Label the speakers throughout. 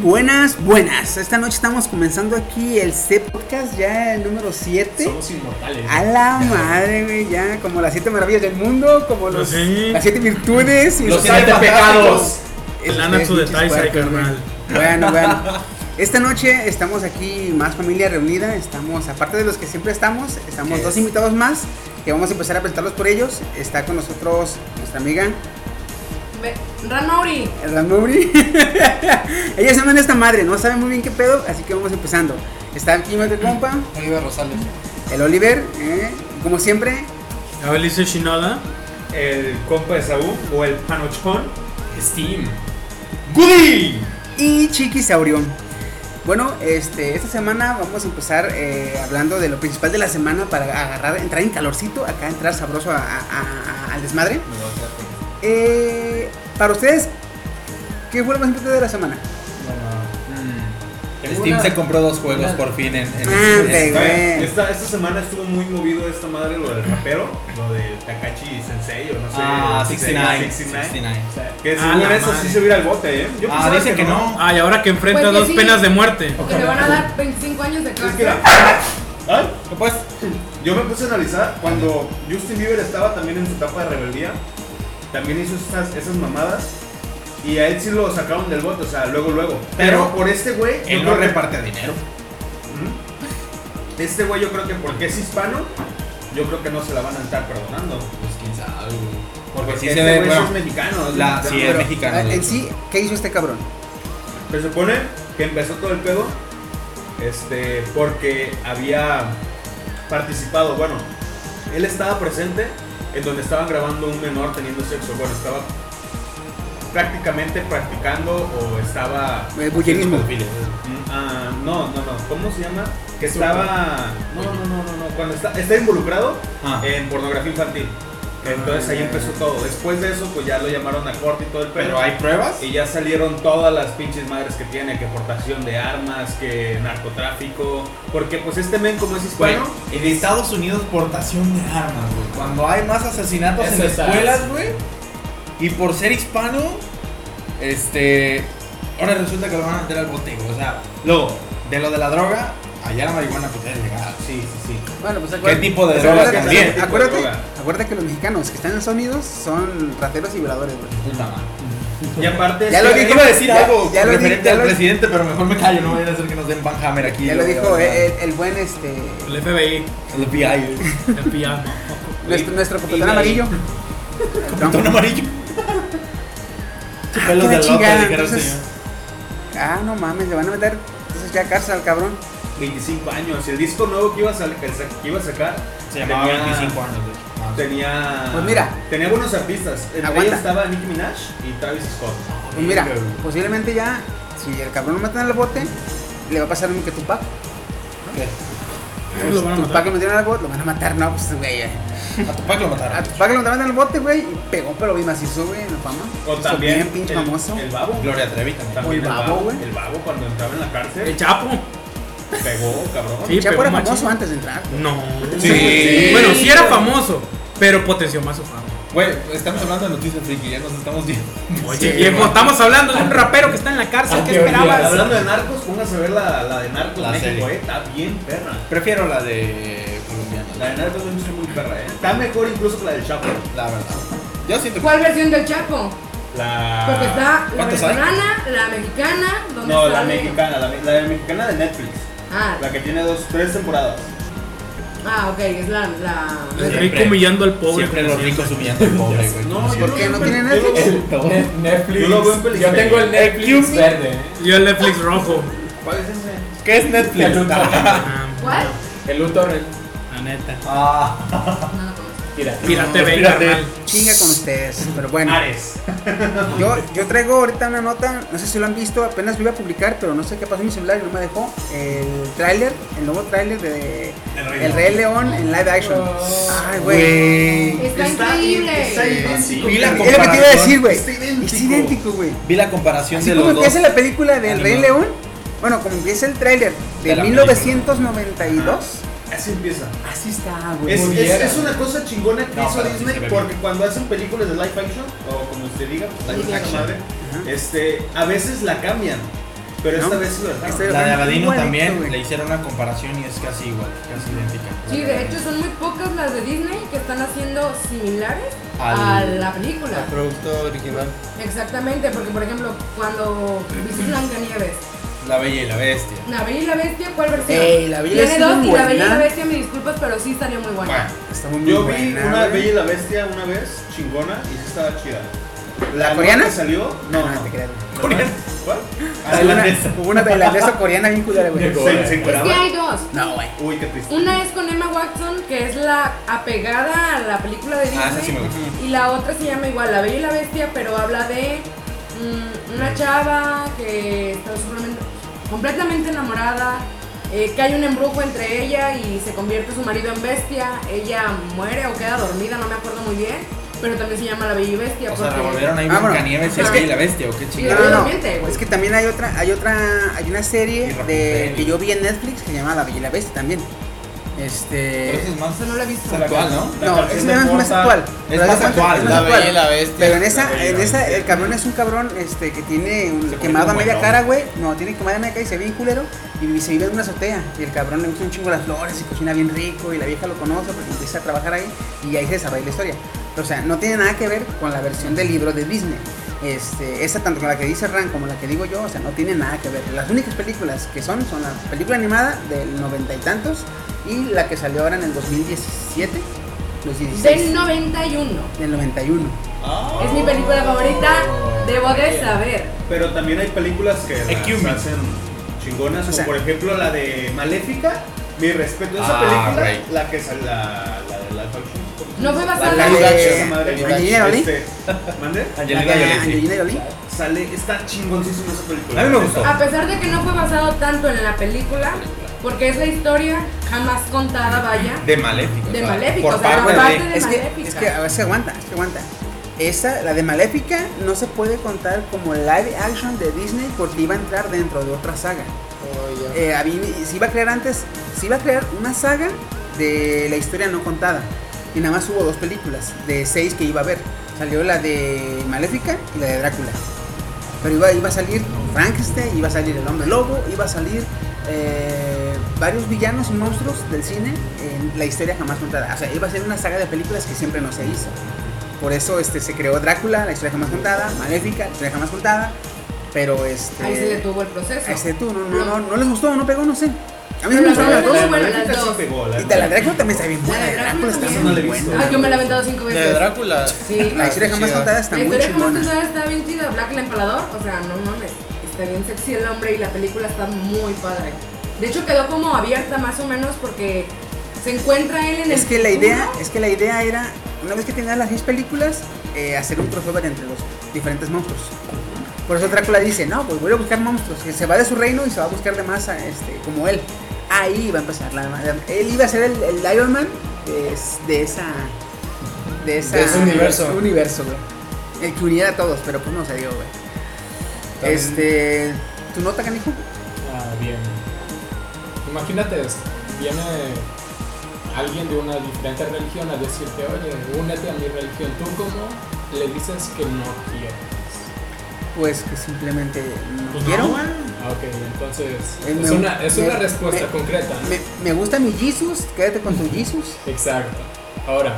Speaker 1: buenas, buenas. Esta noche estamos comenzando aquí el C podcast, ya el número 7.
Speaker 2: Somos inmortales.
Speaker 1: A la madre, güey, ya como las siete maravillas del mundo, como los,
Speaker 3: Pues Sí.
Speaker 1: las siete virtudes y
Speaker 2: Los
Speaker 1: siete Este,
Speaker 2: siete pecados.
Speaker 3: El Anatsu de
Speaker 1: pinches
Speaker 3: Taisai,
Speaker 1: puercos, güey.
Speaker 3: carnal.
Speaker 1: Bueno, bueno. Esta noche estamos aquí, más familia reunida. Estamos, aparte de los que siempre estamos, estamos
Speaker 2: Yes.
Speaker 1: dos invitados más que vamos a empezar a presentarlos por ellos. Está con nosotros nuestra amiga
Speaker 4: Ve- Ranori,
Speaker 1: Ranuri. Ella se manda esta madre, no sabe muy bien qué pedo, así que vamos empezando. Está aquí nuestro compa,
Speaker 5: Oliver Rosales.
Speaker 1: el Oliver, ¿eh? Y como siempre.
Speaker 3: Abel dice Shinoda.
Speaker 6: el compa de Saúl o el panochón.
Speaker 2: Steam.
Speaker 6: ¡Goody!
Speaker 1: y Chiquisaurión. Bueno, este, esta semana vamos a empezar eh, hablando de lo principal de la semana para agarrar, entrar en calorcito, acá entrar sabroso a- a- a- a- al desmadre. Eh, para ustedes, ¿qué fue lo más importante de la semana?
Speaker 5: Steam se compró dos juegos por fin en, en-
Speaker 1: Ah,
Speaker 5: en-
Speaker 1: Ay, güey.
Speaker 6: Esta, esta semana estuvo muy movido esta madre lo del rapero, lo de Takachi Sensei o no sé.
Speaker 5: Ah,
Speaker 6: si se
Speaker 5: 69.
Speaker 6: llama 69.
Speaker 5: 69.
Speaker 6: Que
Speaker 3: Ah,
Speaker 6: según
Speaker 3: la
Speaker 6: eso
Speaker 3: madre.
Speaker 6: sí se va a ir al bote, ¿eh? Yo
Speaker 5: Ah,
Speaker 6: pensaba
Speaker 5: dice que no.
Speaker 3: Ah, y ahora que enfrenta
Speaker 4: Pues que
Speaker 3: dos
Speaker 4: sí.
Speaker 3: penas de muerte.
Speaker 4: que le van a dar 25 años de
Speaker 6: Es que
Speaker 4: cárcel.
Speaker 6: la- Ay,
Speaker 5: Pues,
Speaker 6: Yo me puse a analizar cuando Justin Bieber estaba también en su etapa de rebeldía, también hizo esas, esas mamadas y a él sí lo sacaron del bote, o sea, luego, luego. Pero,
Speaker 5: Pero
Speaker 6: por este güey, yo
Speaker 5: él no
Speaker 6: creo que-
Speaker 5: reparte dinero.
Speaker 6: Ujú. Este güey yo creo que porque es hispano, yo creo que no se la van a estar perdonando.
Speaker 2: Pues quién sabe, güey.
Speaker 5: Porque sí
Speaker 6: este
Speaker 5: se ve,
Speaker 6: güey sí
Speaker 5: bueno,
Speaker 6: es mexicano. es
Speaker 5: la,
Speaker 6: mexicano,
Speaker 5: sí es
Speaker 6: pero
Speaker 1: Ah,
Speaker 5: mexicano.
Speaker 1: en sí, ¿qué hizo este cabrón?
Speaker 6: Se supone que empezó todo el pedo este, porque había participado, bueno, él estaba presente en donde estaban grabando un menor teniendo sexo, bueno, estaba prácticamente practicando o estaba...
Speaker 1: Eh, bullerismo.
Speaker 6: Mm, ah, no, no, no, ¿cómo se llama? Que estaba... No, no, no, no, no, cuando está, está involucrado
Speaker 5: Ah.
Speaker 6: en pornografía infantil. Entonces ahí empezó todo. Después de eso, pues ya lo llamaron a corte y todo el pedo.
Speaker 5: Pero hay pruebas.
Speaker 6: Y ya salieron todas las pinches madres que tiene, que portación de armas, que narcotráfico, porque pues este men como es hispano,
Speaker 5: en Estados Unidos portación de armas, güey. Cuando hay más asesinatos en
Speaker 2: Eso está-
Speaker 5: escuelas, güey. Y por ser hispano, este. Ahora resulta que lo van a meter al bote, güey. O sea, luego, de lo de la droga, allá la marihuana pues es legal.
Speaker 6: sí, sí, sí.
Speaker 1: Bueno, pues
Speaker 5: ¿Qué tipo de droga
Speaker 1: acuérdate,
Speaker 5: también?
Speaker 1: acuérdate, acuérdate,
Speaker 6: Droga.
Speaker 1: acuérdate que los mexicanos que están en Estados Unidos son rateros y violadores, güey.
Speaker 5: Puta madre.
Speaker 6: Y aparte, este
Speaker 1: Ya lo
Speaker 5: Yo
Speaker 1: dije,
Speaker 5: iba a decir
Speaker 1: ya-
Speaker 5: algo
Speaker 1: ya lo dije,
Speaker 5: referente
Speaker 1: ya
Speaker 5: al
Speaker 1: lo-
Speaker 5: presidente, pero mejor me callo, no vayan a hacer que nos den Banhammer aquí.
Speaker 1: Ya lo
Speaker 5: Yo-
Speaker 1: dijo eh, el, el buen, este,
Speaker 3: El FBI.
Speaker 5: El FBI.
Speaker 3: El pillado.
Speaker 1: nuestro, nuestro capitán
Speaker 2: y-
Speaker 1: amarillo.
Speaker 5: Tono amarillo.
Speaker 1: Ah,
Speaker 5: Pelos
Speaker 1: qué
Speaker 5: de
Speaker 1: chingada,
Speaker 5: loca, dijera el
Speaker 1: entonces-
Speaker 5: señor.
Speaker 1: Ah, no mames, le van a meter entonces ya cárcel al cabrón.
Speaker 6: 25 años. Y el disco nuevo que iba a, sal- que sa- que iba a sacar
Speaker 5: Se llamaba
Speaker 6: tenía- Ah,
Speaker 5: 25 años, de hecho.
Speaker 6: tenía.
Speaker 1: Pues mira.
Speaker 6: Tenía buenos artistas. Entre
Speaker 1: Aguanta.
Speaker 6: ellos estaba Nicki Minaj y Travis Scott.
Speaker 1: Pues mira, posiblemente ya, si el cabrón lo matan al bote, le va a pasar lo mismo que Tupac.
Speaker 3: Pues,
Speaker 1: Pues,
Speaker 3: Lo van a
Speaker 1: Tupac
Speaker 3: matar.
Speaker 1: lo metieron al bote, lo van a matar, no, pues güey. eh.
Speaker 5: A Tupac lo mataron.
Speaker 1: A Tupac lo mataron al bote, güey, y pegó, pero bien macizo, güey, en la fama.
Speaker 6: O
Speaker 1: Hizo
Speaker 6: también.
Speaker 1: Bien pinche
Speaker 6: el,
Speaker 1: famoso.
Speaker 6: El babo.
Speaker 5: Gloria Trevi también.
Speaker 1: O
Speaker 6: También
Speaker 1: el Babo, güey.
Speaker 6: El babo cuando entraba en la
Speaker 3: El
Speaker 6: cárcel
Speaker 3: Chapo.
Speaker 6: pegó, cabrón.
Speaker 3: Sí,
Speaker 1: Chapo
Speaker 3: pegó
Speaker 1: era
Speaker 3: machín.
Speaker 1: famoso antes de entrar.
Speaker 3: No.
Speaker 5: Sí.
Speaker 3: Bueno, sí era famoso, pero potenció más su fama.
Speaker 5: Güey, estamos hablando de noticias friki, ya nos estamos viendo.
Speaker 3: Oye, viejo, estamos hablando de un rapero que está en Ah, la cárcel. ¿Qué
Speaker 2: Ay,
Speaker 3: esperabas?
Speaker 2: Dios.
Speaker 6: Hablando de narcos, póngase a ver la, la de narcos
Speaker 5: La
Speaker 6: México,
Speaker 5: serie.
Speaker 6: eh. Está bien perra.
Speaker 5: Prefiero la de colombiana.
Speaker 6: La de Narcos no es muy perra, ¿eh? Está mejor incluso que la del Chapo.
Speaker 5: La verdad. Yo siento
Speaker 4: ¿Cuál versión del Chapo?
Speaker 6: La...
Speaker 4: Porque pues está la
Speaker 5: ¿cuántos hay?
Speaker 4: venezolana, la mexicana, donde
Speaker 6: Ah, No,
Speaker 4: sale-
Speaker 6: la mexicana, la, me- la de mexicana de Netflix.
Speaker 4: Ah,
Speaker 6: La que tiene dos, tres temporadas.
Speaker 4: ah, ok, es la, la...
Speaker 3: El rico
Speaker 5: Siempre.
Speaker 3: humillando al pobre.
Speaker 5: Siempre
Speaker 3: como
Speaker 5: los
Speaker 3: siempre.
Speaker 5: ricos humillando al pobre, güey. como
Speaker 6: yo
Speaker 5: siempre.
Speaker 1: ¿por qué
Speaker 6: lo
Speaker 1: no
Speaker 6: veo en
Speaker 1: tiene
Speaker 6: peli-
Speaker 1: Netflix?
Speaker 6: yo lo-
Speaker 2: Ne- Netflix.
Speaker 6: Yo lo veo en película.
Speaker 2: tengo el Netflix verde.
Speaker 3: Y el Netflix rojo.
Speaker 6: ¿Cuál es ese?
Speaker 5: ¿Qué es Netflix?
Speaker 2: El luto.
Speaker 3: Ah,
Speaker 4: ¿Cuál?
Speaker 2: El luto re-
Speaker 3: La neta.
Speaker 5: Ah,
Speaker 4: No la conozco.
Speaker 2: Mira.
Speaker 3: Mira
Speaker 5: No,
Speaker 3: TV,
Speaker 5: espérate.
Speaker 3: carnal.
Speaker 1: Chinga con ustedes, pero bueno.
Speaker 6: Ares.
Speaker 1: Yo, yo traigo ahorita una nota, no sé si lo han visto, apenas lo iba a publicar, pero no sé qué pasó en mi celular y no me dejó. El tráiler, el nuevo tráiler de El Rey León en live action. Ay, güey.
Speaker 4: Está, increíble.
Speaker 6: Está idéntico.
Speaker 5: Y la
Speaker 1: Es lo que te iba a decir, güey.
Speaker 6: Está idéntico.
Speaker 1: Es idéntico, güey.
Speaker 5: vi la comparación
Speaker 1: Así
Speaker 5: de
Speaker 1: como
Speaker 5: los dos.
Speaker 1: empieza la película del Rey
Speaker 5: Animado.
Speaker 1: León, bueno, como empieza el tráiler de,
Speaker 5: De la
Speaker 1: 1992,
Speaker 6: Así empieza.
Speaker 1: así está, güey.
Speaker 6: Es,
Speaker 2: Muy
Speaker 6: es-
Speaker 2: bien.
Speaker 6: es una cosa chingona que
Speaker 5: No,
Speaker 6: hizo
Speaker 5: pero sí
Speaker 6: Disney
Speaker 5: se ve
Speaker 6: porque cuando hacen películas de live action, o como usted diga, pues, live
Speaker 4: Live
Speaker 6: action,
Speaker 4: action.
Speaker 6: madre,
Speaker 1: Ajá.
Speaker 6: este, a veces la cambian. Pero esta
Speaker 1: ¿No?
Speaker 6: vez sí lo dejaron.
Speaker 1: Este-
Speaker 5: La de Aladino
Speaker 1: Igualito,
Speaker 5: también
Speaker 1: güey.
Speaker 5: le hicieron una comparación y es casi igual, casi idéntica.
Speaker 4: Sí, de hecho son muy pocas las de Disney que están haciendo similares a
Speaker 5: Al-
Speaker 4: la película.
Speaker 7: producto original.
Speaker 4: Exactamente, porque por ejemplo, cuando viste Blancanieves,
Speaker 5: La Bella y la Bestia.
Speaker 4: La Bella y la Bestia, ¿cuál versión?
Speaker 1: Ey, La Bella y la
Speaker 4: Tiene
Speaker 1: Bestia
Speaker 4: dos
Speaker 1: es
Speaker 4: y La Bella y la
Speaker 1: buena.
Speaker 4: Bestia, me disculpas, pero sí salió muy buena.
Speaker 5: Bueno,
Speaker 1: Está muy
Speaker 6: Yo vi
Speaker 1: buena,
Speaker 6: una
Speaker 1: güey.
Speaker 6: Bella y la Bestia una vez, chingona, y sí estaba chida.
Speaker 1: ¿La
Speaker 6: nueva
Speaker 1: coreana?
Speaker 6: que salió? No,
Speaker 1: No,
Speaker 6: no.
Speaker 1: te creas.
Speaker 6: ¿Coreana? ¿Cuál? Ah,
Speaker 1: Hay una-
Speaker 5: Tailandesa.
Speaker 1: Hubo una tailandesa coreana bien culera, güey.
Speaker 2: Llegó.
Speaker 6: ¿Se, se
Speaker 4: Es que
Speaker 6: encueraba?
Speaker 4: hay dos.
Speaker 1: No, güey.
Speaker 6: Uy, qué triste.
Speaker 4: Una es con Emma Watson, que es la apegada a la película de Disney.
Speaker 5: Ah, esa sí me gusta.
Speaker 4: Y la otra se llama igual La Bella y la Bestia, pero habla de mm, una chava que está solamente- completamente enamorada, eh, que hay un embrujo entre ella y se convierte su marido en bestia. Ella muere o queda dormida, no me acuerdo muy bien, pero también se llama La Bella y Bestia.
Speaker 5: O sea,
Speaker 4: porque-
Speaker 5: revolvieron ahí
Speaker 1: Ah, bueno.
Speaker 5: Blancanieves y
Speaker 4: Es
Speaker 5: la
Speaker 4: que-
Speaker 5: Bella y la Bestia, o qué
Speaker 1: No,
Speaker 5: chingada.
Speaker 1: no, no.
Speaker 4: Obviamente, güey.
Speaker 1: Es que también hay otra, hay otra, hay una serie
Speaker 5: Y Rapunzel.
Speaker 1: de, que yo vi en Netflix que se llama La Bella y la Bestia también.
Speaker 5: Pero esa
Speaker 1: Este.
Speaker 5: es más
Speaker 4: Eso no lo he visto.
Speaker 5: la actual, ¿no?
Speaker 6: La
Speaker 1: No,
Speaker 6: canción
Speaker 1: es
Speaker 6: de
Speaker 1: más, más
Speaker 6: Mozart.
Speaker 1: actual.
Speaker 5: Es
Speaker 1: Pero
Speaker 5: más
Speaker 1: haz de cuenta,
Speaker 5: actual,
Speaker 1: es más
Speaker 7: La
Speaker 1: actual.
Speaker 7: bella y la bestia.
Speaker 1: Pero en esa,
Speaker 6: La Bella y la
Speaker 1: en esa,
Speaker 6: Bestia.
Speaker 1: el cabrón es un cabrón este, que tiene un-
Speaker 5: Se pone
Speaker 1: quemada
Speaker 5: como
Speaker 1: media
Speaker 5: el
Speaker 1: cara, güey. No, tiene quemada media cara y se ve bien culero. Y se vive en una azotea. Y el cabrón le gusta un chingo las flores y cocina bien rico. Y la vieja lo conoce porque empieza a trabajar ahí. Y ahí se desarrolla la historia. Pero, o sea, no tiene nada que ver con la versión del libro de Disney. Este, esa, tanto con la que dice Ran como la que digo yo, o sea, no tiene nada que ver. Las únicas películas que son son la película animada del noventa y tantos y la que salió ahora en el 2017. Los 16,
Speaker 4: Del 91.
Speaker 1: del 91.
Speaker 6: Ah.
Speaker 4: Es mi película favorita, debo de saber.
Speaker 6: Pero también hay películas que las
Speaker 5: Ecumen.
Speaker 6: hacen chingonas,
Speaker 1: O
Speaker 6: como
Speaker 1: sea-
Speaker 6: por ejemplo la de Maléfica. Mi respeto a esa
Speaker 5: Ah,
Speaker 6: película,
Speaker 5: güey.
Speaker 6: la que sal- la, la de la action. ¿cómo se
Speaker 4: No
Speaker 6: llama?
Speaker 4: fue
Speaker 1: La,
Speaker 4: basada
Speaker 1: la
Speaker 4: en...
Speaker 1: de
Speaker 6: Esa madre.
Speaker 1: Angelina Jolie.
Speaker 6: Este, ¿Mande?
Speaker 5: Angelina
Speaker 1: La de
Speaker 5: Jolie, sí.
Speaker 1: Angelina Jolie.
Speaker 6: Sale, está chingoncísima esa película.
Speaker 5: A mí me gustó.
Speaker 4: A pesar de que no fue basado tanto en la película, porque es la historia jamás contada, vaya.
Speaker 5: De Maléfica.
Speaker 4: De
Speaker 5: o sea,
Speaker 4: Maléfica, o
Speaker 5: Por
Speaker 4: sea,
Speaker 5: parte
Speaker 4: aparte
Speaker 5: de...
Speaker 4: de-
Speaker 1: Es que,
Speaker 4: Maléfica.
Speaker 1: es que a ver si aguanta, es que aguanta. Esa, la de Maléfica, no se puede contar como live action de Disney porque iba a entrar dentro de otra saga.
Speaker 7: Oh, ya.
Speaker 1: Eh, había- se iba a crear antes, se iba a crear una saga de la historia no contada. Y nada más hubo dos películas de seis que iba a haber. Salió la de Maléfica y la de Drácula. Pero iba, iba a salir Frankenstein, iba a salir el hombre lobo, iba a salir eh, varios villanos y monstruos del cine en la historia jamás contada. O sea, iba a ser una saga de películas que siempre no se hizo. Por eso este, se creó Drácula, la historia jamás contada, Maléfica, la historia jamás contada. Pero este.
Speaker 4: Ahí se detuvo el proceso.
Speaker 1: Este tú, no, no, no, no les gustó, no pegó, no sé. A mí sí
Speaker 4: Pero
Speaker 1: me gustaron
Speaker 4: la
Speaker 1: las dos. güey.
Speaker 4: verdad, bueno, las
Speaker 6: Maléfica sí
Speaker 4: dos.
Speaker 6: pegó, la
Speaker 1: Y de la
Speaker 6: verdad.
Speaker 1: Drácula también está bien buena.
Speaker 4: La
Speaker 1: La
Speaker 4: de
Speaker 1: de Drácula
Speaker 4: Drácula
Speaker 1: está muy
Speaker 6: Esa
Speaker 4: también.
Speaker 6: no la he visto.
Speaker 1: buena.
Speaker 4: Ay, yo me la he aventado cinco veces.
Speaker 7: De Drácula.
Speaker 4: Sí.
Speaker 1: La historia jamás contada está
Speaker 4: La
Speaker 1: muy
Speaker 4: historia jamás
Speaker 1: chingona.
Speaker 4: contada está bien chida. Black el empalador, o sea, no mames. Está bien sexy el hombre y la película está muy padre. De hecho, quedó como abierta más o menos porque se encuentra él en el.
Speaker 1: Es que la idea,
Speaker 4: futuro.
Speaker 1: es que la idea era, una vez que tenías las seis películas, eh, hacer un crossover entre los diferentes monstruos. Por eso Drácula dice, no, pues voy a buscar monstruos. Que se va de su reino y se va a buscar de masa, este, como él. Ahí iba a empezar la Él iba a ser el, el Iron Man de, es- de esa. De, esa,
Speaker 7: De ese universo.
Speaker 1: universo, güey. El que uniera a todos, pero pues no se dio, güey. Este. ¿Tu nota, canijo?
Speaker 2: Ah, bien. Imagínate esto. Viene alguien de una diferente religión a decirte, oye, únete a mi religión. ¿Tú cómo le dices que no quieres?
Speaker 1: Pues que simplemente no
Speaker 2: Pues no,
Speaker 1: quiero.
Speaker 2: güey. Ah, ok, entonces
Speaker 1: Eh, me-
Speaker 2: es una, es
Speaker 1: me-
Speaker 2: una respuesta
Speaker 1: me-
Speaker 2: concreta. ¿no?
Speaker 1: me, me gusta mi Jesus, quédate con tu Jesus.
Speaker 2: Exacto. Ahora,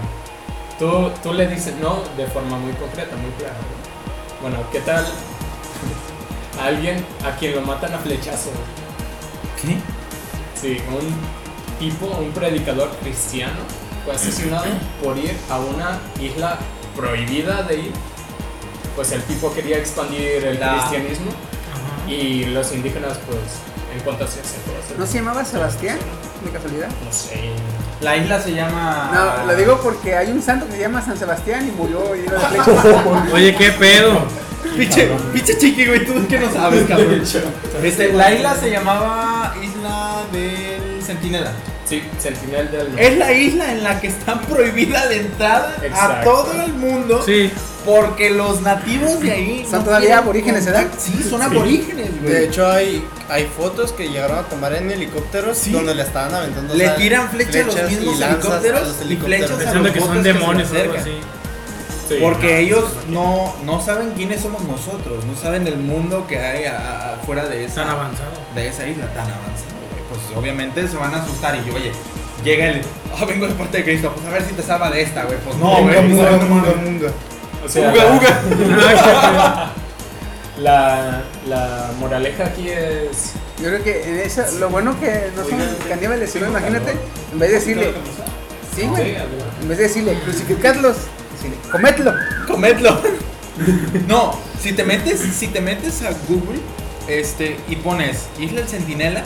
Speaker 2: tú, tú le dices no de forma muy concreta, muy clara. ¿no? Bueno, ¿qué tal a alguien a quien lo matan a flechazos?
Speaker 5: ¿Qué?
Speaker 2: Sí, un tipo, un predicador cristiano, fue asesinado por ir a una isla prohibida de ir. Pues el tipo quería expandir el
Speaker 5: La-
Speaker 2: cristianismo y los indígenas, pues, en cuanto a se se puede hacer.
Speaker 1: ¿No se llamaba Sebastián? De casualidad.
Speaker 2: No sé.
Speaker 5: La isla se llama...
Speaker 3: Ah.
Speaker 1: No, lo digo porque hay un santo que se llama San Sebastián y murió y era de flechas.
Speaker 3: Oye, qué pedo.
Speaker 5: Pinche, pinche chiqui, güey, tú que no sabes, cabrón. Este, la isla se llamaba Isla del Centinela.
Speaker 2: Sí, Sentinel del Norte.
Speaker 5: Es la isla en la que está prohibida la entrada a
Speaker 2: Exacto.
Speaker 5: todo el mundo
Speaker 3: Sí.
Speaker 5: porque los nativos de ahí
Speaker 1: Son todavía
Speaker 5: quieren
Speaker 1: aborígenes, ¿verdad?
Speaker 5: contar- Sí, son aborígenes, güey.
Speaker 7: De hecho, hay, hay fotos que llegaron a tomar en helicópteros
Speaker 5: Sí.
Speaker 7: donde le estaban aventando.
Speaker 5: Le
Speaker 7: sal-
Speaker 5: tiran flechas a los mismos
Speaker 7: y lanzas
Speaker 5: helicópteros
Speaker 7: a los
Speaker 5: y flechas a
Speaker 7: helicópteros.
Speaker 3: Pensando que son
Speaker 5: botes que se
Speaker 3: demonios o algo
Speaker 5: acercan.
Speaker 3: así.
Speaker 2: Sí,
Speaker 5: Porque
Speaker 2: no,
Speaker 5: ellos no, no saben quiénes somos nosotros, no saben el mundo que hay a- a- afuera de
Speaker 3: Están
Speaker 5: esa,
Speaker 3: avanzados. Ah,
Speaker 5: de esa isla tan avanzada. güey. Pues obviamente se van a asustar y oye, llega el, ah, vengo de parte de Cristo, pues a ver si te salva de esta, güey. Pues no,
Speaker 7: Venga,
Speaker 5: güey.
Speaker 7: munga,
Speaker 5: no,
Speaker 7: munga,
Speaker 5: no.
Speaker 7: munga.
Speaker 2: O sea,
Speaker 5: Uga,
Speaker 2: la-
Speaker 5: uga.
Speaker 2: La, la moraleja aquí es.
Speaker 1: Yo creo que en eso, lo bueno que no son caníbales, sino imagínate, en vez de decirle, sí, güey, en vez de decirle, crucificadlos, decirle, comedlo.
Speaker 5: Comedlo. No, si te metes, si te metes a Google, este, y pones Isla del Centinela,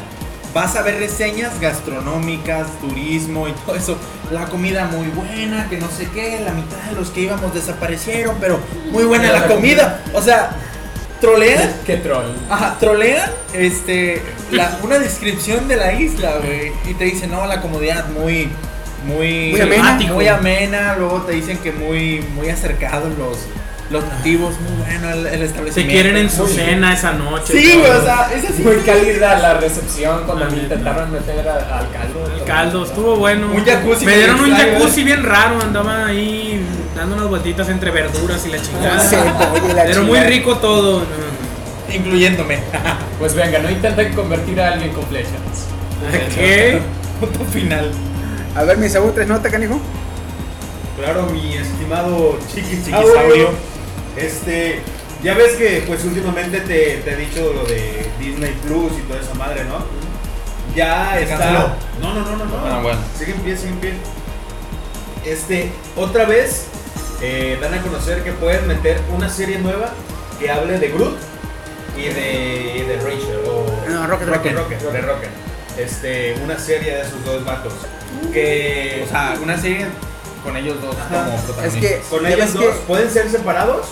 Speaker 5: vas a ver reseñas gastronómicas, turismo y todo eso. La comida muy buena, que no sé qué, la mitad de los que íbamos desaparecieron, pero muy buena la comida. O sea, trolean,
Speaker 2: Qué troll.
Speaker 5: ajá, trolean, este, la- una descripción de la isla, güey, y te dicen, no, la comodidad muy muy,
Speaker 1: Muy amena.
Speaker 5: temático, muy amena, luego te dicen que muy, muy acercados los, los nativos, muy bueno el, el
Speaker 3: Se
Speaker 5: establecimiento.
Speaker 3: quieren en su
Speaker 5: Muy-
Speaker 3: cena esa noche.
Speaker 5: Sí, güey,
Speaker 3: todo.
Speaker 5: o sea, es así.
Speaker 2: Muy cálida la recepción cuando
Speaker 3: La
Speaker 2: me
Speaker 3: neta.
Speaker 2: intentaron meter a- al caldo.
Speaker 3: El caldo, estuvo bueno.
Speaker 5: Un jacuzzi
Speaker 3: Me dieron un
Speaker 5: bien extraño. ¿eh?
Speaker 3: jacuzzi bien raro, andaba ahí dando unas vueltitas entre verduras y la
Speaker 5: Ah,
Speaker 3: chingada.
Speaker 1: Cebolla, la
Speaker 3: Pero muy
Speaker 1: chingada.
Speaker 3: rico todo. No,
Speaker 5: Incluyéndome.
Speaker 2: Pues venga, no intenten convertir a alguien con flechas.
Speaker 3: no. ¿Qué?
Speaker 5: Punto final.
Speaker 1: A ver, mi Saúl, tres notas, canijo.
Speaker 6: Claro, mi estimado
Speaker 5: Chiquisaurio.
Speaker 6: chiquisaurio. Este, ya ves que pues últimamente te, te he dicho lo de Disney Plus y toda esa madre, ¿no? Ya
Speaker 5: ¿Se
Speaker 6: está.
Speaker 5: canceló?
Speaker 6: No, no, no, no, no.
Speaker 5: Ah, bueno.
Speaker 6: Sigue en pie, sigue en pie. Este, otra vez eh, dan a conocer que pueden meter una serie nueva que hable de Groot y de, y de Rachel. O
Speaker 1: No, Rocket, Rocket.
Speaker 6: Rocket, de Rocket. Este, una serie de esos dos vatos. Que.
Speaker 5: O sea, una serie con ellos dos
Speaker 6: Ajá.
Speaker 5: como
Speaker 1: Es
Speaker 5: protagonistas.
Speaker 1: que,
Speaker 6: Con
Speaker 1: ya
Speaker 6: ellos
Speaker 1: ves
Speaker 6: dos pueden ser separados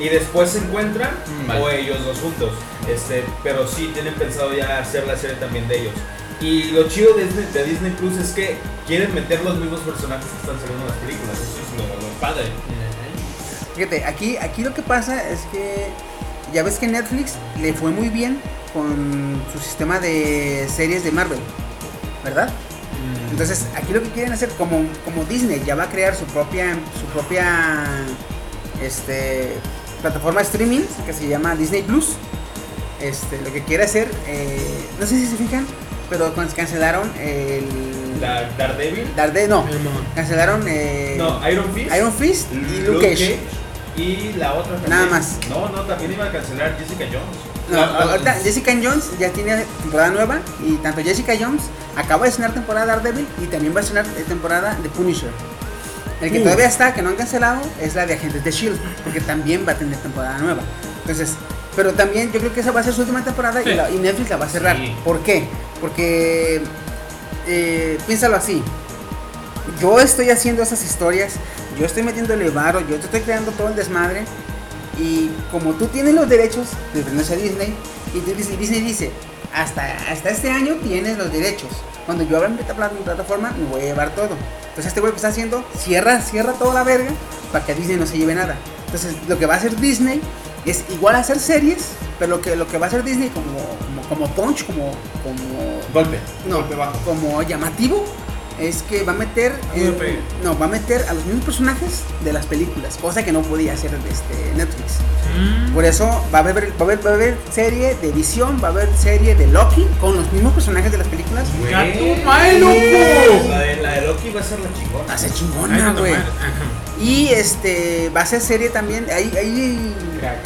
Speaker 6: y después se encuentran
Speaker 5: Mm, vale.
Speaker 6: o ellos dos juntos. Este, pero sí tienen pensado ya hacer la serie también de ellos. Y lo chido de Disney, de Disney Plus es que quieren meter los mismos personajes que están saliendo en las películas. Eso es lo, lo padre.
Speaker 1: Fíjate, aquí, aquí lo que pasa es que ya ves que Netflix le fue muy bien con su sistema de series de Marvel, ¿verdad? Entonces, aquí lo que quieren hacer, como, como Disney ya va a crear su propia, su propia este, plataforma de streaming que se llama Disney Plus, este, lo que quiere hacer, eh, no sé si se fijan, pero cuando cancelaron el.
Speaker 6: Da- Daredevil,
Speaker 1: Darde- no,
Speaker 3: Simón.
Speaker 1: cancelaron eh,
Speaker 6: no, Iron Fist,
Speaker 1: Iron Fist y Luke
Speaker 6: Luke
Speaker 1: Cage.
Speaker 6: Cage y la otra también.
Speaker 1: Nada más.
Speaker 6: No, no, también iba a cancelar Jessica Jones.
Speaker 1: No,
Speaker 5: Ah, ah,
Speaker 1: ahorita Jessica Jones ya tiene temporada nueva y tanto Jessica Jones acaba de estrenar temporada de Daredevil y también va a estrenar eh, temporada de Punisher. El que todavía está, que no han cancelado, es la de Agentes de Shield, E porque también va a tener temporada nueva. Entonces, pero también yo creo que esa va a ser su última temporada y, la- y Netflix la va a cerrar.
Speaker 6: Sí.
Speaker 1: ¿Por qué? Porque eh, piénsalo así. Yo estoy haciendo esas historias, yo estoy metiéndole varo, yo te estoy creando todo el desmadre. Y como tú tienes los derechos de pertenencia a Disney, y tú- Disney, Disney dice, hasta, hasta este año tienes los derechos. Cuando yo abra mi, plata- mi plataforma, me voy a llevar todo. Entonces este güey que está haciendo, cierra, cierra toda la verga para que Disney no se lleve nada. Entonces lo que va a hacer Disney es igual hacer series, pero lo que, lo que va a hacer Disney como, como, como punch, como, como
Speaker 5: Golpe.
Speaker 1: no,
Speaker 5: Golpe bajo.
Speaker 1: como llamativo es que va a meter eh,
Speaker 3: golpe.
Speaker 1: no va a meter a los mismos personajes de las películas cosa que no podía hacer este Netflix
Speaker 3: Mm.
Speaker 1: por eso va a haber va a haber, va a haber serie de Visión va a haber serie de Loki con los mismos personajes de las películas
Speaker 3: Gato, ¡ay,
Speaker 6: La
Speaker 3: loco!
Speaker 6: de, la de Loki va a ser la chingona.
Speaker 1: hace
Speaker 3: Ay,
Speaker 1: chingona
Speaker 3: no,
Speaker 1: güey
Speaker 3: madre. Ajá.
Speaker 1: y este va a ser serie también ahí ahí
Speaker 2: Crack.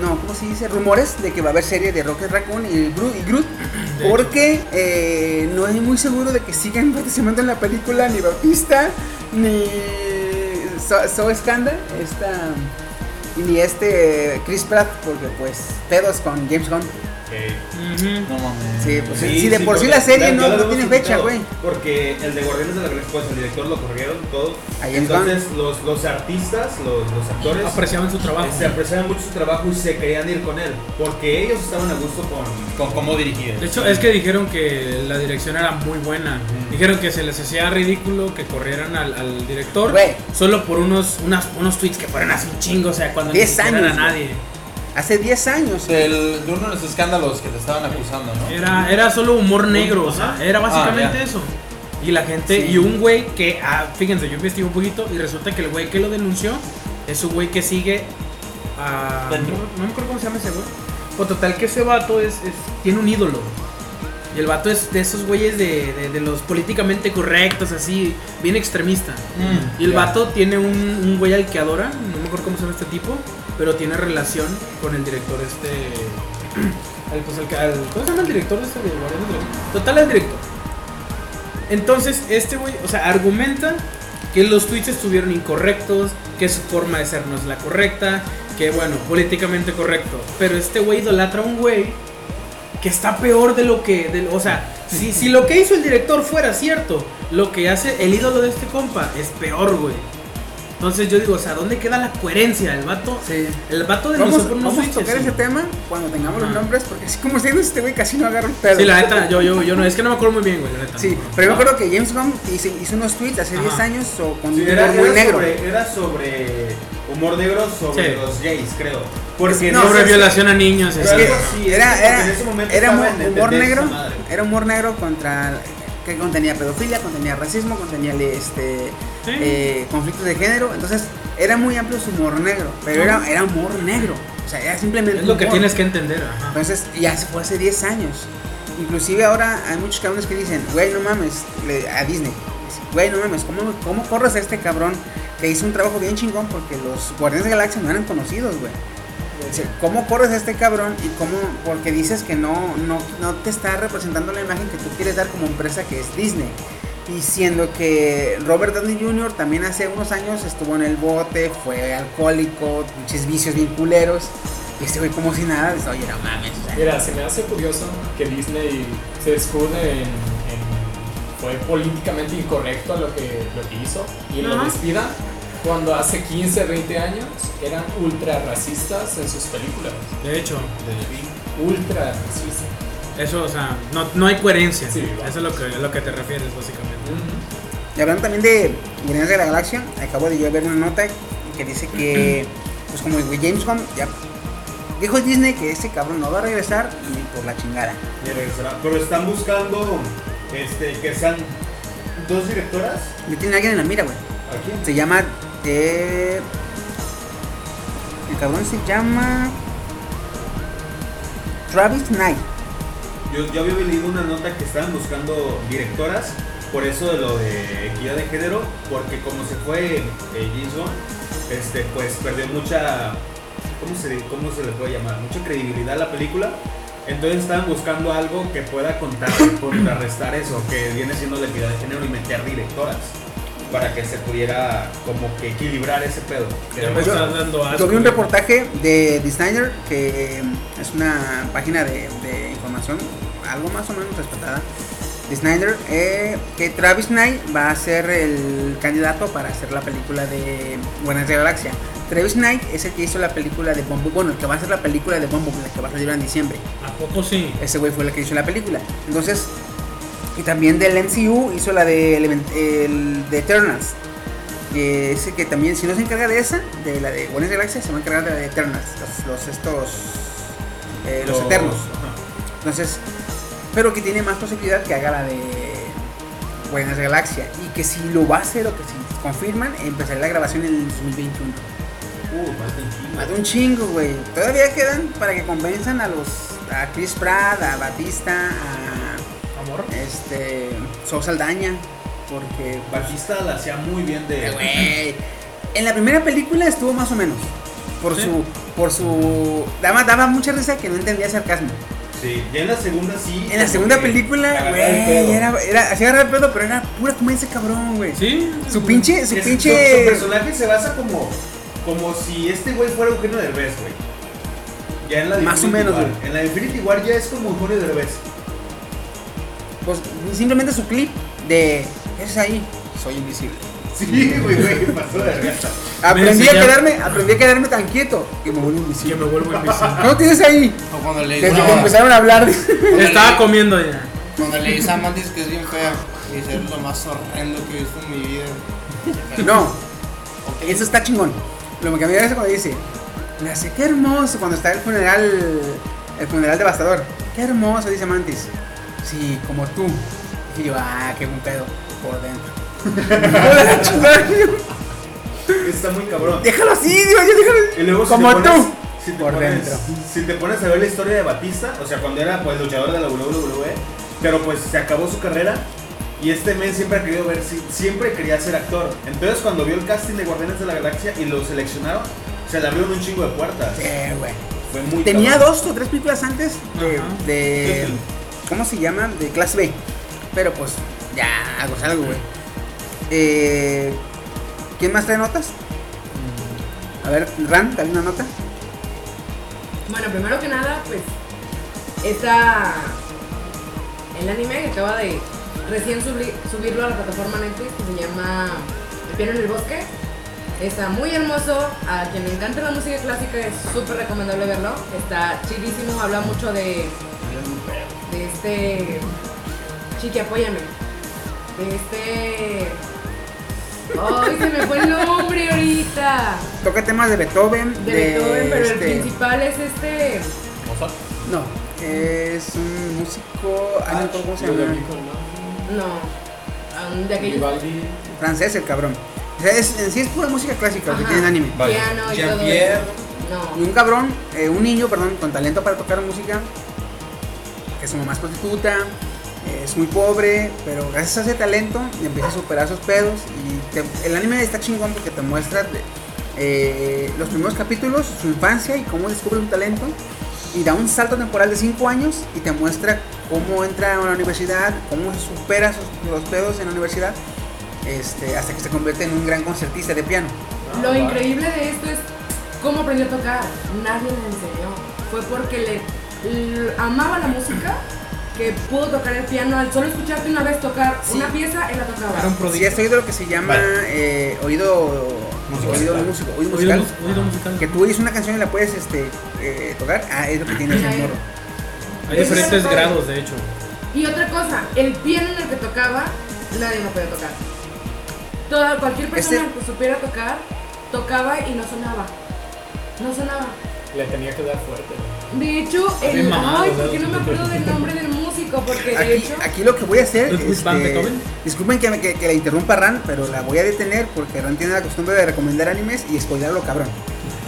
Speaker 1: no cómo se dice rumores de que va a haber serie de Rocket Raccoon y Groot, y Groot Porque eh, no es muy seguro de que sigan participando en la película ni Bautista, ni So, So Scanda, esta, y ni este Chris Pratt, porque pues pedos con James Gunn.
Speaker 6: Eh,
Speaker 3: Ujú.
Speaker 5: No mames.
Speaker 1: Sí, pues si de por sí la
Speaker 6: porque
Speaker 1: serie
Speaker 6: ya-
Speaker 1: no,
Speaker 6: ya la
Speaker 1: no
Speaker 6: habíamos
Speaker 1: tiene fecha,
Speaker 6: comentado,
Speaker 1: güey.
Speaker 6: Porque el de Guardianes de la Galaxia, pues el director lo corrieron todo.
Speaker 1: Ahí en
Speaker 6: Entonces los, los artistas, los, los actores,
Speaker 3: Apreciaban su trabajo.
Speaker 6: se apreciaban mucho su trabajo y se querían ir con él. Porque ellos estaban a gusto con...
Speaker 5: Con cómo dirigir.
Speaker 3: De hecho, es que dijeron que la dirección era muy buena. Dijeron que se les hacía ridículo que corrieran al, al director
Speaker 1: Güey.
Speaker 3: solo por unos, unas, unos tweets que fueron así un chingo, o sea, cuando ni
Speaker 1: 10
Speaker 3: siquiera
Speaker 1: años,
Speaker 3: era nadie.
Speaker 1: Hace 10 años. eh.
Speaker 5: Del- de uno de los escándalos que te estaban acusando, ¿no?
Speaker 3: Era, era solo humor negro, o sea, era básicamente
Speaker 5: Ah, ya.
Speaker 3: eso. Y la gente,
Speaker 1: Sí.
Speaker 3: y un güey que, ah, fíjense, yo investigué un poquito y resulta que el güey que lo denunció Es un güey que sigue a.
Speaker 5: Dentro.
Speaker 3: No, no me acuerdo cómo se llama ese güey. O total, que ese vato es, es- tiene un ídolo. Y el vato es de esos güeyes de, de- de los políticamente correctos, así, bien extremista. Y el
Speaker 5: Mm, ya.
Speaker 3: vato tiene un, un güey al que adora, no me acuerdo cómo se llama este tipo, pero tiene relación con el director este. al- pues, al que- al- ¿Cómo se llama el director de este de Guardianes de la Galaxia? Total, el director. Entonces, este güey, o sea, argumenta que los tweets estuvieron incorrectos, que su forma de ser no es la correcta, que bueno, políticamente correcto. Pero este güey idolatra a un güey que está peor de lo que. de- o sea, si, si lo que hizo el director fuera cierto, lo que hace el ídolo de este compa es peor, güey. Entonces yo digo, o sea, ¿dónde queda la coherencia? El vato.
Speaker 1: Sí.
Speaker 3: El vato de
Speaker 1: Vamos,
Speaker 3: nosotros no
Speaker 1: vamos a
Speaker 3: switches,
Speaker 1: tocar
Speaker 3: sí.
Speaker 1: ese tema cuando tengamos los
Speaker 3: Ajá.
Speaker 1: nombres, porque así como siendo este güey casi no agarra el pedo.
Speaker 3: Sí, la neta, yo, yo, yo no, es que no me acuerdo muy bien, güey, la neta.
Speaker 1: Sí,
Speaker 3: no me acuerdo.
Speaker 1: pero yo me acuerdo que James Gunn hizo, hizo unos tweets hace
Speaker 3: Ajá.
Speaker 1: 10 años o con
Speaker 6: Sí,
Speaker 1: un
Speaker 6: era,
Speaker 1: humor muy
Speaker 6: era
Speaker 1: negro.
Speaker 6: Sobre, era sobre humor negro sobre
Speaker 3: Sí.
Speaker 6: los gays, creo. Porque
Speaker 1: No,
Speaker 3: Sobre
Speaker 1: sí, sí.
Speaker 3: violación a niños,
Speaker 6: Pero
Speaker 3: eso.
Speaker 6: algo
Speaker 3: Sí,
Speaker 6: así,
Speaker 1: Era,
Speaker 6: porque
Speaker 1: era,
Speaker 6: en ese momento
Speaker 1: era
Speaker 6: estaba
Speaker 1: humor,
Speaker 6: en tendencia
Speaker 1: humor negro,
Speaker 6: esa madre.
Speaker 1: era humor negro contra que contenía pedofilia, contenía racismo, contenía este eh, conflictos de género, entonces era muy amplio su humor negro, pero era, era humor negro, o sea, era simplemente
Speaker 3: es lo que
Speaker 1: humor.
Speaker 3: tienes que entender. ajá.
Speaker 1: Entonces, ya se fue hace 10 años. Inclusive ahora hay muchos cabrones que dicen, güey, no mames, le- a Disney. Dicen, Güey, no mames, ¿cómo, ¿cómo corres a este cabrón que hizo un trabajo bien chingón? Porque los Guardianes de la Galaxia no eran conocidos, güey. Dice, ¿Cómo corres a este cabrón y cómo? Porque dices que no, no, no te está representando la imagen que tú quieres dar como empresa que es Disney. Y siendo que Robert Downey Jr. también hace unos años estuvo en el bote, fue alcohólico, muchos vicios bien culeros. Y este güey como si nada, dice, oye, no mames. o sea,
Speaker 2: Mira, se me hace curioso que Disney se escude en, en- fue políticamente incorrecto lo que, lo que hizo y lo
Speaker 4: Ajá.
Speaker 2: despidan cuando hace 15, 20 años eran ultra racistas en sus películas.
Speaker 3: De hecho,
Speaker 2: Ultra racistas.
Speaker 3: eso, o sea, no, no hay coherencia.
Speaker 2: Sí,
Speaker 3: eso es lo que, a lo que te refieres, básicamente.
Speaker 1: Mm.
Speaker 2: Ujú.
Speaker 1: Y hablando también de Guardianes de la Galaxia, acabo de yo ver una nota que dice que, pues como digo, James Gunn ya dijo Disney que este cabrón no va a regresar ni por la chingada.
Speaker 6: Y regresará. Pero están buscando este, que sean dos directoras.
Speaker 1: Le tiene alguien en la mira, güey.
Speaker 6: ¿A quién?
Speaker 1: Se llama. eh, el cabrón se llama. Travis Knight.
Speaker 6: Yo, yo había leído una nota que estaban buscando directoras, por eso de lo de equidad de género, porque como se fue eh, James Gunn, este, pues perdió mucha, ¿cómo se, ¿cómo se le puede llamar? Mucha credibilidad a la película. Entonces estaban buscando algo que pueda contar, contrarrestar eso, que viene siendo la equidad de género y meter directoras para que se pudiera como que equilibrar ese pedo.
Speaker 3: Ya me
Speaker 1: Pues yo-
Speaker 3: estás dando asco,
Speaker 1: Yo vi un
Speaker 3: güey.
Speaker 1: reportaje de Designer, que eh, es una página de, de información algo más o menos respetada. De Snyder, eh, que Travis Knight va a ser el candidato para hacer la película de Buenas de la Galaxia. Travis Knight es el que hizo la película de Bumble, bueno, el que va a hacer la película de Bumble, la que va a salir en diciembre.
Speaker 3: ¿A poco sí?
Speaker 1: Ese güey fue el que hizo la película. Entonces, y también del MCU hizo la de, Element- el- de Eternals. Que ese que también, si no se encarga de esa, de la de Guardianes de la Galaxia, se va a encargar de la de Eternals. Los, los estos. eh, los, Eternos.
Speaker 6: Ajá.
Speaker 1: Entonces, pero que tiene más posibilidad que haga la de Guardianes de la Galaxia. Y que si lo va a hacer o que si confirman, empezará la grabación en el 2021.
Speaker 6: Uh, falta un chingo.
Speaker 1: Más de un chingo, güey. Todavía quedan para que convenzan a los. a Chris Pratt, a Batista, a.
Speaker 3: ¿Amor?
Speaker 1: este. Sol Saldaña. Porque.
Speaker 6: Batista la hacía muy bien de...
Speaker 1: Güey. En la primera película estuvo más o menos. Por
Speaker 3: Sí.
Speaker 1: su. Por su. Daba, daba mucha risa que no entendía sarcasmo.
Speaker 6: Sí, ya en la segunda sí.
Speaker 1: En la
Speaker 6: como
Speaker 1: segunda
Speaker 6: que
Speaker 1: película,
Speaker 6: agarraba el pedo.
Speaker 1: güey, era, era, así agarraba el pedo, pero era pura comedia ese cabrón, güey.
Speaker 3: Sí.
Speaker 1: Su pinche, su
Speaker 6: Es- Su, su
Speaker 1: pinche.
Speaker 6: personaje se basa como, como si este güey fuera Eugenio Derbez, güey. Ya en la de
Speaker 1: Más o
Speaker 6: Infinity
Speaker 1: menos,
Speaker 6: War.
Speaker 1: güey.
Speaker 6: En la de Infinity War ya es como Eugenio Derbez.
Speaker 1: pues, simplemente su clip de. Es ahí. Soy invisible.
Speaker 6: Sí, güey, güey, pasó de vergüenza.
Speaker 1: Aprendí a
Speaker 3: enseñaron-
Speaker 1: quedarme, aprendí a quedarme tan quieto que me vuelvo
Speaker 3: Que
Speaker 1: invisible.
Speaker 3: me vuelvo invisible.
Speaker 1: No tienes ahí.
Speaker 7: O cuando le
Speaker 1: Desde
Speaker 7: no,
Speaker 1: que empezaron a hablar.
Speaker 7: cuando
Speaker 3: Estaba
Speaker 7: le-
Speaker 3: comiendo ya.
Speaker 7: Cuando le dice a Mantis que es bien fea. Y dice, es lo más horrendo que he visto en mi vida.
Speaker 1: No, eso está chingón. Lo que me da es cuando dice, la sé qué hermoso cuando está el funeral, el funeral devastador. Qué hermoso, dice Mantis. Sí, como tú. Y yo, ah, qué buen pedo por dentro. Hijo de la chingada, yo.
Speaker 6: Está muy cabrón.
Speaker 1: Déjalo así, Dios, ya déjalo.
Speaker 6: Y luego, si
Speaker 1: Como
Speaker 6: te pones-
Speaker 1: tú.
Speaker 6: Si te,
Speaker 1: Por
Speaker 6: pones,
Speaker 1: dentro.
Speaker 6: si te pones a ver la historia de Batista, o sea, cuando era pues, luchador de la WWE, pero pues se acabó su carrera y este men siempre ha querido ver, si- siempre quería ser actor. Entonces, cuando vio el casting de Guardianes de la Galaxia y lo seleccionaron, se le abrieron un chingo de puertas.
Speaker 1: Eh, güey.
Speaker 6: Fue muy
Speaker 1: Tenía
Speaker 6: cabrón.
Speaker 1: dos o tres películas antes de,
Speaker 3: Ajá.
Speaker 1: de- ¿Cómo se llama? De clase B. Pero pues, ya, algo es algo, güey. Eh, ¿Quién más trae notas? A ver, Ran, dale una nota.
Speaker 4: Bueno, primero que nada, pues está el anime que acaba de recién subli- subirlo a la plataforma Netflix que se llama El piano en el bosque. Está muy hermoso, a quien le encanta la música clásica es súper recomendable verlo. Está chidísimo, habla mucho de, de este... Chiqui, apóyame. De este... ¡Ay, se me fue el nombre ahorita!
Speaker 1: Toca temas de Beethoven.
Speaker 4: De Beethoven, pero el
Speaker 1: este-
Speaker 4: principal es este...
Speaker 1: No, es un músico. ah, no me acuerdo ¿Cómo se llama?
Speaker 4: No, um, de aquellos
Speaker 2: Vivaldi.
Speaker 1: Francés, el cabrón. O sea, es, en sí es pura música clásica, porque
Speaker 4: Ajá,
Speaker 1: tiene anime.
Speaker 5: Vale.
Speaker 4: Piano y todo
Speaker 7: Jean-Pierre.
Speaker 4: eso.
Speaker 1: Y
Speaker 4: No.
Speaker 1: un cabrón, eh, un niño, perdón, con talento para tocar música, que su mamá es prostituta, eh, es muy pobre, pero gracias a ese talento empieza a superar sus pedos. Y te- el anime está chingón porque te muestra eh, los primeros capítulos, su infancia y cómo descubre un talento. Y da un salto temporal de 5 años y te muestra cómo entra a la universidad, cómo se supera sus- los pedos en la universidad, este, hasta que se convierte en un gran concertista de piano.
Speaker 4: Lo increíble de esto es cómo aprendió a tocar. Nadie le enseñó. Fue porque le, l- amaba la música que pudo tocar el piano. Al solo escucharte una vez tocar una pieza, él la tocaba.
Speaker 3: Era un
Speaker 1: Sí,
Speaker 3: prodigio.
Speaker 1: has oído lo que se llama eh, oído,
Speaker 5: Musical.
Speaker 1: oído músico, oído
Speaker 3: Oído
Speaker 1: musical.
Speaker 3: mus- oído musical.
Speaker 1: Que tú oyes una canción y la puedes este, eh, tocar. Ah, es lo que tiene ese
Speaker 4: Ajá.
Speaker 1: morro.
Speaker 3: Hay diferentes grados, de hecho.
Speaker 4: Y otra cosa, el piano en el que tocaba, nadie lo podía tocar. Toda, cualquier persona
Speaker 1: Este-
Speaker 4: que supiera tocar, tocaba y no sonaba. No sonaba.
Speaker 2: Le tenía que dar fuerte.
Speaker 4: De hecho,
Speaker 3: bien
Speaker 4: el,
Speaker 3: mamado,
Speaker 4: ay,
Speaker 3: ¿verdad?
Speaker 4: ¿por qué no me acuerdo del nombre del músico? Porque de
Speaker 1: Aquí,
Speaker 4: hecho,
Speaker 1: aquí lo que voy a hacer.
Speaker 3: ¿No es Big Bang
Speaker 1: este,
Speaker 3: Beethoven?
Speaker 1: disculpen que, me- que, que la interrumpa Ran, pero la voy a detener porque Ran tiene la costumbre de recomendar animes y spoilerlo cabrón.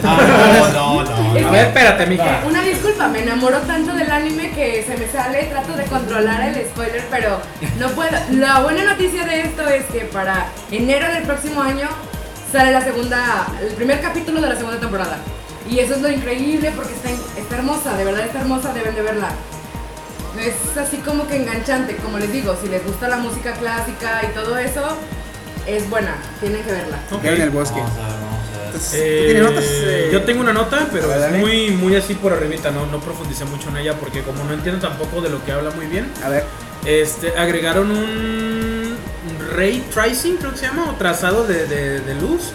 Speaker 5: No, no, no.
Speaker 4: Es
Speaker 3: A
Speaker 4: que-
Speaker 3: ver, espérate, mija.
Speaker 4: una disculpa, me enamoro tanto del anime que se me sale, trato de controlar el spoiler, pero no puedo. La buena noticia de esto es que para enero del próximo año sale la segunda, el primer capítulo de la segunda temporada. Y eso es lo increíble porque está, está hermosa, de verdad está hermosa, deben de verla. Es así como que enganchante, como les digo, si les gusta la música clásica y todo eso, es buena, tienen que verla.
Speaker 3: Ok.
Speaker 1: Ya en el bosque.
Speaker 5: Vamos a ver, vamos
Speaker 1: Entonces, ¿tú
Speaker 3: Eh,
Speaker 1: tienes notas? Eh,
Speaker 3: yo tengo una nota, pero
Speaker 1: a ver, dale.
Speaker 3: es muy, muy así por arribita, no, no profundicé mucho en ella porque como no entiendo tampoco de lo que habla muy bien,
Speaker 1: A ver,
Speaker 3: este, agregaron un ray tracing, creo que se llama, o trazado de, de- de luz,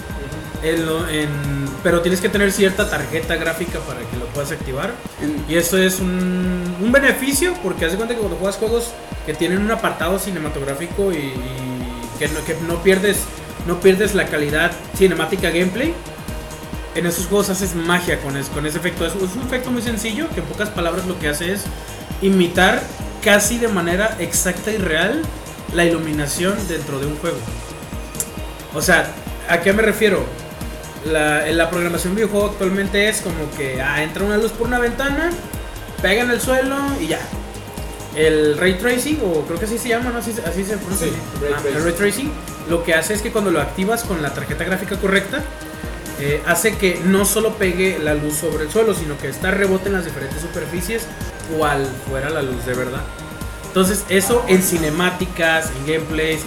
Speaker 3: en lo- en- pero tienes que tener cierta tarjeta gráfica para que lo puedas activar.
Speaker 1: en-
Speaker 3: Y eso es un, un beneficio porque haz de cuenta que cuando juegas juegos que tienen un apartado cinematográfico y, y que, no, que no pierdes no pierdes la calidad cinemática gameplay, en esos juegos haces magia con, es- con ese efecto. Es, es un efecto muy sencillo que en pocas palabras lo que hace es imitar casi de manera exacta y real la iluminación dentro de un juego. O sea, ¿a qué me refiero? La, en la programación de videojuego actualmente es como que ah, entra una luz por una ventana, pega en el suelo y ya. El ray tracing, o creo que así se llama, ¿no? Así, se- así se pronuncia.
Speaker 2: Sí, ray
Speaker 3: Ah, el ray tracing lo que hace es que cuando lo activas con la tarjeta gráfica correcta, eh, hace que no solo pegue la luz sobre el suelo, sino que esta rebote en las diferentes superficies, cual fuera la luz de verdad. Entonces, eso en cinemáticas, en gameplays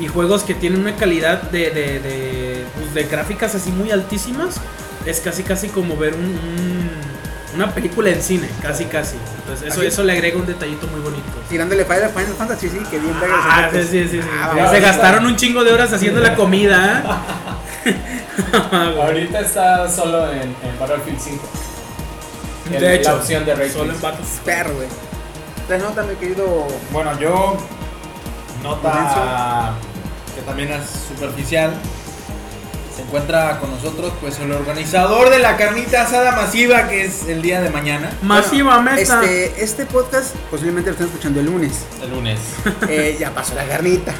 Speaker 3: y juegos que tienen una calidad de, de, de, pues, de gráficas así muy altísimas, es casi casi como ver un- un- una película en cine, casi casi. Entonces, eso,
Speaker 1: Aquí-
Speaker 3: eso le agrega un detallito muy bonito.
Speaker 1: tirándole fire a Final Fantasy, sí, que bien verga los
Speaker 3: Ah, sí,
Speaker 1: efectos.
Speaker 3: sí, sí, sí.
Speaker 1: Ah,
Speaker 3: Ya
Speaker 1: vamos.
Speaker 3: se gastaron un chingo de horas haciendo la comida. ¿eh?
Speaker 2: Ahorita está solo en, en Battlefield 5. El-
Speaker 3: de hecho,
Speaker 2: la opción de Ray
Speaker 3: solo en
Speaker 2: Tracing.
Speaker 3: Battlefield.
Speaker 1: Perro, güey. Traes nota, mi querido.
Speaker 5: a- Bueno, yo. Nota. Que también es superficial. Se encuentra con nosotros pues el organizador de la carnita asada masiva que es el día de mañana,
Speaker 3: Masiva mesa.
Speaker 1: Este, este podcast posiblemente lo estén escuchando el lunes.
Speaker 5: el lunes.
Speaker 1: Eh, ya pasó la carnita.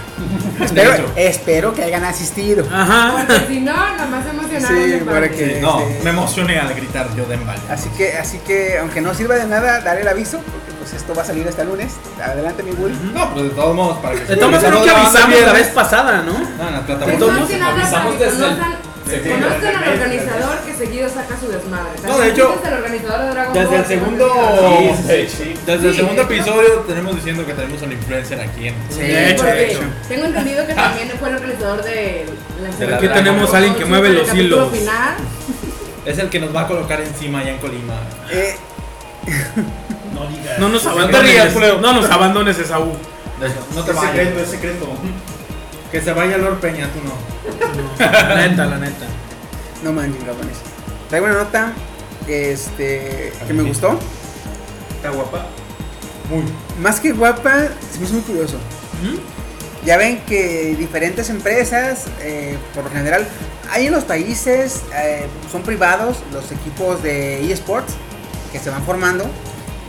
Speaker 1: espero, espero que hayan asistido.
Speaker 5: Ah.
Speaker 3: Ajá.
Speaker 4: Porque si no, nada más emocionada.
Speaker 1: Sí,
Speaker 4: me
Speaker 1: para
Speaker 4: parto.
Speaker 1: que- Sí,
Speaker 5: Eh, no,
Speaker 1: sí.
Speaker 5: me emocioné al gritar yo de embalo.
Speaker 1: Así que, así que, aunque no sirva de nada, daré el aviso, porque pues esto va a salir hasta el lunes. Adelante, mi Woody.
Speaker 5: No, pues de todos modos, para que
Speaker 3: De todos modos, creo que
Speaker 5: Estamos grabando
Speaker 3: avisamos la
Speaker 5: viernes.
Speaker 3: vez pasada, ¿no?
Speaker 5: No, en la
Speaker 4: Pues
Speaker 5: plataforma.
Speaker 3: Entonces-
Speaker 4: más que nada, para
Speaker 2: avisamos
Speaker 4: que
Speaker 2: desde el-
Speaker 4: conozcan,
Speaker 2: desde
Speaker 6: el
Speaker 4: conozcan al
Speaker 6: mes,
Speaker 4: organizador que seguido saca su desmadre.
Speaker 5: No,
Speaker 4: También
Speaker 5: de hecho,
Speaker 4: dices al organizador de Dragon
Speaker 5: desde
Speaker 4: Ball,
Speaker 5: el
Speaker 4: que no
Speaker 5: segundo-
Speaker 4: te-
Speaker 5: Sí,
Speaker 6: Sí, sí.
Speaker 5: Desde el
Speaker 4: Sí,
Speaker 5: segundo
Speaker 4: de hecho.
Speaker 5: episodio tenemos diciendo que tenemos al influencer aquí en
Speaker 1: Sí,
Speaker 3: de hecho,
Speaker 4: porque
Speaker 3: de hecho.
Speaker 4: Tengo entendido que también fue el organizador de la
Speaker 5: la
Speaker 3: Aquí tenemos a alguien que mueve los hilos.
Speaker 4: Final.
Speaker 5: Es el que nos va a colocar encima allá en Colima.
Speaker 1: Eh,
Speaker 6: No digas.
Speaker 3: No nos
Speaker 5: rías,
Speaker 3: abandones.
Speaker 5: culero.
Speaker 3: No nos abandones, Esaú.
Speaker 5: No te
Speaker 6: Es
Speaker 5: vayas.
Speaker 6: secreto, es secreto.
Speaker 5: Que se vaya Lord Peña, tú no.
Speaker 3: La neta, la neta.
Speaker 1: no manchen, cabrones. Traigo una nota este, que me gustó.
Speaker 6: Está guapa.
Speaker 5: Muy.
Speaker 1: Más que guapa, se me hizo muy curioso. Ya ven que diferentes empresas, eh, por lo general, hay en los países, eh, son privados los equipos de eSports que se van formando.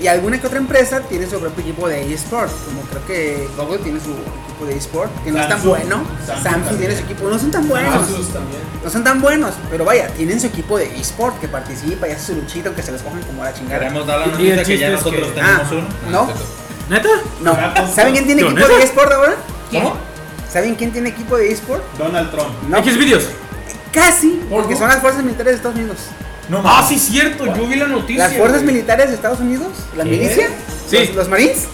Speaker 1: Y alguna que otra empresa tiene su propio equipo de eSports. Como creo que Google tiene su equipo de eSports, que no es tan
Speaker 6: Samsung.
Speaker 1: bueno. Samsung,
Speaker 6: Samsung
Speaker 1: tiene
Speaker 6: también.
Speaker 1: su equipo, no son tan buenos.
Speaker 2: Asus también.
Speaker 1: No son tan buenos, pero vaya, tienen su equipo de eSport que participa y hace su luchita, que se les cojan como a la chingada.
Speaker 5: Queremos dar la
Speaker 3: Y el
Speaker 5: noticia que
Speaker 3: chiste
Speaker 5: ya
Speaker 3: es
Speaker 5: nosotros
Speaker 3: que-
Speaker 5: tenemos
Speaker 1: Ah,
Speaker 5: uno.
Speaker 1: ¿no?
Speaker 3: ¿Neta?
Speaker 1: No,
Speaker 5: pues,
Speaker 6: Gatos,
Speaker 1: ¿saben quién tiene
Speaker 3: ¿no?
Speaker 1: equipo de eSport ahora?
Speaker 5: ¿Cómo?
Speaker 1: ¿Saben quién tiene equipo de eSport?
Speaker 6: Donald Trump.
Speaker 1: No.
Speaker 3: X videos.
Speaker 1: Casi, porque
Speaker 2: Ojo.
Speaker 1: son las fuerzas militares de Estados Unidos.
Speaker 5: No,
Speaker 3: Ah,
Speaker 5: más.
Speaker 3: sí, cierto. Yo vi la noticia.
Speaker 1: Las fuerzas
Speaker 3: güey.
Speaker 1: militares de Estados Unidos, la
Speaker 5: eh. ¿Qué?
Speaker 1: milicia,
Speaker 3: Sí.
Speaker 1: los, los marines.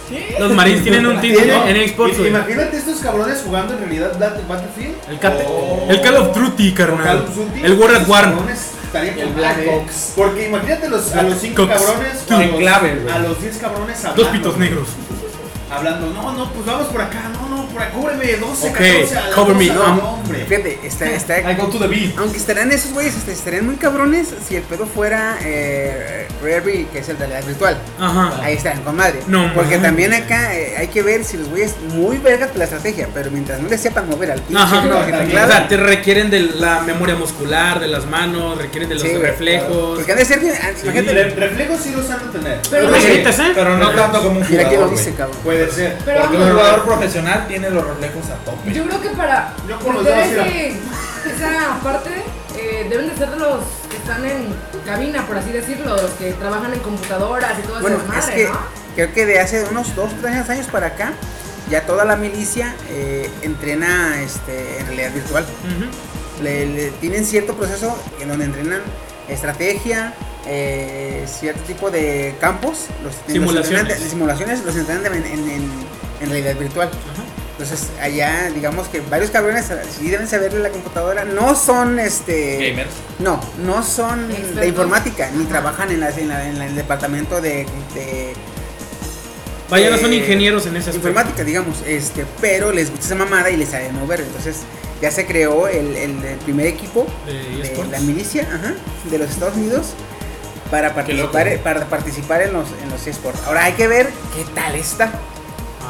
Speaker 3: Los marines tienen un team
Speaker 1: Tienen-
Speaker 3: en Xbox. güey.
Speaker 6: Imagínate estos cabrones jugando en realidad Bat- Battlefield.
Speaker 3: El, Cat-
Speaker 6: Oh.
Speaker 3: el Call of Duty, carnal.
Speaker 6: Call of Duty.
Speaker 3: El War at
Speaker 6: Esos
Speaker 3: War.
Speaker 6: cabrones estarían
Speaker 2: El
Speaker 6: con
Speaker 2: Black
Speaker 6: madre.
Speaker 2: Ops.
Speaker 6: Porque imagínate los, a
Speaker 3: Black
Speaker 6: los 5
Speaker 3: Ops.
Speaker 6: cabrones. o a
Speaker 5: En
Speaker 6: los-
Speaker 5: clave, güey.
Speaker 6: A los 10 cabrones hablando.
Speaker 3: Dos pitos negros.
Speaker 6: Hablando, no, no, pues vamos por acá. No, no, por acá. Cúbreme 12,
Speaker 3: Ok,
Speaker 6: 14. a la
Speaker 3: cover me,
Speaker 6: cosa, no,
Speaker 3: I'm-
Speaker 6: hombre.
Speaker 1: Fíjate, está, está-
Speaker 5: I go to the beat.
Speaker 1: aunque estarán esos güeyes, este, estarían muy cabrones si el pedo fuera eh, Rare, que es el de la virtual.
Speaker 3: Ajá.
Speaker 5: Ah.
Speaker 1: Ahí están, con madre.
Speaker 3: No
Speaker 1: Porque
Speaker 3: mames.
Speaker 1: también acá eh, hay que ver si los güeyes muy vergas con la estrategia, pero mientras no le sepan mover al pinche
Speaker 3: Ajá.
Speaker 1: mouse y
Speaker 3: O
Speaker 1: teclado,
Speaker 3: sea, te requieren de la memoria muscular, de las manos, requieren de los
Speaker 1: sí, güey.
Speaker 3: reflejos.
Speaker 1: Porque han de ser bien. ah,
Speaker 6: Re-
Speaker 1: Imagínate.
Speaker 6: reflejos sí los han de tener.
Speaker 4: Pero,
Speaker 3: Oye,
Speaker 4: güey,
Speaker 3: ¿Requisitas, eh?
Speaker 5: Pero no tanto como un
Speaker 1: Mira que lo
Speaker 5: jugador.
Speaker 1: dice,
Speaker 5: güey.
Speaker 1: cabrón.
Speaker 6: Puede ser.
Speaker 4: Pero vamos
Speaker 5: Porque un
Speaker 4: a
Speaker 5: jugador
Speaker 4: ver.
Speaker 5: profesional tiene los reflejos a tope.
Speaker 4: Yo creo que para
Speaker 6: Yo con los
Speaker 4: ustedes
Speaker 6: dedos,
Speaker 4: que esa parte eh, deben de ser de los que están en cabina, por así decirlo, los que trabajan en computadoras y todo
Speaker 1: Bueno,
Speaker 4: eso.
Speaker 1: es que creo que de hace unos 2 3 años para acá, ya toda la milicia eh, entrena este, en realidad virtual.
Speaker 3: Ujú.
Speaker 1: Le- le- tienen cierto proceso en donde entrenan estrategia, eh, cierto tipo de campos, los, los
Speaker 3: Simulaciones.
Speaker 1: entrenan de- simulaciones, los entrenan en, en- en- en realidad virtual.
Speaker 3: Ajá.
Speaker 1: Entonces allá digamos que varios cabrones sí deben saberle la computadora, no son este
Speaker 5: Gamers.
Speaker 1: no, no son
Speaker 4: Expertos.
Speaker 1: de informática, ni trabajan en, las- en la- en la- en el departamento de, de
Speaker 3: Vaya, no
Speaker 1: Eh,
Speaker 3: son ingenieros en ese aspecto.
Speaker 1: informática, digamos, este, pero les gusta esa mamada y les saben mover. Entonces ya se creó el, el- el primer equipo
Speaker 3: De
Speaker 1: de
Speaker 3: eSports.
Speaker 1: Eh, la milicia ajá, de los Estados Unidos para participar,
Speaker 5: loco.
Speaker 1: para participar en los en los esports. Ahora hay que ver qué tal está.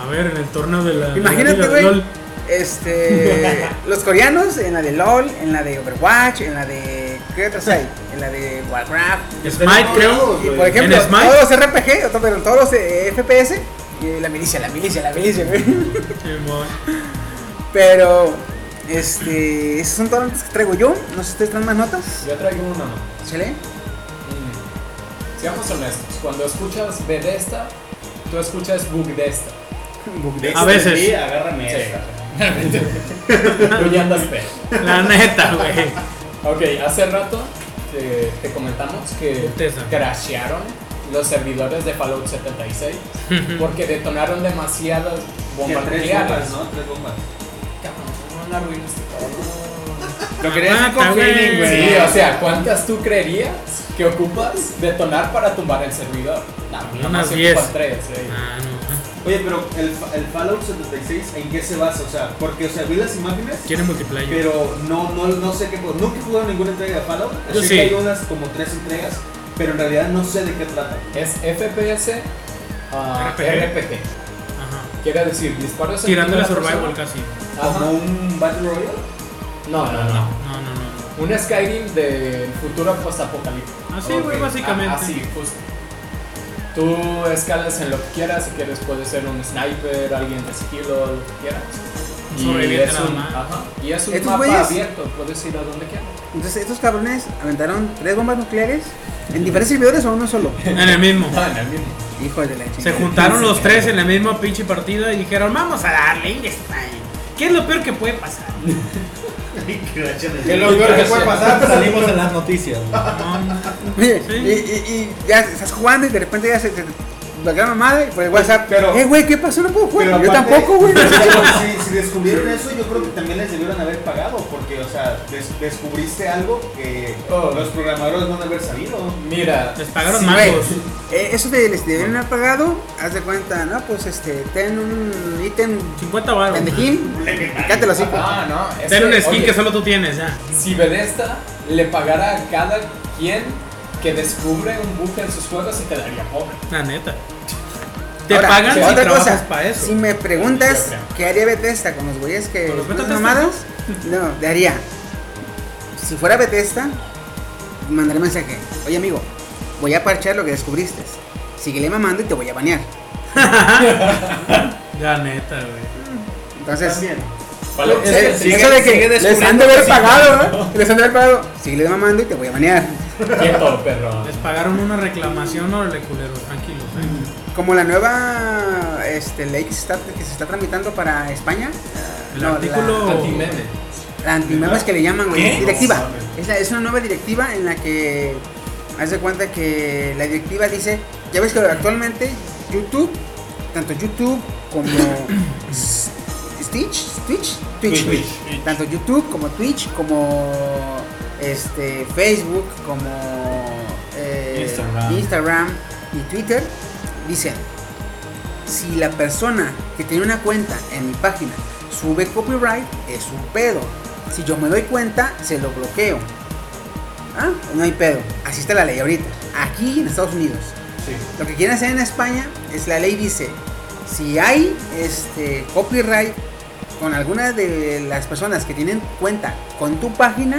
Speaker 3: A ver, en el torneo de la.
Speaker 1: Imagínate,
Speaker 3: de la- de
Speaker 1: güey.
Speaker 3: LOL.
Speaker 1: Este, los coreanos en la de LOL, en la de Overwatch, en la de ¿qué otras hay? En la de Warcraft.
Speaker 3: Smite, creo.
Speaker 1: Y por ejemplo,
Speaker 3: Pues, ¿En Smite?
Speaker 1: todos los RPG, o- perdón, todos los eh, FPS, y eh, la milicia, la milicia, la milicia, güey.
Speaker 3: Simón.
Speaker 1: Pero, este, esas son todas las notas que traigo yo. No sé si ustedes traen más notas.
Speaker 2: Yo traigo una. ¿no?
Speaker 1: Chale.
Speaker 2: Mm. Seamos honestos, cuando escuchas Bethesda, tú escuchas Bugdesta.
Speaker 3: A veces.
Speaker 6: Sí, agárrame
Speaker 2: Sí.
Speaker 6: esta.
Speaker 2: Tú ya andas pedo.
Speaker 3: La neta, güey.
Speaker 2: Ok, hace rato te, te comentamos que
Speaker 3: Bethesda.
Speaker 2: crashearon los servidores de Fallout 76 porque detonaron demasiadas bombas
Speaker 6: Que tres bombas,
Speaker 2: nucleares.
Speaker 6: ¿no? Tres bombas.
Speaker 2: este Cabrón, no arruines tu cabrón.
Speaker 5: Lo quería decir
Speaker 3: Mata,
Speaker 5: con
Speaker 3: Ah, güey.
Speaker 5: feeling, güey.
Speaker 2: Sí, o sea, ¿cuántas tú creerías que ocupas detonar para tumbar el servidor? No,
Speaker 3: Unas
Speaker 2: más
Speaker 3: diez.
Speaker 2: tres. sí.
Speaker 3: Ah, no.
Speaker 6: Oye, pero el, fa- el Fallout 76, ¿en qué se basa? O sea, porque, o sea, vi las imágenes,
Speaker 3: Quiere multiplayer.
Speaker 6: pero no, no, no sé qué. Nunca he jugado ninguna entrega de Fallout.
Speaker 3: Yo
Speaker 6: sé
Speaker 3: sí.
Speaker 6: que hay unas como tres entregas, pero en realidad no sé de qué trata.
Speaker 2: Es FPS ah,
Speaker 3: RPG.
Speaker 2: RPG.
Speaker 3: Ajá.
Speaker 2: Quiere decir disparos en
Speaker 3: Tirándole
Speaker 2: primera
Speaker 3: survival
Speaker 2: persona.
Speaker 3: casi.
Speaker 2: Ajá.
Speaker 6: Como un Battle Royale.
Speaker 2: Ah, No, no, no.
Speaker 3: No, no, no.
Speaker 2: Un Skyrim de futuro postapocalíptico.
Speaker 3: Así, Ah, güey,
Speaker 2: Ok,
Speaker 3: básicamente.
Speaker 2: a- Así, justo. Tú escalas en lo que quieras, si quieres puede ser un sniper, alguien de sigilo, lo que quieras.
Speaker 3: Sobreviviente
Speaker 2: es
Speaker 3: nada
Speaker 2: un,
Speaker 3: más.
Speaker 2: ajá, y es un
Speaker 1: Estos
Speaker 2: mapa
Speaker 1: güeyes-
Speaker 2: abierto, puedes ir a donde quieras.
Speaker 1: Entonces, estos cabrones aventaron tres bombas nucleares en diferentes servidores o uno solo.
Speaker 3: En el mismo.
Speaker 1: Hijo de la chingada.
Speaker 3: Se juntaron los tres en la misma pinche partida y dijeron, vamos a darle y ya está. eh". ¿Qué es lo peor que puede pasar?
Speaker 5: Que lo peor que puede pasar, salimos en las noticias.
Speaker 1: Oye,
Speaker 3: Sí.
Speaker 1: y, y, y ya estás jugando y de repente ya se te la gran madre por el WhatsApp.
Speaker 6: Pero-
Speaker 1: eh, güey, ¿qué pasó? No puedo jugar.
Speaker 6: pero
Speaker 1: Yo
Speaker 6: aparte-
Speaker 1: tampoco, güey.
Speaker 6: si, si descubrieron eso, yo creo que también les debieron haber pagado, porque, o sea, des- descubriste algo que
Speaker 2: Oh.
Speaker 6: los programadores no han de haber sabido.
Speaker 2: Mira,
Speaker 3: Les pagaron
Speaker 1: Sí, güey.
Speaker 3: mangos.
Speaker 1: Eh, eso de les debieron haber pagado, haz de cuenta, no, pues este, ten un ítem
Speaker 3: 50 baros.
Speaker 1: pendejín, picate los cinco.
Speaker 2: ah, no, es
Speaker 3: Ten un skin
Speaker 2: oye,
Speaker 3: que solo tú tienes, ya.
Speaker 2: si Bethesda le pagara a cada quien que descubre un buque en sus juegos, se quedaría pobre.
Speaker 3: La neta. Te
Speaker 1: Ahora,
Speaker 3: pagan si
Speaker 1: otra
Speaker 3: trabajas
Speaker 1: cosa,
Speaker 3: para eso.
Speaker 1: Si me preguntas
Speaker 2: Yo creo.
Speaker 1: qué haría Bethesda con los güeyes que
Speaker 3: ¿Con los
Speaker 1: unas
Speaker 3: beta
Speaker 1: mamadas, no, le haría. Si fuera Bethesda, mandaré mensaje. Oye amigo, voy a parchar lo que descubriste. Síguele mamando y te voy a banear.
Speaker 3: La neta, güey.
Speaker 1: Entonces,
Speaker 2: Vale,
Speaker 1: eh,
Speaker 2: es que
Speaker 1: eso
Speaker 5: sigue-
Speaker 1: de
Speaker 5: sigue
Speaker 1: que les han
Speaker 5: descubriendo
Speaker 1: de haber
Speaker 5: cositas,
Speaker 1: pagado, ¿no? Les han de haber pagado. Síguele mamando y te voy a banear.
Speaker 2: Quieto, perro.
Speaker 3: Les pagaron una reclamación, órale, culeros, tranquilos. eh.
Speaker 1: Como la nueva este, ley que se está, que se está tramitando para España.
Speaker 3: El
Speaker 1: no, la-
Speaker 3: artículo.
Speaker 2: Antimeme.
Speaker 1: La antimemes que le llaman, güey.
Speaker 5: ¿Qué?
Speaker 1: Directiva. Es, la- es una nueva directiva en la que haz de cuenta que la directiva dice, ya ves que actualmente YouTube, tanto YouTube como S- Stitch, Twitch, Twitch, tanto YouTube como Twitch, como este Facebook, como eh,
Speaker 5: Instagram.
Speaker 1: Instagram y Twitter, dicen, si la persona que tiene una cuenta en mi página sube copyright, es un pedo. Si yo me doy cuenta, se lo bloqueo. Ah, no hay pedo. Así está la ley ahorita. Aquí en Estados Unidos. Lo que quieren hacer en España es la ley dice, si hay este copyright con alguna de las personas que tienen cuenta con tu página,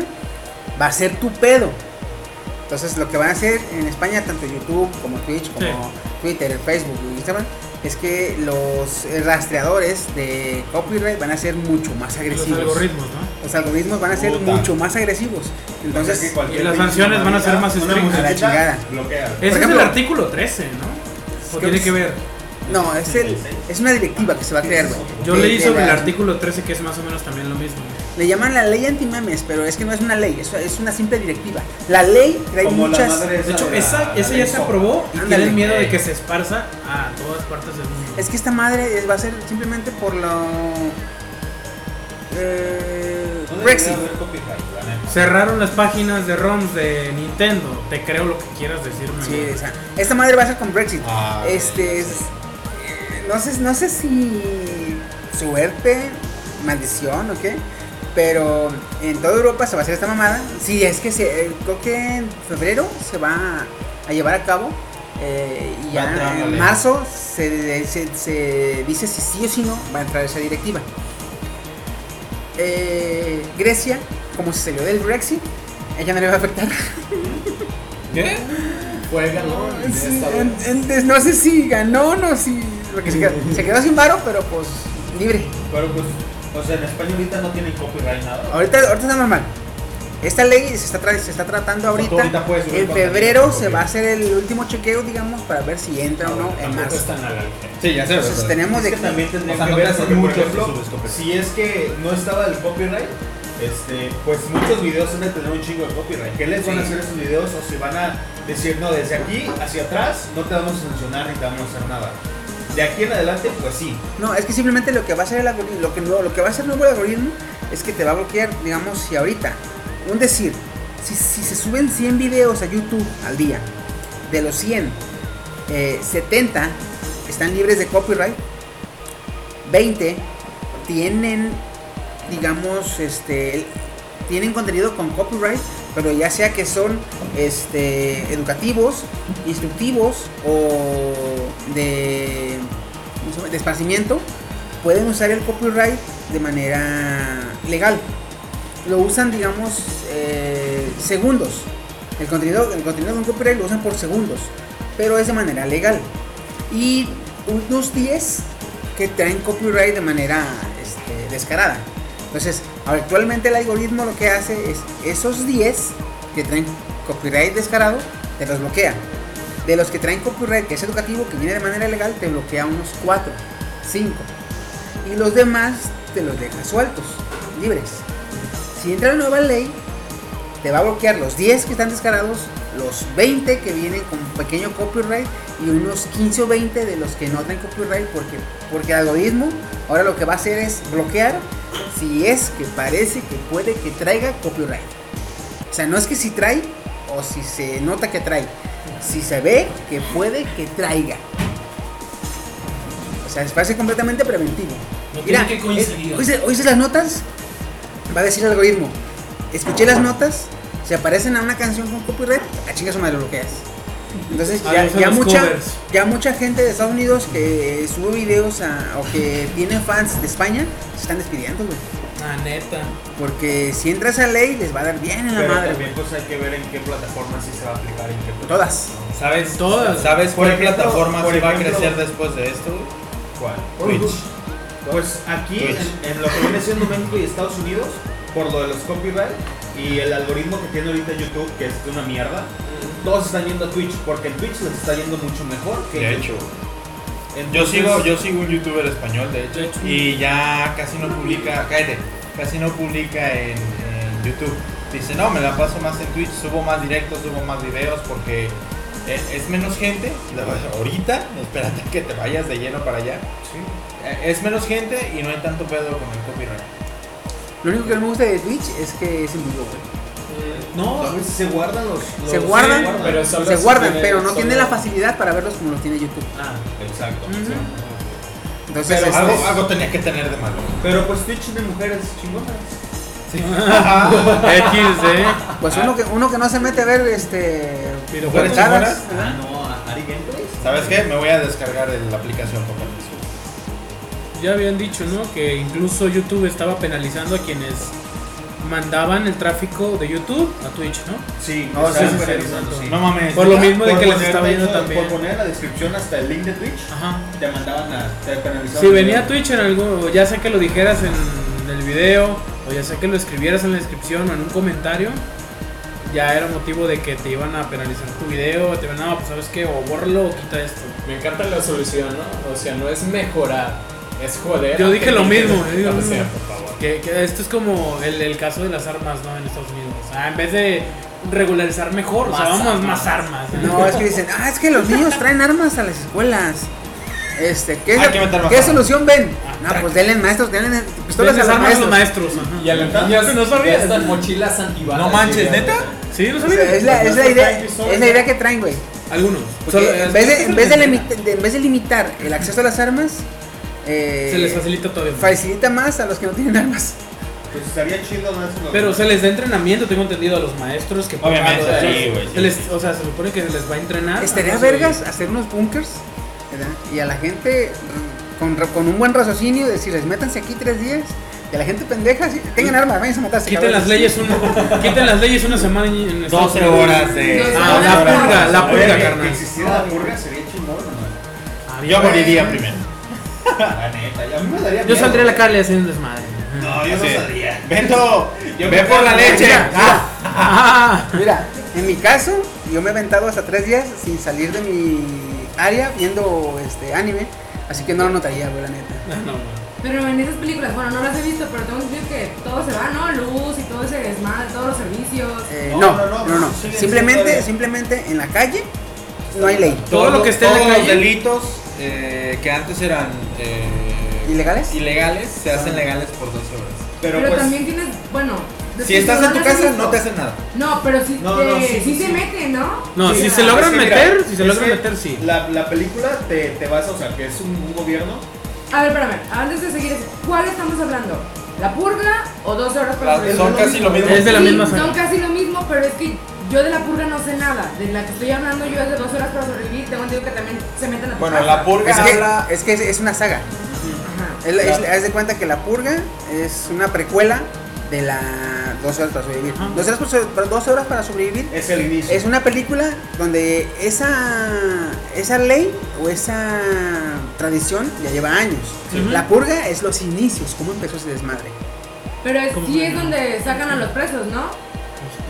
Speaker 1: va a ser tu pedo. Entonces lo que van a hacer en España, tanto YouTube como Twitch, como
Speaker 3: Sí.
Speaker 1: Twitter, Facebook y Instagram, es que los eh, rastreadores de copyright van a ser mucho más
Speaker 3: Los
Speaker 1: agresivos.
Speaker 3: algoritmos, ¿no?
Speaker 1: Los algoritmos van a ser
Speaker 5: Puta.
Speaker 1: mucho más agresivos. Entonces,
Speaker 3: Y las sanciones van a ser más estrictas.
Speaker 1: A la chingada.
Speaker 6: Bloquea.
Speaker 3: Ese
Speaker 1: ejemplo-
Speaker 3: es el artículo 13, ¿no? O
Speaker 1: Creo
Speaker 3: tiene
Speaker 1: que
Speaker 3: que ver.
Speaker 1: no, es, el, es una directiva que se va a crear, güey.
Speaker 3: Yo
Speaker 1: De-
Speaker 3: leí
Speaker 1: de
Speaker 3: sobre el
Speaker 1: la-
Speaker 3: artículo 13 que es más o menos también lo mismo.
Speaker 1: Le llaman la ley antimemes, pero es que no es una ley, es, es una simple directiva. La ley trae
Speaker 6: Como la
Speaker 1: muchas.
Speaker 6: madre esa
Speaker 3: De hecho,
Speaker 6: la-
Speaker 3: esa,
Speaker 6: la
Speaker 3: esa ya se
Speaker 6: Xbox.
Speaker 3: aprobó y
Speaker 1: Ándale.
Speaker 3: tienen miedo de que se esparza a todas partes del mundo.
Speaker 1: Es que esta madre es- va a ser simplemente por lo. Eh,
Speaker 6: No debería
Speaker 1: Brexit.
Speaker 6: haber copyright, la neta.
Speaker 3: Cerraron las páginas de ROMs de Nintendo. Te creo lo que quieras decirme.
Speaker 1: Sí,
Speaker 3: güey.
Speaker 1: o sea, esta madre va a ser con Brexit.
Speaker 5: Ah,
Speaker 1: este es- eh, no sé, no sé si suerte, maldición o qué, pero en toda Europa se va a hacer esta mamada. Sí, es que se, eh, creo que en febrero se va a llevar a cabo. eh, y
Speaker 5: Va a entrar
Speaker 1: ya
Speaker 5: la
Speaker 1: en
Speaker 5: ley.
Speaker 1: marzo se, eh, se- se dice si sí o si no va a entrar esa directiva. Eh, Grecia, como se salió del Brexit, ella no le va a afectar.
Speaker 2: ¿Qué? Fue ganón de
Speaker 1: Sí,
Speaker 2: esta
Speaker 1: en-
Speaker 2: vez.
Speaker 1: entonces, no sé si ganó no si. Porque se quedó, se quedó sin varo, pero pues libre.
Speaker 6: Pero pues, o sea, en España ahorita no tienen copyright nada.
Speaker 1: Ahorita, ahorita está normal. Esta ley se está, tra- se está tratando
Speaker 6: tú ahorita
Speaker 1: ahorita.
Speaker 6: puedes subir
Speaker 1: En
Speaker 6: contenido,
Speaker 1: febrero
Speaker 6: ok.
Speaker 1: se va a hacer el último chequeo, digamos, para ver si entra o no en
Speaker 2: Tampoco
Speaker 1: marzo.
Speaker 2: están al alcance.
Speaker 5: Sí, ya sé.
Speaker 1: Entonces
Speaker 5: ¿verdad?
Speaker 1: tenemos de
Speaker 6: Es que también tendría
Speaker 5: O sea,
Speaker 6: que
Speaker 5: no
Speaker 6: ver
Speaker 5: te hace
Speaker 6: porque, por
Speaker 5: mucho
Speaker 6: ejemplo,
Speaker 5: si subes copyright.
Speaker 6: si es que no estaba el copyright, este, pues muchos videos han de tener un chingo de copyright. ¿Qué les van a hacer esos videos? O si van a decir, no, desde aquí hacia atrás no te vamos a sancionar ni te vamos a hacer nada. De aquí en adelante, pues sí.
Speaker 1: No, es que simplemente lo que va a hacer el algoritmo, lo que, no- lo que va a hacer el nuevo algoritmo es que te va a bloquear, digamos, si ahorita, un decir, si, si se suben 100 videos a YouTube al día, de los 100, eh, 70 están libres de copyright, 20 tienen, digamos, este, tienen contenido con copyright, pero ya sea que son este, educativos, instructivos o de, ¿cómo se llama? de esparcimiento, pueden usar el copyright de manera legal. lo usan, digamos, eh, segundos. El contenido, el contenido con copyright lo usan por segundos, pero es de manera legal. Y unos 10 que traen copyright de manera este, descarada. Entonces, actualmente el algoritmo lo que hace es esos 10 que traen copyright descarado, te los bloquea. De los que traen copyright que es educativo, que viene de manera legal, te bloquea unos 4, 5. Y los demás te los deja sueltos, libres. Si entra la nueva ley, te va a bloquear los 10 que están descarados, los 20 que vienen con pequeño copyright y unos 15 o 20 de los que no traen copyright porque, porque el algoritmo ahora lo que va a hacer es bloquear si es que parece que puede que traiga copyright. O sea, no es que si trae o si se nota que trae, si se ve que puede que traiga. O sea, es parece completamente preventivo.
Speaker 8: No
Speaker 1: Mira,
Speaker 8: tiene que coincidir.
Speaker 1: eh, ¿oíste- ¿oíste las notas? Va a decir el algoritmo. Escuché las notas, se aparecen a una canción con copyright, a chingas o lo bloqueas. Entonces
Speaker 3: Ah,
Speaker 1: ya,
Speaker 3: no son
Speaker 1: ya
Speaker 3: los
Speaker 1: mucha,
Speaker 3: covers.
Speaker 1: ya mucha gente de Estados Unidos que eh, sube videos a- o que tiene fans de España se están despidiendo, güey.
Speaker 3: Ah, neta.
Speaker 1: Porque si entra esa ley les va a dar bien en la
Speaker 6: Pero
Speaker 1: madre,
Speaker 6: también pues hay que ver en qué plataforma sí se va a aplicar y en qué
Speaker 1: güey.
Speaker 6: plataforma
Speaker 1: Todas.
Speaker 5: ¿Sabes?
Speaker 3: Todas.
Speaker 5: ¿Sabes
Speaker 6: Por
Speaker 5: cuál
Speaker 6: ejemplo,
Speaker 5: plataforma
Speaker 6: por
Speaker 5: se va a
Speaker 6: ejemplo-
Speaker 5: crecer después de esto? güey?
Speaker 6: ¿Cuál?
Speaker 5: Twitch.
Speaker 6: Pues aquí,
Speaker 5: Twitch.
Speaker 6: en, en lo que viene siendo México y Estados Unidos, por lo de los copyright y el algoritmo que tiene ahorita YouTube, que es una mierda, todos están yendo a Twitch, porque en Twitch les está yendo mucho mejor que
Speaker 5: De
Speaker 6: YouTube.
Speaker 5: hecho, yo
Speaker 6: Entonces,
Speaker 5: sigo, yo sigo un youtuber español, de
Speaker 8: De
Speaker 5: hecho,
Speaker 8: hecho.
Speaker 5: y ya casi no publica, cállate, casi no publica en, en YouTube. Dice, no, me la paso más en Twitch, subo más directos, subo más videos porque es, es menos gente. La verdad, Ahorita, espérate que te vayas de lleno para allá. Eh, Es menos gente y no hay tanto pedo con el copyright.
Speaker 1: Lo único que no me gusta de Twitch es que es en vivo, güey.
Speaker 3: No,
Speaker 6: a veces se guardan los... los-
Speaker 1: Se guardan,
Speaker 2: pero solo
Speaker 1: se
Speaker 2: si
Speaker 1: guardan,
Speaker 2: tiene-
Speaker 1: pero no tiene
Speaker 2: solo-
Speaker 1: la facilidad para verlos como los tiene YouTube.
Speaker 6: Exacto.
Speaker 1: Ujú. Entonces,
Speaker 5: Pero
Speaker 1: este,
Speaker 5: algo, algo tenía que tener de malo.
Speaker 6: Pero pues Twitch de mujeres chingonas.
Speaker 3: X, eh.
Speaker 1: pues uno que, uno que no se mete a ver este
Speaker 3: Pero
Speaker 5: fuera
Speaker 1: portadas,
Speaker 8: Ah, no, a Ari Gameplays.
Speaker 5: ¿Sabes qué? Me voy a descargar el- la aplicación con permiso.
Speaker 3: Ya habían dicho, ¿no? Que incluso YouTube estaba penalizando a quienes mandaban el tráfico de YouTube a Twitch, ¿no?
Speaker 6: Sí,
Speaker 1: No,
Speaker 6: están
Speaker 1: sí, sí, sí.
Speaker 6: penalizando, sí.
Speaker 5: No mames.
Speaker 3: Por lo mismo de
Speaker 6: Por
Speaker 3: que les
Speaker 6: poner
Speaker 3: estaba yendo
Speaker 6: dentro-
Speaker 3: también.
Speaker 6: Por poner en la descripción hasta el link de Twitch,
Speaker 3: Ajá.
Speaker 6: te mandaban a... te penalizaban.
Speaker 3: Si venía Twitch en algo, o ya sea que lo dijeras en el video, o ya sea que lo escribieras en la descripción o en un comentario, ya era motivo de que te iban a penalizar tu video, te iban a, pues sabes qué, o bórralo o quita esto.
Speaker 2: Me encanta la solución, ¿no? O sea, no es mejorar, es joder.
Speaker 3: Yo dije lo
Speaker 2: Aunque
Speaker 3: mismo, eh.
Speaker 2: digas,
Speaker 3: yo digo lo
Speaker 2: o sea,
Speaker 3: mismo.
Speaker 2: por favor.
Speaker 3: Que, que esto es como el, el caso de las armas, ¿no? En Estados Unidos. Ah, en vez de regularizar mejor, o sea,
Speaker 8: Más
Speaker 3: vamos
Speaker 8: armas.
Speaker 3: más armas. ¿eh?
Speaker 1: No, es que dicen, ah, es que los niños traen armas a las escuelas. Este, ¿qué,
Speaker 5: Hay que meter más
Speaker 1: ¿qué
Speaker 5: armas.
Speaker 1: solución ven?
Speaker 3: Ah,
Speaker 1: No, pues denle maestros, denle pistolas
Speaker 3: Todas las
Speaker 1: a los
Speaker 3: armas a
Speaker 1: maestros.
Speaker 3: los maestros. ajá.
Speaker 2: Y a las
Speaker 3: Ya se no
Speaker 2: niñas,
Speaker 1: pues,
Speaker 3: sabía.
Speaker 2: estas mochilas antibalas.
Speaker 5: No manches,
Speaker 2: sí,
Speaker 5: ¿neta?
Speaker 3: Sí, no
Speaker 1: O
Speaker 3: sabía.
Speaker 1: sea, es, la, es, la idea,
Speaker 6: Maestros,
Speaker 1: es la idea que traen, güey.
Speaker 3: Algunos.
Speaker 1: Porque
Speaker 3: Solo-
Speaker 1: en, vez de, en, vez de
Speaker 3: se
Speaker 1: limita- de- en vez de limitar el acceso a las armas, eh,
Speaker 3: les facilita todavía. más.
Speaker 1: facilita más a los que no tienen armas.
Speaker 6: Pues estaría chido más... que lo-
Speaker 3: Pero se les da entrenamiento, tengo entendido, a los maestros que
Speaker 5: Obviamente,
Speaker 3: o sea,
Speaker 5: sí, güey, sí.
Speaker 3: se les- O sea, se supone que se les va a entrenar.
Speaker 1: Estaría
Speaker 3: Ajá,
Speaker 1: Este, vergas hacer unos bunkers, ¿verdad? Y a la gente mm, con, ra- con un buen raciocinio decirles, métanse aquí tres días. Y a la gente pendeja, si tengan armas, váyanse a matarse.
Speaker 3: Quiten las
Speaker 1: cabrones".
Speaker 3: leyes una, quiten las leyes una semana en- en Estados
Speaker 5: 12
Speaker 3: Unidos.
Speaker 5: horas de.
Speaker 4: No,
Speaker 3: Ah,
Speaker 4: Una
Speaker 3: la purga,
Speaker 4: purga.
Speaker 3: la
Speaker 6: Oye,
Speaker 3: purga,
Speaker 6: que- que
Speaker 3: carnal.
Speaker 6: existiera la purga sería chingón, ¿no?
Speaker 3: Ah,
Speaker 5: Yo moriría primero.
Speaker 6: La neta, ya- a mí me daría
Speaker 3: Yo
Speaker 6: miedo.
Speaker 3: saldría a la calle haciendo desmadre.
Speaker 6: No, yo no
Speaker 5: Sí.
Speaker 6: saldría.
Speaker 5: Beto, ve por la leche.
Speaker 1: Mira,
Speaker 5: Ah,
Speaker 3: Ah,
Speaker 1: Mira, en mi caso, yo me he aventado hasta tres días sin salir de mi área viendo este anime. Así que no lo notaría, güey, la neta.
Speaker 3: no, güey.
Speaker 4: Pero en esas películas, bueno, no las he visto, pero tengo entendido que todo se va, ¿no? Luz y todo ese desmadre, todos los servicios.
Speaker 1: Eh,
Speaker 6: No,
Speaker 1: no,
Speaker 6: no,
Speaker 1: no,
Speaker 6: no,
Speaker 1: no.
Speaker 6: sigue
Speaker 1: Simplemente,
Speaker 6: siendo-
Speaker 1: simplemente en la calle no hay ley.
Speaker 3: Todo lo que esté en la
Speaker 5: todos
Speaker 3: calle.
Speaker 5: los delitos eh, que antes eran eh,
Speaker 1: ¿Ilegales?
Speaker 5: ilegales
Speaker 3: Ah.
Speaker 5: se hacen legales por 12 horas.
Speaker 4: pero
Speaker 6: Pero pues...
Speaker 4: también tienes, bueno.
Speaker 5: Si estás en tu casa, no te
Speaker 4: hacen.
Speaker 5: hacen nada.
Speaker 4: No, pero si
Speaker 6: No,
Speaker 4: te,
Speaker 6: no, sí,
Speaker 4: sí,
Speaker 6: sí,
Speaker 4: se
Speaker 6: sí.
Speaker 4: mete, ¿no?
Speaker 3: No,
Speaker 4: Sí,
Speaker 3: si
Speaker 4: o
Speaker 3: se
Speaker 4: sea,
Speaker 3: logran
Speaker 6: Es que,
Speaker 3: meter,
Speaker 6: mira,
Speaker 3: si se
Speaker 6: es
Speaker 3: logran
Speaker 6: que
Speaker 3: meter, sí.
Speaker 6: La, la película te, te basa, o sea, que es un, un gobierno.
Speaker 4: A ver, espérame, antes de seguir, ¿cuál estamos hablando? ¿La purga o 12 horas para
Speaker 5: Las-
Speaker 4: salir?
Speaker 5: Son casi lo mismo.
Speaker 3: Es de la
Speaker 4: Sí,
Speaker 3: misma
Speaker 4: Son
Speaker 3: zona.
Speaker 4: casi lo mismo, pero es que yo de la purga no sé nada. De la que estoy hablando yo es de 12 horas para sobrevivir. Tengo entendido que también se meten a tu
Speaker 5: Bueno,
Speaker 4: casa.
Speaker 5: la purga
Speaker 1: Es que,
Speaker 5: habla-
Speaker 1: es que es- es una saga.
Speaker 4: Ajá.
Speaker 1: Es, la- es- haz de cuenta que La Purga es una precuela de la, 12 horas para sobrevivir.
Speaker 3: Ajá.
Speaker 1: 12 horas, por sobre- 12 horas para sobrevivir
Speaker 6: Es el inicio.
Speaker 1: es una película donde esa, esa ley o esa tradición ya lleva años.
Speaker 3: Ujú.
Speaker 1: La purga es los inicios, cómo empezó ese desmadre.
Speaker 4: Pero es,
Speaker 3: ¿Cómo
Speaker 4: sí
Speaker 3: se
Speaker 4: es
Speaker 3: llama?
Speaker 4: donde sacan a los presos, ¿no?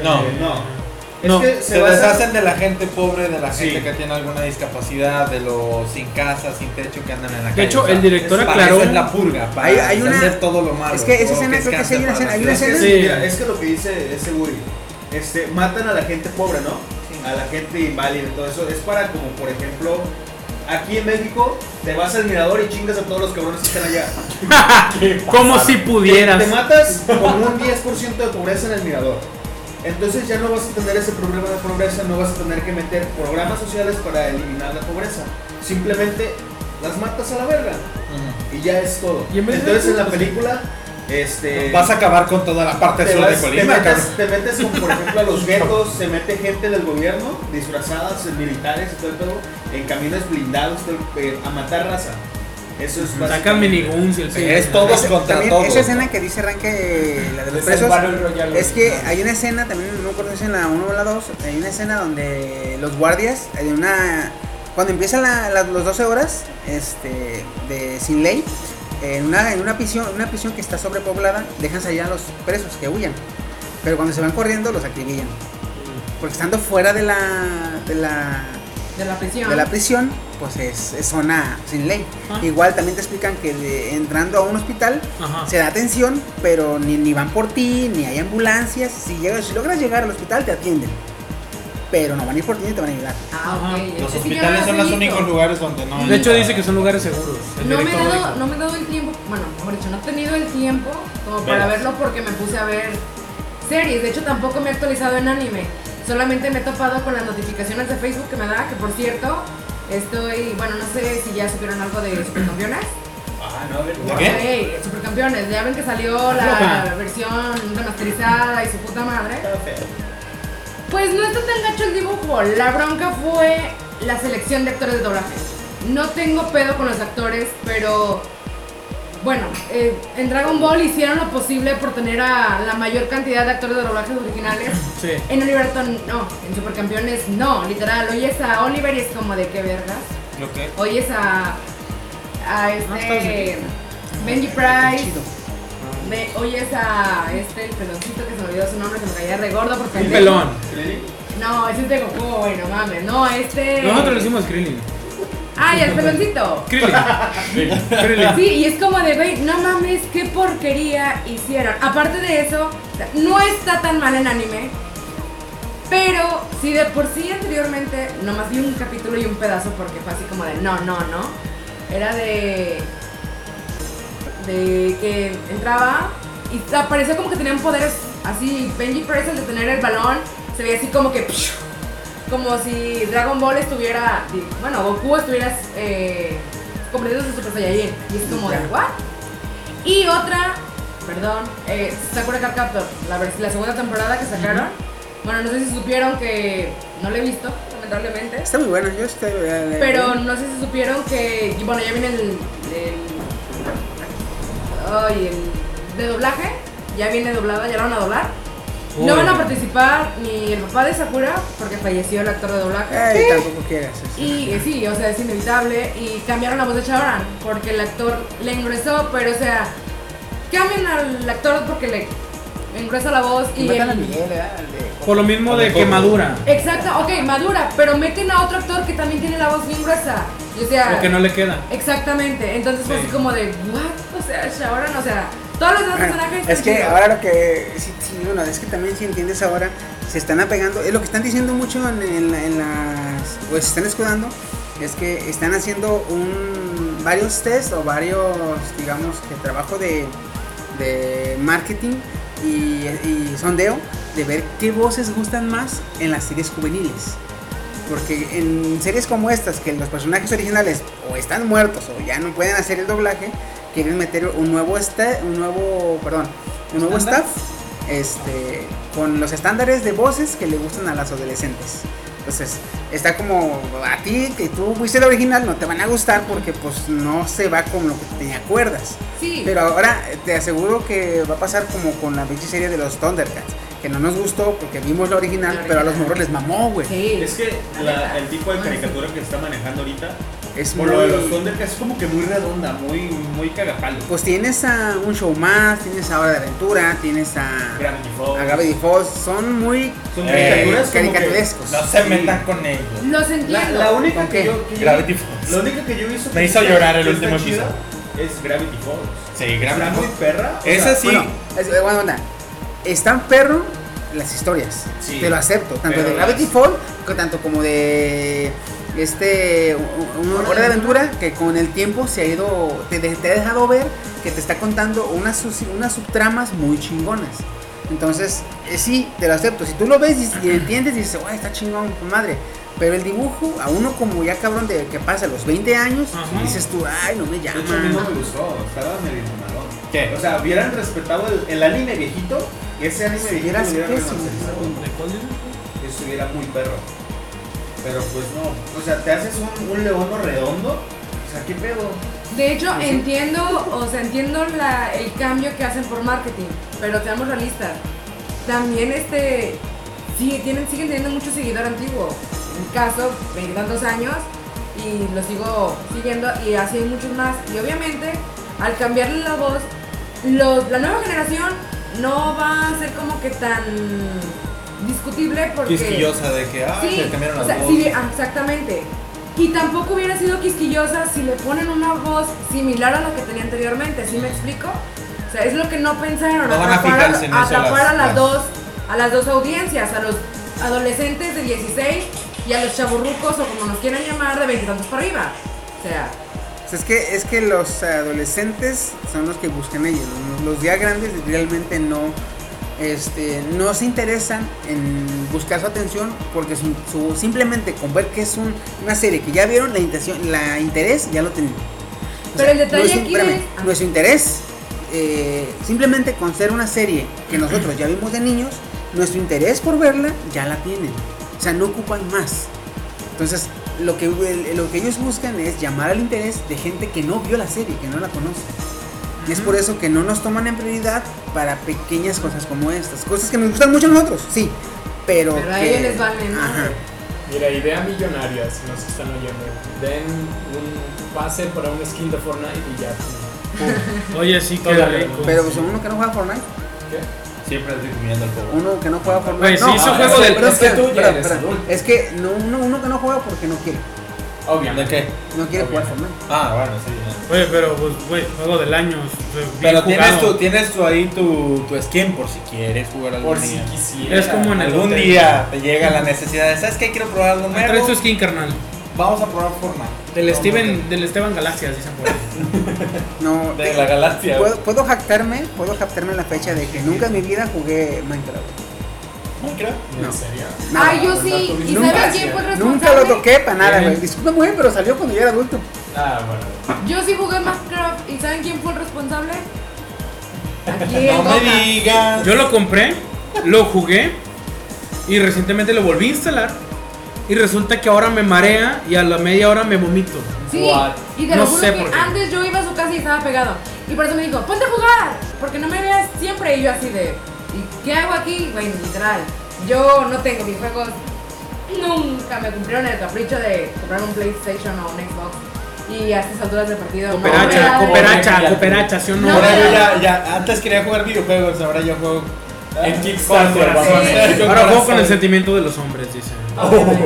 Speaker 5: No.
Speaker 6: Eh, no.
Speaker 3: No,
Speaker 6: es que se,
Speaker 5: Se
Speaker 6: basa-
Speaker 5: deshacen de la gente pobre, de la
Speaker 6: Sí.
Speaker 5: gente que tiene alguna discapacidad, de los sin casa, sin techo que andan en la calle.
Speaker 3: hecho,
Speaker 5: o sea,
Speaker 3: el director
Speaker 5: es-
Speaker 3: aclaró-
Speaker 5: Para eso es la purga, para
Speaker 1: Hay- hay una-
Speaker 5: hacer todo lo malo.
Speaker 1: es que esa
Speaker 5: o
Speaker 1: escena, creo que sí hay una escena- hay
Speaker 5: es cáncer para
Speaker 1: una
Speaker 5: la
Speaker 1: escena-
Speaker 6: Es
Speaker 3: Sí.
Speaker 6: que, mira, es que lo que dice ese Woody, este, matan a la gente pobre, ¿no? A la gente inválida, todo eso. Es para como, por ejemplo, aquí en México te vas al mirador y chingas a todos los cabrones que están allá.
Speaker 3: Como si pudieras.
Speaker 6: Te matas con un 10% de pobreza en el mirador. Entonces ya no vas a tener ese problema de pobreza, no vas a tener que meter programas sociales para eliminar la pobreza. Simplemente las matas a la verga y ya es todo.
Speaker 3: Y en vez de- pues,
Speaker 6: Entonces en la película, este...
Speaker 5: ciudad. Vas a acabar con toda la parte
Speaker 6: Te,
Speaker 5: sur
Speaker 6: vas-
Speaker 5: de Colima,
Speaker 6: te
Speaker 5: cabrón.
Speaker 6: metes, te metes con, por ejemplo, a los guetos, se mete gente del gobierno, disfrazadas, militares y todo el pedo, en camiones blindados, todo el- eh, a matar raza. Eso es
Speaker 3: Sacan
Speaker 6: básicamente-
Speaker 3: miniguns y el
Speaker 5: Sí,
Speaker 3: pedo.
Speaker 5: es todo. Todos
Speaker 1: Ese-
Speaker 5: contra
Speaker 1: también
Speaker 5: todos.
Speaker 1: Esa escena que dice Ranke, la de los presos, es que hay una escena, también no me acuerdo si es en la 1 o la 2, hay una escena donde los guardias, hay una, cuando empiezan la- las- los 12 horas este, de sin ley, en una, en una prisión, una prisión que está sobrepoblada, dejan salir a los presos que huyan, pero cuando se van corriendo los acribillan, porque estando fuera de la, de la
Speaker 4: De la prisión.
Speaker 1: de la prisión, pues es, es zona sin ley.
Speaker 3: Ah.
Speaker 1: Igual también te explican que de- entrando a un hospital
Speaker 3: Ajá.
Speaker 1: se da atención, pero ni, ni van por ti, ni hay ambulancias. Si, llegas, si logras llegar al hospital, te atienden. Pero no van a ir por ti ni te van a ayudar.
Speaker 4: Ah, ok.
Speaker 5: Los
Speaker 4: Es que yo
Speaker 5: hospitales
Speaker 4: no las he
Speaker 5: son los
Speaker 4: visto.
Speaker 5: únicos lugares donde no.
Speaker 3: De hecho, dice que son lugares seguros. El
Speaker 4: No me, he
Speaker 3: director lo
Speaker 4: dado,
Speaker 3: dijo.
Speaker 4: no me he dado el tiempo, bueno, mejor dicho, no he tenido el tiempo como para verlo porque me puse a ver series. De hecho, tampoco me he actualizado en anime. Solamente me he topado con las notificaciones de Facebook que me da, que por cierto, estoy, bueno, no sé si ya supieron algo de Supercampeonas.
Speaker 6: Ah, no, a ver,
Speaker 5: ¿De qué?
Speaker 4: Ey, Supercampeones, ya ven que salió la,
Speaker 3: Loca.
Speaker 4: versión remasterizada y su puta madre.
Speaker 6: está feo.
Speaker 4: Pues no está tan gacho el dibujo. La bronca fue la selección de actores de doblaje. No tengo pedo con los actores, pero bueno, eh, en Dragon Ball hicieron lo posible por tener a la mayor cantidad de actores de doblaje originales.
Speaker 3: Sí.
Speaker 4: En Oliverton no, en Supercampeones no, literal. Oyes a Oliver y es como de qué vergas.
Speaker 5: Lo que-
Speaker 4: Oyes a, a
Speaker 3: estamos aquí.
Speaker 4: este Benji
Speaker 1: Qué
Speaker 4: Price.
Speaker 1: chido.
Speaker 4: Ve- oyes a este el peloncito que se me olvidó su nombre, que me caía de gordo por
Speaker 3: El
Speaker 4: pendejo.
Speaker 3: pelón.
Speaker 4: No, ese es de Goku, bueno, mames. No, este.
Speaker 3: Nosotros le decimos Krillin.
Speaker 4: Ay, el peloncito.
Speaker 3: Krillin. Krillin.
Speaker 4: Sí, y es como de, güey, no mames, qué porquería hicieron. Aparte de eso, no está tan mal en anime. Pero si de por sí anteriormente nomás vi un capítulo y un pedazo porque fue así como de, no, no, no. Era de. de que entraba y apareció como que tenían poderes así. Benji Price al detener el balón se veía así como que. ¡piu! como si Dragon Ball estuviera, bueno, Goku estuviera eh, completando su Super Saiyajin. Y es como de, ¿what? Y otra, perdón, eh, Sakura Card Captor, la, vers- la segunda temporada que sacaron. Bueno, no sé si supieron que no la he visto, lamentablemente.
Speaker 1: Está muy bueno. Yo estoy. eh,
Speaker 4: Pero no sé si supieron que, y bueno, ya viene el, el- ay, el de doblaje, ya viene doblada, ya la van a doblar. No
Speaker 3: Uy.
Speaker 4: van a participar ni el papá de Sakura, porque falleció el actor de doblaje.
Speaker 1: Ay, eh, tampoco quieras. eso.
Speaker 4: Y eh, sí, o sea, es inevitable. Y cambiaron la voz de Chabran porque el actor le engresó, pero o sea, cambian al actor porque le engruesa la voz y.
Speaker 1: Inventan
Speaker 4: el-
Speaker 1: a Miguel, ¿verdad? Al de-
Speaker 3: Por lo mismo de quemadura.
Speaker 4: Exacto, ok, madura, pero meten a otro actor que también tiene la voz bien gruesa. Y, o sea,
Speaker 3: Lo que no le queda.
Speaker 4: exactamente. Entonces fue
Speaker 3: Sí.
Speaker 4: así como de, ¿what? O sea, Chabran, o sea, todos los demás personajes.
Speaker 1: Ah, Es que
Speaker 4: están
Speaker 1: ahora lo que. Sí, sí, bueno, es que también si entiendes ahora, se están apegando. Es lo que están diciendo mucho en, en la- en las. O se están escudando. Es que están haciendo un, varios test o varios, digamos, que trabajo de, de marketing y, y sondeo de ver qué voces gustan más en las series juveniles. Porque en series como estas, que los personajes originales o están muertos o ya no pueden hacer el doblaje, quieren meter un nuevo esta- un nuevo, perdón, un nuevo staff este, con los estándares de voces que le gustan a las adolescentes. Entonces, está como a ti, que tú fuiste el original, no te van a gustar porque pues no se va con lo que te acuerdas.
Speaker 4: Sí.
Speaker 1: Pero ahora te aseguro que va a pasar como con la pinche serie de los Thundercats, que no nos gustó porque vimos la original,
Speaker 4: La
Speaker 1: pero a los
Speaker 4: original.
Speaker 1: morros les mamó, güey.
Speaker 4: Sí.
Speaker 6: Es que la- el tipo de caricatura que está manejando ahorita,
Speaker 1: Es
Speaker 6: por lo de
Speaker 1: muy-
Speaker 6: los Thundercats, es como que muy redonda, muy, muy cagapalo.
Speaker 1: Pues tienes a un show más, tienes a Hora de Aventura, tienes a,
Speaker 6: Gravity Falls.
Speaker 1: a Gravity Falls, son muy
Speaker 6: Son
Speaker 5: Eh,
Speaker 6: caricaturas como que-
Speaker 1: caricaturescos.
Speaker 5: No se metan con ellos.
Speaker 4: Los
Speaker 6: La,
Speaker 4: entiendo.
Speaker 6: la única
Speaker 1: ¿Con
Speaker 6: que
Speaker 1: qué?
Speaker 6: yo. que yo-
Speaker 5: Gravity Falls.
Speaker 6: La única que yo he visto.
Speaker 5: Me
Speaker 6: que
Speaker 5: hizo
Speaker 6: está-
Speaker 5: llorar el
Speaker 6: que está
Speaker 5: último
Speaker 6: chida Es Gravity Falls.
Speaker 5: Sí,
Speaker 6: Está muy perra. o
Speaker 5: Esa
Speaker 6: sea,
Speaker 5: sí.
Speaker 1: Bueno, es, eh, buena onda. Están perro las historias.
Speaker 6: Sí.
Speaker 1: Te lo acepto. Tanto
Speaker 6: Pero
Speaker 1: de Gravity
Speaker 6: las-
Speaker 1: Fall, co- tanto como de este u- u- una hora de aventura que con el tiempo se ha ido te, de- te ha dejado ver que te está contando unas sus- unas subtramas muy chingonas entonces eh, sí te lo acepto si tú lo ves y, y entiendes y dices "Uy, está chingón tu madre pero el dibujo a uno como ya cabrón de que pasa los 20 años
Speaker 3: Ajá.
Speaker 1: dices tú ay no me
Speaker 6: De hecho, a mí no
Speaker 1: llama
Speaker 6: me gustó. Estaba medio malón.
Speaker 5: Mm. ¿Qué?
Speaker 6: O sea, hubieran respetado el, el anime viejito. Ese anime
Speaker 1: Si
Speaker 6: viejito
Speaker 1: hubiera
Speaker 6: lo hubieran
Speaker 1: sido
Speaker 6: remasterizado.
Speaker 3: ¿De cuál era?
Speaker 6: Estuviera muy perro. Pero pues no. O sea, te haces un, un leono redondo. O sea, ¿qué pedo?
Speaker 4: De hecho,
Speaker 1: Ujú.
Speaker 4: entiendo, o sea, entiendo la- el cambio que hacen por marketing, pero seamos realistas. También este sí, tienen, siguen teniendo mucho seguidor antiguo. En mi caso, veintitantos años, y lo sigo siguiendo, y así hay muchos más. Y obviamente, al cambiarle la voz, los- la nueva generación no va a ser como que tan discutible porque.
Speaker 5: Quisquillosa de que, ah,
Speaker 4: Sí,
Speaker 5: le cambiaron
Speaker 4: o
Speaker 5: las
Speaker 4: sea,
Speaker 5: voces.
Speaker 4: sí, ah, exactamente. Y tampoco hubiera sido quisquillosa si le ponen una voz similar a la que tenía anteriormente, ¿sí me explico? O sea, es lo que no pensaron,
Speaker 5: No van a
Speaker 4: atrapar,
Speaker 5: fijarse en
Speaker 4: a,
Speaker 5: eso
Speaker 4: atrapar
Speaker 5: las-
Speaker 4: a las
Speaker 5: las-
Speaker 4: dos, a las dos audiencias, a los adolescentes de 16 y a los chaburrucos o como nos quieran llamar de 20 tantos para arriba. O sea,
Speaker 1: O sea, Es que, es que los adolescentes son los que buscan ellos. Los ya grandes realmente no, este, no se interesan en buscar su atención porque su- su- simplemente con ver que es un- una serie que ya vieron, la, intención, la interés ya lo tienen. O
Speaker 4: Pero el detalle
Speaker 1: no es, un-
Speaker 4: aquí
Speaker 1: espérame,
Speaker 4: es- ah.
Speaker 1: no es su interés. eh, simplemente con ser una serie que nosotros ya vimos de niños, nuestro interés por verla ya la tienen. O sea, no ocupan más. Entonces, lo que, lo que ellos buscan es llamar al interés de gente que no vio la serie, que no la conoce. Y es por eso que no nos toman en prioridad para pequeñas cosas como estas. Cosas que nos gustan mucho a nosotros, sí. Pero,
Speaker 4: Pero a
Speaker 1: que-
Speaker 4: ellos les vale, ¿no?
Speaker 1: Ajá.
Speaker 2: Mira, idea millonaria, si nos están oyendo. Den un pase para un skin de Fortnite y ya.
Speaker 3: Oye, sí,
Speaker 2: Todo
Speaker 3: queda
Speaker 2: bien.
Speaker 3: rico.
Speaker 1: Pero pues, uno que no juega Fortnite,
Speaker 2: ¿Qué?
Speaker 5: Siempre estoy comiendo al pobre.
Speaker 1: uno que no juega Fortnite.
Speaker 3: Güey, sí,
Speaker 1: no,
Speaker 3: hizo
Speaker 1: ah,
Speaker 3: juego del-
Speaker 1: pero
Speaker 2: es que
Speaker 1: espera,
Speaker 2: tú ya
Speaker 1: espera,
Speaker 2: eres
Speaker 1: espera.
Speaker 2: adulto.
Speaker 1: Es que no, uno, uno que no juega porque no quiere.
Speaker 5: ¿De
Speaker 2: Obviamente.
Speaker 5: qué?
Speaker 1: No quiere
Speaker 2: Ok.
Speaker 1: jugar Fortnite.
Speaker 5: Ah, bueno, sí. ya.
Speaker 3: Oye, pero pues, güey, juego del año. fue bien
Speaker 5: Pero tienes
Speaker 3: jugado.
Speaker 5: tu, tienes tu ahí tu, tu skin por si quieres jugar algún
Speaker 2: Por si
Speaker 5: día.
Speaker 2: quisiera.
Speaker 3: Es como en el-
Speaker 5: Algún
Speaker 3: hotel.
Speaker 5: día te llega la necesidad de, ¿sabes qué? Quiero probar algo
Speaker 3: Ah, Traes
Speaker 5: nuevo.
Speaker 3: tu skin, carnal.
Speaker 5: Vamos a probar Fortnite.
Speaker 3: Del
Speaker 5: Vamos
Speaker 3: Steven, del Esteban Galaxias, dicen por ahí.
Speaker 1: No,
Speaker 5: a- De la galaxia.
Speaker 4: Pues,
Speaker 1: puedo, puedo jactarme, puedo jactarme la fecha de que nunca en mi vida jugué Minecraft.
Speaker 5: Minecraft.
Speaker 2: ¿En
Speaker 1: No.
Speaker 2: serio?
Speaker 1: Nada.
Speaker 4: Ay, yo sí. ¿Y
Speaker 1: Nunca.
Speaker 4: sabes quién fue el responsable?
Speaker 1: Nunca lo toqué para nada,
Speaker 3: Bien.
Speaker 1: güey. Disculpa, mujer, pero salió cuando yo era adulto.
Speaker 2: Ah, bueno.
Speaker 4: Yo sí jugué Minecraft. ¿Y saben quién fue el responsable? Aquí en
Speaker 5: No me
Speaker 4: Coca.
Speaker 5: digas.
Speaker 3: Yo lo compré, lo jugué y recientemente lo volví a instalar. Y resulta que ahora me marea y a la media hora me vomito.
Speaker 4: Sí,
Speaker 2: What?
Speaker 4: y de
Speaker 3: No
Speaker 4: lo juro
Speaker 3: sé
Speaker 4: que
Speaker 3: por qué.
Speaker 4: antes yo iba a su casa y estaba pegado. Y por eso me dijo, ponte a jugar, porque no me veas siempre. Y yo así de, ¿y qué hago aquí? Güey, literal. Yo no tengo mis juegos. Nunca me cumplieron el capricho de comprar un PlayStation o un Xbox. Y a estas alturas del partido. no me
Speaker 3: Cooperacha,
Speaker 4: da de-
Speaker 3: cooperacha, cooperacha, ¿sí o no?
Speaker 4: No,
Speaker 5: Ahora yo
Speaker 4: no.
Speaker 5: ya, ya, antes quería jugar videojuegos, ahora yo juego.
Speaker 2: En Kickstarter,
Speaker 5: Con
Speaker 2: vamos a hacer.
Speaker 5: corazón.
Speaker 3: Ahora juego con el sentimiento de los hombres, dicen.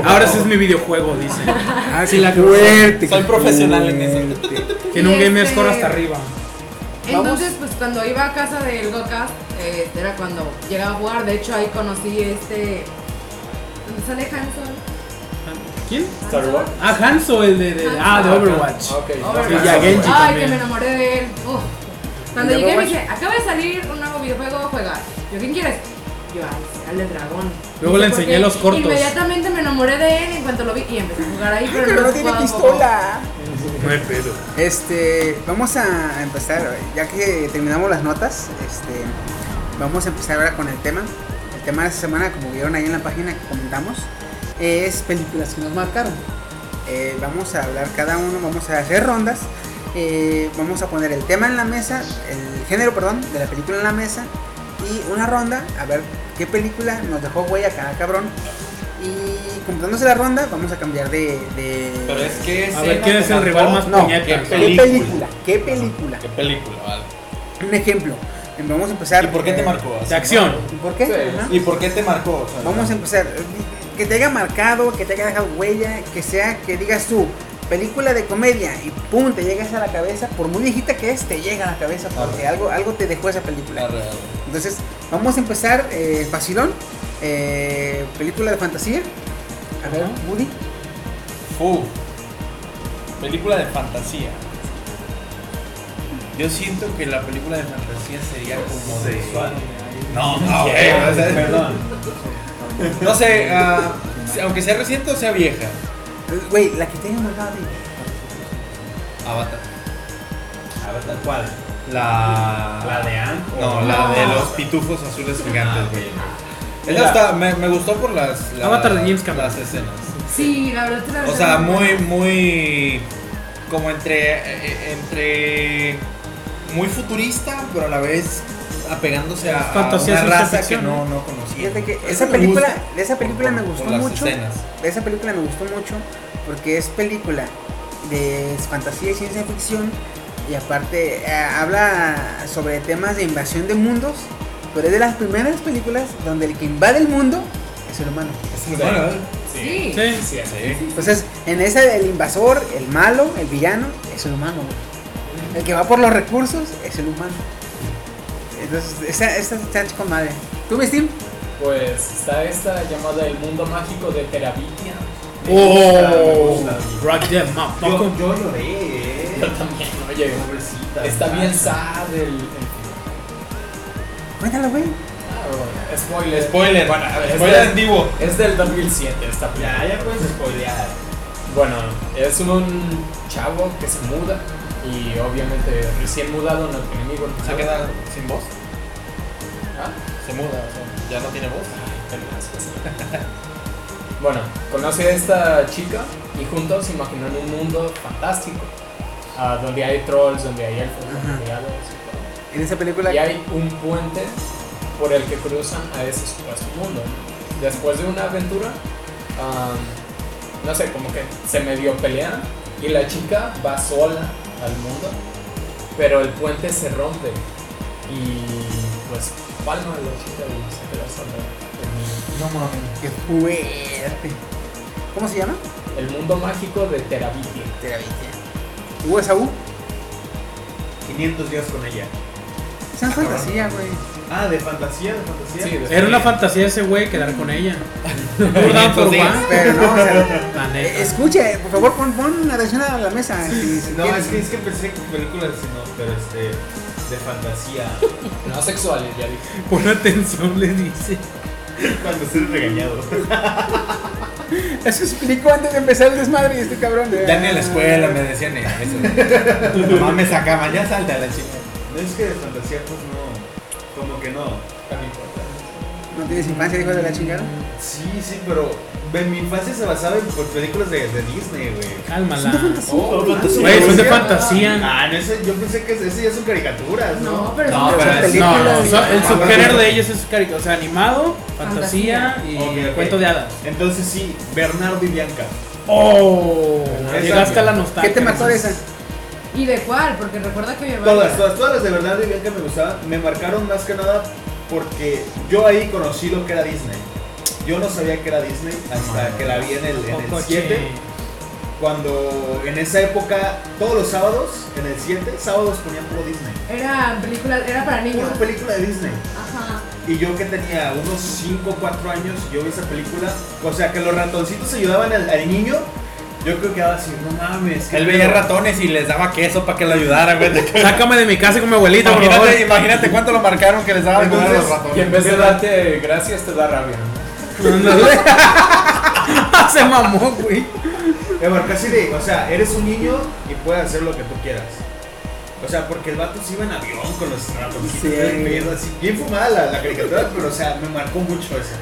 Speaker 3: Ahora sí es mi videojuego, dicen.
Speaker 1: Ah,
Speaker 3: sí, la-
Speaker 1: fuerte.
Speaker 5: Soy
Speaker 1: qué
Speaker 5: profesional en eso.
Speaker 1: fuerte.
Speaker 3: Tiene un
Speaker 4: Y
Speaker 3: gamer
Speaker 4: este-
Speaker 3: score hasta arriba.
Speaker 4: Entonces, pues cuando iba a casa del Goka, eh, era cuando llegaba a jugar. De hecho, ahí conocí este. ¿Dónde sale Hanson?
Speaker 3: ¿Quién?
Speaker 2: Star Wars.
Speaker 3: Ah, Hanzo, el de, de- ah, de Overwatch.
Speaker 2: Ok.
Speaker 4: Overwatch.
Speaker 3: Y a Genji
Speaker 4: Ay, que
Speaker 3: también.
Speaker 4: me enamoré de él. Uf. Cuando
Speaker 1: ¿De
Speaker 4: llegué me
Speaker 1: Overwatch?
Speaker 4: dije, acaba de salir un nuevo videojuego, juega. Yo, ¿quién quieres? Yo, "Ay, al del dragón.
Speaker 3: Luego le
Speaker 4: No sé
Speaker 3: enseñé
Speaker 4: por
Speaker 3: los
Speaker 4: qué.
Speaker 3: cortos.
Speaker 4: Inmediatamente me enamoré de él en cuanto lo vi y empecé a jugar ahí, pero,
Speaker 1: Pero
Speaker 4: lo
Speaker 1: no tiene
Speaker 4: jugaba poco.
Speaker 1: pistola.
Speaker 3: No hay pedo.
Speaker 1: Este, vamos a empezar, ya que terminamos las notas, este, vamos a empezar ahora con el tema. El tema de esta semana, como vieron ahí en la página que comentamos, es películas que nos marcaron. Eh, vamos a hablar cada uno, vamos a hacer rondas. eh, vamos a poner el tema en la mesa, el género, perdón, de la película en la mesa. Y una ronda, a ver qué película nos dejó huella cada cabrón. Y completándose la ronda, vamos a cambiar de. de-
Speaker 5: Pero es que.
Speaker 3: A ver, ¿quién es el rival más
Speaker 1: No,
Speaker 3: puñeta?
Speaker 5: qué
Speaker 1: ¿Qué
Speaker 5: película?
Speaker 1: película? ¿Qué película?
Speaker 5: ¿Qué película, vale?
Speaker 1: Un ejemplo. Vamos a empezar.
Speaker 5: ¿Y por qué te
Speaker 1: eh,
Speaker 5: marcó?
Speaker 3: De acción.
Speaker 1: ¿Por qué?
Speaker 2: Sí.
Speaker 1: Ajá.
Speaker 5: ¿Y por qué te marcó? O sea,
Speaker 1: Vamos a empezar. Que te haya marcado, que te haya dejado huella, que sea, que digas tú, película de comedia y pum, te llegas a la cabeza, por muy viejita que es, te llega a la cabeza porque algo, algo te dejó esa película.
Speaker 5: Arre, arre.
Speaker 1: Entonces, vamos a empezar, eh, Facilón, eh, película de fantasía. A ver, Woody.
Speaker 5: Fu. Película de fantasía. Yo siento que la película de fantasía sería como de. No, no, güey, o sea,
Speaker 6: Perdón.
Speaker 5: No sé, ah, aunque sea reciente o sea vieja.
Speaker 1: Eh, Güey, la que te haya marcado a ti.
Speaker 5: Avatar.
Speaker 6: Avatar, ¿cuál?
Speaker 5: La.
Speaker 6: ¿La de Anne?
Speaker 5: No, la de los pitufos azules gigantes, güey. Esa hasta me, me gustó por las, las-
Speaker 3: Avatar de James Cameron.
Speaker 5: las escenas.
Speaker 4: Sí, la verdad es que la
Speaker 5: O sea, muy, muy. Como entre. eh, entre. Muy futurista, pero a la vez apegándose a, a
Speaker 3: Fantasía
Speaker 5: una
Speaker 3: ciencia
Speaker 5: raza que
Speaker 3: ficción,
Speaker 5: no, no conocía.
Speaker 1: Fíjate que
Speaker 5: Eso
Speaker 1: esa
Speaker 5: me
Speaker 1: película,
Speaker 5: gusta
Speaker 1: de esa película
Speaker 5: por-
Speaker 1: me
Speaker 5: por
Speaker 1: gustó
Speaker 5: las
Speaker 1: mucho.
Speaker 5: escenas.
Speaker 1: Esa película me gustó mucho porque es película de fantasía y ciencia ficción y aparte eh, habla sobre temas de invasión de mundos, pero es de las primeras películas donde el que invade el mundo es el humano.
Speaker 5: Es muy bueno, ¿eh?
Speaker 4: Sí.
Speaker 3: Sí.
Speaker 2: Sí, así.
Speaker 5: Sí.
Speaker 1: Entonces, en esa el invasor, el malo, el villano es el humano. güey. El que va por los recursos es el humano. Entonces, esa, esa está con madre. ¿Tú, mi Steam?
Speaker 2: Pues está esta llamada El Mundo Mágico de Terabitia.
Speaker 3: Oh, rock them up,
Speaker 8: Yo,
Speaker 3: Paco.
Speaker 8: yo lloré,
Speaker 2: Yo
Speaker 8: eh.
Speaker 2: también, oye,
Speaker 8: Pobrecita.
Speaker 2: está
Speaker 5: Ah.
Speaker 2: bien sad el... el-
Speaker 1: Cuéntalo, güey.
Speaker 2: Ah, bueno, Spoiler.
Speaker 5: Spoiler,
Speaker 2: Bueno, a ver, es
Speaker 5: spoiler
Speaker 2: del-
Speaker 5: antiguo.
Speaker 2: Es del 2007 esta película.
Speaker 8: Ya, ya puedes spoilear.
Speaker 2: Bueno, es un chavo que se muda y obviamente recién mudado no tiene amigos. no
Speaker 5: Se
Speaker 2: sabe.
Speaker 5: queda sin voz,
Speaker 2: Ah,
Speaker 5: se muda, o sea, ya no tiene voz.
Speaker 2: Bueno, conoce a esta chica y juntos imaginan un mundo fantástico, ah, donde hay trolls, donde hay elfos,
Speaker 1: Ajá.
Speaker 2: donde hay hadas y todo.
Speaker 1: En esa película.
Speaker 2: Y hay un puente por el que cruzan a ese supuesto mundo. Después de una aventura, ah, no sé, como que se medio pelean y la chica va sola al mundo, pero el puente se rompe y pues palma a la chica y se queda sola. en el mundo.
Speaker 5: No mames.
Speaker 1: Qué fuerte. ¿Cómo se llama?
Speaker 2: El mundo mágico de Terabitia.
Speaker 1: Hugo Esaú.
Speaker 6: 500 días con ella.
Speaker 1: Esa es fantasía, güey.
Speaker 6: Ah, de fantasía, de fantasía.
Speaker 2: Sí, de-
Speaker 3: Era una fantasía ese güey quedar con ella. Por Dan por Juan.
Speaker 1: Pero no, o sea.
Speaker 3: La neta.
Speaker 1: eh, Escuche, por favor, pon, pon atención a la mesa. si- si
Speaker 6: No,
Speaker 1: quieres.
Speaker 6: es que, es que pensé que películas, sí, no, pero este, de fantasía.
Speaker 2: No sexual, ya dije.
Speaker 3: Pon atención, le dice.
Speaker 6: Cuando estoy regañado.
Speaker 1: Eso explicó antes de empezar el desmadre y este cabrón. de-
Speaker 5: Ya ni en la escuela me decían eso. Mi Mamá me sacaba, ya salta la chica.
Speaker 6: No es que de fantasía, pues no. Como que no.
Speaker 2: tan importante.
Speaker 1: No tienes infancia, hijo de la chingada.
Speaker 6: Sí, sí, pero en mi infancia se basaba en pues, películas de, de Disney, güey.
Speaker 3: Cálmala.
Speaker 2: Oh,
Speaker 3: Güey, son de fantasía.
Speaker 6: Ah, no, ese, yo pensé que ese ya son caricaturas, ¿no?
Speaker 4: No, pero
Speaker 5: No,
Speaker 4: son
Speaker 5: pero
Speaker 4: películas.
Speaker 5: es-
Speaker 3: No, no, so- el
Speaker 6: Ah,
Speaker 3: subgénero
Speaker 6: bueno.
Speaker 3: de ellos es caricatura. O sea, animado, fantasía y
Speaker 6: Ok, ok.
Speaker 3: cuento de hadas.
Speaker 6: Entonces sí, Bernardo y Bianca.
Speaker 3: Oh,
Speaker 6: Esa-
Speaker 3: llegaste a la
Speaker 1: ¿Qué
Speaker 3: nostalgia.
Speaker 1: te marcó de esa?
Speaker 4: ¿Y de cuál? Porque recuerda que mi hermano.
Speaker 6: Todas, todas, todas las de Bernardo y Bianca me gustaban, me marcaron más que nada porque yo ahí conocí lo que era Disney. Yo no sabía que era Disney hasta que la vi en el, en el 7, cuando en esa época, todos los sábados, en el 7, sábados ponían puro Disney.
Speaker 4: Era película, era para niños.
Speaker 6: Una película de Disney.
Speaker 4: Ajá.
Speaker 6: Y yo que tenía unos 5 4 años, yo vi esa película. O sea, que los ratoncitos ayudaban al, al niño. Yo creo que quedaba así, no mames. qué
Speaker 5: Él veía
Speaker 6: pedo".
Speaker 5: ratones y les daba queso para que lo ayudaran, güey.
Speaker 3: Sácame de mi casa con mi abuelita, por favor.
Speaker 5: Imagínate, imagínate cuánto lo marcaron que les daba de comer a los
Speaker 6: Entonces,
Speaker 5: ratones.
Speaker 2: Y en vez de darte gracias, te da rabia.
Speaker 3: Se mamó, güey.
Speaker 6: Me marcó así de, o sea, eres un niño y puedes hacer lo que tú quieras. O sea, porque el vato se iba en avión con los ratoncitos
Speaker 1: Sí.
Speaker 6: del pedo, así. Bien fumada la, la caricatura, pero o sea, me marcó mucho eso.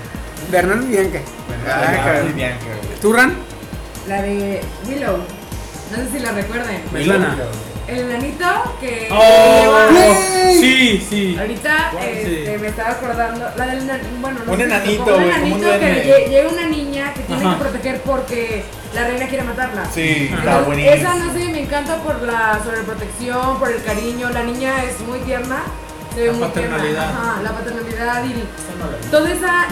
Speaker 1: Bernardo y Bianca. Ah, cabrón. ¿Tú, Ran?
Speaker 4: La de Willow. No sé si la recuerden.
Speaker 3: Melana.
Speaker 4: El enanito que.
Speaker 3: Oh,
Speaker 4: que lleva-
Speaker 3: sí, sí.
Speaker 4: Ahorita
Speaker 3: ¿Cuál?
Speaker 4: este,
Speaker 3: Sí.
Speaker 4: me estaba acordando. La del enan- bueno, no
Speaker 5: Un
Speaker 4: sé si
Speaker 5: enanito,
Speaker 4: tocó,
Speaker 5: güey,
Speaker 4: Un
Speaker 5: como un
Speaker 4: enanito
Speaker 5: duende.
Speaker 4: que lle- llega una niña que tiene
Speaker 3: Ajá.
Speaker 4: que proteger porque la reina quiere matarla.
Speaker 5: Sí,
Speaker 3: Ajá.
Speaker 5: está
Speaker 4: Entonces,
Speaker 5: buenísimo.
Speaker 4: esa no sé, me encanta por la sobreprotección, por el cariño. La niña es muy tierna, se ve
Speaker 3: La
Speaker 4: muy
Speaker 3: paternalidad.
Speaker 4: tierna. Ajá, la paternalidad y
Speaker 2: Esa no la vi.
Speaker 4: toda esa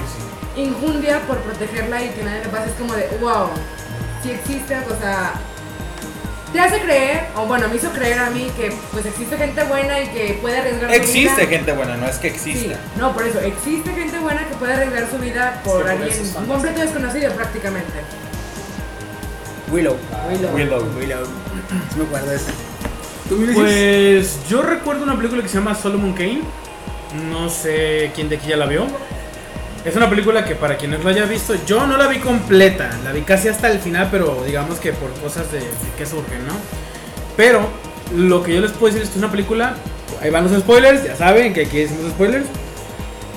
Speaker 4: injundia por protegerla y que nadie le pase es como de wow, si existe, o sea, te hace creer, o bueno, me hizo creer a mí que pues existe gente buena y que puede arriesgar
Speaker 5: Existe
Speaker 4: su vida.
Speaker 5: gente buena, no es que
Speaker 4: Sí,
Speaker 5: exista.
Speaker 4: no, por eso, existe gente buena que puede arriesgar su vida por
Speaker 2: Sí, por
Speaker 4: alguien
Speaker 2: esos fans.
Speaker 4: completo desconocido prácticamente.
Speaker 1: Willow.
Speaker 4: Willow.
Speaker 5: Willow.
Speaker 1: Willow. Sí me acuerdo de esa. ¿Tú me dices?
Speaker 3: Pues yo recuerdo una película que se llama Solomon Kane. No sé quién de aquí ya la vio. Es una película que para quienes lo haya visto, yo no la vi completa. La vi casi hasta el final, pero digamos que por cosas de, de que surgen, ¿no? Pero lo que yo les puedo decir es que es una película. Ahí van los spoilers, ya saben que aquí decimos spoilers.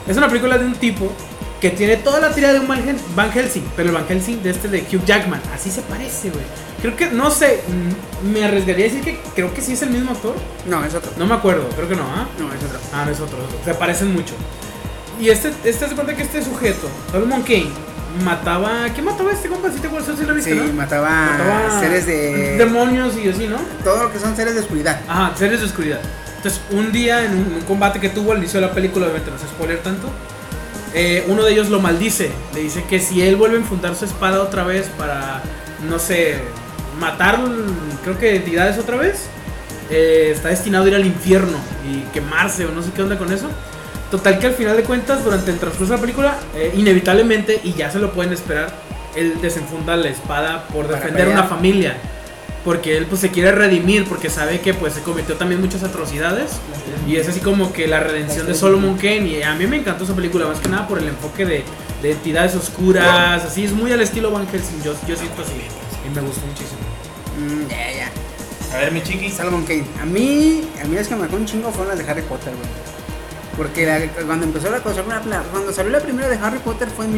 Speaker 3: Es una película de un tipo que tiene toda la tira de un Van Hel- Van Helsing, pero el Van Helsing de este de Hugh Jackman. Así se parece, güey. Creo que, no sé, mm, me arriesgaría a decir que creo que sí es el mismo actor.
Speaker 1: No, es otro.
Speaker 3: No me acuerdo, creo que no, ¿ah?
Speaker 1: No, es otro.
Speaker 3: Ah, no es otro, es otro. Se parecen mucho. Y este, este se cuenta que este sujeto, Solomon Kane, mataba. ¿Qué mataba a este compa? ¿Sí te acuerdas? ¿Sí lo viste,
Speaker 1: Sí,
Speaker 3: no?
Speaker 1: mataba, seres de.
Speaker 3: Demonios y así, ¿no?
Speaker 1: Todo lo que son seres de oscuridad.
Speaker 3: Ajá, seres de oscuridad. Entonces, un día en un, en un combate que tuvo al inicio de la película, obviamente no se spoiler tanto, eh, uno de ellos lo maldice. Le dice que si él vuelve a enfundar su espada otra vez para, no sé, matar, creo que entidades otra vez, eh, está destinado a ir al infierno y quemarse o no sé qué onda con eso. Total que al final de cuentas, durante el transcurso de la película, eh, inevitablemente, y ya se lo pueden esperar, él desenfunda la espada por
Speaker 1: Para
Speaker 3: defender
Speaker 1: pelear.
Speaker 3: una familia. Porque él pues se quiere redimir porque sabe que pues se cometió también muchas atrocidades. Y es así como que la redención de Solomon Kane. Y a mí me encantó esa película más que nada por el enfoque de, de entidades oscuras. Así es muy al estilo Van Helsing. Yo, yo siento así. Y me gustó muchísimo.
Speaker 1: Mm, ya, ya.
Speaker 5: A ver, mi chiqui.
Speaker 1: Salomon Kane. A mí, a mí las que me marcó un chingo fueron las de Harry Potter, güey. Porque la- cuando empezó la, cuando salió la- la- cuando salió la primera de Harry Potter fue en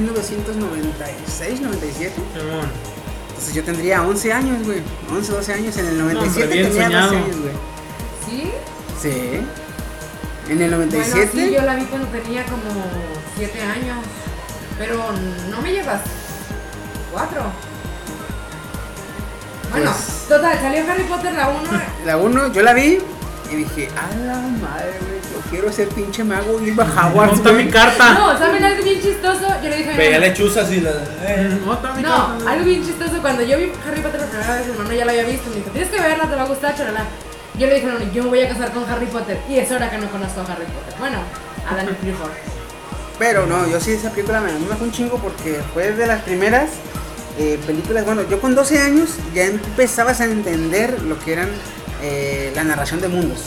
Speaker 1: 1996, 97.
Speaker 3: Simón.
Speaker 1: Entonces yo tendría 11 años, güey. 11, 12 años. En el 97
Speaker 3: bien
Speaker 1: tenía 12
Speaker 3: soñado.
Speaker 1: años, güey.
Speaker 4: ¿Sí?
Speaker 1: Sí. En el
Speaker 4: Bueno,
Speaker 1: 97.
Speaker 4: sí, yo la vi cuando tenía como 7 años, pero no me llevas 4. Bueno,
Speaker 1: Pues-
Speaker 4: total, salió Harry Potter la 1.
Speaker 1: La 1, yo la vi y dije, a la madre, güey, yo quiero ser pinche mago y ir
Speaker 5: Mm,
Speaker 1: a Hogwarts.
Speaker 3: Monta mi
Speaker 1: güey".
Speaker 3: carta.
Speaker 4: No, ¿saben algo bien chistoso? Yo le dije a mi
Speaker 5: Veía
Speaker 4: hermano-
Speaker 5: lechuzas y las.
Speaker 3: Monta mi carta.
Speaker 4: No, algo bien chistoso. Cuando yo vi Harry Potter la primera vez, mi hermano ya la había visto. Me dijo, tienes que verla, te va a gustar, chalala. Yo le dije, no, yo me voy a casar con Harry Potter. Y es hora que no conozco a Harry Potter. Bueno, a Daniel Clifford.
Speaker 1: Pero no, yo sí esa película me me marcó un chingo porque fue de las primeras eh, películas, bueno, yo con 12 años ya empezabas a entender lo que eran eh, la narración de mundos.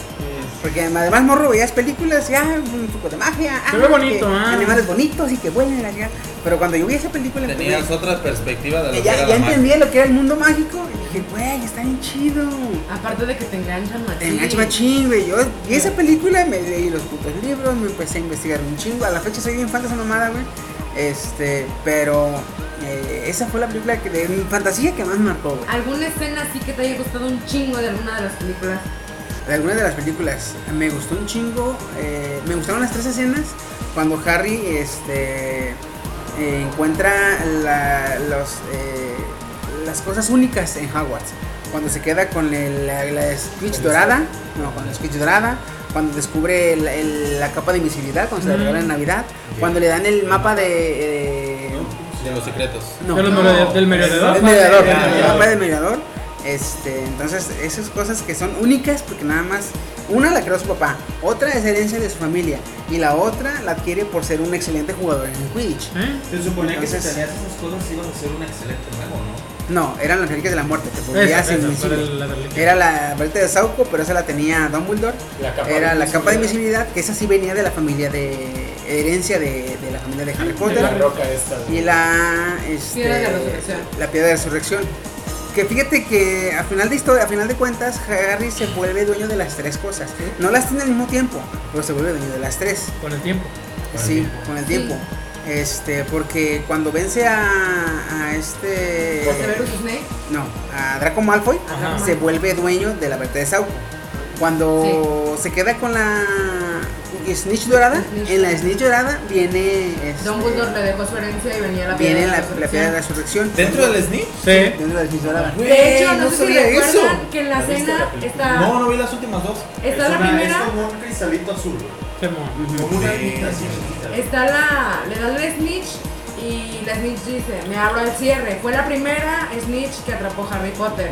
Speaker 1: Porque además morro veías películas, ya, un truco de magia,
Speaker 3: Se ve
Speaker 1: ah,
Speaker 3: bonito,
Speaker 1: que
Speaker 3: ah.
Speaker 1: animales bonitos y que vuelan, la chingada. pero cuando yo vi esa película en
Speaker 5: Tenías
Speaker 1: primera-
Speaker 5: otra perspectiva de lo
Speaker 1: que
Speaker 5: que
Speaker 1: ya,
Speaker 5: era
Speaker 1: ya
Speaker 5: la magia.
Speaker 1: entendía lo que era el mundo mágico y dije, güey, está bien chido.
Speaker 4: Aparte de que te enganchan machín.
Speaker 1: Te engancha más chingo, güey. Yo vi esa película, me leí los putos libros, me empecé a investigar un chingo. A la fecha soy bien fan de esa mamada, güey. Este, pero eh, esa fue la película que, de mi fantasía que más me marcó, güey.
Speaker 4: ¿Alguna escena así que te haya gustado un chingo de alguna de las películas?
Speaker 1: De algunas de las películas. Me gustó un chingo. eh, me gustaron las tres escenas cuando Harry este, eh, encuentra la- los, eh, las cosas únicas en Hogwarts. Cuando se queda con el- la, la Switch dorada. No, con la Switch dorada. Cuando descubre el- el- la capa de invisibilidad. Cuando se la
Speaker 3: Ujú.
Speaker 1: regalan en Navidad. Cuando le dan el mapa de. eh,
Speaker 5: De los secretos.
Speaker 1: no,
Speaker 3: De los
Speaker 1: no.
Speaker 3: merodeadores- del merodeador.
Speaker 1: El mediador,
Speaker 5: Ah,
Speaker 1: el
Speaker 5: mediador.
Speaker 1: mapa del mediador. Este, entonces, esas cosas que son únicas porque nada más una la creó su papá, otra es herencia de su familia y la otra la adquiere por ser un excelente jugador en Quidditch.
Speaker 3: ¿Eh?
Speaker 8: Se suponía que si
Speaker 1: Entonces-
Speaker 8: tenías esas cosas iban a ser un excelente mago, ¿no?
Speaker 1: No, eran las reliquias de la muerte, te
Speaker 3: Esa,
Speaker 1: volvías
Speaker 3: esa,
Speaker 1: invisible.
Speaker 3: para el- la reliquia.
Speaker 1: Era la parte de Sauco, pero esa la tenía Dumbledore.
Speaker 2: La capa
Speaker 1: Era
Speaker 2: de
Speaker 1: la capa de
Speaker 2: invisibilidad.
Speaker 1: invisibilidad, que esa sí venía de la familia de herencia de, de la familia de Harry
Speaker 2: De
Speaker 1: Potter.
Speaker 2: la roca esta. güey.
Speaker 1: y la este,
Speaker 4: Piedra de resurrección.
Speaker 1: la piedra de resurrección que fíjate que a final de historia a final de cuentas Harry se vuelve dueño de las tres cosas no las tiene al mismo tiempo pero se vuelve dueño de las tres
Speaker 3: Con el tiempo.
Speaker 1: sí con el tiempo Este, porque cuando vence a, a este.
Speaker 4: Severus Snape.
Speaker 1: No, a Draco Malfoy
Speaker 4: Ajá.
Speaker 1: se vuelve dueño de la verdad de Sauco. Cuando se queda con la Snitch Dorada,
Speaker 4: Snitch.
Speaker 1: en la Snitch Dorada viene. este,
Speaker 4: Dumbledore le dejó su herencia y venía la
Speaker 1: Viene la,
Speaker 4: piedra.
Speaker 1: la piedra de la resurrección.
Speaker 5: ¿Dentro del Snitch?
Speaker 3: Sí.
Speaker 1: Dentro de la Snitch Dorada.
Speaker 4: De hecho, no,
Speaker 1: Güey,
Speaker 4: sé si
Speaker 1: sabía
Speaker 4: recuerdan
Speaker 1: eso.
Speaker 4: que en la
Speaker 2: ¿No viste
Speaker 4: cena
Speaker 2: la película?
Speaker 4: está,
Speaker 5: No, no vi las últimas dos.
Speaker 4: Ah. está
Speaker 6: es
Speaker 4: la
Speaker 6: una-
Speaker 4: primera,
Speaker 6: Es como un cristalito azul.
Speaker 3: Simón.
Speaker 6: Como una niña así chiquita.
Speaker 4: está la, le dan la snitch y la snitch dice, me abro al cierre. Fue la primera snitch que atrapó Harry Potter.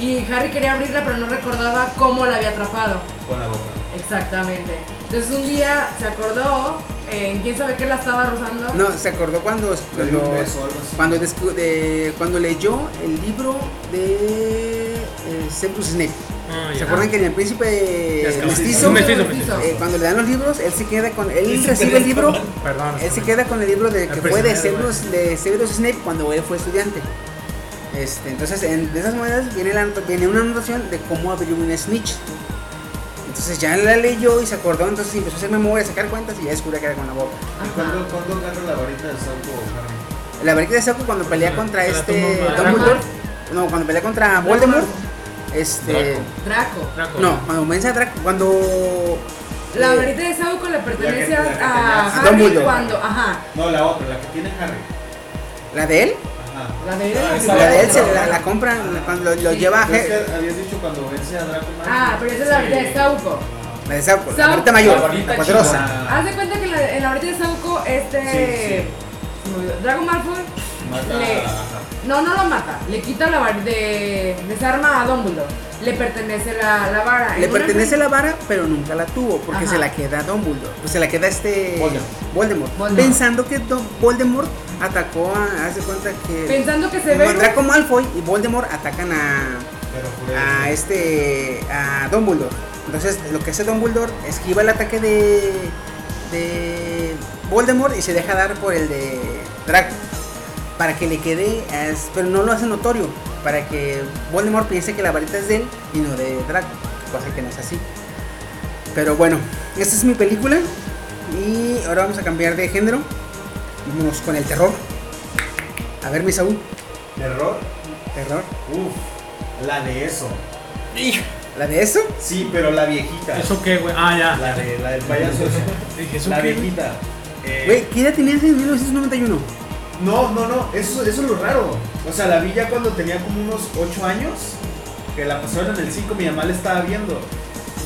Speaker 4: Y Harry quería abrirla pero no recordaba cómo la había atrapado.
Speaker 6: Con la boca.
Speaker 4: Exactamente. Entonces un día se acordó, en quién sabe qué la estaba rozando.
Speaker 1: No, se acordó cuando
Speaker 6: Le dio
Speaker 1: cuando,
Speaker 6: un beso o algo así.
Speaker 1: cuando, descu- de- cuando leyó el libro de eh, Severus Snape.
Speaker 3: Ah,
Speaker 1: ¿Se
Speaker 3: ya.
Speaker 1: acuerdan que en el príncipe
Speaker 3: Ya escapó.
Speaker 1: mestizo,
Speaker 3: Mestizo,
Speaker 4: mestizo.
Speaker 1: eh, cuando le dan los libros, él se queda con él recibe el libro,
Speaker 3: Perdón.
Speaker 1: él se queda con el libro de
Speaker 3: El
Speaker 1: que fue de
Speaker 3: prisionero,
Speaker 1: Severus, de Severus Snape cuando él fue estudiante. Este, entonces, en, de esas monedas viene, la anot- viene una anotación de cómo abrir un snitch. Entonces ya la leyó y se acordó, entonces empezó a hacer memoria, a sacar cuentas y ya descubrió que era con la boca.
Speaker 6: ¿Y cuándo, cuándo agarra la varita de Santo Harry?
Speaker 1: La varita de Saco cuando pelea
Speaker 3: Ajá,
Speaker 1: contra
Speaker 3: se la
Speaker 1: este
Speaker 3: tumba a
Speaker 1: Dumbledore,
Speaker 4: Draco.
Speaker 1: no, cuando pelea contra Voldemort, este,
Speaker 3: Draco.
Speaker 4: Draco.
Speaker 1: no, cuando vence a Draco, cuando
Speaker 4: La
Speaker 1: eh,
Speaker 4: varita de Sauco le pertenece
Speaker 6: la que
Speaker 4: a,
Speaker 6: tenía-
Speaker 4: a Harry
Speaker 1: Dumbledore.
Speaker 4: cuando, ajá,
Speaker 6: No, la otra, la que tiene Harry.
Speaker 1: la de él,
Speaker 6: Ajá.
Speaker 4: la de él.
Speaker 2: Ah, esa
Speaker 1: la de él se
Speaker 2: Draco.
Speaker 1: la, la compran la- cuando lo, lo
Speaker 4: Sí.
Speaker 1: lleva a
Speaker 6: Pero es
Speaker 1: Ge-
Speaker 6: que habías dicho cuando vence a Draco Malfoy.
Speaker 4: Ah, pero esa es la varita de Sauco.
Speaker 1: la de Saco, la
Speaker 4: Saco.
Speaker 1: varita mayor,
Speaker 2: La
Speaker 1: la,
Speaker 2: varita
Speaker 1: poderosa.
Speaker 6: Ah,
Speaker 4: Haz de cuenta que la- en la varita de Sauco, este. Dragon Malfoy.
Speaker 6: mata
Speaker 4: le-
Speaker 6: a- a-
Speaker 4: No, no lo mata. Le quita la varita. De, desarma a Dumbledore. Le pertenece la, la vara.
Speaker 1: Le
Speaker 4: En una
Speaker 1: pertenece
Speaker 4: fe-
Speaker 1: la vara, pero nunca la tuvo porque
Speaker 4: Ajá.
Speaker 1: se la queda Dumbledore, pues se la queda este
Speaker 2: Voldemort.
Speaker 1: Voldemort,
Speaker 4: Voldemort.
Speaker 1: pensando que Dum- Voldemort atacó a, hace cuenta que
Speaker 4: Pensando que se ve.
Speaker 1: Cuando Draco Malfoy y Voldemort atacan a
Speaker 6: Pero juré-
Speaker 1: a este a Dumbledore. Entonces lo que hace Dumbledore esquiva el ataque de de Voldemort y se deja dar por el de Draco para que le quede, as- pero no lo hace notorio, para que Voldemort piense que la varita es de él y no de Draco, cosa que no es así. Pero bueno, esta es mi película y ahora vamos a cambiar de género. Vamos con el terror. A ver, mi Saúl,
Speaker 6: Terror.
Speaker 1: terror.
Speaker 6: Uf. La de eso.
Speaker 1: ¿La de eso?
Speaker 6: Sí, pero la viejita.
Speaker 3: ¿Eso qué, güey? Ah, ya.
Speaker 6: La, de, la del payaso. ese.
Speaker 3: Dije, ¿eso
Speaker 6: la
Speaker 3: qué?
Speaker 6: viejita. Eh,
Speaker 1: Güey, ¿qué edad tenías en 1991?
Speaker 6: No, no, no, eso, eso es lo raro. O sea, la vi ya cuando tenía como unos 8 años, que la pasaron en el 5, mi mamá la estaba viendo.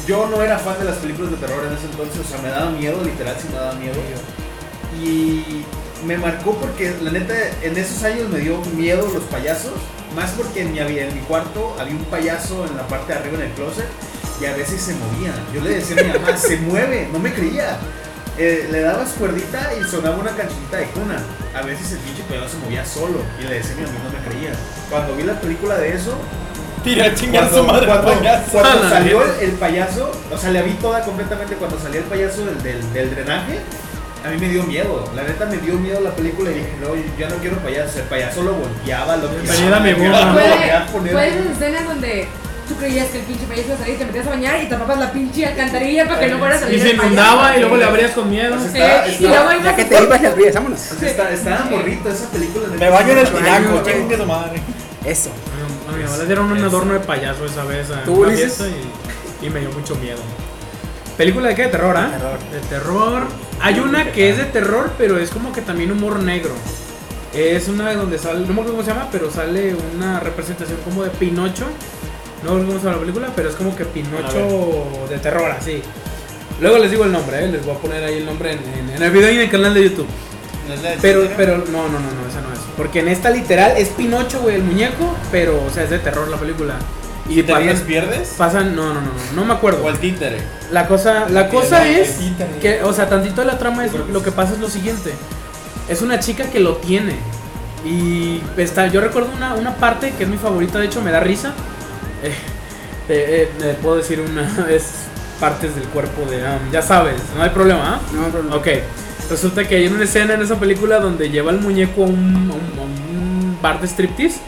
Speaker 6: Yo no era fan de las películas de terror en ese entonces, o sea, me daba miedo, literal, sí me daba miedo. Y me marcó porque, la neta, en esos años me dio miedo los payasos, más porque en mi, habi- en mi cuarto había un payaso en la parte de arriba en el closet y a veces se movía. Yo le decía a mi mamá, se mueve, no me creía. Eh, le dabas cuerdita y sonaba una cancionita de cuna. A veces el pinche pedo se movía solo. Y le decía a mi amigo, no me creía. Cuando vi la película de eso,
Speaker 5: Tira a chingar
Speaker 6: cuando,
Speaker 5: su madre
Speaker 6: cuando-
Speaker 5: payaso.
Speaker 6: cuando
Speaker 3: A la
Speaker 6: salió
Speaker 3: mierda.
Speaker 6: el, el payaso, o sea, la vi toda completamente. Cuando salió el payaso del, del- del drenaje, a mí me dio miedo. La neta me dio miedo la película y dije, no, yo ya no quiero payaso. El payaso lo volteaba, lo
Speaker 3: Bienvenida a mi mundo.
Speaker 6: lo
Speaker 4: Fue,
Speaker 6: quería poner-
Speaker 4: fue esas escenas donde tú creías que el pinche payaso iba a salir, te metías a bañar y tapabas la pinche alcantarilla para que no fuera a salir.
Speaker 3: Y se
Speaker 4: el payaso.
Speaker 3: inundaba y luego le abrías con miedo.
Speaker 6: Pues
Speaker 4: Sí,
Speaker 6: Estaba-
Speaker 4: y luego
Speaker 6: estaba-
Speaker 4: ibas
Speaker 1: Ya que
Speaker 4: a-
Speaker 1: te ibas, las brillas, vámonos.
Speaker 6: O sea, está- estaba morrito esa película. la neta,
Speaker 5: Me baño en el
Speaker 6: me daba
Speaker 5: tinaco,
Speaker 6: miedo.
Speaker 5: chingue su madre.
Speaker 1: Eso.
Speaker 3: A mi mamá le dieron un adorno de payaso esa vez a
Speaker 1: ¿Tú,
Speaker 3: una
Speaker 1: Ulises?
Speaker 3: fiesta y, y me dio mucho miedo. ¿Película de qué? ¿De terror, ah? De terror. Hay una que es de terror, pero es como que también humor negro. Es una donde sale, no me acuerdo cómo se llama, pero sale una representación como de Pinocho. No me acuerdo cómo se llama la película, pero es como que Pinocho de terror, así. Luego les digo el nombre, ¿eh? les voy a poner ahí el nombre en, en- en el video y en el canal de YouTube.
Speaker 7: ¿No es la de
Speaker 3: Pero,
Speaker 7: Chespirito?
Speaker 3: pero, no, no, no, no, esa no es. Porque en esta literal es Pinocho, güey, el muñeco, pero, o sea, es de terror la película.
Speaker 5: ¿Y te
Speaker 3: pasan-
Speaker 5: ríes, pierdes?
Speaker 3: Pasan, no, no, no, no, no me acuerdo.
Speaker 5: ¿O el títere?
Speaker 3: La cosa, la cosa
Speaker 5: la
Speaker 3: es que, o sea, tantito la trama es lo que pasa es lo siguiente. Es una chica que lo tiene. Y está, yo recuerdo una, una parte que es mi favorita, de hecho me da risa. Eh, eh, eh, puedo decir una, es partes del cuerpo de... ah, ya sabes, no hay problema, ¿ah?
Speaker 1: No, no, no.
Speaker 3: Ok, resulta que hay una escena en esa película donde lleva el muñeco a un, a un- a un bar de striptease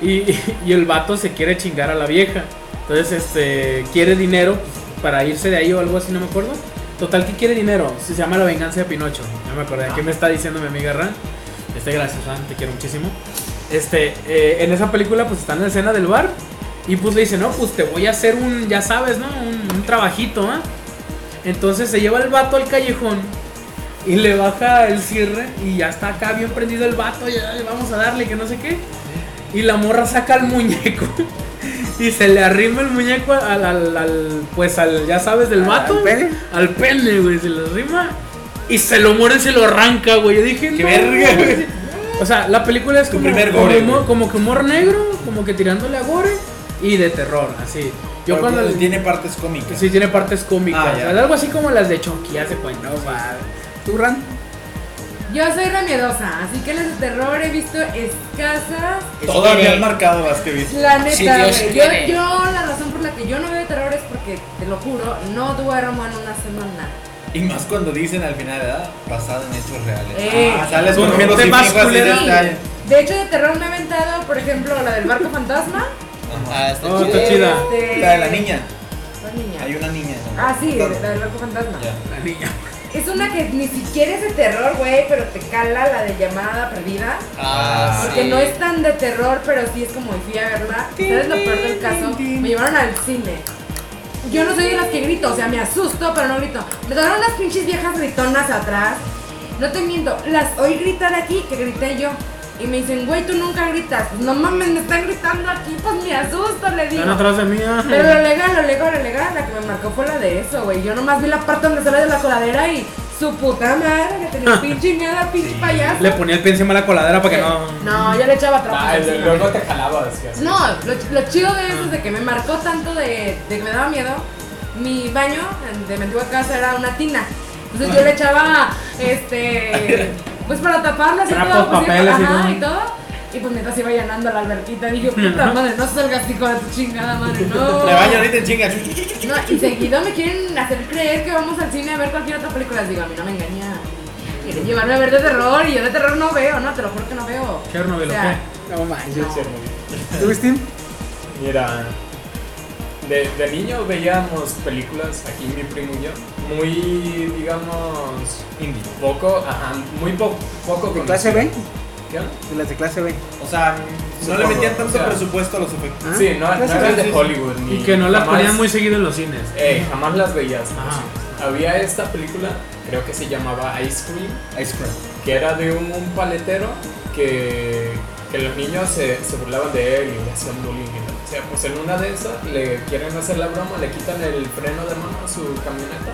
Speaker 3: y, y el vato se quiere chingar a la vieja. Entonces, este, quiere dinero para irse de ahí o algo así, no me acuerdo. Total, que quiere dinero? Se llama La Venganza de Pinocho. Ya me acordé. ¿Qué me está diciendo mi amiga Ran? Este, gracias, Ran, te quiero muchísimo. Este, eh, en esa película, pues están en la escena del bar. Y pues le dice, no, pues te voy a hacer un, ya sabes, ¿no? Un, un trabajito, ¿ah? Entonces se lleva el vato al callejón y le baja el cierre y ya está acá bien prendido el vato, ya ya vamos a darle que no sé qué. Y la morra saca el muñeco y se le arrima el muñeco al, al- al- pues al, ya sabes, del vato.
Speaker 1: ¿Al pene?
Speaker 3: Al pene, güey, se le arrima y se lo muere y se lo arranca, güey. Yo dije,
Speaker 5: ¡Qué
Speaker 3: "No,
Speaker 5: verga,
Speaker 3: güey".
Speaker 5: güey!
Speaker 3: O sea, la película es
Speaker 5: Tu
Speaker 3: como,
Speaker 5: primer
Speaker 3: como
Speaker 5: gore,
Speaker 3: humor-
Speaker 5: güey.
Speaker 3: como que humor negro, como que tirándole a gore y de terror, así. Yo
Speaker 5: Porque
Speaker 3: cuando
Speaker 5: tiene partes cómicas.
Speaker 3: Sí, tiene partes cómicas.
Speaker 5: Ah, ya.
Speaker 3: o sea, algo así como las de Chucky, hace cuenta.
Speaker 1: No, va. ¿Tú, Ran?
Speaker 4: Yo soy remiedosa, así que las de terror he visto escasas.
Speaker 5: Todavía han marcado las que viste.
Speaker 4: La
Speaker 7: Si
Speaker 4: neta,
Speaker 7: Dios
Speaker 4: güey. Yo,
Speaker 7: quiere.
Speaker 4: yo la razón por la que yo no veo terror es porque, te lo juro, no duermo en una semana.
Speaker 5: Y más cuando dicen al final, ¿verdad? Basado en hechos reales.
Speaker 4: Eh.
Speaker 5: ah, sales
Speaker 3: Con
Speaker 5: con
Speaker 3: gente
Speaker 5: gente
Speaker 3: más
Speaker 5: más
Speaker 3: culera.
Speaker 4: De hecho, de terror me he aventado, por ejemplo, la del barco fantasma.
Speaker 7: Ah, está
Speaker 3: Oh,
Speaker 7: chido.
Speaker 3: está chida.
Speaker 4: Este,
Speaker 5: La de la niña.
Speaker 4: La niña.
Speaker 5: Hay una niña. ¿no?
Speaker 4: Ah, sí, la
Speaker 5: Claro.
Speaker 4: del barco fantasma.
Speaker 5: Ya.
Speaker 3: La niña.
Speaker 4: Es una que ni siquiera es de terror, güey, pero te cala la de llamada perdida.
Speaker 5: Ah,
Speaker 4: Porque
Speaker 5: sí.
Speaker 4: no es tan de terror, pero sí es como y fui a verla. ¿Sabes lo peor del caso? Me llevaron al cine. Yo no soy de las que grito, o sea, me asusto, pero no grito. Me tocaron las pinches viejas gritonas atrás. No te miento, las oí gritar aquí que grité yo. Y me dicen, güey, tú nunca gritas. Pues, No mames, me están gritando aquí, pues me asusto, le digo.
Speaker 3: Están atrás de mí. ah.
Speaker 4: Pero lo legal, lo legal, lo legal, la que me marcó fue la de eso, güey. Yo nomás vi la parte donde sale de la coladera y su puta madre, que tenía pinche miedo al pinche payaso.
Speaker 3: Le ponía el pie encima de la coladera para que no.
Speaker 4: No, yo le echaba
Speaker 2: Ah,
Speaker 4: trabajo.
Speaker 2: el de luego te jalaba, decías.
Speaker 4: No, lo, lo chido de eso es de que me marcó tanto de, de que me daba miedo. Mi baño en- de mi antigua casa era una tina. Entonces yo le echaba, este, pues para taparla, así
Speaker 3: Trapos,
Speaker 4: todo, pues,
Speaker 3: papeles y
Speaker 4: ajá,
Speaker 3: todo.
Speaker 4: y todo. Y pues mientras iba llenando la alberquita, dije, puta madre, no salgas hijo de tu chingada madre, no.
Speaker 5: Me baño ahorita en chinga.
Speaker 4: No, y seguido me quieren hacer creer que vamos al cine a ver cualquier otra película. Les digo, a mí no me engañan. Quieren llevarme a ver de terror y yo de terror no veo, no, te lo juro que no veo.
Speaker 3: Chernobyl,
Speaker 4: O sea,
Speaker 1: No manches.
Speaker 2: Yo sé, muy bien.
Speaker 1: ¿Tú, Steam?
Speaker 2: Mira, de, de niño veíamos películas, aquí mi primo y yo, muy, digamos,
Speaker 5: Indie.
Speaker 2: poco, ajá, muy po- poco
Speaker 1: ¿De clase B? Ah,
Speaker 2: ¿Qué onda?
Speaker 1: De las de clase B.
Speaker 5: O sea, no le
Speaker 2: Supongo,
Speaker 5: metían
Speaker 2: o
Speaker 5: tanto
Speaker 2: sea.
Speaker 5: presupuesto a los efectos.
Speaker 1: ¿Ah?
Speaker 2: Sí, no, no
Speaker 1: Clase B.
Speaker 2: eran de Hollywood. Ni
Speaker 3: Y que no las
Speaker 2: jamás-
Speaker 3: ponían muy seguido en los cines.
Speaker 2: eh, jamás las veías. ¿no?
Speaker 3: Ajá.
Speaker 2: Había esta película, creo que se llamaba Ice Cream,
Speaker 5: Ice cream.
Speaker 2: que era de un, un paletero que, que los niños se, se burlaban de él y le hacían bullying. y tal. O sea, pues en una de esas le quieren hacer la broma, le quitan el freno de mano a su camioneta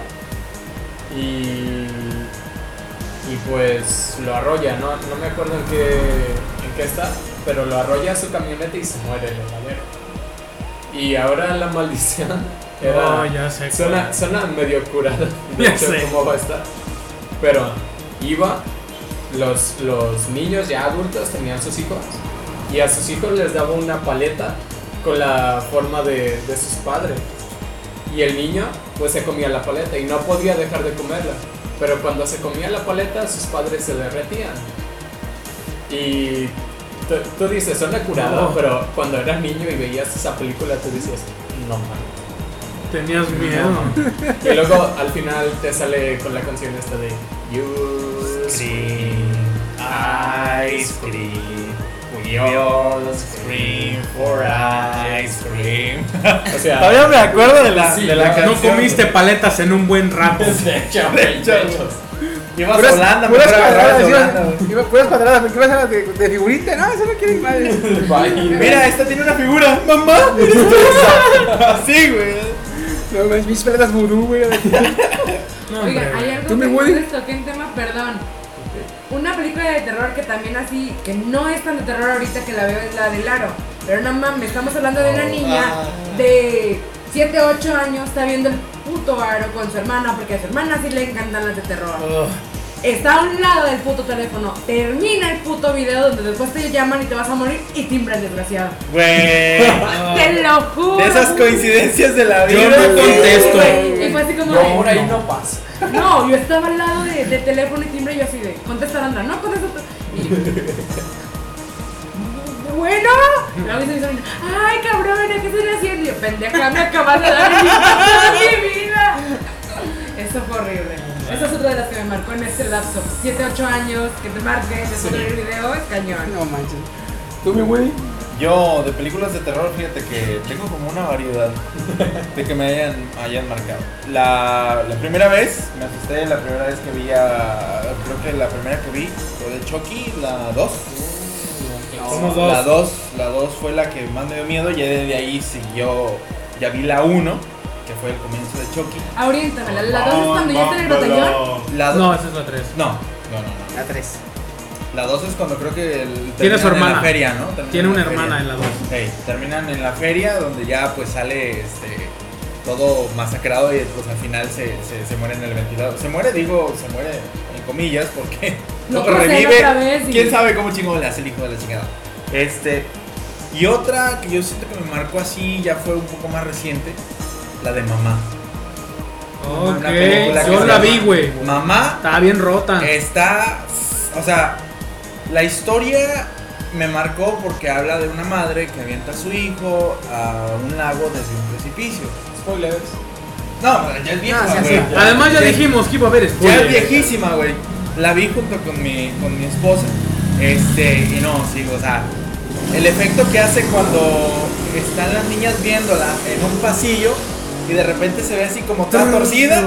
Speaker 2: y, y pues lo arrolla, no, no me acuerdo en qué, en qué está, pero lo arrolla a su camioneta y se muere el heladero. Y ahora la maldición era...
Speaker 3: Oh, ya sé.
Speaker 2: Suena, suena medio curada, de
Speaker 3: Ya
Speaker 2: hecho,
Speaker 3: sé.
Speaker 2: cómo va a estar. Pero iba, los, los niños ya adultos tenían sus hijos y a sus hijos les daba una paleta con la forma de, de sus padres. Y el niño pues se comía la paleta y no podía dejar de comerla. Pero cuando se comía la paleta sus padres se derretían. Y tú, tú dices, suena curada,
Speaker 3: No.
Speaker 2: pero cuando eras niño y veías esa película tú dices, no mames.
Speaker 3: Tenías miedo.
Speaker 2: Y luego al final te sale con la canción esta de You
Speaker 5: Ice cream. We all scream for ice cream.
Speaker 2: O sea,
Speaker 5: Todavía me acuerdo de la,
Speaker 2: Sí,
Speaker 5: de la
Speaker 3: No
Speaker 5: canción.
Speaker 3: comiste paletas en un buen rato.
Speaker 2: de hecho, de hecho.
Speaker 5: Ibas a Holanda, me
Speaker 1: puras
Speaker 5: acuerdo,
Speaker 1: cuadradas,
Speaker 5: agarrabas
Speaker 1: iba-
Speaker 5: Holanda.
Speaker 1: iba- puras cuadradas, porque ibas a las de, de figurita, no, eso no quieren madre.
Speaker 5: Mira, esta tiene una figura. Mamá, mira esta. Así, güey.
Speaker 1: No, ves, mis peleas vudú, güey.
Speaker 3: No,
Speaker 4: Oigan,
Speaker 3: hombre.
Speaker 4: hay algo
Speaker 1: Tú
Speaker 4: que
Speaker 1: me
Speaker 4: no
Speaker 1: hueles.
Speaker 4: les toqué en tema, perdón. Una película de terror que también así, que no es tan de terror ahorita que la veo es la de Laro. Pero no mames, estamos hablando de una niña de 7, 8 años, está viendo el puto aro con su hermana, porque a su hermana sí le encantan las de terror.
Speaker 3: Ugh.
Speaker 4: Está a un lado del puto teléfono, termina el puto video donde después te llaman y te vas a morir y timbra el desgraciado.
Speaker 5: Güey.
Speaker 4: ¡Te lo juro!
Speaker 5: De esas coincidencias de la vida.
Speaker 3: Yo no contesto.
Speaker 4: Y fue así como
Speaker 2: No,
Speaker 4: de-
Speaker 2: ahora ahí no pasa.
Speaker 4: No, yo estaba al lado de, de teléfono y timbre y yo así de, contesta Andra, no contesta tú". Y yo, bueno, luego dice mi sobrina, ay cabrona, ¿qué están haciendo? Y yo, pendeja, me acabas de dar el infarto de mi vida. Eso fue horrible. Esa es otra de las que me marcó en este lapso. 7, 8 años, que te marquen después de ver el video, es cañón.
Speaker 1: No manches.
Speaker 3: Tú, mi güey.
Speaker 5: Yo, de películas de terror, fíjate que tengo como una variedad de que me hayan, hayan marcado. La, la primera vez, me asusté la primera vez que vi a. Creo que la primera que vi fue de Chucky, la 2.
Speaker 3: Somos dos.
Speaker 5: La 2 la dos fue la que más me dio miedo, ya desde ahí siguió. Ya vi la 1, que fue el comienzo de Chucky.
Speaker 4: Ah, oriéntamela. La dos es cuando ya está en el batallón.
Speaker 5: La do-
Speaker 3: No, esa es la 3.
Speaker 5: no, no, no. no.
Speaker 1: La 3.
Speaker 5: La 2 es cuando creo que. el-
Speaker 3: Tiene su
Speaker 5: terminan en la
Speaker 3: hermana.
Speaker 5: feria, ¿no? Terminan
Speaker 3: Tiene
Speaker 5: en
Speaker 3: una
Speaker 5: la feria.
Speaker 3: hermana en la 2.
Speaker 5: Ey, terminan en la feria donde ya pues sale este todo masacrado y pues al final se, se, se muere en el ventilador. Se muere, digo, se muere en comillas porque
Speaker 4: Lo
Speaker 5: lo
Speaker 4: poseen
Speaker 5: revive.
Speaker 4: otra vez y-
Speaker 5: ¿Quién sabe cómo chingón le hace el hijo de la chingada? Este. Y otra que yo siento que me marcó así, ya fue un poco más reciente, la de mamá.
Speaker 3: Ok,
Speaker 5: Una película que
Speaker 3: yo
Speaker 5: se
Speaker 3: la
Speaker 5: llama Eh,
Speaker 3: vi, güey.
Speaker 5: Mamá
Speaker 3: Estaba bien rota.
Speaker 5: Está, o sea, la historia me marcó porque habla de una madre que avienta a su hijo a un lago desde un precipicio.
Speaker 2: Spoilers.
Speaker 5: No, ya es vieja,
Speaker 1: Ah, sí,
Speaker 5: güey.
Speaker 1: sí.
Speaker 3: Además ya
Speaker 5: Ya-
Speaker 3: dijimos que iba a haber
Speaker 5: Ya
Speaker 3: spoilers.
Speaker 5: es viejísima, güey. La vi junto con mi, con mi esposa. Este, y no, sí, o sea, el efecto que hace cuando están las niñas viéndola en un pasillo y de repente se ve así como toda torcida.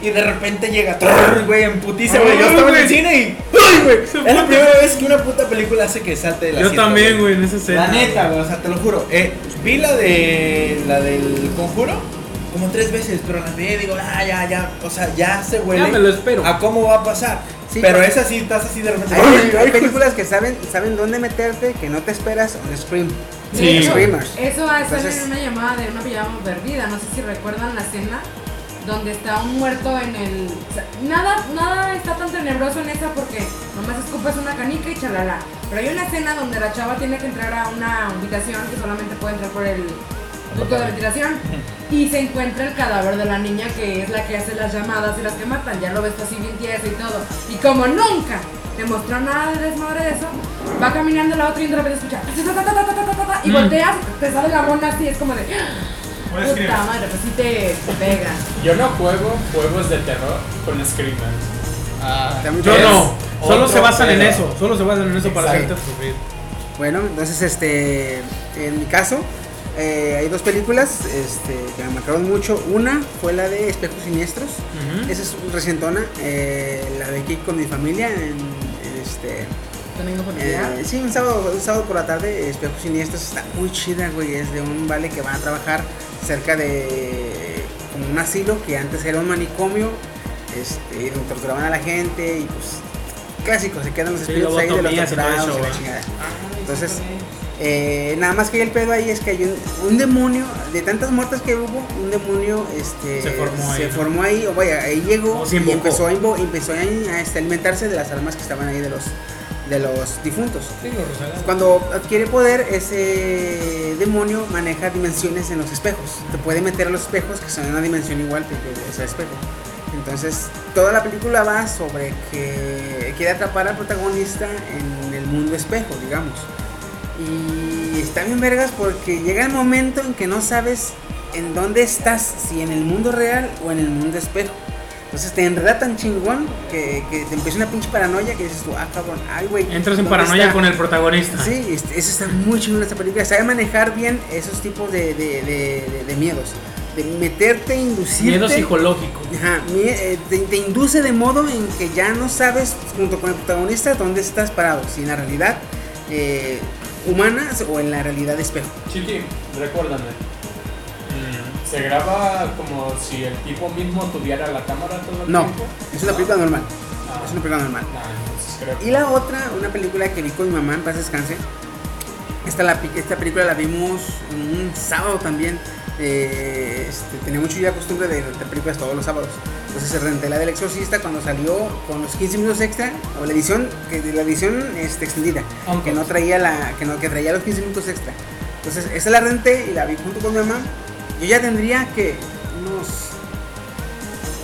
Speaker 5: Y de repente llega, trrr, güey, en putiza, güey. Yo
Speaker 3: Ay,
Speaker 5: estaba en el
Speaker 3: güey.
Speaker 5: cine y. ¡Ay, güey!
Speaker 3: Se
Speaker 5: Es la
Speaker 3: fue.
Speaker 5: primera vez que una puta película hace que salte de la
Speaker 3: Yo también, güey, en esa escena.
Speaker 5: La neta, güey, o sea, te lo juro. Eh, vi la de. la del conjuro como tres veces, pero la vi y digo, ah, ya, ya. O sea, ya se huele.
Speaker 3: Ya me lo espero.
Speaker 5: A cómo va a pasar.
Speaker 1: Sí,
Speaker 5: pero
Speaker 1: güey.
Speaker 5: esa sí, estás así de repente.
Speaker 1: Hay, hay
Speaker 5: ay,
Speaker 1: películas que saben, saben dónde meterte, que no te esperas, on Scream.
Speaker 4: De
Speaker 3: Sí.
Speaker 4: hecho,
Speaker 1: Screamers.
Speaker 4: Eso va a estar
Speaker 1: Entonces-
Speaker 4: en una llamada de una pijama perdida. No sé si recuerdan la escena donde está un muerto en el. o sea, nada, nada está tan tenebroso en esa porque nomás escupas una canica y chalala. Pero hay una escena donde la chava tiene que entrar a una habitación que solamente puede entrar por el ducto de ventilación y se encuentra el cadáver de la niña que es la que hace las llamadas y las que matan. Ya lo ves así bien tieso y todo. Y como nunca te mostró nada de desmadre de eso, va caminando la otra y de repente escucha ta, ta, ta, ta, ta, ta, ta, ta, y
Speaker 3: Mm.
Speaker 4: volteas, te sale la mona así, es como de "Ah,
Speaker 8: Bueno, escribe.
Speaker 4: puta madre, pues sí te te pega.
Speaker 2: Yo no juego juegos de terror con screamers. Ah.
Speaker 1: También-
Speaker 3: Yo
Speaker 1: es-
Speaker 3: no. Solo
Speaker 5: otro
Speaker 3: se basan en
Speaker 5: pedo.
Speaker 3: eso. Solo se basan en eso para
Speaker 1: Exacto.
Speaker 3: hacerte sufrir.
Speaker 1: Bueno, entonces este, en mi caso, eh, hay dos películas este, que me marcaron mucho. Una fue la de Espejos Siniestros.
Speaker 3: Ujú.
Speaker 1: Esa es recientona. eh, la de aquí con mi familia en, en este.
Speaker 4: Domingo familiar.
Speaker 1: Eh, sí, un sábado, un sábado por la tarde, Espejos Siniestros está muy chida, güey. Es de un vale que va a trabajar cerca de como un asilo que antes era un manicomio, este, y donde torturaban a la gente y pues clásico, se quedan los
Speaker 3: Sí,
Speaker 1: espíritus ahí de los
Speaker 3: lobotomías y todo
Speaker 1: torturados
Speaker 3: eso,
Speaker 1: y la
Speaker 3: ¿va?
Speaker 1: chingada. Entonces, eh, nada más que el pedo ahí es que hay un, un demonio, de tantas muertes que hubo, un demonio este,
Speaker 3: Se formó ahí,
Speaker 1: se
Speaker 3: ¿no?
Speaker 1: formó ahí, o vaya, ahí llegó
Speaker 3: O se
Speaker 1: y
Speaker 3: invocó.
Speaker 1: empezó a, invo- empezó a, a, este, alimentarse de las almas que estaban ahí de los, de los difuntos.
Speaker 3: Sí, lo regalan.
Speaker 1: Cuando adquiere poder, ese demonio maneja dimensiones en los espejos. Te puede meter a los espejos que son una dimensión igual que que ese espejo. Entonces, toda la película va sobre que quiere atrapar al protagonista en el mundo espejo, digamos. Y está bien vergas porque llega el momento en que no sabes en dónde estás, si en el mundo real o en el mundo espejo. Entonces te enreda tan chingón que, que te empieza una pinche paranoia que dices tú, ah cabrón, ay güey.
Speaker 3: Entras en
Speaker 1: ¿dónde
Speaker 3: paranoia
Speaker 1: está?
Speaker 3: con el protagonista.
Speaker 1: Sí, este, eso está muy chingón esta película. Sabe manejar bien esos tipos de, de, de- de- de miedos. De meterte, inducirte.
Speaker 3: Miedo psicológico.
Speaker 1: Ajá, mie- eh, te, te induce de modo en que ya no sabes, junto con el protagonista, dónde estás parado. Si en la realidad eh, humana o en la realidad de espejo.
Speaker 2: Chiqui, recuérdame. Mm, ¿Se graba como si el tipo mismo tuviera la cámara todo el
Speaker 1: No,
Speaker 2: tiempo?
Speaker 1: es una película normal.
Speaker 2: Ah,
Speaker 1: Es una película normal.
Speaker 2: nah, entonces creo que-
Speaker 1: Y la otra, una película que vi con mi mamá, en paz descanse. Esta, la, pi- esta película la vimos un sábado también. Eh, este, tenía mucho ya costumbre de rentar películas todos los sábados. Entonces renté la del Exorcista cuando salió con los 15 minutos extra, o la edición, que, la edición este, extendida,
Speaker 3: Aunque-
Speaker 1: que no traía la, que no, que traía los 15 minutos extra. Entonces, esa la renté y la vi junto con mi mamá. Yo ya tendría que unos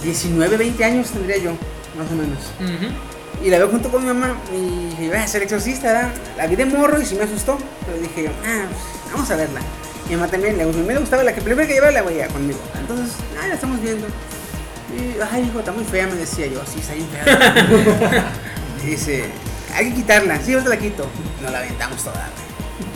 Speaker 1: 19, 20 años tendría yo, más o menos.
Speaker 3: Ujú.
Speaker 1: Y la veo junto con mi mamá y dije, voy a ser exorcista, ¿verdad? La vi de morro y sí me asustó. Pero dije, ah, pues, vamos a verla. Mi mamá también, le, a mí me gustaba la que primero que llevaba la veía conmigo. Entonces, ah, la estamos viendo. Y, ay, hijo, está muy fea, me decía yo. Sí, está bien fea. Dice, hay que quitarla. Sí, yo te la quito. Nos la aventamos toda.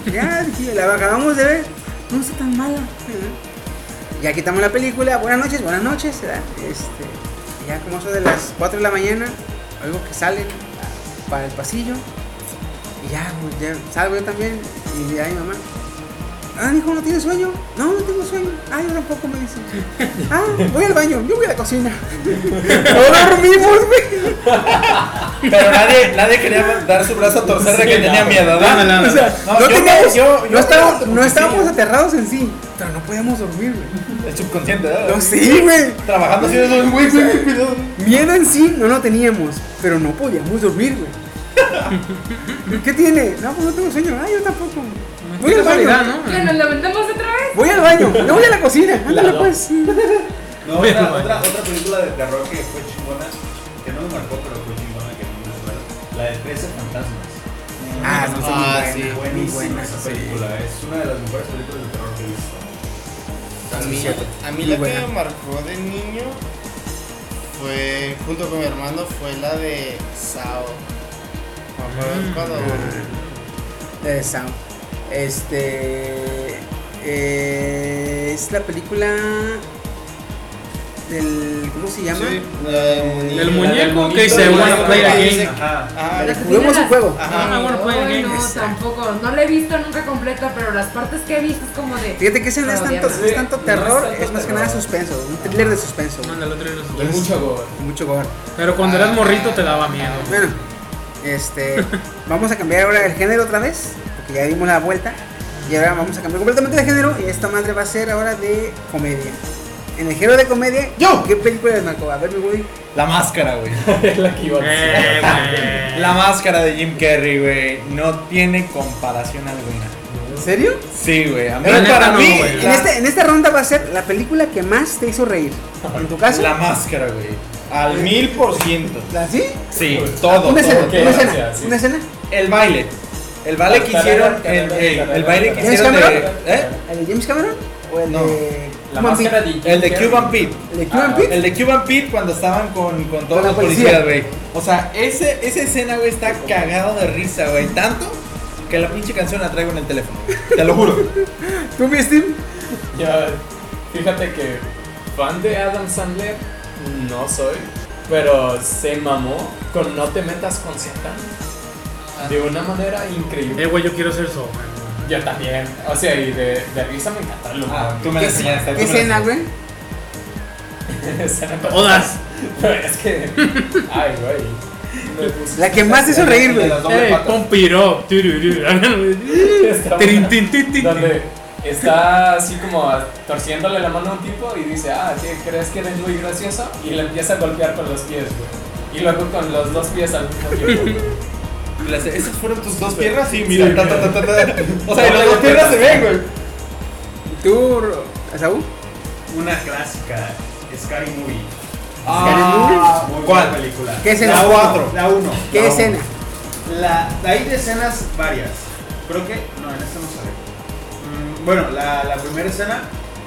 Speaker 1: güey. Ya, dije, la acabamos de ver. No está tan mala. Ajá. Ya quitamos la película. Buenas noches, buenas noches. ¿verdad? Este, ya como eso de las 4 de la mañana, algo que sale para el pasillo. Y ya, pues, ya salgo yo también. Y ya mi mamá. Ah, hijo, ¿no tienes sueño? No, no tengo sueño. Ah, yo tampoco me dice. Ah, voy al baño, yo voy a la cocina. No dormimos, güey.
Speaker 5: Pero nadie, nadie quería dar su brazo a torcer de que
Speaker 2: Sí,
Speaker 5: tenía
Speaker 2: no.
Speaker 5: miedo, ¿verdad?
Speaker 1: O sea,
Speaker 5: No,
Speaker 1: no,
Speaker 5: yo-
Speaker 1: teníamos-
Speaker 5: yo- yo-
Speaker 1: no estábamos,
Speaker 5: yo-
Speaker 1: no estábamos
Speaker 5: sí.
Speaker 1: aterrados en sí, pero no podíamos dormir, güey.
Speaker 5: El subconsciente, ¿verdad?
Speaker 1: No, sí, güey.
Speaker 5: ¿eh? Trabajando así, eso es muy, muy, cuidado.
Speaker 1: Miedo en sí no lo teníamos, pero no podíamos dormir, güey. ¿Qué tiene? No, pues no tengo sueño. Ah, yo tampoco. Voy
Speaker 3: Qué
Speaker 1: al
Speaker 3: casualidad,
Speaker 1: baño.
Speaker 3: ¿no?
Speaker 4: ¿Qué, nos levantamos otra vez?
Speaker 1: Voy al baño. No voy a la cocina. Ándale,
Speaker 2: dos.
Speaker 1: pues.
Speaker 6: No,
Speaker 3: Bueno,
Speaker 6: otra,
Speaker 3: bueno.
Speaker 6: otra, otra película de terror que fue chingona, que no me marcó, pero fue chingona, que no me acuerdo, la de 13 fantasmas.
Speaker 1: Ah, sí,
Speaker 7: Ah,
Speaker 1: sí,
Speaker 7: sí,
Speaker 1: muy buena, muy
Speaker 6: Buenísima
Speaker 1: buena,
Speaker 6: esa
Speaker 1: sí.
Speaker 6: película, es una de las mejores películas de terror que he visto.
Speaker 7: A
Speaker 1: Sí,
Speaker 7: mí,
Speaker 1: cierto.
Speaker 7: a mí
Speaker 1: Muy
Speaker 7: la
Speaker 1: buena.
Speaker 7: que me marcó de niño fue, junto con mi hermano, fue la de Sao. Me acuerdo cuando-
Speaker 1: Eh, Sao. Este. eh, es la película. Del. ¿Cómo se llama?
Speaker 7: Sí, la del muñeco.
Speaker 3: El muñeco que
Speaker 7: muñeco,
Speaker 3: dice,
Speaker 7: la
Speaker 3: bueno,
Speaker 7: del
Speaker 3: play
Speaker 7: muñeco que
Speaker 3: again.
Speaker 7: dice-
Speaker 6: Ajá.
Speaker 7: Ah,
Speaker 4: La que
Speaker 1: Juguemos un
Speaker 4: tiene
Speaker 1: juego.
Speaker 7: Ajá.
Speaker 3: Ah, bueno,
Speaker 4: Ay,
Speaker 3: play again.
Speaker 4: pues, no,
Speaker 1: Exacto.
Speaker 4: tampoco. No la he visto nunca completa, pero las partes que he visto es como de.
Speaker 1: Fíjate que ese no es
Speaker 4: Pero
Speaker 1: tanto,
Speaker 2: odiarla.
Speaker 1: es tanto
Speaker 2: No es
Speaker 1: terror,
Speaker 2: tanto
Speaker 1: es más que
Speaker 2: terror.
Speaker 1: nada suspenso, un thriller de suspenso.
Speaker 3: Manda el otro y
Speaker 2: De
Speaker 3: nosotros.
Speaker 2: mucho gore.
Speaker 1: con Mucho gore.
Speaker 3: Pero cuando
Speaker 5: Ah.
Speaker 3: eras morrito te daba miedo.
Speaker 1: Bueno, este, vamos a cambiar ahora el género otra vez, porque ya dimos la vuelta. Y ahora vamos a cambiar completamente de género y esta madre va a ser ahora de comedia. En el género de comedia, yo, ¿qué película les marcó? A ver, mi güey.
Speaker 5: La máscara, güey.
Speaker 2: Es la que iba a decir.
Speaker 3: Eh, güey.
Speaker 5: La máscara de Jim Carrey, güey. No tiene comparación alguna.
Speaker 1: ¿En serio?
Speaker 5: Sí, güey. A mí,
Speaker 3: La neta
Speaker 5: para
Speaker 3: no,
Speaker 5: mí,
Speaker 3: güey.
Speaker 1: En, este- en esta ronda va a ser la película que más te hizo reír. ¿En tu caso?
Speaker 5: la máscara, güey. Al mil por ciento.
Speaker 1: ¿La- sí?
Speaker 5: Sí, todo.
Speaker 1: Una
Speaker 5: todo,
Speaker 1: escena,
Speaker 5: todo.
Speaker 1: una
Speaker 2: gracias,
Speaker 1: escena,
Speaker 2: sí.
Speaker 1: una escena.
Speaker 5: El baile. El baile que hicieron. El, el- el baile que hicieron de. ¿eh?
Speaker 1: ¿El de James Cameron? ¿O el
Speaker 5: No.
Speaker 1: de
Speaker 2: La
Speaker 1: Cuban
Speaker 2: máscara
Speaker 1: Pete?
Speaker 2: de Jim
Speaker 5: ¿eh? El de
Speaker 2: Carrey.
Speaker 5: Cuban Pete.
Speaker 1: ¿El de Cuban
Speaker 2: Ah,
Speaker 1: Pete?
Speaker 5: El de Cuban Pete cuando estaban con, con
Speaker 1: Con
Speaker 5: todos
Speaker 1: la
Speaker 5: los
Speaker 1: policía.
Speaker 5: policías, güey. O sea, ese, esa escena, güey, está cagado de risa, güey. Tanto que la pinche canción la traigo en el teléfono. Te lo juro.
Speaker 1: ¿Tú, mi Steve?
Speaker 2: Ya, fíjate que fan de Adam Sandler no soy, pero se mamó con No te metas con Satan de una manera increíble.
Speaker 3: Ah. Eh, güey, yo quiero ser eso.
Speaker 2: Yo también, o sea, y de, de risa me encanta el humor.
Speaker 5: Ah, tú me la enseñaste. tú
Speaker 1: ¿Qué
Speaker 5: me la
Speaker 1: escena, güey?
Speaker 2: Escena-
Speaker 3: Todas.
Speaker 2: es que, ay, güey. me puse-
Speaker 1: La que más te hizo reír, güey.
Speaker 5: doble
Speaker 3: Eh,
Speaker 5: pata.
Speaker 3: Pompiro. tururú.
Speaker 2: Está
Speaker 3: Tin,
Speaker 2: buena.
Speaker 3: tin, tin, tin, tin.
Speaker 2: Donde está así como torciéndole la mano a un tipo y dice, ah, ¿qué crees que eres muy gracioso? Y le empieza a golpear con los pies, güey. Y luego con los dos pies al mismo tiempo. güey.
Speaker 5: Las- Esas fueron tus dos piernas, sí, mira.
Speaker 2: Sí.
Speaker 5: ta, ta, ta, ta, ta. O sea, y las dos piernas se ven, güey.
Speaker 1: ¿Tú, Saúl?
Speaker 6: Una clásica, Scary Movie.
Speaker 5: Ah,
Speaker 6: Muy buena
Speaker 5: ¿Cuál?
Speaker 6: película.
Speaker 1: ¿Qué escena?
Speaker 6: La 4.
Speaker 5: Cuatro.
Speaker 6: La 1.
Speaker 1: ¿Qué escena?
Speaker 6: La, hay de escenas varias. Creo que. No, en esta no sale. Mm, bueno, la, la primera escena,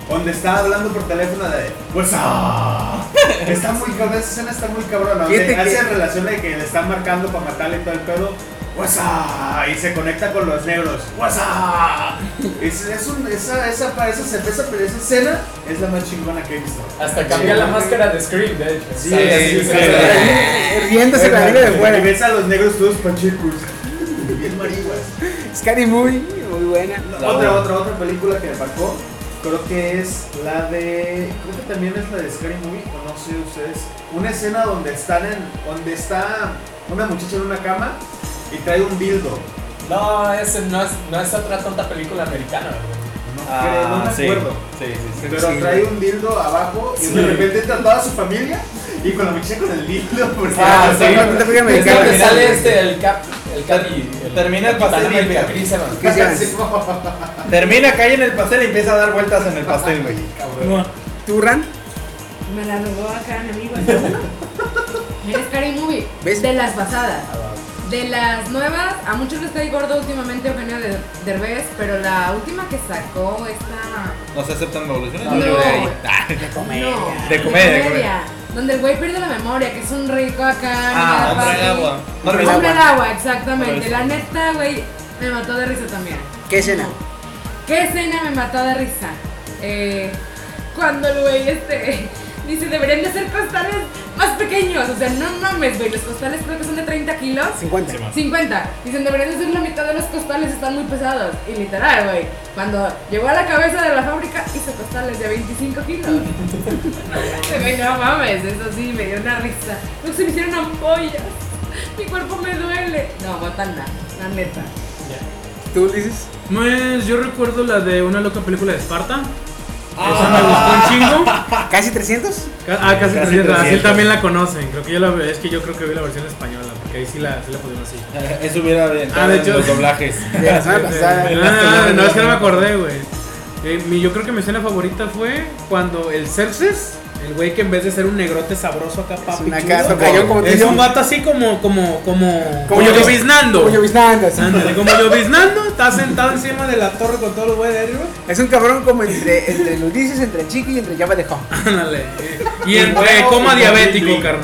Speaker 6: donde está hablando por teléfono de. Pues ah. Está muy cabrón, esa escena está muy cabrona.
Speaker 1: Fíjate
Speaker 6: Donde
Speaker 1: que-
Speaker 6: hace relación de que le están marcando para matarle y todo el pedo. What's up? Y se conecta con los negros. What's up? Es, es un- esa, esa, esa, esa, esa escena es la más chingona que he visto.
Speaker 2: Hasta cambia la
Speaker 6: Sí.
Speaker 2: máscara de Scream, de hecho.
Speaker 6: Sí,
Speaker 2: ¿Sabes?
Speaker 5: sí,
Speaker 2: Sí,
Speaker 5: sí.
Speaker 2: sí.
Speaker 1: Riéndose la vida de
Speaker 6: Y
Speaker 1: fuera.
Speaker 6: ves a los negros todos pachicos. Bien marihuas.
Speaker 1: Scary Movie, muy buena.
Speaker 5: La
Speaker 6: otra,
Speaker 5: otra.
Speaker 6: otra, otra película que me marcó, creo que es la de. Creo que también es la de Scary Movie, o no sé ustedes. Una escena donde están en. donde está una muchacha en una cama y trae un dildo.
Speaker 2: No, ese no es, no es otra tonta película americana, güey.
Speaker 6: No, creo, no
Speaker 5: Ah,
Speaker 6: me
Speaker 5: sí.
Speaker 6: acuerdo.
Speaker 5: Sí, sí, sí.
Speaker 6: Pero
Speaker 1: Sí.
Speaker 6: trae un dildo abajo y
Speaker 2: Sí.
Speaker 6: de repente entra toda su familia y con la muchacha con el dildo. Porque
Speaker 2: Ah,
Speaker 1: sí.
Speaker 6: Estaba-
Speaker 1: Una película
Speaker 2: Es
Speaker 1: americana.
Speaker 2: donde sale este, el cap, el cap y...
Speaker 5: Termina el pastel y-
Speaker 2: y Chris Evans.
Speaker 1: ¿Qué escena?
Speaker 6: Sí,
Speaker 5: Termina, cae en el pastel y empieza a dar vueltas en el pastel, güey.
Speaker 3: No.
Speaker 1: ¿Tú, Ran?
Speaker 4: Me la robó acá mi amigo. Mira, Scary Movie.
Speaker 1: ¿Ves?
Speaker 4: De las pasadas. De las nuevas, a muchos les cae gordo últimamente Eugenio de- Derbez, pero la última que sacó esta...
Speaker 5: No se aceptan evoluciones.
Speaker 4: No.
Speaker 5: güey. Ah,
Speaker 4: No,
Speaker 5: De comedia, de comedia.
Speaker 4: donde el güey pierde la memoria, que es un rico acá.
Speaker 7: Ah,
Speaker 4: mega
Speaker 7: hombre de
Speaker 4: papi.
Speaker 7: agua.
Speaker 1: Hombre de
Speaker 4: Hombre de
Speaker 1: agua.
Speaker 4: agua, exactamente. La neta, güey, me mató de risa también.
Speaker 1: ¿Qué escena?
Speaker 4: ¿Qué escena me mató de risa? Eh, cuando el güey este dice, deberían de ser costales más pequeños. O sea, no mames, güey, los costales creo que son de 30 kilos.
Speaker 1: 50.
Speaker 4: 50. Dicen, deberían de ser la mitad de los costales, están muy pesados. Y literal, güey. Cuando llegó a la cabeza de la fábrica, hizo costales de 25 kilos. Güey, no mames, eso sí, me dio una risa. No se me hicieron ampollas. Mi cuerpo me duele. No, botana, la neta.
Speaker 1: ¿Tú dices?
Speaker 3: Pues yo recuerdo la de una loca película de Esparta. Esa me gustó un chingo.
Speaker 1: ¿Casi 300?
Speaker 3: Ca- Ah, casi,
Speaker 7: Casi
Speaker 3: 300. Así
Speaker 7: 300.
Speaker 3: también la conocen. Creo que yo la, es que yo creo que vi la versión española, porque ahí sí la, sí la pudieron así.
Speaker 5: Eso hubiera de
Speaker 3: Ah, de hecho.
Speaker 5: los doblajes.
Speaker 1: De la semana
Speaker 3: Ah,
Speaker 1: pasada.
Speaker 3: ah, no, es que no me acordé, güey. Eh, mi- yo creo que mi escena favorita fue cuando el Xerxes, el güey que en vez de ser un negrote sabroso acá, papi,
Speaker 1: una
Speaker 3: chulo,
Speaker 1: casa, cayó como
Speaker 3: es
Speaker 1: tío.
Speaker 3: un gato así como, como, como,
Speaker 1: Como
Speaker 3: yo
Speaker 1: llovis-
Speaker 3: lloviznando.
Speaker 1: Como Yoviznanga, sí.
Speaker 3: Ándale, como lloviznando, está sentado encima de la torre con todos los güeyes de arriba.
Speaker 1: Es un cabrón como entre, entre el Ulises, entre el Chiqui y entre Java de Home.
Speaker 3: Ándale. Y entre coma diabético, carnal.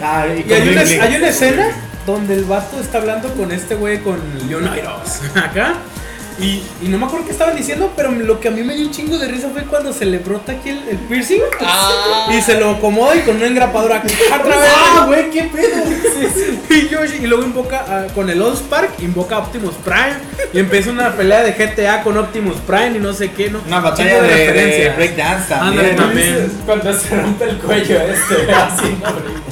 Speaker 6: Ah,
Speaker 3: Y hay una, hay una escena donde el vato está hablando con este güey, con Leonidas, acá. Y, y no me acuerdo qué estaban diciendo, pero lo que a mí me dio un chingo de risa fue cuando se le brota aquí el, el piercing
Speaker 7: Ah.
Speaker 3: y se lo acomoda y con una engrapadora aquí. ¡Ah, güey, qué pedo! Y, yo- y luego invoca a- con el Old Spark, invoca a Optimus Prime y empieza una pelea de GTA con Optimus Prime y no sé qué, ¿no?
Speaker 5: Una batalla
Speaker 3: Chingo
Speaker 5: de, de
Speaker 3: referencias.
Speaker 5: breakdance
Speaker 3: Ándale,
Speaker 5: también.
Speaker 3: también.
Speaker 2: Cuando se rompe el cuello este, así, ¿no?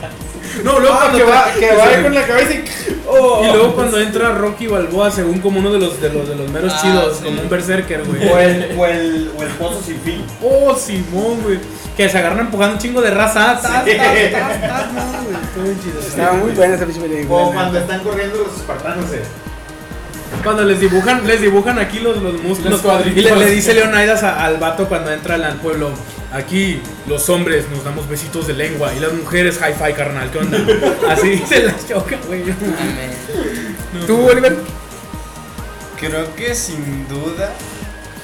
Speaker 3: No, luego cuando
Speaker 7: Ah, que
Speaker 3: tra-
Speaker 7: va, que va ahí con la cabeza y.
Speaker 3: Y luego cuando entra Rocky Balboa, según como uno de los de los de los meros chidos, como un berserker,
Speaker 6: O
Speaker 3: güey.
Speaker 6: el, o, el, o el pozo sin fin.
Speaker 3: Oh, Simón, güey. Que se agarran empujando un chingo de raza. Tas, tas, tas, tas, no, güey. Estuvo bien chido.
Speaker 1: Estaba muy buena esa pinche película.
Speaker 6: O cuando están corriendo los espartanos. eh.
Speaker 3: Cuando les dibujan, les dibujan aquí los, los músculos.
Speaker 2: Los cuadritos.
Speaker 3: Y le, le dice Leonidas a- al vato cuando entra al al pueblo. Aquí los hombres nos damos besitos de lengua y las mujeres hi-fi carnal, ¿qué onda? Así se las choca, güey.
Speaker 1: ¿Tú, Oliver?
Speaker 7: Creo que sin duda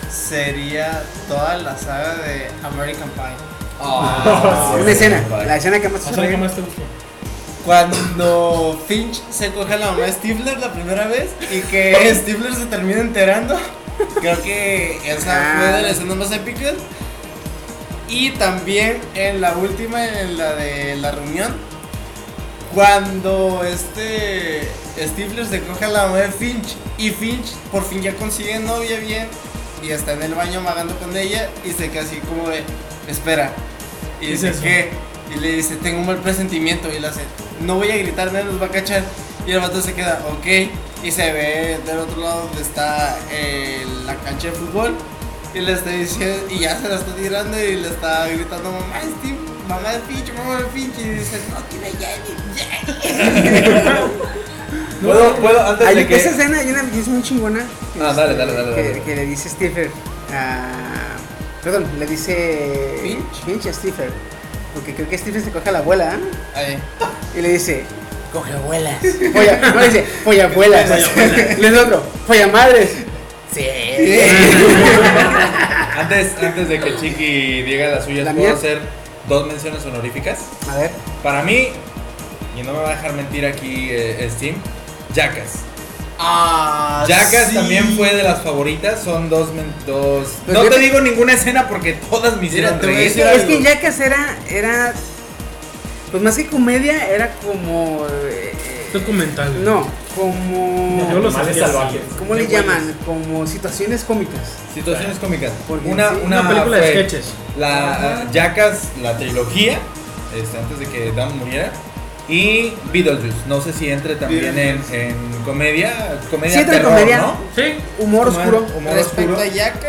Speaker 7: sería toda la saga de American Pie.
Speaker 5: Ah.
Speaker 1: Una escena. La escena que más te hizo reír.
Speaker 3: te gustó?
Speaker 7: Cuando Finch se coge a la mamá de Stifler la primera vez y que Stifler se termina enterando. Creo que esa fue de las escenas más épicas. Y también en la última, en la de la reunión, cuando este Stifler se coge a la mamá de Finch y Finch por fin ya consigue novia bien y está en el baño amagando con ella y se queda así como de, espera, y
Speaker 3: ¿Qué es
Speaker 7: dice
Speaker 3: eso?
Speaker 7: que, y le dice, tengo un mal presentimiento y le hace, no voy a gritar, nadie nos va a cachar y el vato se queda, ok, y se ve del otro lado donde está eh, la cancha de fútbol y le está diciendo, y ya se la está tirando y le está gritando, mamá de Steve, mamá de Finch, mamá de Finch, y dice, no, tiene Jenny,
Speaker 8: ¿Puedo, puedo, antes
Speaker 1: Hay-
Speaker 8: de que.
Speaker 1: Esa escena hay una que es muy chingona. que
Speaker 8: Ah,
Speaker 1: es,
Speaker 8: dale,
Speaker 1: eh,
Speaker 8: dale, dale,
Speaker 1: que,
Speaker 8: dale.
Speaker 1: que le dice Stifler a. Perdón, le dice.
Speaker 7: ¿Finch?
Speaker 1: a Stifler. Porque creo que Stifler se coge a la abuela, ¿eh?
Speaker 7: Ahí.
Speaker 1: Y le dice. Coge abuelas. Folla, no le dice, folla abuelas. Le dice otro, folla madres.
Speaker 5: Antes, antes de que Chiqui diga las suyas,
Speaker 1: ¿La
Speaker 5: puedo
Speaker 1: mía?
Speaker 5: hacer dos menciones honoríficas.
Speaker 1: A ver,
Speaker 5: Para mí, y no me va a dejar mentir aquí eh, Steam, Jackass.
Speaker 7: Ah,
Speaker 5: Jackass
Speaker 7: sí.
Speaker 5: también fue de las favoritas, son dos... men- dos...
Speaker 1: Pues
Speaker 5: No
Speaker 1: yo-
Speaker 5: te digo ninguna escena porque todas me hicieron
Speaker 7: Mira, te voy a
Speaker 5: reír.
Speaker 7: decir
Speaker 1: es
Speaker 7: algo.
Speaker 1: que Jackass era, era, pues más que comedia, era como, eh,
Speaker 3: Documental. güey.
Speaker 1: no, como,
Speaker 3: Yo lo
Speaker 2: Animales
Speaker 3: sentí así.
Speaker 2: salvajes.
Speaker 1: ¿cómo le llaman? Como situaciones cómicas.
Speaker 5: Situaciones cómicas.
Speaker 1: Porque
Speaker 5: Una,
Speaker 1: sí,
Speaker 5: una,
Speaker 3: Una película de
Speaker 5: fue
Speaker 3: sketches.
Speaker 5: La eh, Jackass, la trilogía, este, antes de que Dan muriera. Y Beetlejuice, no sé si entre también en, en comedia, comedia
Speaker 1: Sí, entra en
Speaker 5: terror,
Speaker 1: comedia.
Speaker 5: ¿no?
Speaker 3: Sí.
Speaker 1: Humor
Speaker 5: Humor-
Speaker 1: oscuro.
Speaker 5: humor
Speaker 7: Respecto
Speaker 5: oscuro.
Speaker 7: a Jackass,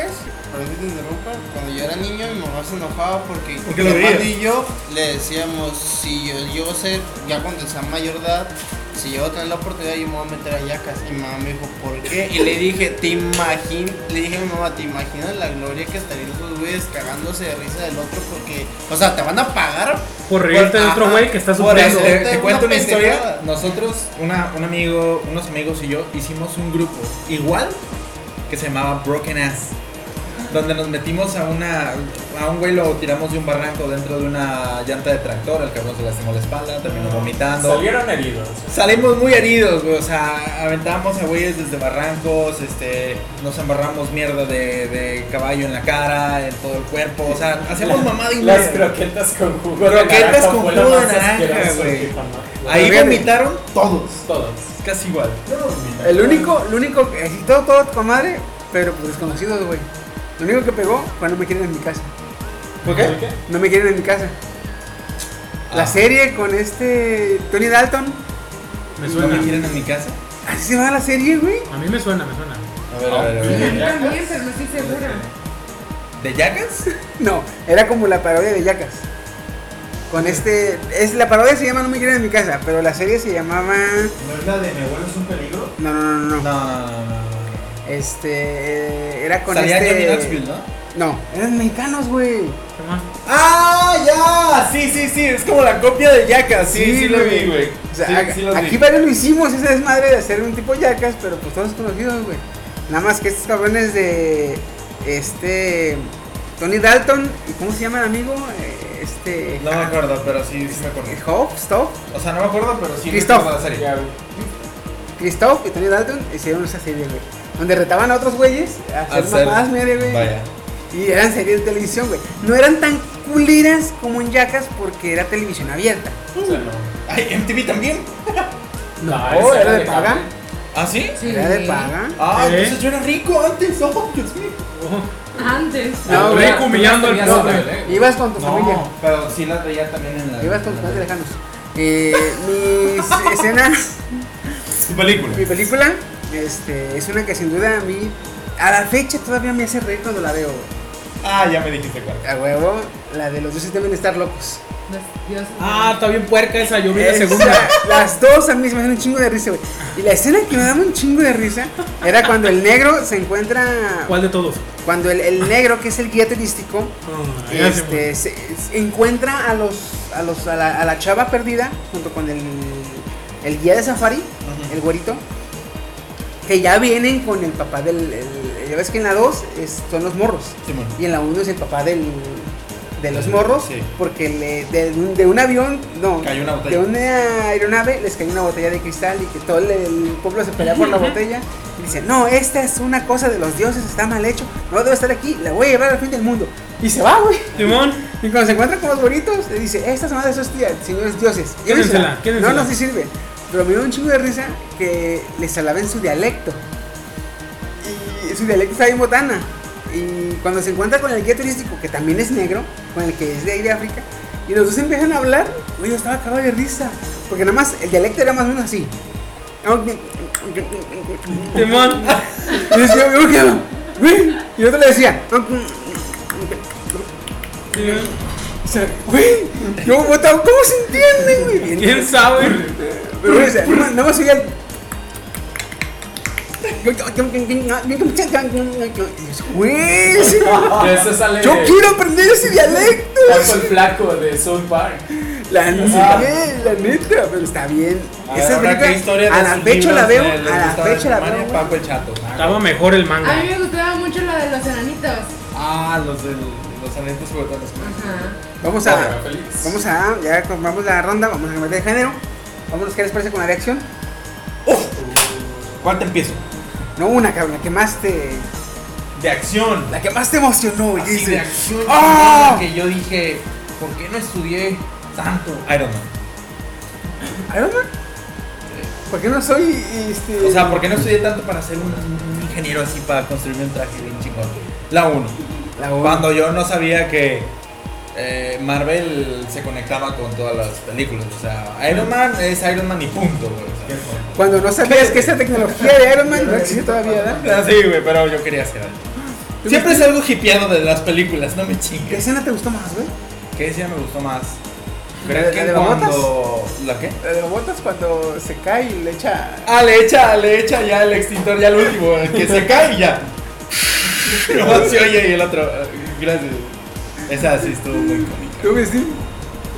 Speaker 7: perdón que te interrumpa, cuando yo era niño mi mamá se enojaba porque
Speaker 5: Porque
Speaker 7: mi
Speaker 5: lo
Speaker 7: hermano
Speaker 5: veía.
Speaker 7: y yo le decíamos, si yo llego a ser, ya cuando sea mayor de edad, si yo voy a tener la oportunidad yo me voy a meter a Jackass. Y mi mamá me dijo, ¿por qué? Y le dije, te imagino, le dije a mi mamá, ¿te imaginas la gloria que estarían esos güeyes cagándose de risa del otro? Porque, o sea, te van a pagar
Speaker 3: Por reírte de otro
Speaker 7: Ajá.
Speaker 3: güey que está
Speaker 7: Por
Speaker 5: Te-
Speaker 3: sufriendo.
Speaker 7: eso.
Speaker 5: eh, te,
Speaker 7: Una
Speaker 5: te cuento una
Speaker 7: pendejada.
Speaker 5: historia. Nosotros, una- un amigo, unos amigos y yo hicimos un grupo igual que se llamaba Broken Ass. donde nos metimos a una a un güey lo tiramos de un barranco dentro de una llanta de tractor, el cabrón se lastimó la espalda,
Speaker 3: Ah,
Speaker 5: terminó vomitando.
Speaker 2: Salieron heridos.
Speaker 5: Salimos muy heridos, güey, o sea, aventamos a güeyes desde barrancos, este, nos embarramos mierda de, de caballo en la cara, en todo el cuerpo, o sea, hacemos mamada y
Speaker 2: Las
Speaker 5: media.
Speaker 2: croquetas con jugo de
Speaker 5: Croquetas
Speaker 2: naranja
Speaker 5: con
Speaker 2: fue lo
Speaker 5: jugo de
Speaker 2: más
Speaker 5: naranja,
Speaker 2: asqueroso
Speaker 5: güey.
Speaker 2: que jamás-
Speaker 5: Ahí
Speaker 1: Fíjate.
Speaker 5: vomitaron todos,
Speaker 2: Todos.
Speaker 5: casi igual.
Speaker 1: El único, el único, que- así todo, todo con madre, pero pues desconocido, güey. Lo único que pegó fue no me quieren en mi casa.
Speaker 5: ¿Por
Speaker 2: ¿Por qué?
Speaker 1: No me quieren en mi casa. La
Speaker 5: Ah.
Speaker 1: serie con este Tony Dalton.
Speaker 3: Me
Speaker 5: ¿No
Speaker 3: suena.
Speaker 5: me quieren en mi casa?
Speaker 1: Así se va la serie, güey.
Speaker 3: A mí me suena, me suena.
Speaker 5: A ver, a ver, a ver.
Speaker 4: Yo también, pero no estoy segura.
Speaker 5: ¿De Jackass?
Speaker 1: No, era como la parodia de Yacas. Con este. Es, la parodia se llama No me quieren en mi casa, pero la serie se llamaba.
Speaker 8: ¿No es la de mi abuelo es un peligro?
Speaker 1: No, no, no, no.
Speaker 5: No,
Speaker 1: no.
Speaker 5: no, no, no, no.
Speaker 1: Este. eh, Era con
Speaker 5: Salía Johnny
Speaker 1: este.
Speaker 5: Knoxville, ¿no?
Speaker 1: No, eran mexicanos, güey.
Speaker 3: ¿Qué más?
Speaker 5: ¡Ah, ya! Sí, sí, sí, es como la copia de Jackass. Sí, sí, lo vi, güey.
Speaker 1: O sea,
Speaker 5: Sí,
Speaker 1: a-
Speaker 5: sí lo vi.
Speaker 1: aquí varios lo hicimos, ese desmadre de hacer un tipo Yacas, pero pues todos conocidos, güey. Nada más que estos cabrones de. Este. Tony Dalton, ¿y cómo se llama el amigo? Eh, Este. ah, eh,
Speaker 5: No me acuerdo, pero sí, sí me acuerdo.
Speaker 1: Hope, Stop.
Speaker 5: O sea, no me acuerdo, pero sí
Speaker 1: Christoph.
Speaker 5: me acuerdo de la serie.
Speaker 2: Ya, güey.
Speaker 1: Christoph y Tony Dalton hicieron esa serie, güey. Donde retaban a otros güeyes a hacer
Speaker 5: Hacer-
Speaker 1: mamadas, mire, güey.
Speaker 5: Vaya.
Speaker 1: Y eran series de televisión, güey. No eran tan culeras como en Yacas porque era televisión abierta.
Speaker 2: O sea, no.
Speaker 5: Ay, MTV también.
Speaker 2: No,
Speaker 1: Oh,
Speaker 2: esa
Speaker 1: era de
Speaker 2: cable.
Speaker 1: paga.
Speaker 5: ¿Ah, sí?
Speaker 4: Sí.
Speaker 1: Era de paga.
Speaker 5: Ah,
Speaker 3: ¿Eh?
Speaker 5: entonces yo era rico antes. Oh, Dios mío.
Speaker 4: Antes.
Speaker 1: No,
Speaker 3: Estoy
Speaker 1: güey.
Speaker 3: humillando al
Speaker 2: Tenías
Speaker 3: pobre.
Speaker 2: otro, ¿eh?
Speaker 1: Ibas con tu familia.
Speaker 5: No, pero sí la veía también en la.
Speaker 1: Ibas con tus padres lejanos. Eh, mis escenas,
Speaker 5: Su película.
Speaker 1: mi película, este, es una que sin duda a mí, a la fecha todavía me hace reír cuando la veo. güey.
Speaker 5: Ah, ya me dijiste cuál.
Speaker 1: A huevo, la de los dioses deben estar locos.
Speaker 4: Los dioses.
Speaker 3: Ah, está bien puerca esa, yo vi la
Speaker 1: Esa-
Speaker 3: segunda.
Speaker 1: Las dos a mí se me hacen un chingo de risa, güey. Y la escena que me daba un chingo de risa era cuando el negro se encuentra.
Speaker 3: ¿Cuál de todos?
Speaker 1: Cuando el, el negro, que es el guía turístico,
Speaker 3: Ah, ya se
Speaker 1: este, se, se encuentra a los a los a la, a la chava perdida junto con el, el guía de safari, el güerito, que ya vienen con el papá del el- ya ves que en la 2 es- son los morros
Speaker 5: Simón.
Speaker 1: y en la 1 es el papá del de los morros
Speaker 5: Sí.
Speaker 1: porque le- de, un, de un avión, no,
Speaker 5: Cayó una
Speaker 1: de
Speaker 5: botella.
Speaker 1: una aeronave les cayó una botella de cristal y que todo el, el pueblo se pelea por la botella. Y dice, no, esta es una cosa de los dioses, está mal hecho, no debe estar aquí, la voy a llevar al fin del mundo. Y se va, güey.
Speaker 3: Simón,
Speaker 1: Y cuando se encuentra con los bonitos, le dice, estas son de esos tías, señores dioses.
Speaker 3: Quédensela,
Speaker 1: Llévensela.
Speaker 3: quédensela.
Speaker 1: No nos sirve. Pero me dio un chingo de risa que les alaben su dialecto. Y su dialecto está bien botana. Y cuando se encuentra con el guía turístico, que también es negro, con el que es de ahí de África, y los dos empiezan a hablar, güey, yo estaba cagado de risa. Porque nada más, el dialecto era más o menos así.
Speaker 3: Simón.
Speaker 1: Y decía, "Oiga, güey". Y el otro le decía, pues, o sea, güey, yo votaba, ¿cómo se entiende, güey?
Speaker 3: ¿Quién sabe?
Speaker 1: Pero, güey, o sea, nada más- nada más oía el- Güey, sí,
Speaker 2: De eso sale
Speaker 1: yo quiero aprender ese dialecto.
Speaker 2: Paco el Flaco de South Park.
Speaker 5: Ah.
Speaker 1: La neta, la neta, pero está bien. Esa
Speaker 5: Ahora, ¿qué historia
Speaker 1: película,
Speaker 5: de
Speaker 1: a la
Speaker 5: sus
Speaker 1: fecha la
Speaker 5: libros
Speaker 1: veo,
Speaker 5: le- le
Speaker 1: a la
Speaker 5: gustaba de
Speaker 1: fecha la
Speaker 5: Superman y
Speaker 1: veo. güey.
Speaker 5: Paco el Chato.
Speaker 3: Estaba mejor el
Speaker 4: A mí
Speaker 3: manga.
Speaker 4: me gustaba mucho la de los enanitos.
Speaker 5: Ah, los del. Los anetos juguetones.
Speaker 4: Ajá.
Speaker 1: Vamos
Speaker 2: Ahora,
Speaker 5: Ah,
Speaker 1: a,
Speaker 2: Félix.
Speaker 1: vamos a, ya vamos la ronda, vamos a cambiar de género. Vámonos, ¿qué les parece con la reacción?
Speaker 5: ¿Cuál te empiezo?
Speaker 1: No una, cabrón, la que más te,
Speaker 5: De acción.
Speaker 1: la que más te emocionó, güey.
Speaker 5: Así
Speaker 1: dice.
Speaker 5: de acción
Speaker 1: ¡Ah!
Speaker 5: chingona que yo dije, ¿por qué no estudié tanto? Iron Man.
Speaker 1: Iron Man? ¿Por qué no soy este?
Speaker 5: O sea, ¿por qué no estudié tanto para ser un, un ingeniero así, para construirme un traje bien chingón? La 1.
Speaker 1: la voz.
Speaker 5: Cuando yo no sabía que eh, Marvel se conectaba con todas las películas. O sea, Iron Man es Iron Man y punto, güey. O sea,
Speaker 1: Cuando no sabías que esa tecnología de Iron Man no existe todavía, ¿verdad?
Speaker 5: Ah, Sí, güey, pero yo quería hacer algo. Siempre es algo hipeado de las películas, no me
Speaker 1: ¿Qué
Speaker 5: chingues.
Speaker 1: escena te gustó más, güey?
Speaker 5: ¿Qué escena me gustó más?
Speaker 1: ¿La
Speaker 5: Creo
Speaker 1: de- la
Speaker 5: que
Speaker 1: de las
Speaker 5: cuando... ¿La qué?
Speaker 1: La de las botas cuando se cae y le echa.
Speaker 5: Ah, le echa, le echa ya el extintor, ya el último, el que se cae y ya. Nomás se oye y el otro. eh, Gracias. Esa sí estuvo muy cómica.
Speaker 1: ¿Tú ves? sí?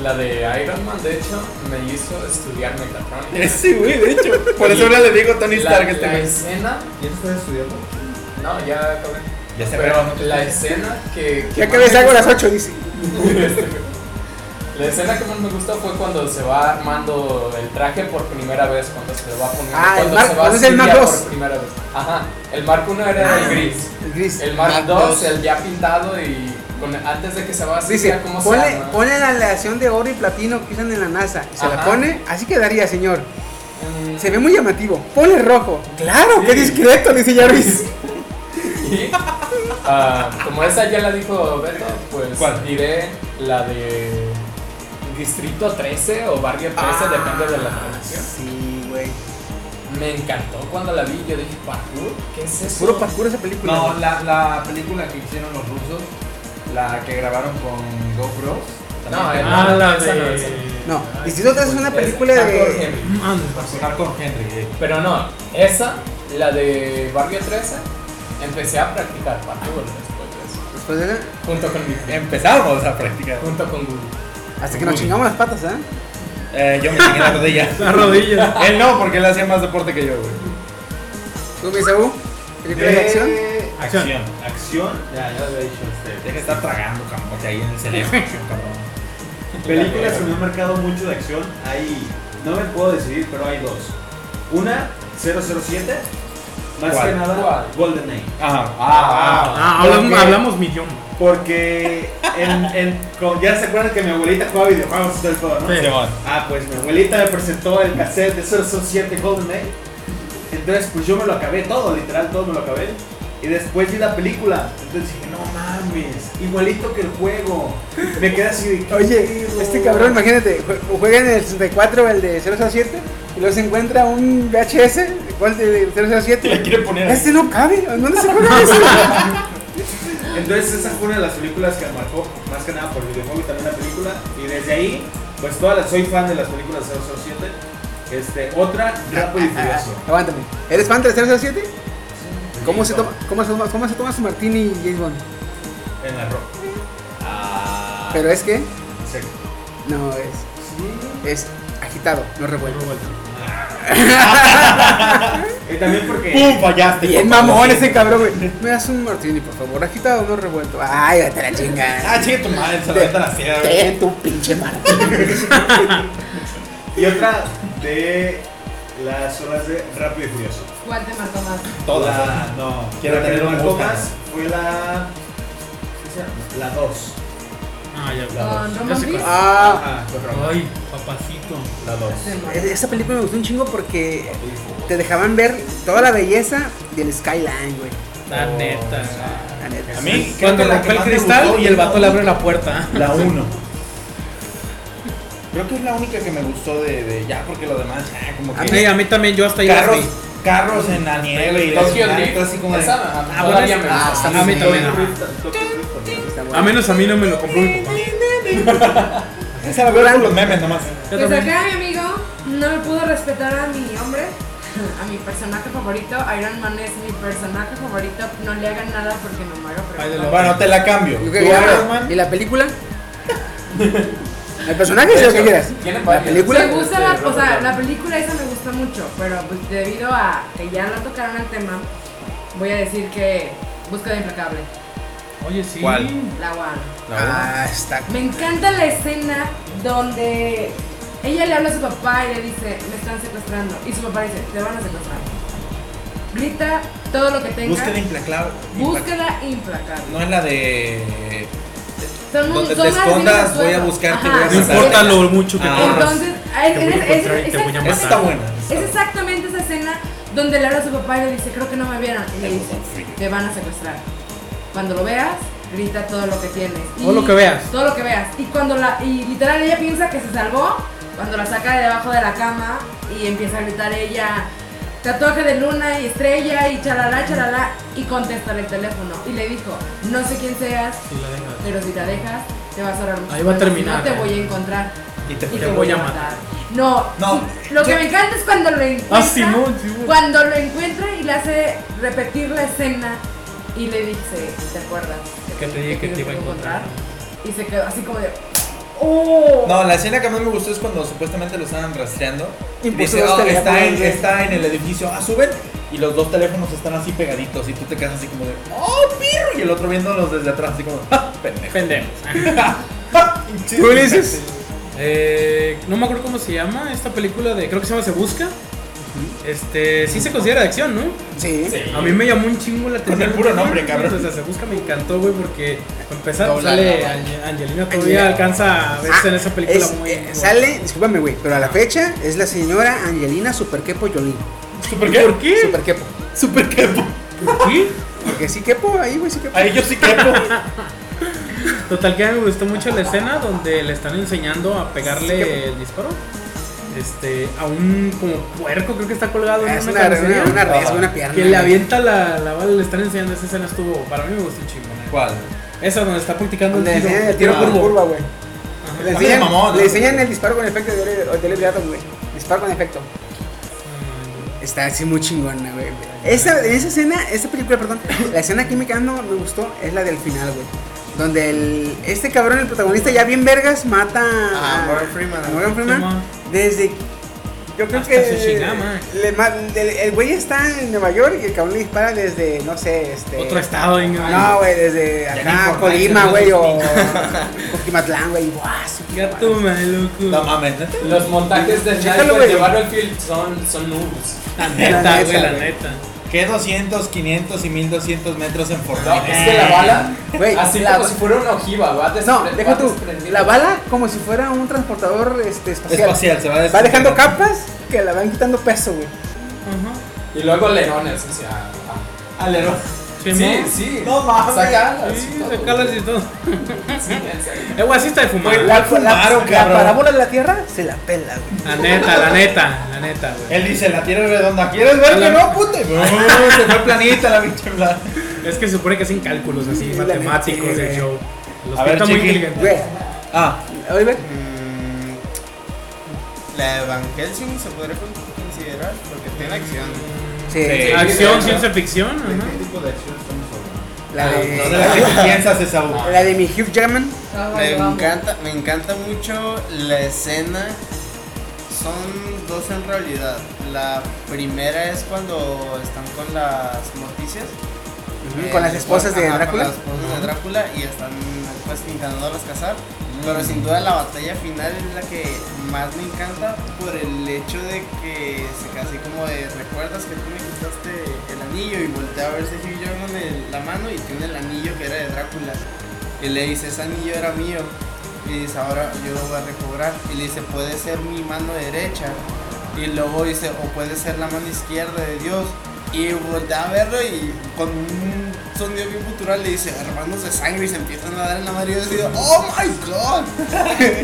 Speaker 2: La de Iron Man, de hecho, me hizo estudiar mecatrónica.
Speaker 5: Ese güey, de hecho. Por eso ahora le digo a Tony
Speaker 2: La,
Speaker 5: Stark este
Speaker 2: la
Speaker 5: güey.
Speaker 2: escena.
Speaker 8: ¿Quién está estudiando?
Speaker 2: No, ya acabé.
Speaker 5: Ya se
Speaker 2: Pero
Speaker 5: acabaron.
Speaker 2: la escena que. que
Speaker 1: Ya
Speaker 2: más
Speaker 1: que me
Speaker 2: me
Speaker 1: salgo a las
Speaker 2: gustó-
Speaker 1: 8, dice.
Speaker 2: La escena que más me gusta fue cuando se va armando el traje por primera vez, cuando se lo va poniendo.
Speaker 1: Ah, el
Speaker 2: cuando
Speaker 1: Mark-
Speaker 2: se va
Speaker 1: cuando es el Mark Ah.
Speaker 2: estudiar
Speaker 1: II.
Speaker 2: por primera vez. Ajá, el Mark 1 era el gris.
Speaker 1: El gris.
Speaker 2: El Mark
Speaker 7: Mark
Speaker 2: 2,
Speaker 7: II.
Speaker 2: el ya pintado y con- antes de que se va a
Speaker 1: Ah, Dice,
Speaker 2: estudiar cómo se
Speaker 1: ponle,
Speaker 2: arma.
Speaker 1: ponle la aleación de oro y platino que usan en la NASA. Y se la
Speaker 2: Ajá.
Speaker 1: pone, así quedaría, señor.
Speaker 2: Mm,
Speaker 1: Se ve muy llamativo. Ponle rojo. Claro, qué discreto, dice Jarvis.
Speaker 2: Y, ah, como esa ya la dijo Beto, pues
Speaker 5: ¿Cuál?
Speaker 2: diré la de Distrito 13 o Barrio 13, depende de la traducción.
Speaker 1: Ah, Sí, güey.
Speaker 2: Me encantó cuando la vi, yo dije, ¿parkour? ¿Qué es eso?
Speaker 1: Puro parkour esa película.
Speaker 5: No, la, la película que hicieron los rusos, la que grabaron con GoPros.
Speaker 2: No,
Speaker 5: también-
Speaker 3: Ah, la
Speaker 2: esa no,
Speaker 3: de.
Speaker 2: esa
Speaker 1: No, Distrito 3 es una
Speaker 2: Es
Speaker 5: Pues,
Speaker 1: película
Speaker 2: Hardcore
Speaker 1: de.
Speaker 2: Henry.
Speaker 3: Ande,
Speaker 5: Hardcore Henry. eh.
Speaker 2: Pero no, esa, la de Barrio 13, empecé a practicar parkour después de eso.
Speaker 1: Después de esa,
Speaker 2: Junto con mi
Speaker 5: Empezamos a practicar.
Speaker 2: junto con Google.
Speaker 1: Hasta que nos chingamos las patas, ¿eh?
Speaker 5: Eh, yo me chingué la rodilla.
Speaker 3: La rodilla.
Speaker 5: Él no, porque él hacía más deporte que yo, güey.
Speaker 1: ¿Tú, Misaú? ¿Película de acción?
Speaker 6: Acción. Acción. Ya, ya lo había dicho este,
Speaker 5: Deja de estar tragando camote ahí en el cerebro, cabrón.
Speaker 6: Películas que me han marcado mucho de acción. Hay. No me puedo decidir, pero hay dos. Una, 007. Más
Speaker 5: ¿Cuál?
Speaker 6: que nada,
Speaker 2: ¿Cuál?
Speaker 6: GoldenEye.
Speaker 5: Ah, ah, ah.
Speaker 3: Ah, hablamos,
Speaker 6: Porque-
Speaker 3: hablamos mi idioma.
Speaker 6: Porque en, en- con- ya se acuerdan que mi abuelita jugaba videojuegos y todo el juego, ¿no?
Speaker 3: Sí.
Speaker 5: Simón.
Speaker 6: Ah, pues mi abuelita me presentó el cassette de 007 GoldenEye. Entonces, pues yo me lo acabé todo, literal, todo me lo acabé. Y después vi la película. Entonces dije, no mames, igualito que el juego. Me quedé así de.
Speaker 1: Oye, este cabrón, imagínate, jue- juega en el 64 el de 007 y luego se encuentra un VHS, igual de 007.
Speaker 5: Le quiere poner ahí.
Speaker 1: Este no cabe, ¿en dónde se juega eso?
Speaker 6: Entonces esa fue una de las películas que me marcó, más que nada por el videojuego y también la película. Y desde ahí, pues todas las, soy fan de las películas de 007. Este, otra, Rápido y Furioso.
Speaker 1: Aguántame, ¿eres fan de 007? ¿Cómo se, toma, cómo, se toma, cómo se toma su martini y James Bond?
Speaker 6: En la ropa. Ah,
Speaker 1: Pero es que,
Speaker 6: seco.
Speaker 1: no, es, es agitado, no revuelto.
Speaker 6: Y también porque.
Speaker 5: ¡Pum! Fallaste.
Speaker 1: Bien
Speaker 5: papá.
Speaker 1: mamón ese cabrón, güey. Me das un martini, por favor, agitado, no revuelto. Ay, vete a la chingada.
Speaker 5: Ah, chinga tu madre, se levanta la sierra, güey.
Speaker 1: Ten tu pinche martini.
Speaker 6: Y otra de las horas de Rápido y Furioso.
Speaker 4: ¿Cuál te marcó más?
Speaker 5: Todas.
Speaker 6: La- no,
Speaker 5: Quiero
Speaker 6: la que
Speaker 5: tener
Speaker 6: me
Speaker 5: un
Speaker 6: marcó
Speaker 5: Mustang.
Speaker 6: más fue la. ¿qué se llama? La 2.
Speaker 3: Ah, ya
Speaker 4: Con
Speaker 3: hablamos. Ya
Speaker 4: Roman
Speaker 3: sé
Speaker 4: Reigns.
Speaker 3: cuál.
Speaker 1: Ah,
Speaker 6: Ajá, con Roma.
Speaker 3: Ay, papacito.
Speaker 6: La 2.
Speaker 4: Se marcó.
Speaker 1: Es- Esa película me gustó un chingo porque te dejaban ver toda la belleza del skyline, güey.
Speaker 3: La
Speaker 6: Oh,
Speaker 3: neta.
Speaker 1: La neta.
Speaker 5: A mí, creo
Speaker 3: Cuando
Speaker 5: que la que
Speaker 3: rompe el
Speaker 5: más me
Speaker 3: cristal
Speaker 5: gustó
Speaker 3: y el
Speaker 5: es la
Speaker 3: vato le
Speaker 5: uno.
Speaker 3: abre la puerta.
Speaker 5: La 1. Creo que es la única que me gustó de, de ya, porque lo demás, ya, como que.
Speaker 1: A
Speaker 3: Sí, a mí también, yo hasta ahí la
Speaker 5: carros,
Speaker 3: vi.
Speaker 5: carros en la nieve y
Speaker 2: Tokyo
Speaker 5: todo
Speaker 2: Drift,
Speaker 5: así como de-
Speaker 2: esa
Speaker 5: Ah, bueno,
Speaker 2: todavía
Speaker 5: es-
Speaker 2: me
Speaker 5: ah,
Speaker 2: gusta.
Speaker 3: A mí también. ajá.
Speaker 1: Está buena.
Speaker 3: A menos a mí no me lo compró mi papá.
Speaker 5: Esa la veo por los memes nomás.
Speaker 3: Yo
Speaker 4: Pues
Speaker 3: también.
Speaker 4: acá mi amigo no me pudo respetar a mi hombre, a mi personaje favorito. Iron Man es mi personaje favorito. No le hagan nada porque me muero. Pero
Speaker 3: Ay, de
Speaker 4: no.
Speaker 5: Bueno, te la cambio.
Speaker 1: Yo
Speaker 5: ¿Tú
Speaker 1: creo que ya-
Speaker 5: Iron Man?
Speaker 1: ¿Y la película? ¿El personaje es lo que quieras?
Speaker 2: Tienen
Speaker 1: ¿La
Speaker 2: varias.
Speaker 1: película?
Speaker 4: Me gusta
Speaker 2: Este,
Speaker 4: la, o sea,
Speaker 2: Robert
Speaker 4: la película esa me gusta mucho, pero pues debido a que ya no tocaron el tema, voy a decir que Búsqueda Implacable,
Speaker 3: Oye, sí.
Speaker 5: ¿Cuál?
Speaker 4: la one.
Speaker 1: Ah, está.
Speaker 4: Me encanta la escena donde ella le habla a su papá y le dice, me están secuestrando. Y su papá dice, te van a secuestrar. Grita todo lo que tenga.
Speaker 5: Búsqueda implacable.
Speaker 4: Búsqueda implacable.
Speaker 5: No es la de.
Speaker 4: Son un-
Speaker 5: Donde
Speaker 4: son
Speaker 5: te
Speaker 4: las
Speaker 5: escondas,
Speaker 4: mismas
Speaker 5: voy a
Speaker 4: cosas.
Speaker 5: buscarte,
Speaker 4: Ajá.
Speaker 5: voy a
Speaker 3: No importa lo mucho que
Speaker 5: Ah,
Speaker 3: corras.
Speaker 4: Entonces, es,
Speaker 3: Te voy a
Speaker 4: es-
Speaker 3: encontrar
Speaker 4: es-
Speaker 3: y te voy a
Speaker 4: es-
Speaker 3: matar.
Speaker 5: Esa está buena.
Speaker 4: es exactamente esa escena donde le habla a su papá y le dice, creo que no me vieron. Y le dice, te van a secuestrar. Cuando lo veas, grita todo lo que tienes. Y-
Speaker 3: Todo lo que veas.
Speaker 4: Todo lo que veas. Y cuando la, y literal ella piensa que se salvó, cuando la saca de debajo de la cama y empieza a gritar ella, tatuaje de luna y estrella y chalala, chalala, y contesta el teléfono. Y le dijo, no sé quién seas,
Speaker 3: Sí, la dejas.
Speaker 4: pero si la dejas, te vas a ahorrar mucho
Speaker 3: Ahí va a
Speaker 4: tiempo,
Speaker 3: terminar,
Speaker 4: No te
Speaker 3: eh.
Speaker 4: voy a encontrar.
Speaker 5: Y te
Speaker 4: Y
Speaker 3: Te
Speaker 4: te
Speaker 3: voy a matar.
Speaker 4: No,
Speaker 5: No.
Speaker 4: y Lo que me encanta es cuando lo encuentra.
Speaker 3: Ah, Simón, Simón.
Speaker 4: Cuando lo encuentra y le hace repetir la escena y le dice, ¿te acuerdas?
Speaker 3: Que te dije que te iba a encontrar.
Speaker 4: Y se quedó así como de, ¡Oh!
Speaker 5: No, la escena que más me gustó es cuando supuestamente lo estaban rastreando. Y
Speaker 1: Impulsó
Speaker 5: dice,
Speaker 1: los
Speaker 5: "Oh, está,
Speaker 1: teléfonos,
Speaker 5: en,
Speaker 1: güey".
Speaker 5: está en el edificio. Ah, suben. Y los dos teléfonos están así pegaditos. Y tú te quedas así como de. ¡Oh, pirro! y el otro viéndolos desde atrás, así como, ¡ah, pendejo!
Speaker 3: Pendejos.
Speaker 1: ¿Tú dices?
Speaker 3: Eh, no me acuerdo cómo se llama esta película de. Creo que se llama Se Busca. Este, sí se considera de acción, ¿no?
Speaker 1: Sí.
Speaker 3: A mí me llamó un chingo la atención.
Speaker 5: el puro nombre,
Speaker 3: Entonces,
Speaker 5: cabrón.
Speaker 3: o sea, se busca, me encantó, güey, porque para empezar
Speaker 7: Dobla
Speaker 3: sale
Speaker 7: la
Speaker 3: Ange- Angelina todavía alcanza a verse en esa película
Speaker 1: Ah, es-
Speaker 3: muy.
Speaker 1: eh, sale, discúlpame, güey, pero a la fecha es la señora Angelina Superquepo Yolín.
Speaker 5: ¿Super qué?
Speaker 3: ¿Por qué?
Speaker 1: Superquepo.
Speaker 5: ¿Super quepo?
Speaker 3: ¿Por qué?
Speaker 1: Porque sí quepo, ahí, güey, sí quepo.
Speaker 5: Ahí yo sí quepo.
Speaker 3: Total que a mí me gustó mucho la escena donde le están enseñando a pegarle el disparo. Este, a un como puerco creo que está colgado en
Speaker 1: Es
Speaker 3: una
Speaker 1: una, una,
Speaker 3: carnicería,
Speaker 1: una res,
Speaker 5: Ah,
Speaker 1: una pierna.
Speaker 3: que le
Speaker 1: güey.
Speaker 3: avienta la, la bala, le están enseñando esa escena estuvo, para mí me gustó un chingo. ¿no?
Speaker 5: ¿Cuál?
Speaker 3: Esa donde está practicando
Speaker 1: Le
Speaker 3: el tiro,
Speaker 1: enseñan el tiro con
Speaker 3: curvo.
Speaker 1: curva, güey. Le
Speaker 5: Ponle
Speaker 1: enseñan,
Speaker 5: mamón,
Speaker 1: le
Speaker 5: ¿no?
Speaker 1: enseñan el disparo con efecto de Oliver- de Oliver Atom, güey. Disparo con efecto. Está así muy chingona, güey. Esa, en esa escena, esa película, perdón, la escena que me quedando me gustó es la del final, güey. Donde el, este cabrón, el protagonista, ya bien vergas, mata
Speaker 7: Ah, Morgan Freeman.
Speaker 1: a Morgan Freeman.
Speaker 3: Simón.
Speaker 1: Desde. Yo creo
Speaker 3: Hasta Tsushima.
Speaker 1: que. le ma- le- el güey está en Nueva York y el cabrón le dispara desde, no sé, este.
Speaker 3: Otro estado, en
Speaker 1: No, güey, desde
Speaker 5: ni
Speaker 1: acá,
Speaker 5: información,
Speaker 1: Colima,
Speaker 5: no
Speaker 1: güey,
Speaker 5: los
Speaker 1: o Coquimatlán, güey. Guau, su
Speaker 3: Gato maluco.
Speaker 5: No mames, ¿neta?
Speaker 2: Los montajes de
Speaker 1: Chécalo,
Speaker 2: Nightwatch
Speaker 1: güey.
Speaker 2: de Battlefield son, son noobs.
Speaker 3: La
Speaker 1: La
Speaker 3: neta, güey,
Speaker 1: neta,
Speaker 3: la
Speaker 1: güey.
Speaker 3: neta.
Speaker 5: ¿Qué 200, 500 y 1200 metros en
Speaker 2: No,
Speaker 5: Fortnite?
Speaker 2: es que la bala,
Speaker 1: Eh, Güey,
Speaker 2: así
Speaker 1: la-
Speaker 2: como si fuera una ojiva, va despre-
Speaker 1: No,
Speaker 2: va
Speaker 1: deja tú.
Speaker 2: desprendiendo.
Speaker 1: La bala como si fuera un transportador este, espacial.
Speaker 5: Espacial, se va a
Speaker 1: Va dejando capas que la van quitando peso, güey.
Speaker 3: Ajá.
Speaker 2: Y luego leones, o sea. ah.
Speaker 5: Alero.
Speaker 2: Sí,
Speaker 3: Simón.
Speaker 2: sí.
Speaker 5: No mames.
Speaker 2: Sacalas y
Speaker 3: Sí,
Speaker 2: todo,
Speaker 3: sacalas y
Speaker 2: güey.
Speaker 3: todo.
Speaker 2: Sí, en serio.
Speaker 3: Eh, güey, así está de fumar.
Speaker 1: La, la-
Speaker 5: fumaron,
Speaker 1: la
Speaker 5: cabrón.
Speaker 1: parábola de la Tierra se la pela, güey.
Speaker 3: La neta, la neta, la neta, güey.
Speaker 5: Él dice, la tierra es redonda. ¿Quieres ver que no, puta? No, se fue planita la pinche blanca.
Speaker 3: Es que se supone que hacen cálculos así,
Speaker 1: Sí, la neta,
Speaker 3: matemáticos
Speaker 1: sí,
Speaker 3: de
Speaker 1: güey.
Speaker 3: show. Los
Speaker 5: A ver,
Speaker 3: pinta muy
Speaker 5: Chiqui.
Speaker 3: inteligentes.
Speaker 1: Güey,
Speaker 5: Ah,
Speaker 1: Oliver,
Speaker 7: Mm, La Evangelion se podría considerar porque tiene acción.
Speaker 1: sí,
Speaker 5: Sí.
Speaker 3: Acción,
Speaker 2: Sí,
Speaker 3: ciencia ficción,
Speaker 8: ¿De
Speaker 3: ajá.
Speaker 8: qué tipo de acción estamos hablando?
Speaker 1: la
Speaker 5: no de la
Speaker 1: de,
Speaker 5: que tú piensas esa boca.
Speaker 1: la de mi Hugh Jackman.
Speaker 7: Me
Speaker 4: Ay, Ah, vamos.
Speaker 7: encanta, me encanta mucho la escena. Son dos en realidad. La primera es cuando están con las noticias.
Speaker 1: ujú, Con las esposas
Speaker 5: Ah,
Speaker 1: de Drácula.
Speaker 7: Con las esposas de Drácula y están pues intentándolas casar.
Speaker 1: Mm.
Speaker 7: Pero sin duda la batalla final es la que más me encanta por el hecho de que se casi como de recuerdas que tú me quitaste el anillo y volteé a verse Hugh Jackman en la mano y tiene el anillo que era de Drácula. Y le dice, ese anillo era mío. Y dice, ahora yo lo voy a recobrar. Y le dice, puede ser mi mano derecha. Y luego dice, o puede ser la mano izquierda de Dios. Y voltea a verlo y con un sonido bien cultural le dice, hermanos de sangre y se empiezan a dar en la madre. Y yo digo, oh my god.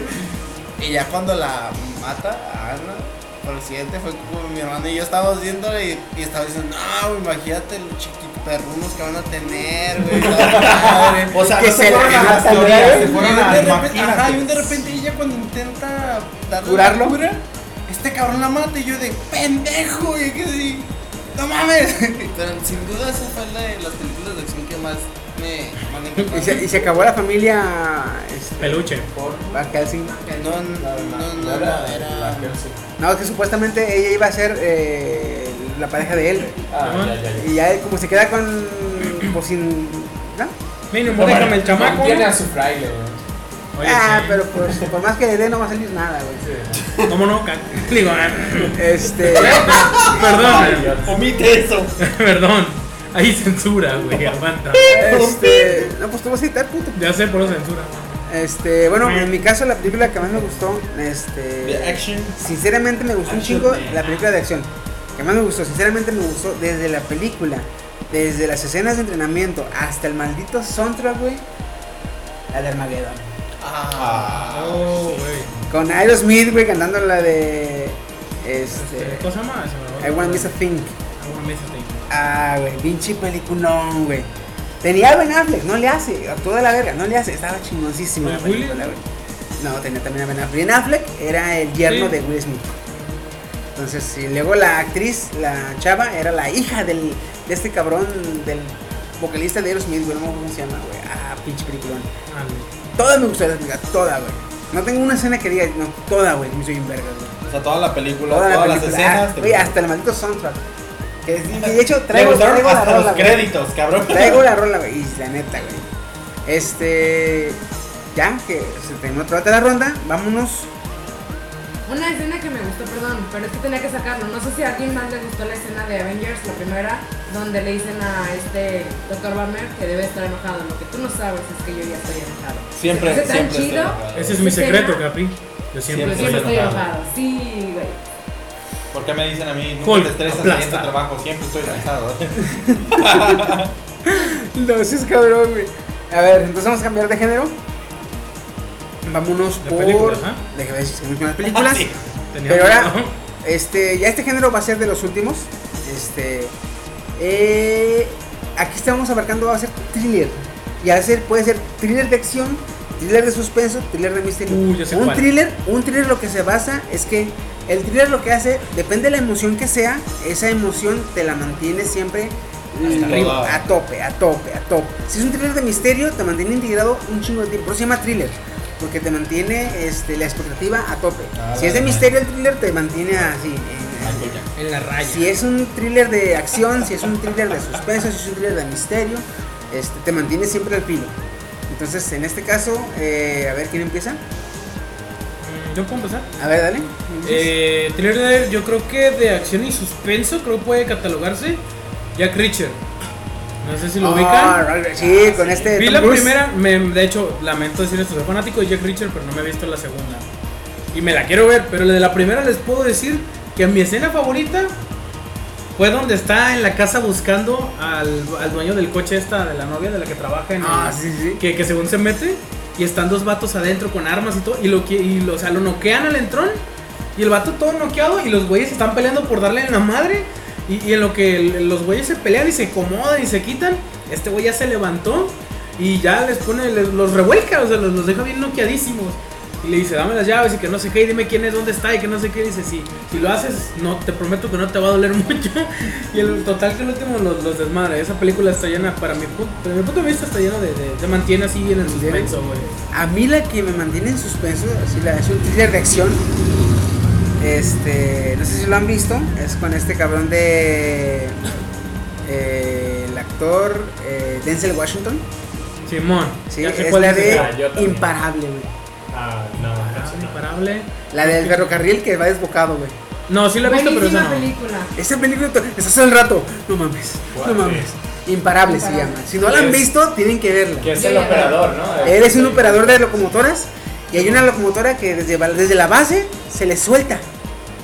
Speaker 7: y ya cuando la mata a Ana, por el siguiente fue como mi hermano y yo estábamos viéndole y, y estaba diciendo, no, güey, imagínate los chiquiperrunos que van a tener, güey. la madre".
Speaker 5: O sea,
Speaker 1: Que
Speaker 5: Ah, no
Speaker 1: se
Speaker 5: se
Speaker 1: la
Speaker 5: fueron a las
Speaker 1: matan,
Speaker 5: teorías,
Speaker 1: güey.
Speaker 5: se
Speaker 7: Y de
Speaker 5: fueron a las
Speaker 7: repente- ajá, y
Speaker 5: máquinas.
Speaker 7: de repente ella cuando intenta darle
Speaker 1: ¿Curarlo?
Speaker 7: la cura, este cabrón la mata y yo de pendejo y que así, no mames. Pero sin duda esa fue la de las películas de acción que más me más me
Speaker 1: Y se, y
Speaker 7: encantaron.
Speaker 1: se acabó la familia. Este,
Speaker 3: Peluche.
Speaker 1: Van Helsing.
Speaker 7: No, no, no,
Speaker 2: No era-
Speaker 7: no,
Speaker 2: la
Speaker 7: era
Speaker 2: que sí.
Speaker 1: No, que supuestamente ella iba a ser eh, la pareja de él.
Speaker 2: Ah,
Speaker 3: Simón.
Speaker 2: ya, ya, ya.
Speaker 1: Y ya él como se queda con. Pues sin. ¿no?
Speaker 3: Mínimo, déjame el chamaco.
Speaker 2: Tiene a su fraile, güey.
Speaker 3: Oye,
Speaker 1: ah,
Speaker 3: sí.
Speaker 1: pero pues, por más que le dé, no va a salir nada, güey.
Speaker 3: ¿Cómo no? Ca- Digo, ah,
Speaker 1: Este.
Speaker 2: Ah,
Speaker 3: perdón,
Speaker 5: Omite eso.
Speaker 3: perdón. Hay censura, güey, aguanta.
Speaker 1: este. No, pues tú vas a editar, puto.
Speaker 3: Ya sé por la censura.
Speaker 1: Este, bueno, en mi caso, la película que más me gustó,
Speaker 5: The
Speaker 1: este.
Speaker 5: action.
Speaker 1: Sinceramente me gustó un chingo la película de acción. Que más me gustó, sinceramente me gustó desde la película, desde las escenas de entrenamiento hasta el maldito soundtrack, güey. La de Armageddon. Ah.
Speaker 5: Ah.
Speaker 3: Oh, güey.
Speaker 1: Con Aerosmith, güey, cantando la de. Este.
Speaker 3: Este, ¿Cómo se llama? Se me va.
Speaker 1: I Wanna Miss a Thing.
Speaker 3: I wanna miss a thing.
Speaker 1: Ah, güey, pinche peliculón, güey. Tenía a Ben Affleck, no le hace, a toda la verga, no le hace, estaba chingoncísimo la
Speaker 3: ¿El Willy?
Speaker 1: película, güey. No, tenía también a Ben Affleck. Ben Affleck era el yerno
Speaker 3: Sí.
Speaker 1: de Will Smith. Entonces, y luego la actriz, la chava, era la hija del, de este cabrón, del vocalista de Aerosmith, güey, no me acuerdo cómo se llama, güey. Ah, pinche peliculón.
Speaker 3: Ah, güey.
Speaker 1: Toda me gustó la película, toda, güey. No tengo una escena que diga, no, toda, güey, me soy un verga, güey.
Speaker 5: O sea, toda la película,
Speaker 1: Toda la
Speaker 5: todas las
Speaker 1: película, ah,
Speaker 5: escenas. te
Speaker 1: güey,
Speaker 5: gustan.
Speaker 1: hasta el maldito soundtrack. Que sí, de hecho, traigo,
Speaker 5: Le botaron
Speaker 1: traigo la
Speaker 5: hasta
Speaker 1: rola,
Speaker 5: los
Speaker 1: güey.
Speaker 5: créditos, cabrón.
Speaker 1: Traigo la rola, güey. Y la neta, güey. Este. Ya, que se terminó otra vez la ronda. Vámonos.
Speaker 4: Una escena que me gustó, perdón, pero es que tenía que sacarlo. No sé si a alguien más le gustó la escena de Avengers, la primera, donde le dicen a este Dr. Banner que debe estar enojado. Lo que tú no sabes es que yo ya estoy enojado.
Speaker 5: Siempre,
Speaker 4: ¿Se te hace tan
Speaker 5: siempre
Speaker 4: chido?
Speaker 5: estoy enojado.
Speaker 3: Ese es mi
Speaker 4: ¿Sí,
Speaker 3: secreto,
Speaker 4: señor?
Speaker 3: Capi. Yo siempre
Speaker 4: Pero
Speaker 5: Siempre
Speaker 3: estoy
Speaker 4: siempre estoy
Speaker 3: enojado.
Speaker 4: enojado. Sí, güey.
Speaker 5: ¿Por qué me dicen a mí, nunca
Speaker 3: Hulk,
Speaker 5: te estresas
Speaker 3: aplasta.
Speaker 5: haciendo trabajo? Siempre estoy ¿eh? cansado.
Speaker 1: No, sí es cabrón, güey. A ver, entonces vamos a cambiar de género. Vámonos
Speaker 3: De
Speaker 1: por.
Speaker 3: películas, ¿ah?
Speaker 1: Deja ver si seguimos con las películas.
Speaker 5: Sí.
Speaker 3: Tenía
Speaker 1: Pero
Speaker 3: miedo.
Speaker 1: ahora, este, ya este género va a ser de los últimos. Este, eh, aquí estamos abarcando, va a ser thriller. Y al ser, puede ser thriller de acción, thriller de suspenso, thriller de misterio.
Speaker 3: Uh, ya sé
Speaker 1: un
Speaker 3: cuál.
Speaker 1: thriller, un thriller lo que se basa es que el thriller lo que hace, depende de la emoción que sea, esa emoción te la mantiene siempre
Speaker 5: Hasta
Speaker 1: arriba,
Speaker 5: arriba.
Speaker 1: a tope, a tope, a tope. Si es un thriller de misterio, te mantiene integrado un chingo de tiempo. Por eso se llama thriller, porque te mantiene este, la expectativa a tope.
Speaker 5: Ah,
Speaker 1: si es de
Speaker 5: vale.
Speaker 1: misterio, el thriller te mantiene así. en- en-
Speaker 3: En la raya.
Speaker 1: si es un thriller de acción, si es un thriller de suspenso, si es un thriller de misterio, este, te mantiene siempre al filo. Entonces, en este caso, eh, a ver quién empieza.
Speaker 3: Mm, ¿Yo puedo empezar?
Speaker 1: A ver, dale.
Speaker 3: Eh, thriller, yo creo que de acción y suspenso, creo que puede catalogarse. Jack Reacher. No sé si lo
Speaker 1: Ah,
Speaker 3: ubican.
Speaker 1: right, right. sí, con este.
Speaker 3: Vi
Speaker 1: Tom
Speaker 3: la
Speaker 1: Cruise.
Speaker 3: primera, me, de hecho, lamento decir esto, soy fanático de Jack Reacher, pero no me he visto la segunda. Y me la quiero ver, pero de la primera les puedo decir que mi escena favorita fue donde está en la casa buscando al, al dueño del coche esta, de la novia de la que trabaja en el-
Speaker 1: Ah, sí, sí.
Speaker 3: que, que según se mete y están dos vatos adentro con armas y todo y lo que y lo, o sea, lo noquean al entrón y el vato todo noqueado y los güeyes están peleando por darle en la madre y, y en lo que el- los güeyes se pelean y se acomodan y se quitan, este güey ya se levantó y ya les pone les- los revuelca, o sea, los, los deja bien noqueadísimos. Y le dice, dame las llaves y que no sé qué, y dime quién es, dónde está, y que no sé qué. Y dice, sí, si lo haces, no, te prometo que no te va a doler mucho. Y el total que el último los, los desmadre. Esa película está llena, para mi, pu- para mi punto de vista, está llena de, de- Te mantiene así bien en suspenso, güey.
Speaker 1: A mí la que me mantiene en suspenso, así la es un thriller de acción. Este, no sé si lo han visto, es con este cabrón de eh, el actor eh, Denzel Washington.
Speaker 3: Simón,
Speaker 1: Sí,
Speaker 3: ya sé
Speaker 1: es
Speaker 3: cuál
Speaker 1: la
Speaker 3: dices.
Speaker 1: de
Speaker 2: Ah, yo también.
Speaker 1: Imparable, güey.
Speaker 2: Ah, no,
Speaker 3: Ah,
Speaker 2: no, no.
Speaker 3: imparable.
Speaker 1: La del ferrocarril que va desbocado, güey.
Speaker 3: No, sí la he visto, pero esa
Speaker 4: Buenísima
Speaker 3: no.
Speaker 4: película.
Speaker 1: Esa película to- es hace el rato. No mames, no
Speaker 2: ¿Cuál
Speaker 1: mames. Imparable se
Speaker 4: Imparable.
Speaker 1: llama. Si no la han
Speaker 3: Pues,
Speaker 2: Es-
Speaker 1: visto, tienen que verla.
Speaker 2: Que es
Speaker 4: Yo
Speaker 2: el
Speaker 4: ya la-
Speaker 2: operador, ¿no?
Speaker 1: Eres un operador de locomotoras y hay una locomotora que desde, ba- desde la base se le suelta.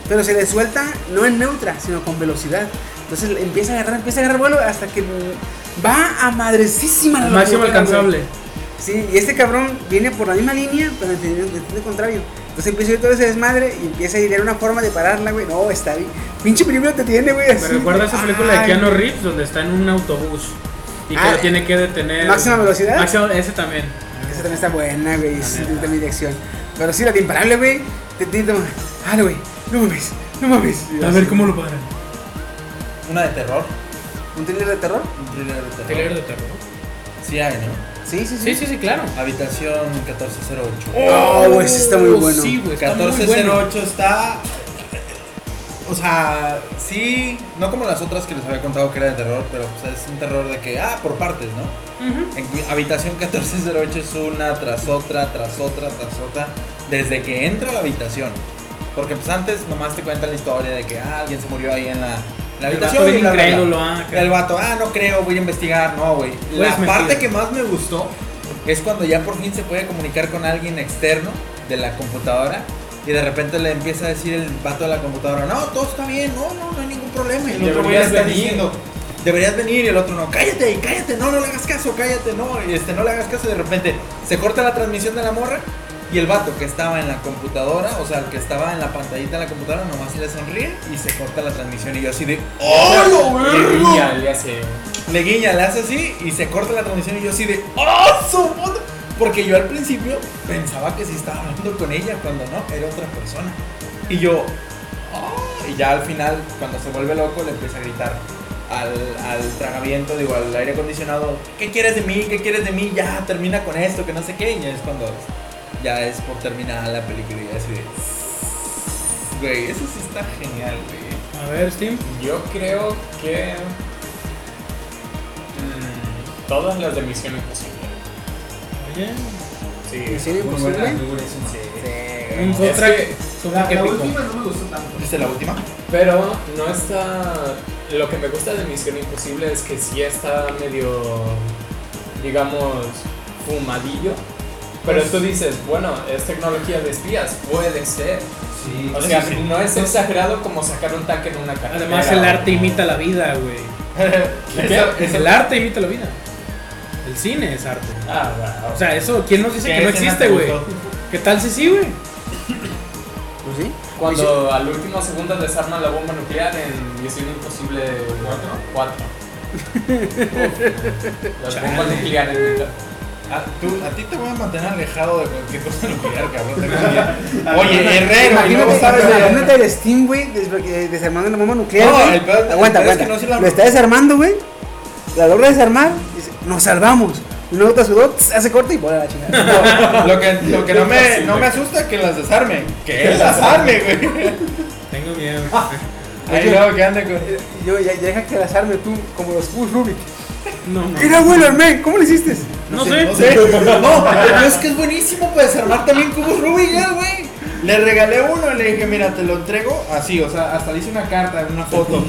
Speaker 1: Pero se le suelta no en neutra, sino con velocidad. Entonces le empieza a agarrar, empieza a agarrar vuelo hasta que mm, va a madresísima la
Speaker 3: Máximo
Speaker 1: locomotora, güey.
Speaker 3: alcanzable.
Speaker 1: Sí, y este cabrón viene por la misma línea, pero en sentido, en sentido contrario. Entonces empieza a ir todo ese desmadre y empieza a idear una forma de pararla, güey. No, está bien. Pinche película te tiene, güey.
Speaker 3: Me
Speaker 1: así,
Speaker 3: recuerda esa
Speaker 1: ay,
Speaker 3: película de Keanu Reeves donde está en un autobús y que
Speaker 1: Ah,
Speaker 3: lo tiene que detener.
Speaker 1: ¿Máxima velocidad?
Speaker 3: Máxima- ese también.
Speaker 1: Esa también está buena, güey. Sí, de mi dirección. Pero sí, la de imparable, güey. Te digo, ah, güey. No mames, no mames.
Speaker 3: lo paran.
Speaker 5: Una de terror.
Speaker 1: ¿Un thriller de terror?
Speaker 5: Un thriller de
Speaker 3: Thriller
Speaker 5: terror.
Speaker 3: de terror.
Speaker 5: Sí hay, ¿no?
Speaker 1: Sí, sí,
Speaker 3: Sí,
Speaker 1: sí.
Speaker 3: sí, sí, claro.
Speaker 5: Habitación 1408.
Speaker 1: Oh, güey, sí está muy bueno.
Speaker 3: Sí, güey, está muy
Speaker 5: 1408 está. O sea, sí, no como las otras que les había contado que era de terror, pero o sea, es un terror de que, ah, por partes, ¿no?
Speaker 3: bueno. Ujú.
Speaker 5: En cu- habitación 1408 es una tras otra, tras otra, tras otra, desde que entra a la habitación. Porque pues antes nomás te cuentan la historia de que ah, alguien se murió ahí en la, en
Speaker 3: El
Speaker 5: la habitación.
Speaker 3: vato bien
Speaker 5: y bla, bla, bla.
Speaker 3: incrédulo, ah, que-
Speaker 5: El vato, ah, no creo, voy a investigar. No, güey.
Speaker 3: Güey,
Speaker 5: La
Speaker 3: es mentira.
Speaker 5: parte que más me gustó es cuando ya por fin se puede comunicar con alguien externo de la computadora. Y de repente le empieza a decir el vato de la computadora, no, todo está bien, no, no, no hay ningún problema. Y el otro güey le
Speaker 2: Deberías
Speaker 5: está
Speaker 2: venir.
Speaker 5: diciendo, deberías venir y el otro no, cállate, cállate, no, no le hagas caso, cállate, no, este, no le hagas caso y de repente se corta la transmisión de la morra y el vato que estaba en la computadora, o sea, el que estaba en la pantallita de la computadora, nomás le sonríe y se corta la transmisión y yo así de, ¡Oh, lo
Speaker 2: Ah, Le
Speaker 5: vergo!
Speaker 2: guiña, le hace.
Speaker 5: Le guiña, le hace así y se corta la transmisión y yo así de, ¡Oh, su madre! Porque yo al principio pensaba que sí estaba hablando con ella, cuando no, era otra persona. Y yo, "Oh", y ya al final, cuando se vuelve loco, le empieza a gritar al, al tragamiento, digo, al aire acondicionado, ¿qué quieres de mí? ¿Qué quieres de mí? Ya, termina con esto, que no sé qué. Y es cuando ya es por terminada la película y ya así de... Güey, eso sí está genial, güey.
Speaker 3: A ver, Steam.
Speaker 2: Yo creo que. mm, todas las de Misión Imposible.
Speaker 3: Oye.
Speaker 2: Sí,
Speaker 1: ¿Misión imposible?
Speaker 2: sí.
Speaker 3: Un
Speaker 2: Es
Speaker 3: soundtrack
Speaker 2: que-
Speaker 3: soundtrack épico.
Speaker 8: no me gustó tanto.
Speaker 5: ¿Viste la última?
Speaker 2: Pero no está. Lo que me gusta de Misión Imposible es que sí está medio. digamos. fumadillo. Pero
Speaker 3: Pues
Speaker 2: tú dices, bueno, es tecnología de espías, puede ser.
Speaker 8: Sí.
Speaker 2: O sea, no es exagerado como sacar un tanque en una carretera.
Speaker 3: Además, el arte imita la vida, güey.
Speaker 2: Eso-
Speaker 3: Es el arte imita la vida. El cine es arte.
Speaker 2: Ah, wow.
Speaker 3: O sea, eso, ¿quién nos dice
Speaker 5: ¿Qué
Speaker 3: que no
Speaker 5: escena
Speaker 3: existe,
Speaker 5: te
Speaker 3: güey?
Speaker 5: gustó?
Speaker 3: ¿Qué tal si sí, güey?
Speaker 1: Pues sí.
Speaker 2: Cuando al último segundo desarma la bomba nuclear en Misión Imposible 4. Las bombas nucleares.
Speaker 5: Ah, tú- a ti te voy a mantener alejado de cualquier cosa nuclear, cabrón. tengo miedo. Oye, Herrero, y luego
Speaker 1: Imagínate,
Speaker 5: sabes
Speaker 1: imagínate el Steam, güey, des- eh, desarmando una bomba nuclear.
Speaker 5: No,
Speaker 1: güey.
Speaker 5: el pedo- el
Speaker 1: aguanta,
Speaker 5: pedo es que
Speaker 1: aguanta.
Speaker 5: no se la-
Speaker 1: Lo está desarmando, güey. La logra desarmar. dice, nos salvamos. Y luego te sudó, tss, hace corte y vuela la chingada.
Speaker 5: Lo que, lo que no, me, no me asusta es que las desarme. Que él las arme, güey.
Speaker 3: Tengo miedo.
Speaker 5: Ahí luego que anda con.
Speaker 1: Yo, ya, ya deja que las arme tú, como los Cubos Rubik.
Speaker 3: No, no.
Speaker 1: Mira, güey, lo armé. ¿Cómo lo hiciste?
Speaker 3: No sé.
Speaker 5: No, sé. No, el peor es que es buenísimo para desarmar también cubos Rubik, ya, güey. Le regalé uno y le dije, mira, te lo entrego así, o sea, hasta le hice una carta, una foto.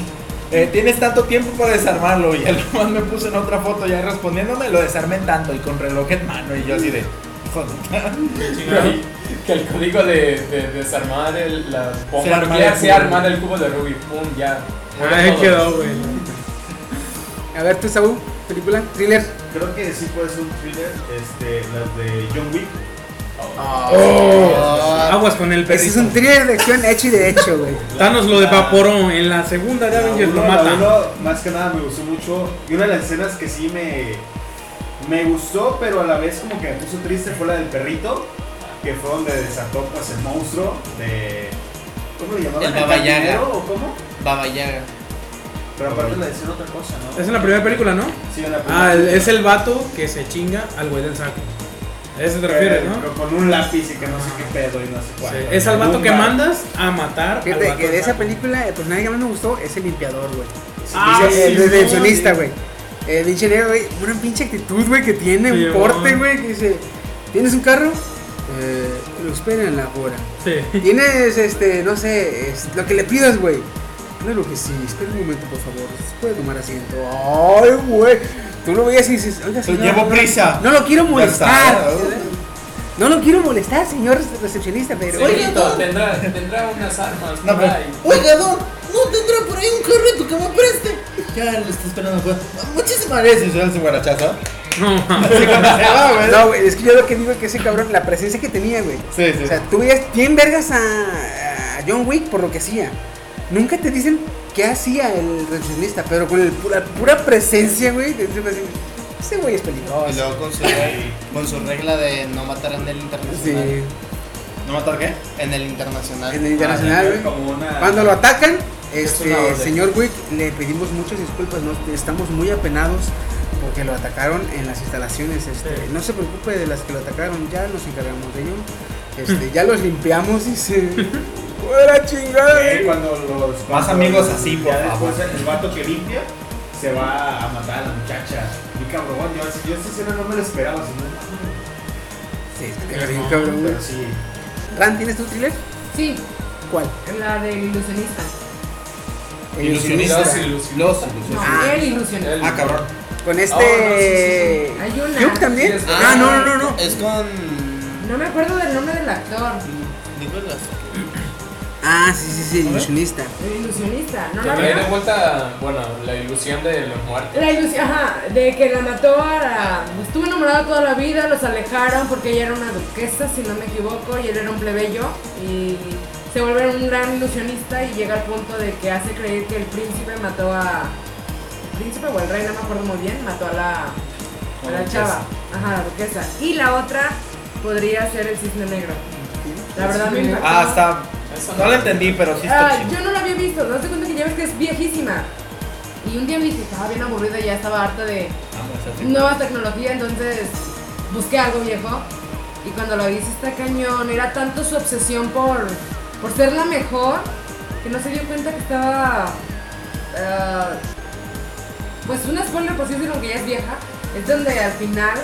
Speaker 5: Eh, tienes tanto tiempo para desarmarlo y al más me puse en otra foto ya respondiéndome, lo desarmé en tanto y con reloj en mano y yo así de... Joder.
Speaker 2: Que el código de, de desarmar el, la bomba
Speaker 5: Se arma
Speaker 2: nuclear
Speaker 5: el
Speaker 2: sea
Speaker 5: cubo.
Speaker 2: armar el cubo de Rubik. Pum, ya.
Speaker 3: Ahí quedó, güey.
Speaker 1: A ver, tú, Saúl, película, thriller.
Speaker 6: Creo que sí puede ser un thriller, este, las de John Wick.
Speaker 3: Aguas con el
Speaker 1: Oh. Ese es un
Speaker 3: perrito.
Speaker 1: thriller de acción hecho y derecho, güey.
Speaker 3: Thanos lo evaporó en la segunda de
Speaker 6: La
Speaker 3: Avengers, lo
Speaker 6: uno, la
Speaker 3: mata.
Speaker 6: uno, más que nada me gustó mucho. Y una de las escenas que sí me, me gustó, pero a la vez como que me puso triste fue la del perrito, que fue donde desató pues el monstruo de... ¿Cómo le llamaban?
Speaker 7: El Baba Yaga.
Speaker 6: carnicero o cómo?
Speaker 7: Baba Yaga.
Speaker 6: Pero aparte le decían otra cosa, ¿no?
Speaker 3: Es en la primera película, ¿no?
Speaker 6: Sí, en la primera.
Speaker 3: Ah, el- es el vato que se chinga al güey del saco. A eso te refieres, ¿no?
Speaker 6: Pero Con un lápiz y que no sé qué pedo y no sé cuál.
Speaker 3: Sí, Es al vato que
Speaker 6: Lumbar.
Speaker 3: mandas a matar. al
Speaker 1: Fíjate
Speaker 3: vato
Speaker 1: que de
Speaker 3: del
Speaker 1: esa
Speaker 3: saco.
Speaker 1: película, el personaje que más me gustó es el limpiador, güey.
Speaker 3: Ah,
Speaker 1: Dice, el
Speaker 3: sí,
Speaker 1: redencionista,
Speaker 3: sí.
Speaker 1: güey. El pinche negro, güey. Una pinche actitud, güey, que tiene,
Speaker 3: Sí,
Speaker 1: un porte,
Speaker 3: mon.
Speaker 1: güey, que dice, ¿tienes un carro? Eh, lo espera en la hora.
Speaker 3: Sí.
Speaker 1: ¿Tienes, este, no sé, es- lo que le pidas, güey? Claro que sí, espera un momento, por favor. Puede tomar asiento. Ay, güey. Tú lo veías y dices, oiga,
Speaker 5: Pues
Speaker 1: señor.
Speaker 5: llevo
Speaker 1: no-
Speaker 5: prisa.
Speaker 1: No lo quiero molestar.
Speaker 5: Ya está. Ah,
Speaker 1: No lo quiero molestar, señor recepcionista, pero...
Speaker 2: Oye, tendrá, tendrá unas armas.
Speaker 5: No,
Speaker 2: por
Speaker 5: pero-
Speaker 2: ahí.
Speaker 7: Oiga, don, ¿no tendrá por ahí un carrito que me preste? Ya lo está esperando afuera.
Speaker 5: Muchísimas gracias, señor Guarachazo.
Speaker 3: No,
Speaker 5: Sí, como se va, güey.
Speaker 1: No, güey, es que yo lo que digo es que ese cabrón, la presencia que tenía, güey.
Speaker 5: Sí, sí.
Speaker 1: O sea, tú veías bien vergas a, a John Wick por lo que hacía. Nunca te dicen qué hacía el recepcionista, pero con el pura, pura presencia, güey, te dicen así, ese güey es peligroso.
Speaker 7: No, y luego con su, con su regla de no matar en el internacional.
Speaker 1: Sí,
Speaker 5: ¿No matar qué?
Speaker 7: En el internacional.
Speaker 1: en el internacional, güey.
Speaker 6: Como una...
Speaker 1: Cuando lo atacan,
Speaker 2: Es una
Speaker 1: este,
Speaker 2: orden.
Speaker 1: señor Wick, le pedimos muchas disculpas, no, estamos muy apenados porque lo atacaron en las instalaciones. Este,
Speaker 3: Sí.
Speaker 1: No se preocupe de las que lo atacaron, ya nos encargamos de ello. Este, ya los limpiamos y se... ¡Fuera chingada!
Speaker 6: Eh,
Speaker 1: güey!
Speaker 6: cuando los
Speaker 5: Más
Speaker 6: cuando
Speaker 5: amigos así, por
Speaker 6: ya
Speaker 5: favor.
Speaker 6: después el vato que limpia se va a matar a la muchacha. Mi cabrón, yo, yo esta escena no me la esperaba, sino,
Speaker 1: Sí, está bien, cabrón, güey.
Speaker 6: pero sí.
Speaker 1: Ran, ¿tienes tu thriller?
Speaker 4: Sí,
Speaker 1: ¿Cuál?
Speaker 4: la del ilusionista.
Speaker 7: Ah,
Speaker 1: El
Speaker 5: Ilusionista.
Speaker 2: Los ilusionistas.
Speaker 5: Los
Speaker 4: No,
Speaker 1: Ah.
Speaker 4: el ilusionista.
Speaker 2: El-
Speaker 5: Ah, cabrón.
Speaker 1: Con
Speaker 2: Ah, bueno,
Speaker 1: este.
Speaker 2: sí,
Speaker 4: Hay una.
Speaker 1: ¿Hugh también?
Speaker 2: Sí, es-
Speaker 1: Ah, no, no, no, no.
Speaker 7: Es con.
Speaker 4: No me acuerdo del nombre del actor.
Speaker 7: Nicolás.
Speaker 1: Ah, sí, sí, sí, ilusionista.
Speaker 4: El ilusionista. ¿No
Speaker 2: Que
Speaker 4: la
Speaker 2: trae de
Speaker 4: vieron?
Speaker 2: vuelta, bueno, la ilusión de los muertos.
Speaker 4: La ilusión, ajá, de que la mató a la... pues, Estuvo enamorada toda la vida, los alejaron porque ella era una duquesa, si no me equivoco, y él era un plebeyo. Y se vuelve un gran ilusionista y llega al punto de que hace creer que el príncipe mató a... ¿El príncipe o el rey? No me acuerdo muy bien. Mató a la... A la chava. Ajá, la duquesa. Y la otra podría ser el cisne negro. La verdad me impactó.
Speaker 5: Ah, está.
Speaker 2: Eso
Speaker 5: No lo entendí, pero sí está
Speaker 4: Ah,
Speaker 5: chido.
Speaker 4: yo no la había visto, no te cuenta que ya ves que es viejísima. Y un día me dije, estaba bien aburrida, ya estaba harta de
Speaker 5: Ah, pues,
Speaker 4: nueva tecnología, entonces busqué algo viejo. Y cuando lo hice está cañón, era tanto su obsesión por, por ser la mejor que no se dio cuenta que estaba. ah, pues una spoiler, por así decirlo, que ya es vieja. Es donde al final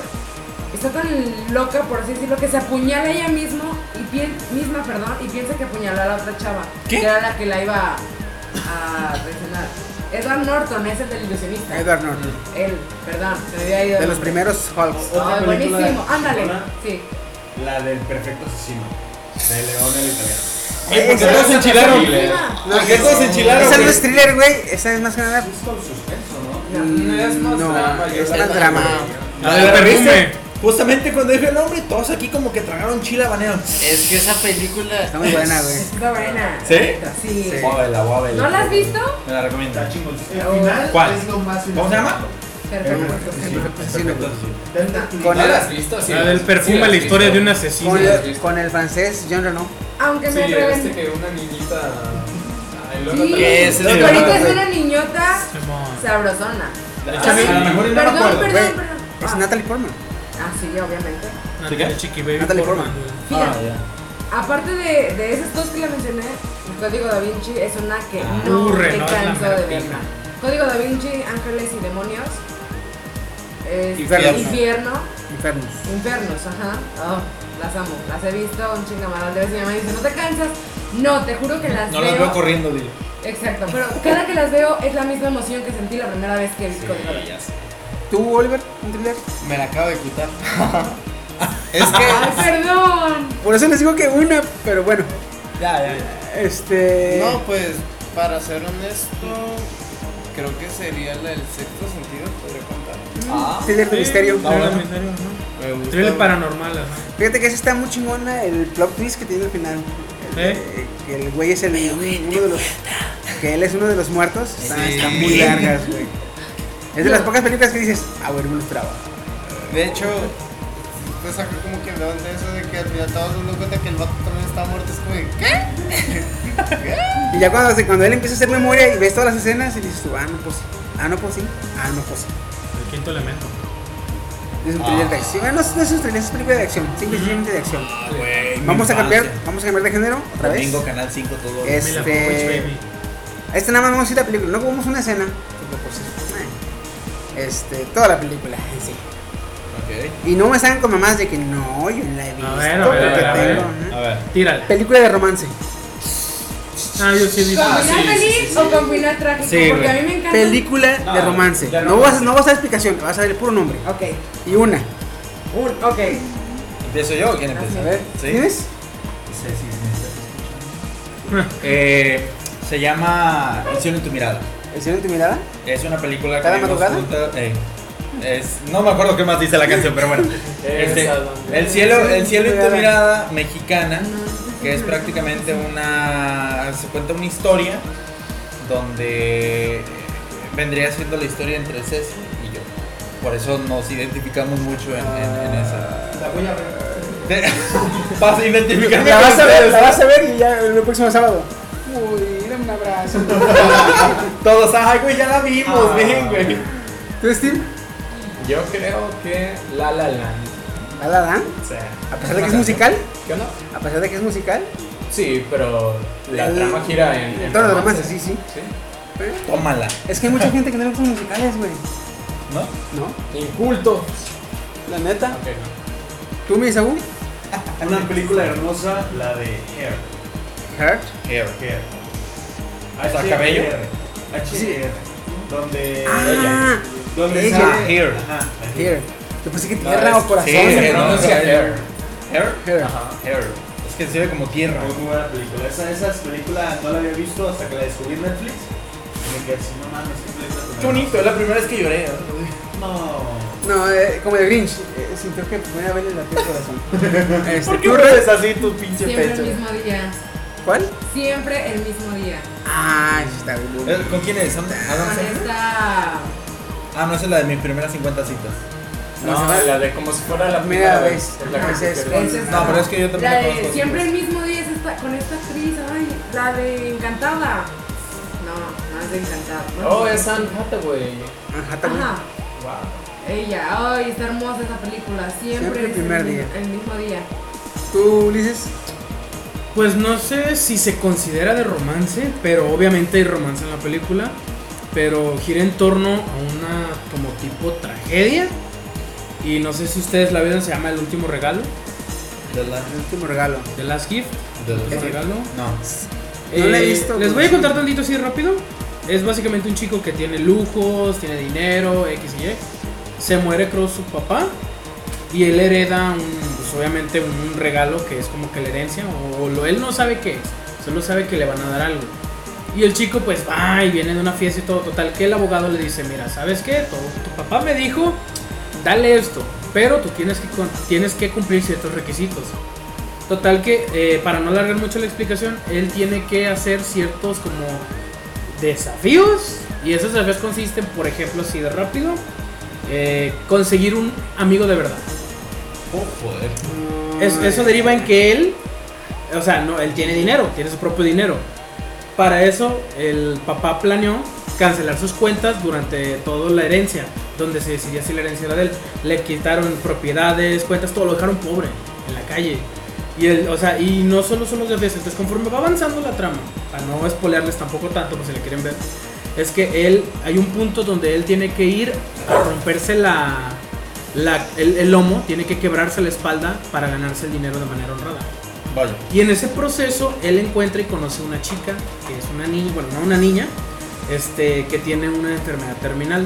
Speaker 4: está tan loca, por así decirlo, que se apuñala ella mismo y pien- misma perdón, y piensa que apuñaló a la otra chava, que era la que la iba a, a traicionar. Edward Norton es el del ilusionista.
Speaker 1: Edward Norton.
Speaker 4: Él, perdón, se me había ido.
Speaker 1: De los
Speaker 4: el nombre.
Speaker 1: primeros Hulks.
Speaker 6: Otra
Speaker 4: Ay,
Speaker 6: película
Speaker 4: buenísimo, ándale.
Speaker 6: chingona.
Speaker 4: Sí.
Speaker 6: La del perfecto asesino. De León el italiano.
Speaker 5: Oye, ¿por qué todos se enchilaron? ¿Por qué todos se enchilaron?
Speaker 1: Esa no
Speaker 5: güey?
Speaker 1: es thriller, güey. Esa es más que nada.
Speaker 8: Es con suspenso, ¿no?
Speaker 1: mm,
Speaker 2: es más
Speaker 1: no,
Speaker 2: drama, yo
Speaker 1: es
Speaker 2: la-
Speaker 1: más drama.
Speaker 5: A ver, Ah, ¿viste? Justamente cuando dije el nombre, todos aquí como que tragaron chile habanero.
Speaker 7: Es que esa película.
Speaker 1: Está muy buena, güey.
Speaker 4: Está buena.
Speaker 5: ¿Sí?
Speaker 4: Sí.
Speaker 1: Sí.
Speaker 5: Guábela, guábela.
Speaker 4: ¿No la has visto?
Speaker 5: Me la recomiendo.
Speaker 8: Está chingón. El
Speaker 4: Oh.
Speaker 8: final
Speaker 5: ¿Cuál?
Speaker 8: es lo más
Speaker 5: ¿Cómo se llama?
Speaker 4: Perfecto.
Speaker 8: Perfecto.
Speaker 1: Con
Speaker 2: ¿No
Speaker 1: el,
Speaker 2: la has visto? Sí,
Speaker 3: La del
Speaker 2: sí
Speaker 3: perfume,
Speaker 2: la has
Speaker 3: la historia
Speaker 2: visto.
Speaker 3: de un asesino.
Speaker 1: con,
Speaker 2: las
Speaker 1: el,
Speaker 2: viste.
Speaker 1: con el francés Jean Reno.
Speaker 4: Aunque me
Speaker 2: Sí,
Speaker 4: atreven.
Speaker 2: este que una niñita. ay, luego
Speaker 4: Sí,
Speaker 2: te-
Speaker 7: Que es
Speaker 4: porque
Speaker 7: el-
Speaker 4: ahorita es una niñota
Speaker 3: Simón.
Speaker 4: sabrosona.
Speaker 5: Échame,
Speaker 4: Ah,
Speaker 5: a lo mejor y no me
Speaker 4: Perdón,
Speaker 5: acuerdo.
Speaker 4: perdón,
Speaker 1: Güey,
Speaker 4: perdón.
Speaker 1: Es
Speaker 4: Ah.
Speaker 1: Natalie Portman.
Speaker 4: Ah, sí, obviamente.
Speaker 5: ¿Sí qué?
Speaker 3: Chiqui Baby.
Speaker 1: Natalie Portman.
Speaker 4: Mira,
Speaker 5: Ah, ya.
Speaker 4: aparte de, de esas dos que le mencioné, el Código Da Vinci es una que no
Speaker 3: Uh,
Speaker 4: me
Speaker 3: Renault es la
Speaker 4: canso
Speaker 3: mera
Speaker 4: de
Speaker 3: pija.
Speaker 4: verla. Código Da Vinci, Ángeles y Demonios. Este,
Speaker 1: Infierno.
Speaker 4: infierno.
Speaker 1: Infernos.
Speaker 4: Infernos, ajá. Oh, las amo. Las he visto un chingamaral de veces. Mi mamá dice, ¿no te cansas? No, te juro que las
Speaker 5: No
Speaker 4: veo.
Speaker 5: los veo corriendo, dile.
Speaker 4: Exacto, pero cada que las veo es la misma emoción que sentí la primera vez que vi Código Da Vinci.
Speaker 1: ¿Tú, Oliver? ¿Un thriller?
Speaker 7: Me la acabo de quitar.
Speaker 1: Es
Speaker 4: Ay,
Speaker 1: que.
Speaker 4: perdón.
Speaker 1: Por eso les digo que una, pero bueno.
Speaker 7: Ya, ya, ya.
Speaker 1: Este.
Speaker 7: No, pues, para ser honesto, creo que sería la del sexto sentido, podría contar.
Speaker 1: Thriller de misterio.
Speaker 3: Thriller de misterio, ajá.
Speaker 7: Me gusta.
Speaker 3: Thriller paranormal, ajá.
Speaker 1: Fíjate que esa está muy chingona el plot twist que tiene al final.
Speaker 3: ¿Eh?
Speaker 1: Eh, Que el güey es el uno de los que él es uno de los muertos. Está,
Speaker 7: Sí.
Speaker 1: está muy largas, güey. Es de las pocas películas que dices, ah, bueno, me lo esperaba.
Speaker 7: De hecho, pues acá como que hablaban de eso, de que al final todos nos dimos cuenta que el vato también está muerto. Es como de, ¿qué?
Speaker 1: Y ya cuando, se- cuando él empieza a hacer memoria y ves todas las escenas y dices, tú, ah, no, pues, sí. ah, no, pues sí, ah, no, pues sí.
Speaker 3: El quinto elemento.
Speaker 1: Es un thriller de acción. Bueno, no, no es un thriller, es una película de acción, simplemente de acción. Vamos a cambiar, vamos a cambiar de género otra vez.
Speaker 5: Domingo, Canal 5, todo.
Speaker 3: Me la pongo, Witch
Speaker 1: Este.
Speaker 3: Baby.
Speaker 1: Este nada más vamos a ir la película, no vemos una escena. porque, pues, eh, Este, toda la película en sí.
Speaker 5: Ok.
Speaker 1: Y no me salgan con mamás de que no, yo no la he visto.
Speaker 3: A ver, a ver,
Speaker 1: porque
Speaker 3: a ver,
Speaker 1: tengo, ¿no?
Speaker 5: A ver.
Speaker 3: Tírala.
Speaker 1: Película de romance.
Speaker 3: Ah, yo sí he visto.
Speaker 4: ¿Con final feliz o con final trágico?
Speaker 5: Sí,
Speaker 4: Porque a
Speaker 5: güey.
Speaker 4: mí me encanta.
Speaker 1: Película
Speaker 8: No,
Speaker 1: de romance.
Speaker 8: de
Speaker 1: No vas,
Speaker 8: romance.
Speaker 1: no vas a dar explicación, vas a dar el puro nombre.
Speaker 4: Ok.
Speaker 1: Y una.
Speaker 4: Un, ok.
Speaker 5: ¿Empiezo yo o quién
Speaker 1: A
Speaker 5: empieza?
Speaker 1: ver,
Speaker 5: Sí.
Speaker 1: ¿tienes?
Speaker 5: Eh, se llama El cielo en tu mirada.
Speaker 1: ¿El cielo en tu mirada?
Speaker 5: Es una película que
Speaker 1: ¿Cada
Speaker 5: vimos
Speaker 1: madrugada?
Speaker 5: juntas, eh, es, no me acuerdo qué más dice la canción, pero bueno. Este,
Speaker 2: Esa donde-
Speaker 5: el cielo, el cielo en tu mirada mexicana, que es prácticamente una se cuenta una historia donde eh, vendría siendo la historia entre Ceci y yo. Por eso nos identificamos mucho en, en- en esa.
Speaker 8: La voy a ver.
Speaker 5: De- Vas a identificarme.
Speaker 1: La
Speaker 5: con
Speaker 1: vas a ver,
Speaker 5: ustedes.
Speaker 1: la vas a ver y ya el próximo sábado. Uy, dame un abrazo.
Speaker 5: Todos, ay, güey, ya la vimos,
Speaker 2: Ah.
Speaker 5: ven, güey.
Speaker 1: ¿Tú, Steve?
Speaker 2: Yo creo que La La Land.
Speaker 1: ¿La la dan?
Speaker 2: O sea,
Speaker 1: A pesar de que es musical,
Speaker 2: ¿Qué onda?
Speaker 1: a pesar de que es musical,
Speaker 2: Sí, pero la
Speaker 1: El-
Speaker 2: trama gira en.
Speaker 1: en
Speaker 2: en
Speaker 1: torno de romance, sí, sí.
Speaker 2: Sí.
Speaker 5: Tómala,
Speaker 1: Es que hay mucha gente que no le gustan los musicales, güey.
Speaker 5: ¿no?
Speaker 1: ¿No?
Speaker 2: Inculto.
Speaker 1: La neta.
Speaker 2: Ok, no.
Speaker 1: ¿Tú, mi Saúl?
Speaker 6: Una película hermosa, la de Hair.
Speaker 1: Heart.
Speaker 5: Here.
Speaker 6: Hair.
Speaker 5: O sea, cabello.
Speaker 6: H-E-R. Donde ella.
Speaker 1: Ah,
Speaker 6: Donde
Speaker 1: ella.
Speaker 6: sale-
Speaker 5: Hair.
Speaker 6: Ajá,
Speaker 1: here. Yo pensé que tierra o corazón.
Speaker 5: sí,
Speaker 2: Se
Speaker 5: no,
Speaker 2: pronuncia
Speaker 5: no, no.
Speaker 2: Air.
Speaker 5: Hair.
Speaker 1: Hair.
Speaker 5: Ajá, hair. Es que se ve como tierra.
Speaker 6: Muy buena película. Esa, esas películas no la había visto hasta que la descubrí en Netflix. Y me quedé así, no mames, qué película tan
Speaker 5: Qué bonito, es la primera vez que lloré.
Speaker 6: No.
Speaker 1: No, eh, como de Grinch. Eh, sintió que voy a verle la piel corazón. Este,
Speaker 5: ¿Por qué eres así tu pinche
Speaker 4: Siempre el mismo día.
Speaker 1: ¿Cuál?
Speaker 4: Siempre el mismo día.
Speaker 1: Ah, sí está bien. bueno.
Speaker 5: Eh, ¿Con quién es? ¿Adam Adam
Speaker 4: Con
Speaker 5: Sandler?
Speaker 4: esta.
Speaker 5: Ah, no, esa es la de mis primeras 50 citas.
Speaker 1: No,
Speaker 2: No,
Speaker 1: se va.
Speaker 2: la de como si fuera la
Speaker 1: Primera
Speaker 2: primera
Speaker 1: vez.
Speaker 2: Es la que
Speaker 1: Ese es-
Speaker 2: quiero.
Speaker 4: ese es-
Speaker 5: No, pero es que yo también
Speaker 4: La
Speaker 5: la
Speaker 4: de
Speaker 5: conozco,
Speaker 4: siempre el
Speaker 5: pues.
Speaker 4: mismo día es esta, con esta actriz. Ay, la de Encantada. No, no es de Encantada. no.
Speaker 2: Oh, es Anne Hathaway.
Speaker 1: Ajá, también.
Speaker 4: Ajá.
Speaker 2: Wow.
Speaker 4: Ella. Ay, está hermosa esa película. Siempre,
Speaker 1: Siempre el
Speaker 4: es
Speaker 1: primer
Speaker 4: mi-
Speaker 1: día.
Speaker 4: El mismo día.
Speaker 1: ¿Tú, Ulises?
Speaker 3: Pues no sé si se considera de romance, pero obviamente hay romance en la película. Pero gira en torno a una como tipo tragedia. Y no sé si ustedes la vieron, se llama El último regalo,
Speaker 1: El último regalo.
Speaker 3: The Last Gift.
Speaker 5: The
Speaker 3: El último
Speaker 1: Last
Speaker 3: regalo.
Speaker 5: No.
Speaker 1: No la he
Speaker 3: Eh,
Speaker 1: visto,
Speaker 3: Les
Speaker 1: pero
Speaker 3: voy a
Speaker 1: sí.
Speaker 3: contar tantito así rápido. Es básicamente un chico que tiene lujos, tiene dinero, X y Y. Se muere, creo, su papá. Y él hereda, un, pues, obviamente, un, un regalo que es como que la herencia. O, o lo, él no sabe qué es. Solo sabe que le van a dar algo. Y el chico, pues, va y viene de una fiesta y todo. Total, que el abogado le dice: Mira, ¿sabes qué? Todo, tu papá me dijo, dale esto. Pero tú tienes que, con- tienes que cumplir ciertos requisitos. Total que, eh, para no alargar mucho la explicación, él tiene que hacer ciertos como desafíos. Y esos desafíos consisten, por ejemplo, así de rápido, eh, conseguir un amigo de verdad.
Speaker 5: Oh, joder.
Speaker 3: Es- eso deriva en que él, o sea, no, él tiene dinero, tiene su propio dinero. Para eso, el papá planeó cancelar sus cuentas durante toda la herencia, donde se decidía si la herencia era de él. Le quitaron propiedades, cuentas, todo, lo dejaron pobre en la calle. Y, el, o sea, y no solo son los desafíos, entonces conforme va avanzando la trama, para no espolearles tampoco tanto, pues si le quieren ver, es que él, hay un punto donde él tiene que ir a romperse la, la- el, el lomo, tiene que quebrarse la espalda para ganarse el dinero de manera honrada.
Speaker 5: Vaya.
Speaker 3: Y en ese proceso él encuentra y conoce una chica, que es una niña, bueno, no una niña, este, que tiene una enfermedad terminal.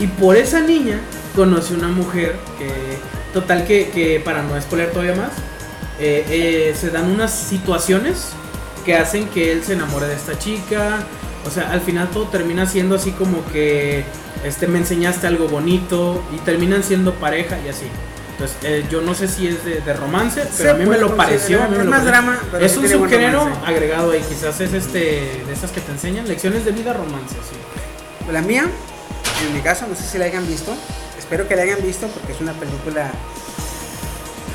Speaker 3: Y por esa niña conoce una mujer que, total que, que para no spoiler todavía más, eh, eh, se dan unas situaciones que hacen que él se enamore de esta chica. O sea, al final todo termina siendo así como que este, me enseñaste algo bonito y terminan siendo pareja y así. Entonces, eh, yo no sé si es de, de romance, pero a mí me lo pareció. a mí me
Speaker 1: Es
Speaker 3: lo
Speaker 1: más
Speaker 3: pareció.
Speaker 1: drama. pero
Speaker 3: Es
Speaker 1: sí
Speaker 3: un
Speaker 1: tiene buen
Speaker 3: subgénero
Speaker 1: romance.
Speaker 3: agregado ahí, quizás es este de esas que te enseñan lecciones de vida romance, sí.
Speaker 1: Pues La mía, en mi caso, no sé si la hayan visto. Espero que la hayan visto porque es una película.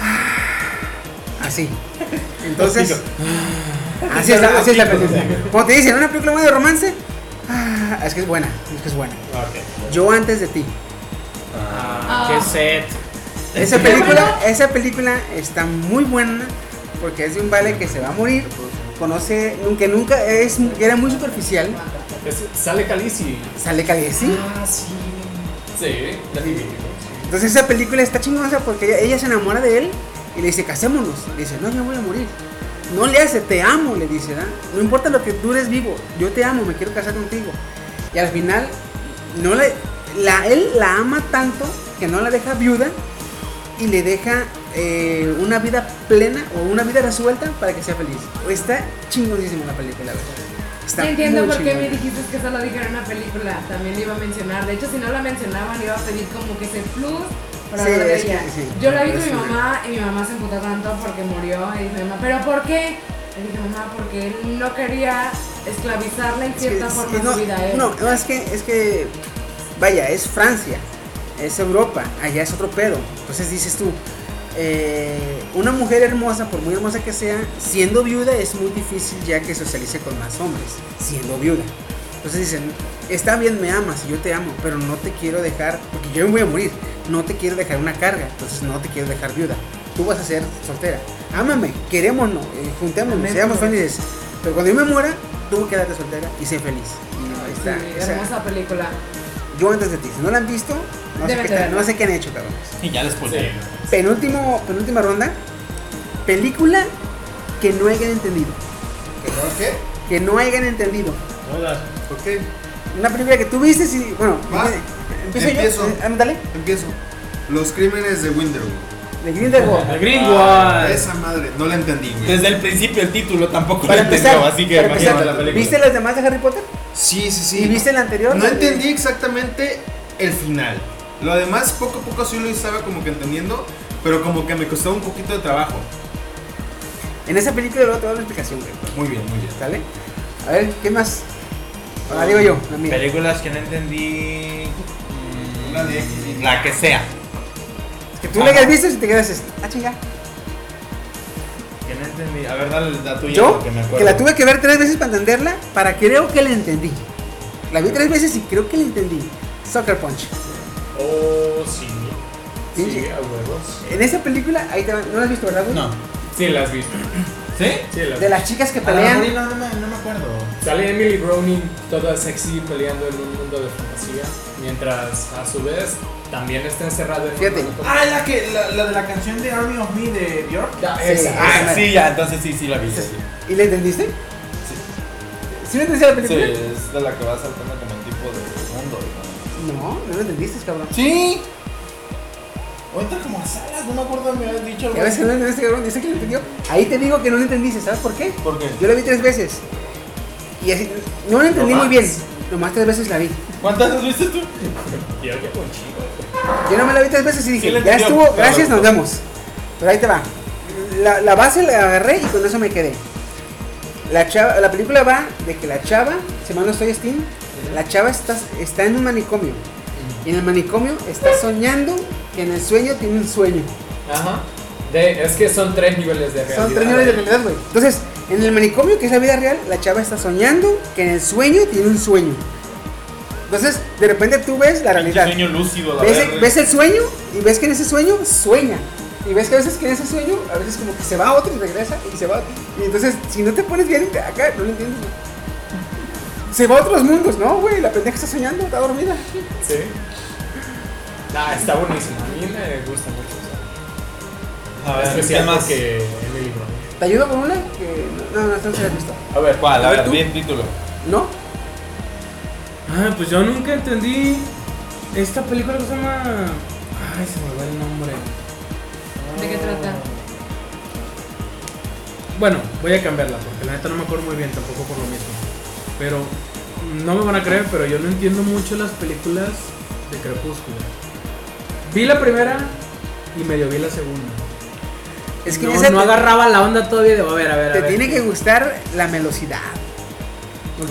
Speaker 1: ah, Así. Entonces. ah, Así es, la- así es la película. Como te dicen, una película muy de romance. ah, Es que es buena, es que es buena. Yo antes de ti.
Speaker 4: Ah.
Speaker 3: Qué set.
Speaker 1: Esa película, esa película está muy buena porque es de un vale que se va a morir. Conoce, nunca, nunca, es, era muy superficial.
Speaker 2: Es- sale Calici.
Speaker 1: Sale Calici.
Speaker 2: Ah, sí. Sí, definitivamente.
Speaker 1: Entonces esa película está chingosa porque ella, ella se enamora de él y le dice, casémonos. Le dice, no, yo voy a morir. No le hace, te amo, le dice, ¿verdad? No importa lo que dures vivo, yo te amo, me quiero casar contigo. Y al final, no le, la, él la ama tanto que no la deja viuda y le deja eh, una vida plena o una vida resuelta para que sea feliz. Está chingonísima la película, la verdad. Está
Speaker 4: Ya entiendo
Speaker 1: muy
Speaker 4: por qué me
Speaker 1: chingona.
Speaker 4: dijiste que solo dijera una película. También la iba a mencionar. De hecho, si no la mencionaban, iba a pedir como que ese plus para
Speaker 1: Sí,
Speaker 4: hablar de
Speaker 1: es que
Speaker 4: ella.
Speaker 1: sí.
Speaker 4: Yo la vi con
Speaker 1: Es
Speaker 4: mi
Speaker 1: una-
Speaker 4: mamá y mi mamá se emputó tanto porque murió. Y dije, mamá, ¿pero por qué? Le dije, mamá, porque él no quería esclavizarla en
Speaker 1: Es que-
Speaker 4: cierta
Speaker 1: es
Speaker 4: forma
Speaker 1: que
Speaker 4: en
Speaker 1: no,
Speaker 4: su vida. ¿eh?
Speaker 1: no, no, es que, es que, vaya, es Francia, es Europa, allá es otro pedo. Entonces dices tú, eh, una mujer hermosa, por muy hermosa que sea, siendo viuda es muy difícil ya que socialice con más hombres, siendo viuda. Entonces dicen, está bien, me amas, y yo te amo, pero no te quiero dejar, porque yo me voy a morir, no te quiero dejar una carga, entonces no te quiero dejar viuda. Tú vas a ser soltera. Ámame, querémonos, eh, juntémonos,
Speaker 4: Amén.
Speaker 1: seamos felices. Pero cuando yo me muera, tú quédate soltera y sé feliz. Y no, ahí
Speaker 4: Sí,
Speaker 1: está. O sea,
Speaker 4: hermosa película.
Speaker 1: yo antes de ti, si no la han visto, no sé,
Speaker 4: Deben
Speaker 1: qué,
Speaker 4: de
Speaker 1: tal-
Speaker 4: verla.
Speaker 1: no sé qué han hecho, cabrón.
Speaker 5: Y ya les puse.
Speaker 1: Penúltimo, penúltima ronda. Película que no hayan entendido.
Speaker 8: ¿Qué? ¿Por qué?
Speaker 1: Que no hayan entendido.
Speaker 8: Hola. ¿Por qué?
Speaker 1: Una película que tú viste y. Bueno,
Speaker 8: Va,
Speaker 1: eh, empiezo
Speaker 8: empiezo.
Speaker 1: yo. Eh, ándale.
Speaker 8: Empiezo. Los crímenes de Winterwood.
Speaker 1: De Grindelwald.
Speaker 3: El Greenwald.
Speaker 8: Esa madre, no la entendí, güey.
Speaker 5: Desde el principio el título tampoco lo
Speaker 1: Para
Speaker 5: entendió,
Speaker 1: empezar,
Speaker 5: así que
Speaker 1: para
Speaker 5: imagínate
Speaker 1: empezar,
Speaker 5: la película.
Speaker 1: ¿viste las demás de Harry Potter?
Speaker 8: Sí, sí, sí.
Speaker 1: ¿Y viste la anterior?
Speaker 8: No entendí exactamente el final. Lo demás, poco a poco sí lo estaba como que entendiendo, pero como que me costó un poquito de trabajo.
Speaker 1: En esa película luego te voy a dar una explicación, güey.
Speaker 8: Muy bien, muy bien.
Speaker 1: ¿Sale? A ver, ¿qué más? Ahora digo yo, la mía.
Speaker 5: Películas que no entendí. mm,
Speaker 8: Una de X.
Speaker 5: La que sea.
Speaker 1: Que tú la hayas visto y te quedas así, ah, chinga.
Speaker 5: Que no entendí. A ver, dale la tuya.
Speaker 1: Yo,
Speaker 5: porque me acuerdo.
Speaker 1: que la tuve que ver tres veces para entenderla, para creo que la entendí. La vi tres veces y creo que la entendí. Soccer Punch.
Speaker 2: Oh, sí.
Speaker 1: Sí.
Speaker 2: Sí, a huevos.
Speaker 1: En esa película, ahí te va- no la has visto, ¿verdad? güey?
Speaker 5: No.
Speaker 2: Sí, las vi.
Speaker 5: ¿Sí?
Speaker 2: Sí, la-
Speaker 1: De las chicas que
Speaker 5: A lo mejor y
Speaker 1: pelean.
Speaker 5: no, no me, no me acuerdo.
Speaker 2: Sale Emily Browning toda sexy peleando en un mundo de fantasía, mientras a su vez también está encerrado en un
Speaker 1: Fíjate.
Speaker 2: mundo
Speaker 5: Ah, la, que, la, la de la canción de Army of Me de Björk.
Speaker 2: Ya,
Speaker 1: Sí,
Speaker 2: esa,
Speaker 1: ah,
Speaker 2: esa.
Speaker 5: sí, ya, entonces sí, sí la vi. Sí,
Speaker 1: ¿Y le entendiste? ¿Sí le entendiste la película?
Speaker 5: es de la que va saltando como un tipo de mundo. ¿no?
Speaker 1: No, no lo entendiste, cabrón.
Speaker 5: Sí. O entra como a salas, no me acuerdo, me habías dicho
Speaker 1: A veces no
Speaker 5: algo.
Speaker 1: lo entendiste, cabrón. Dice que lo entendió. Ahí te digo que no lo entendiste, ¿sabes por qué?
Speaker 5: ¿Por qué?
Speaker 1: Yo la vi tres veces. Y así, no la entendí muy bien. Nomás tres veces la vi.
Speaker 5: ¿Cuántas veces viste tú?
Speaker 2: Ah, Y pues, algo con chico.
Speaker 1: Yo no me la vi tres veces y
Speaker 5: Sí
Speaker 1: dije,
Speaker 5: la
Speaker 1: ya
Speaker 5: entendió,
Speaker 1: estuvo,
Speaker 5: pero-
Speaker 1: gracias, nos vemos. Pero ahí te va. La, la base la agarré y con eso me quedé. La, chava, la película va de que la chava, si mal no estoy Steam, la chava está, está en un manicomio. Y en el manicomio está soñando que en el sueño tiene un sueño.
Speaker 2: Ajá. De, es que son tres niveles de realidad. ¿eh?
Speaker 1: Son tres niveles de realidad, güey. Entonces, en el manicomio, que es la vida real, la chava está soñando que en el sueño tiene un sueño. Entonces, de repente tú ves la realidad.
Speaker 5: sueño lúcido, la
Speaker 1: Ves,
Speaker 5: verdad.
Speaker 1: ves el sueño y ves que en ese sueño sueña. Y ves que a veces que en ese sueño, a veces como que se va a otro y regresa y se va a otro. Y entonces, si no te pones bien acá, no lo entiendes. güey. Se va a otros mundos, ¿no, güey? La pendeja está soñando, está dormida.
Speaker 2: Sí. Nah, está buenísimo. A mí me gusta mucho. o
Speaker 5: A
Speaker 2: sea,
Speaker 5: ver, ¿qué
Speaker 2: Especial
Speaker 5: más?
Speaker 2: que Emily Browning.
Speaker 1: ¿Te ayudo con una? Que... No, no, no se la has visto.
Speaker 5: A ver, ¿cuál?
Speaker 1: A
Speaker 5: A
Speaker 1: ver,
Speaker 5: ver,
Speaker 1: tú.
Speaker 5: bien título.
Speaker 1: ¿No?
Speaker 3: Ah, pues yo nunca entendí esta película que se llama. Ay, se me va el nombre.
Speaker 4: ¿De qué trata?
Speaker 3: Bueno, voy a cambiarla porque la neta no me acuerdo muy bien tampoco por lo mismo. Pero no me van a creer, pero yo no entiendo mucho las películas de Crepúsculo. Vi la primera y medio vi la segunda.
Speaker 1: Es que
Speaker 3: no,
Speaker 1: esa
Speaker 3: no
Speaker 1: te-
Speaker 3: agarraba la onda todavía de, a ver, a ver, a
Speaker 1: Te
Speaker 3: ver.
Speaker 1: tiene que gustar la velocidad.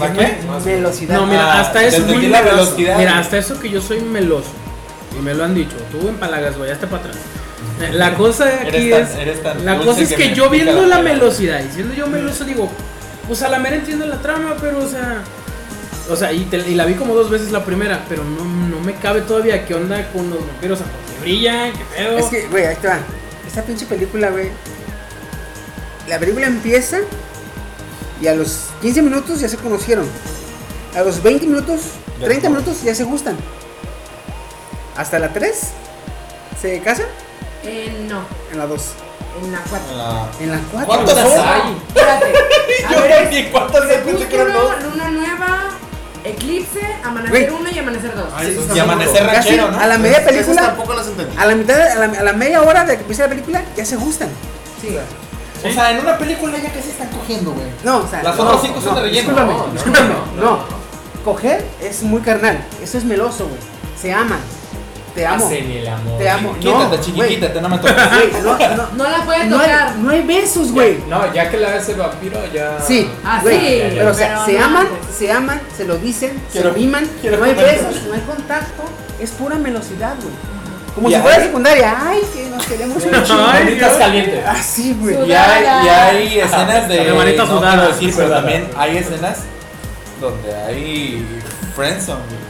Speaker 5: ¿La qué?
Speaker 1: Velocidad.
Speaker 3: No, mira,
Speaker 5: Ah,
Speaker 3: hasta eso
Speaker 5: desde
Speaker 3: muy
Speaker 5: aquí la
Speaker 3: meloso.
Speaker 5: velocidad.
Speaker 3: Mira, hasta eso que yo soy meloso. Y me lo han dicho. Tú empalagas, güey, hasta para atrás. Eh, La cosa de aquí
Speaker 5: Eres
Speaker 3: es.
Speaker 5: tan- eres tan
Speaker 3: la
Speaker 5: dulce
Speaker 3: cosa es
Speaker 5: que
Speaker 3: que
Speaker 5: me
Speaker 3: yo
Speaker 5: pica
Speaker 3: viendo
Speaker 5: la
Speaker 3: la
Speaker 5: piel.
Speaker 3: melosidad y siendo yo meloso, digo, pues a la mera entiendo la trama, pero o sea. O sea, y, te- y la vi como dos veces la primera, pero no, no me cabe todavía qué onda con los vampiros. O sea, ¿por qué brillan, qué pedo.
Speaker 1: Es que, güey, ahí te va. Esta pinche película, güey. La película empieza y a los 15 minutos ya se conocieron. A los 20 minutos,
Speaker 5: Ya
Speaker 1: 30
Speaker 5: se-
Speaker 1: minutos ya se gustan. Hasta la 3 se casan,
Speaker 4: Eh, no,
Speaker 1: en la 2,
Speaker 4: en la 4.
Speaker 5: La-
Speaker 1: en la 4.
Speaker 5: ¿Cuántas hay?
Speaker 4: Espérate. A
Speaker 5: Yo
Speaker 4: ver,
Speaker 5: también, ¿cuántas hay? Pensé que eran dos.
Speaker 4: Crepúsculo, Luna Nueva, Eclipse, Amanecer
Speaker 1: Güey.
Speaker 4: 1 y Amanecer 2.
Speaker 5: Y amanecer
Speaker 1: Casi
Speaker 5: ranchero, ¿no?
Speaker 1: a la media
Speaker 8: Esas
Speaker 1: película,
Speaker 8: tampoco las entendí.
Speaker 1: a la mitad, a la, a la media hora de que empieza la película, ya se gustan.
Speaker 4: Sí.
Speaker 5: O sea, en una película ya casi están cogiendo, güey.
Speaker 1: No, o sea,
Speaker 5: Las
Speaker 1: no,
Speaker 5: otras cinco son
Speaker 1: no,
Speaker 5: de relleno.
Speaker 1: Discúlpame,
Speaker 5: No, no,
Speaker 1: discúlpame,
Speaker 2: no,
Speaker 1: no,
Speaker 2: no,
Speaker 1: Coger es muy carnal, eso es meloso, güey. Se aman. Te amo.
Speaker 2: Hacen el amor.
Speaker 1: Te amo.
Speaker 5: Quítate,
Speaker 1: no,
Speaker 5: chiqui,
Speaker 1: güey.
Speaker 5: quítate, no me toques.
Speaker 1: Güey, no, no,
Speaker 4: No la puede
Speaker 1: no,
Speaker 4: tocar.
Speaker 1: hay, no hay besos, güey.
Speaker 2: No, ya que la ves el vampiro, ya.
Speaker 1: Sí,
Speaker 4: Ah,
Speaker 1: güey,
Speaker 4: sí,
Speaker 1: pero o sea,
Speaker 4: pero
Speaker 1: se
Speaker 4: no
Speaker 1: aman,
Speaker 4: antes.
Speaker 1: se aman, se lo dicen,
Speaker 5: Quiero-
Speaker 1: se miman,
Speaker 5: quiero
Speaker 1: no hay
Speaker 5: comer.
Speaker 1: besos, no hay contacto, es pura melosidad, güey. Como
Speaker 5: Y
Speaker 1: si fuera
Speaker 5: hay-
Speaker 1: secundaria, ay, que nos queremos un chingo.
Speaker 3: Ay,
Speaker 2: Manitas
Speaker 3: Dios.
Speaker 2: calientes.
Speaker 1: Así, güey.
Speaker 5: Y hay, y hay escenas de.
Speaker 3: De manita
Speaker 5: no
Speaker 3: sudada.
Speaker 5: quiero decir, pero
Speaker 2: Sudada.
Speaker 5: también hay escenas donde hay friendzone, güey.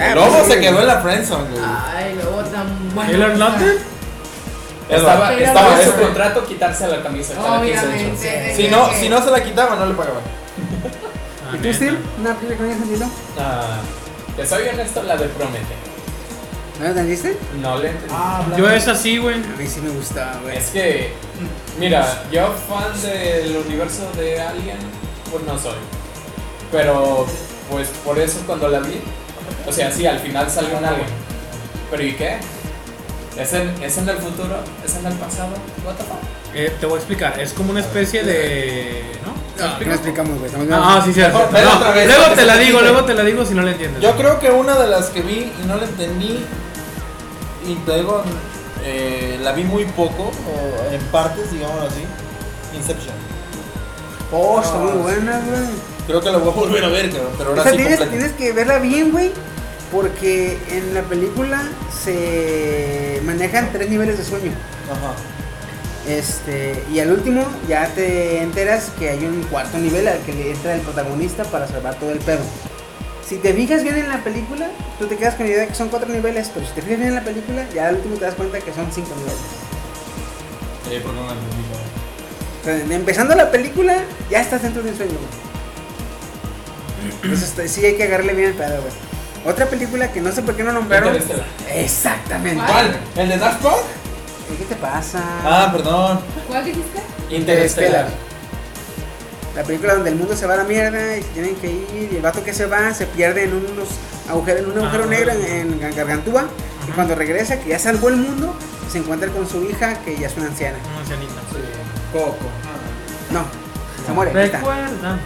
Speaker 1: Ah,
Speaker 5: El lobo
Speaker 1: pues sí.
Speaker 5: se quedó en la friendzone, güey.
Speaker 4: Ay, luego tan bueno.
Speaker 3: ¿Taylor Lautner?
Speaker 2: Estaba,
Speaker 4: Pero
Speaker 2: estaba
Speaker 4: no,
Speaker 2: en su
Speaker 4: güey.
Speaker 2: contrato quitarse la camisa cada 15 días.
Speaker 4: Obviamente.
Speaker 5: este. Si no, si no se la quitaban, no le pagaban.
Speaker 3: Ah,
Speaker 1: ¿Y tú,
Speaker 3: neta.
Speaker 1: Steve? ¿Una película que no hayas entendido?
Speaker 2: Ah, te soy honesto, la de Promete.
Speaker 1: ¿No la entendiste?
Speaker 2: No le entendí.
Speaker 3: Yo es así, güey.
Speaker 1: A mí sí me gustaba, güey.
Speaker 2: Es que, mira, yo fan del universo de Alien, pues no soy. Pero, pues por eso cuando la vi, o sea, sí, al final salió un alien. Pero ¿y qué? ¿Es en, ¿Es en el futuro? ¿Es en el pasado? ¿What the fuck?
Speaker 3: Eh, te voy a explicar, es como una especie de. ¿No?
Speaker 1: Ah, No, no explicamos, güey. estamos bien.
Speaker 3: Ah, sí, sí.
Speaker 5: Mejor vela otra vez,
Speaker 3: luego
Speaker 5: porque
Speaker 3: te
Speaker 5: se
Speaker 3: la
Speaker 5: te
Speaker 3: digo,
Speaker 5: quite.
Speaker 3: luego te la digo si no la entiendes.
Speaker 5: Yo creo que una de las que vi y no la entendí, y te digo, eh, la vi muy poco, o en partes, digámoslo así, Inception.
Speaker 1: Oh, está muy buena, güey.
Speaker 5: Creo que la voy a volver a ver, cabrón, pero
Speaker 1: O
Speaker 5: ahora
Speaker 1: sea,
Speaker 5: sí
Speaker 1: tienes,
Speaker 5: completa.
Speaker 1: tienes que verla bien, güey. Porque en la película se manejan tres niveles de sueño.
Speaker 5: Ajá.
Speaker 1: Este, y al último ya te enteras que hay un cuarto nivel al que le entra el protagonista para salvar todo el pedo. Si te fijas bien en la película, tú te quedas con la idea de que son cuatro niveles, pero si te fijas bien en la película, ya al último te das cuenta que son cinco niveles.
Speaker 5: Eh, porque no la entendí, cabrón.
Speaker 1: sea, empezando la película, ya estás dentro de un sueño, güey. Entonces, este, sí hay que agarrarle bien el pedo, güey. Otra película que no sé por qué no nombraron.
Speaker 2: Interestelar.
Speaker 1: Exactamente.
Speaker 5: ¿Cuál? ¿El de Daft Punk?
Speaker 1: ¿Qué te pasa?
Speaker 5: Ah, perdón.
Speaker 4: ¿Cuál dijiste?
Speaker 2: Interestelar.
Speaker 1: La película donde el mundo se va a la mierda y se tienen que ir y el vato que se va se pierde en unos agujeros, en un agujero
Speaker 2: Ah.
Speaker 1: negro en, en Gar- Gargantúa y cuando regresa que ya salvó el mundo se encuentra con su hija que ya es una anciana.
Speaker 3: Una ancianita.
Speaker 5: Coco.
Speaker 1: No, se muere. ahí está.
Speaker 3: Recuerda.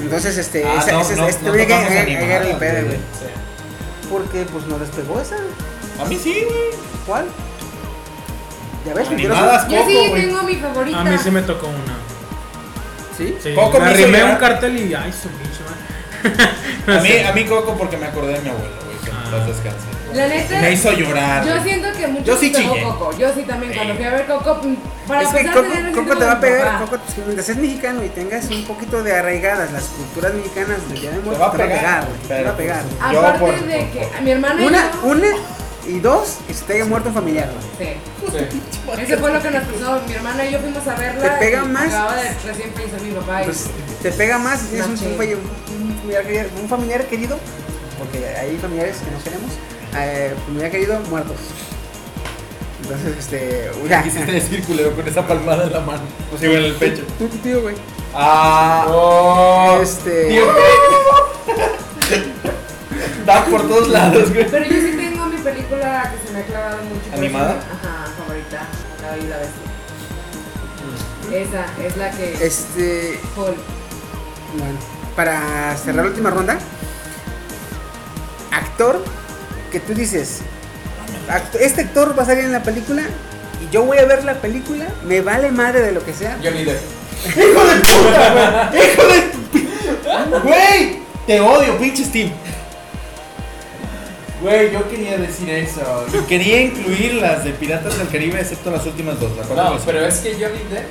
Speaker 1: Entonces este,
Speaker 5: Ah,
Speaker 1: esa,
Speaker 5: no,
Speaker 1: esa-
Speaker 5: no,
Speaker 1: este
Speaker 5: no
Speaker 1: tuve que
Speaker 5: tocamos
Speaker 1: ag- agarrar el
Speaker 5: animadas,
Speaker 1: pedo,
Speaker 5: güey.
Speaker 1: güey. Porque pues no despegó esa.
Speaker 5: A mí sí, güey.
Speaker 1: ¿Cuál? Ya ves, mentiroso.
Speaker 5: Animadas,
Speaker 4: Yo
Speaker 5: Coco,
Speaker 4: sí
Speaker 5: güey.
Speaker 4: tengo mi favorita.
Speaker 3: A mí se me tocó una.
Speaker 1: ¿Sí?
Speaker 3: Sí,
Speaker 5: Coco
Speaker 3: me
Speaker 5: me hizo
Speaker 3: arrimé
Speaker 5: llorar.
Speaker 3: un cartel y. Ay, su pinche madre.
Speaker 5: A mí, a mí Coco porque me acordé de mi abuelo, güey. que en
Speaker 3: Ah.
Speaker 5: paz descanse.
Speaker 4: La neta,
Speaker 5: Me hizo llorar.
Speaker 4: yo
Speaker 5: güey.
Speaker 4: siento que mucho
Speaker 5: Yo sí
Speaker 4: me pegó
Speaker 5: chillé.
Speaker 4: Coco. Yo sí también, cuando fui a ver Coco, mm, para
Speaker 1: es que
Speaker 4: empezar,
Speaker 1: Coco,
Speaker 4: tenía el
Speaker 1: Coco
Speaker 4: sentido
Speaker 1: te va a
Speaker 4: de mi
Speaker 1: pegar,
Speaker 4: papá.
Speaker 1: Coco, si mientras seas mexicano y tengas un poquito de arraigadas las culturas mexicanas del Día de
Speaker 5: Te
Speaker 1: Muertos,
Speaker 5: va a pegar.
Speaker 1: güey, te
Speaker 5: pero
Speaker 1: va a pegar.
Speaker 5: pues,
Speaker 1: güey.
Speaker 5: yo
Speaker 4: Aparte
Speaker 5: por-
Speaker 4: de
Speaker 5: por-
Speaker 4: que a mi hermana
Speaker 1: Una,
Speaker 4: y yo,
Speaker 1: una y dos, que se te haya muerto un familiar. güey.
Speaker 4: Sí.
Speaker 2: Sí.
Speaker 4: Ese fue lo que nos pasó. Mi hermana y yo fuimos a verla.
Speaker 1: Te pega
Speaker 4: y
Speaker 1: más. Pues
Speaker 4: Acababa de recién fallecer mi papá. y-
Speaker 1: Entonces, te pega más si tienes un,
Speaker 4: Machín.
Speaker 1: un falle- un familiar, querido- un familiar querido, porque hay familiares que no queremos, eh, familiar querido, muertos. Entonces, este, ya.
Speaker 5: Quisiste decir culero con esa palmada en la mano. Pues igual en el pecho.
Speaker 1: Tu tío, güey.
Speaker 5: Ah. Oh.
Speaker 1: Este-
Speaker 5: Tío. Da por todos lados, güey.
Speaker 4: Pero yo sí tengo mi película que se me ha clavado mucho.
Speaker 5: ¿Animada?
Speaker 4: Ajá, favorita. La Bella y la Bestia.
Speaker 2: Mm.
Speaker 4: Esa es la que.
Speaker 2: Eh.
Speaker 1: Este,
Speaker 4: Paul.
Speaker 1: Bueno, para cerrar la última ronda, actor que tú dices, act- este actor va a salir en la película y yo voy a ver la película, me vale madre de lo que sea.
Speaker 2: Johnny Depp.
Speaker 5: ¡Hijo de puta, güey! ¡Hijo de tu pi- ¡Güey! Te odio, pinche Steam. Güey, yo quería decir eso. Y quería incluir las de Piratas del Caribe, excepto las últimas dos. La cuarta
Speaker 2: No,
Speaker 5: y la
Speaker 2: pero es que Johnny Depp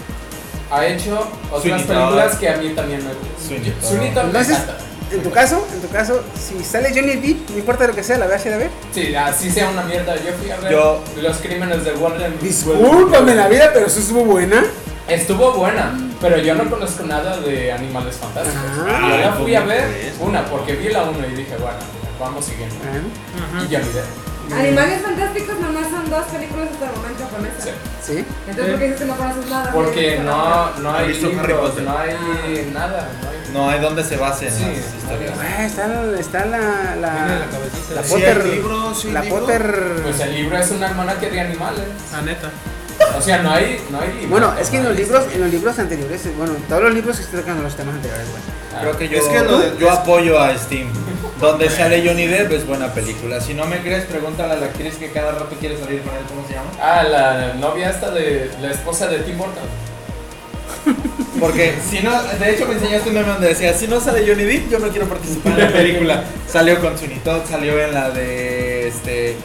Speaker 2: ha hecho otras
Speaker 5: Sweeney
Speaker 2: películas
Speaker 5: Todd.
Speaker 2: que a mí también me gustan.
Speaker 5: Sweeney Todd.
Speaker 2: Sweeney Todd me
Speaker 1: Entonces,
Speaker 2: encanta.
Speaker 1: en tu caso, en tu caso, si sale Johnny Depp, no importa lo que sea, la vas a ir a ver.
Speaker 2: Sí, así sea una mierda. Yo fui a ver
Speaker 5: Yo-
Speaker 2: Los Crímenes de Warren.
Speaker 1: Discúlpame Pues, la vida, pero eso estuvo buena.
Speaker 2: Estuvo buena, pero yo no conozco nada de Animales Fantásticos.
Speaker 1: Ah.
Speaker 2: yo la fui a ver
Speaker 5: Ay, ¿cómo
Speaker 2: una, porque vi la uno y dije, bueno, vamos siguiendo.
Speaker 1: Ah,
Speaker 2: Y
Speaker 3: Ajá.
Speaker 2: Johnny Depp.
Speaker 4: Animales Fantásticos nomás son dos películas hasta el momento japonesas.
Speaker 2: Sí.
Speaker 1: Sí.
Speaker 4: Entonces, ¿por qué dices que no conoces nada?
Speaker 2: Porque no, no hay
Speaker 5: visto Harry
Speaker 2: libros,
Speaker 5: Potter?
Speaker 2: no hay nada. No hay...
Speaker 5: quinta. No, hay donde se basen
Speaker 2: Sí,
Speaker 5: las historias.
Speaker 1: Ah, está, está la,
Speaker 3: Tiene
Speaker 5: Ah,
Speaker 1: la,
Speaker 3: la cabecita.
Speaker 1: la
Speaker 3: de-
Speaker 8: Sí,
Speaker 1: Potter,
Speaker 8: hay libro, sí,
Speaker 1: la
Speaker 8: libro.
Speaker 1: Potter.
Speaker 2: Pues el libro es una hermana de animales.
Speaker 3: La neta.
Speaker 2: O sea, no hay, no hay libros.
Speaker 1: Bueno, es que en los
Speaker 2: no hay
Speaker 1: libros,
Speaker 2: historia.
Speaker 1: en los libros anteriores, bueno, en todos los libros que se tocan los temas anteriores, güey.
Speaker 2: Ah,
Speaker 5: Creo que yo,
Speaker 8: Es que lo de-
Speaker 5: yo
Speaker 8: es-
Speaker 5: apoyo a Steam. Donde sale Johnny Depp es buena película. Si no me crees, pregúntale a la actriz que cada rato quiere salir con él. ¿Cómo se llama?
Speaker 2: Ah, la novia esta de la esposa de Tim Burton.
Speaker 5: Porque si no, de hecho me enseñaste un meme donde decía, si no sale Johnny Depp, yo no quiero participar en la película. salió con Sweeney Todd, salió en la de este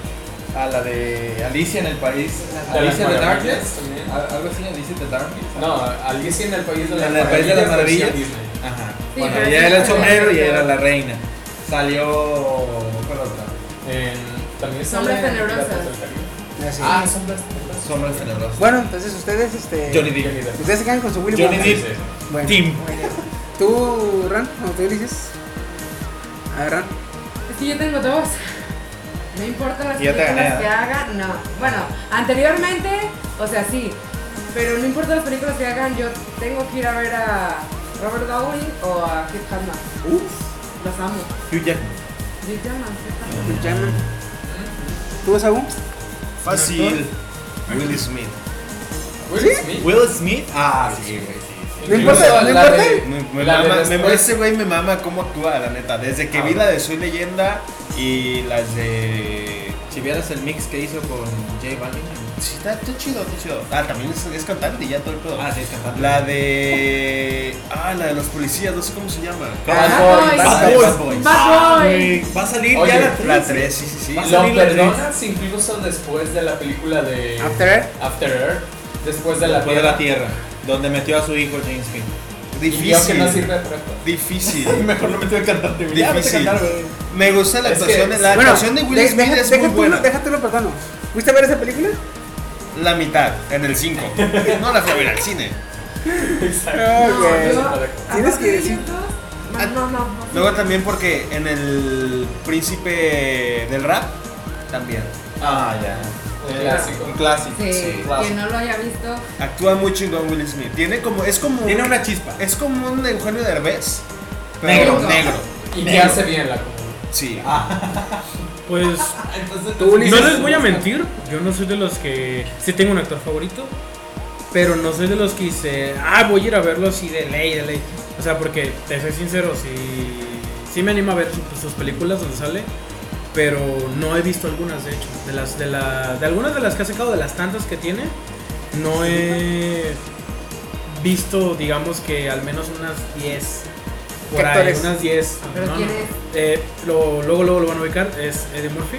Speaker 5: a la de Alicia en el país,
Speaker 2: De las
Speaker 5: Alicia en the
Speaker 2: Maravillas
Speaker 5: Darkness,
Speaker 2: también.
Speaker 5: a- algo así, Alicia en the Darkness.
Speaker 2: No, Alicia en el País de las
Speaker 5: En el País de las
Speaker 2: versión
Speaker 5: Maravillas.
Speaker 2: Disney.
Speaker 5: Ajá.
Speaker 4: Sí,
Speaker 5: bueno,
Speaker 4: pero
Speaker 5: ella
Speaker 4: sí
Speaker 5: era el
Speaker 4: salió.
Speaker 5: sombrero y ella era la reina. Salió ¿cuál otra?
Speaker 2: En- también
Speaker 4: Sombras
Speaker 2: sale en
Speaker 4: tenebrosas.
Speaker 2: Piratas del Caribe.
Speaker 1: Así.
Speaker 2: Ah, sombras tenebrosas.
Speaker 5: Sombras tenebrosas.
Speaker 1: Bueno, entonces ustedes, este.
Speaker 5: Johnny
Speaker 2: Johnny
Speaker 5: Depp.
Speaker 2: Depp.
Speaker 1: Ustedes se quedan con su Willy
Speaker 5: Johnny
Speaker 1: Wonka.
Speaker 5: Depp.
Speaker 1: Bueno.
Speaker 5: Tim.
Speaker 1: ¿Tú, Ran? ¿O tú dices? A ver, Ran.
Speaker 4: Es que yo tengo dos. No importa las
Speaker 5: Y ya te
Speaker 4: películas
Speaker 5: gané,
Speaker 4: que haga, no. Bueno, anteriormente, o sea, sí. Pero no importa las películas que hagan, yo tengo que ir a ver a Robert Downey o a Kit Hammond.
Speaker 1: Uf,
Speaker 4: Los amo.
Speaker 5: Hugh Jackman.
Speaker 4: Kit Hammond, Kit Hammond.
Speaker 1: me llaman. ¿Tú, Saúl?
Speaker 8: Fácil. Will Smith.
Speaker 2: Will Smith.
Speaker 5: Will Smith. Ah, sí, güey, sí, sí.
Speaker 1: No
Speaker 2: Incluso
Speaker 1: importa, no
Speaker 2: la
Speaker 1: importa.
Speaker 2: de-
Speaker 8: Me, me
Speaker 2: la de
Speaker 8: mama, me-
Speaker 2: después.
Speaker 8: ese güey me mama cómo actúa, la neta. Desde que
Speaker 2: Ah,
Speaker 8: vi la de Soy Leyenda y las de.
Speaker 5: Si vieras el mix que hizo con J Balvin.
Speaker 8: Sí, está, está chido, está chido. Ah, también es, es cantante y ya todo el pedo.
Speaker 5: Ah, sí, es cantante.
Speaker 8: La de. Ah, la de los policías, no sé cómo se llama.
Speaker 4: Bad Boys.
Speaker 5: Bad Boys. Bad Boys.
Speaker 4: Bad Boy.
Speaker 5: Güey, Va a salir
Speaker 2: Oye,
Speaker 5: ya la tres.
Speaker 8: La 3, sí, sí, sí.
Speaker 5: Va a
Speaker 2: Lo
Speaker 5: salir la
Speaker 2: perdonas incluso después de la película de
Speaker 1: After Earth.
Speaker 2: After Earth, después de la
Speaker 5: Después de
Speaker 2: película
Speaker 5: la Tierra, donde metió a su hijo James King.
Speaker 2: Y yo que
Speaker 8: Difícil.
Speaker 2: no sirve para
Speaker 8: Difícil.
Speaker 5: Mejor lo metió el cantante, güey. Ya, vete a
Speaker 8: Difícil.
Speaker 5: cantar, güey.
Speaker 8: Me gusta la
Speaker 2: Es que-
Speaker 8: actuación. de- La
Speaker 1: Bueno,
Speaker 8: actuación de Will
Speaker 1: de-
Speaker 8: Smith
Speaker 1: deja-
Speaker 8: es
Speaker 1: deja
Speaker 8: muy
Speaker 1: tú
Speaker 8: buena.
Speaker 1: lo- Deja tú lo perdono. ¿Fuiste a ver esa película?
Speaker 8: La mitad, en el 5. No la fui a ver al cine.
Speaker 4: No,
Speaker 1: Ok.
Speaker 4: yo-
Speaker 1: Tienes que
Speaker 4: aparte de
Speaker 1: decir-
Speaker 4: ellos dos, No, no, no. no.
Speaker 6: Luego también porque en el príncipe del rap también
Speaker 5: Ah, ya.
Speaker 2: Un clásico.
Speaker 5: Un clásico.
Speaker 4: Sí,
Speaker 5: clásico.
Speaker 4: quien no lo haya visto.
Speaker 6: actúa muy chingón Will Smith. Tiene como es como
Speaker 5: Tiene una chispa.
Speaker 6: es como un Eugenio Derbez.
Speaker 5: Negro,
Speaker 4: Pero-
Speaker 5: negro.
Speaker 2: Y que hace bien la comedia.
Speaker 6: Sí. Ah,
Speaker 3: Pues
Speaker 5: Entonces,
Speaker 2: Tú,
Speaker 3: no
Speaker 2: Ulises,
Speaker 3: les voy a
Speaker 2: ¿te gusta?
Speaker 3: mentir, yo no soy de los que sí tengo un actor favorito, pero no soy de los que dice, ah, voy a ir a verlo así de ley, de ley. O sea, porque te soy sincero, sí, sí me animo a ver su- sus películas donde sale, pero no he visto algunas de hecho, de las de la de algunas de las que ha sacado de las tantas que tiene, no he visto, digamos que al menos unas 10 por
Speaker 1: ¿Qué
Speaker 3: ahí,
Speaker 1: actores?
Speaker 3: unas 10.
Speaker 4: Pero
Speaker 3: no, no.
Speaker 4: quién es.
Speaker 3: Eh, lo- luego luego lo van a ubicar es Eddie Murphy.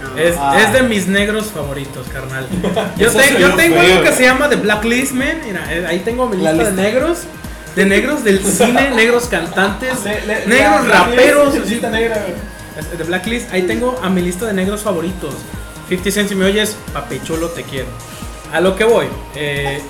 Speaker 1: Ah.
Speaker 3: Es,
Speaker 5: Ah.
Speaker 3: es de mis negros favoritos, carnal. Yo,
Speaker 5: Eso
Speaker 3: te-
Speaker 5: soy
Speaker 3: yo
Speaker 5: yo,
Speaker 3: tengo
Speaker 5: feo.
Speaker 3: algo que se llama The Blacklist, man. Mira, eh, ahí tengo mi
Speaker 5: La
Speaker 3: lista, de
Speaker 5: lista.
Speaker 3: negros. De negros del cine, negros cantantes,
Speaker 5: Le- le-
Speaker 3: negros
Speaker 5: la- la-
Speaker 3: raperos.
Speaker 5: la lista negra, güey.
Speaker 3: De Blacklist, ahí tengo a mi lista de negros favoritos. 50 Cent, si me oyes, papecholo, te quiero. A lo que voy. eh,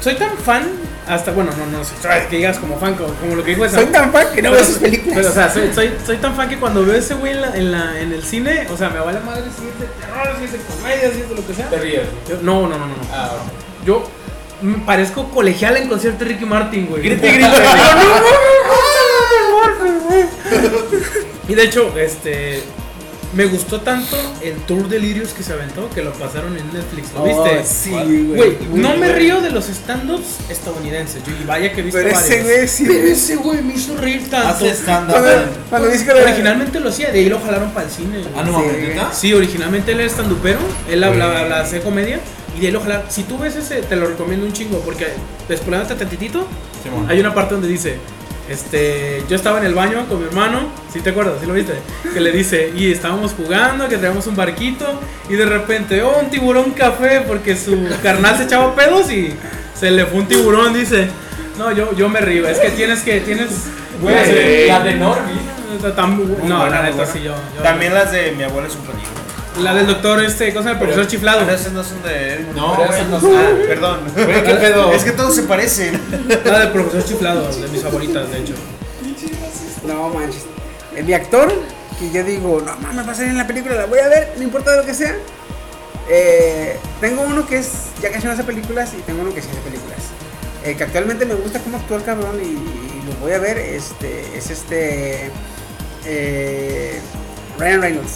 Speaker 3: soy tan fan, hasta, bueno, no, no, sé, que digas como fan, como, como lo que dijo esa.
Speaker 1: Soy tan fan que no veo
Speaker 3: Pero-
Speaker 1: sus películas.
Speaker 3: pero, o sea, soy, soy, soy tan fan que cuando veo ese güey en, la- en la- en el cine, o sea, me vale madre si es de terror, si es de comedia, si es de lo que sea.
Speaker 2: Te ríes.
Speaker 3: Yo- no, no, no, no. no.
Speaker 2: Ah,
Speaker 3: Yo me parezco colegial en concierto de Ricky Martin, güey.
Speaker 5: Grite, grite.
Speaker 3: Y de hecho, este. Me gustó tanto el tour de Lirios que se aventó que lo pasaron en Netflix. ¿Lo viste?
Speaker 1: Sí,
Speaker 3: Güey, no me río de los stand-ups estadounidenses. Yo, y vaya que he visto
Speaker 1: Pero ese
Speaker 3: varios.
Speaker 1: güey sí.
Speaker 3: Pero ese güey me hizo reír tanto.
Speaker 5: Hace stand-up.
Speaker 1: Cuando, cuando dice que lo
Speaker 3: Originalmente lo hacía, de ahí lo jalaron para el cine. güey.
Speaker 5: Ah, no,
Speaker 1: Sí.
Speaker 5: mames, ¿neta?
Speaker 3: Sí, originalmente él era standupero, él hablaba, hablaba- hacía comedia y de él ojalá, si tú ves ese, te lo recomiendo un chingo porque desplazándote tantitito,
Speaker 5: Simón.
Speaker 3: hay una parte donde dice, este, yo estaba en el baño con mi hermano, si te acuerdas, si lo viste, que le dice, y estábamos jugando, que traíamos un barquito y de repente, oh, un tiburón café porque su carnal se echaba pedos y se le fue un tiburón, dice, no, yo, yo me río, es que tienes que, tienes,
Speaker 2: Güey,
Speaker 3: no sé,
Speaker 2: la de Norby.
Speaker 3: tan- no,
Speaker 6: buena,
Speaker 3: la
Speaker 6: muy
Speaker 3: neta
Speaker 6: buena.
Speaker 3: sí, yo- yo-
Speaker 6: También las de mi abuela es un peligro.
Speaker 3: la del doctor, este, cosa del profesor chiflado.
Speaker 6: Pero esas no son de él.
Speaker 2: No,
Speaker 6: Pero
Speaker 2: güey.
Speaker 6: esas no son. Ah, perdón.
Speaker 5: ¿Qué pedo?
Speaker 6: Es que todos se parecen.
Speaker 3: La del profesor chiflado, de mis favoritas, de hecho.
Speaker 1: No manches. Eh, Mi actor, que yo digo, no mames, va a salir en la película, la voy a ver, no importa lo que sea. Eh, tengo uno que es, ya casi no hace películas y tengo uno que sí hace películas. Eh, que actualmente me gusta cómo actúa el cabrón y, y lo voy a ver, este, es este eh, Ryan Reynolds.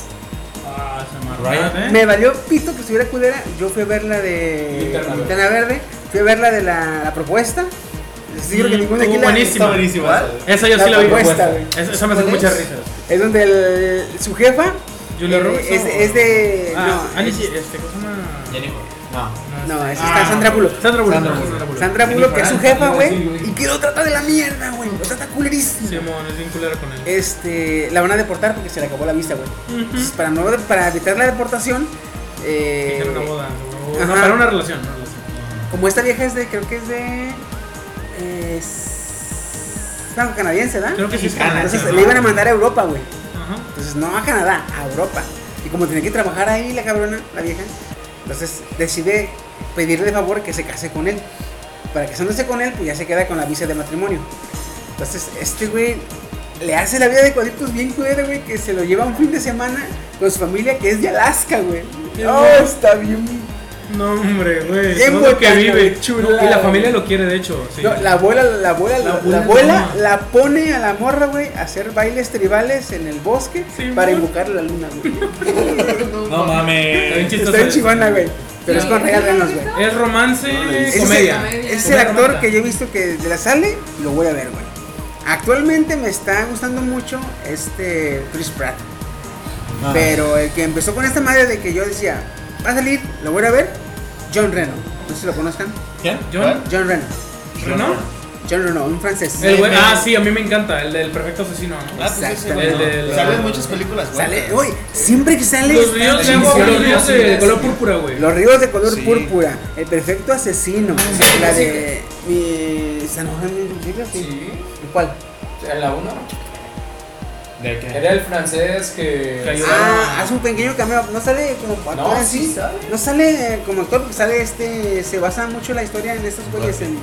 Speaker 3: Ah, se me
Speaker 5: Ryan,
Speaker 1: Me valió pito que estuviera culera, yo fui a ver la de
Speaker 2: Linterna
Speaker 1: Linterna Verde, fui a ver la de la, la propuesta. Sí, creo que ninguno de aquí la-
Speaker 3: Mm, buenísima. Esa yo
Speaker 1: ¿eh? La
Speaker 3: sí la vi. pues.
Speaker 1: propuesta, güey.
Speaker 3: Esa, esa me sacó
Speaker 1: ¿Cuál
Speaker 3: muchas
Speaker 1: es?
Speaker 3: risas.
Speaker 1: Es donde el- su jefa
Speaker 3: Julia
Speaker 1: eh,
Speaker 3: Roberts.
Speaker 1: es, es de.
Speaker 3: Ah,
Speaker 1: no,
Speaker 3: Annie,
Speaker 1: es-
Speaker 3: este, ¿cómo se llama? este,
Speaker 5: Jennifer. No.
Speaker 1: no, es esta Sandra Bullock.
Speaker 3: ah, Sandra Bullock.
Speaker 5: Sandra Bullock.
Speaker 3: Bullock.
Speaker 1: Sandra Bullock, que es su jefa,
Speaker 2: Jennifer Aniston, iba a
Speaker 1: güey.
Speaker 2: decir,
Speaker 1: Y que lo trata de la mierda, güey. Lo trata culerísimo.
Speaker 3: Simón, es bien culera con él.
Speaker 1: Este, la van a deportar porque se le acabó la vista, güey. Entonces,
Speaker 3: Ujú.
Speaker 1: para, no, para evitar la deportación, eh,
Speaker 3: Hicieron una boda. o- No,
Speaker 1: ajá.
Speaker 3: para una relación. una relación.
Speaker 1: eh, como esta vieja es de, creo que es de. Eh, es canadiense, ¿verdad?
Speaker 3: Creo que sí es
Speaker 1: Entonces
Speaker 3: canadiense,
Speaker 1: le
Speaker 3: ¿no?
Speaker 1: iban a mandar a Europa, güey.
Speaker 3: Ajá.
Speaker 1: Entonces no a Canadá, a Europa. Y como tenía que trabajar ahí la cabrona, la vieja, entonces decide pedirle de favor que se case con él. Para casándose con él, pues ya se queda con la visa de matrimonio. Entonces este güey le hace la vida de cuadritos bien culera, güey, que se lo lleva un fin de semana con su familia que es de Alaska, güey.
Speaker 3: Qué
Speaker 1: Oh,
Speaker 3: bueno.
Speaker 1: está bien.
Speaker 3: No, hombre, güey.
Speaker 1: Bien
Speaker 3: Todo lo que
Speaker 1: botana,
Speaker 3: vive.
Speaker 1: güey, chulada,
Speaker 3: y la
Speaker 1: güey.
Speaker 3: familia lo quiere, de hecho. Sí.
Speaker 1: No, la abuela, la abuela,
Speaker 3: La
Speaker 1: la,
Speaker 3: abuela
Speaker 1: la abuela
Speaker 3: no.
Speaker 1: la pone a la morra, güey, a hacer bailes tribales en el bosque
Speaker 3: Sí,
Speaker 1: para
Speaker 3: güey.
Speaker 1: invocar a la luna, güey.
Speaker 5: No
Speaker 3: Está bien
Speaker 5: mames.
Speaker 3: chistoso
Speaker 1: Está en
Speaker 3: eso.
Speaker 1: chingona, güey. Pero es con
Speaker 4: Sí.
Speaker 1: Ryan Reynolds, güey.
Speaker 3: Es romance,
Speaker 1: Ese
Speaker 3: comedia.
Speaker 1: Es el,
Speaker 4: Comedia.
Speaker 1: ese es el actor
Speaker 3: Comedia.
Speaker 1: que yo he visto que de la sale, lo voy a ver, güey. Actualmente me está gustando mucho este Chris Pratt.
Speaker 5: Ah.
Speaker 1: Pero el que empezó con esta madre de que yo decía, va a salir, lo voy a ver, John Reno. No sé si lo conozcan.
Speaker 5: ¿Quién?
Speaker 3: John
Speaker 1: John Reno.
Speaker 3: Renault.
Speaker 1: John Reno, un francés.
Speaker 3: El güey- ah, sí, a mí me encanta, el del perfecto asesino.
Speaker 1: Ah,
Speaker 3: ¿no?
Speaker 1: Exactamente.
Speaker 3: El del-
Speaker 8: Salen muchas películas, güey.
Speaker 1: Sale, güey, siempre que sale.
Speaker 3: Los
Speaker 1: está
Speaker 3: ríos de
Speaker 1: chingón.
Speaker 3: agua, los ríos de color púrpura, güey.
Speaker 1: Los ríos de color
Speaker 8: Sí.
Speaker 1: púrpura, el perfecto asesino, la de mi San Juan, ¿sí?
Speaker 2: Sí.
Speaker 1: ¿Cuál?
Speaker 2: ¿En la 1?
Speaker 5: ¿De qué?
Speaker 2: Era el francés que.
Speaker 5: Cayó.
Speaker 1: Ah, hace un pequeño cameo. No sale como actor
Speaker 2: No,
Speaker 1: así.
Speaker 2: sí sale.
Speaker 1: No sale eh, como actor porque sale este. Se basa mucho la historia en estos güeyes. En,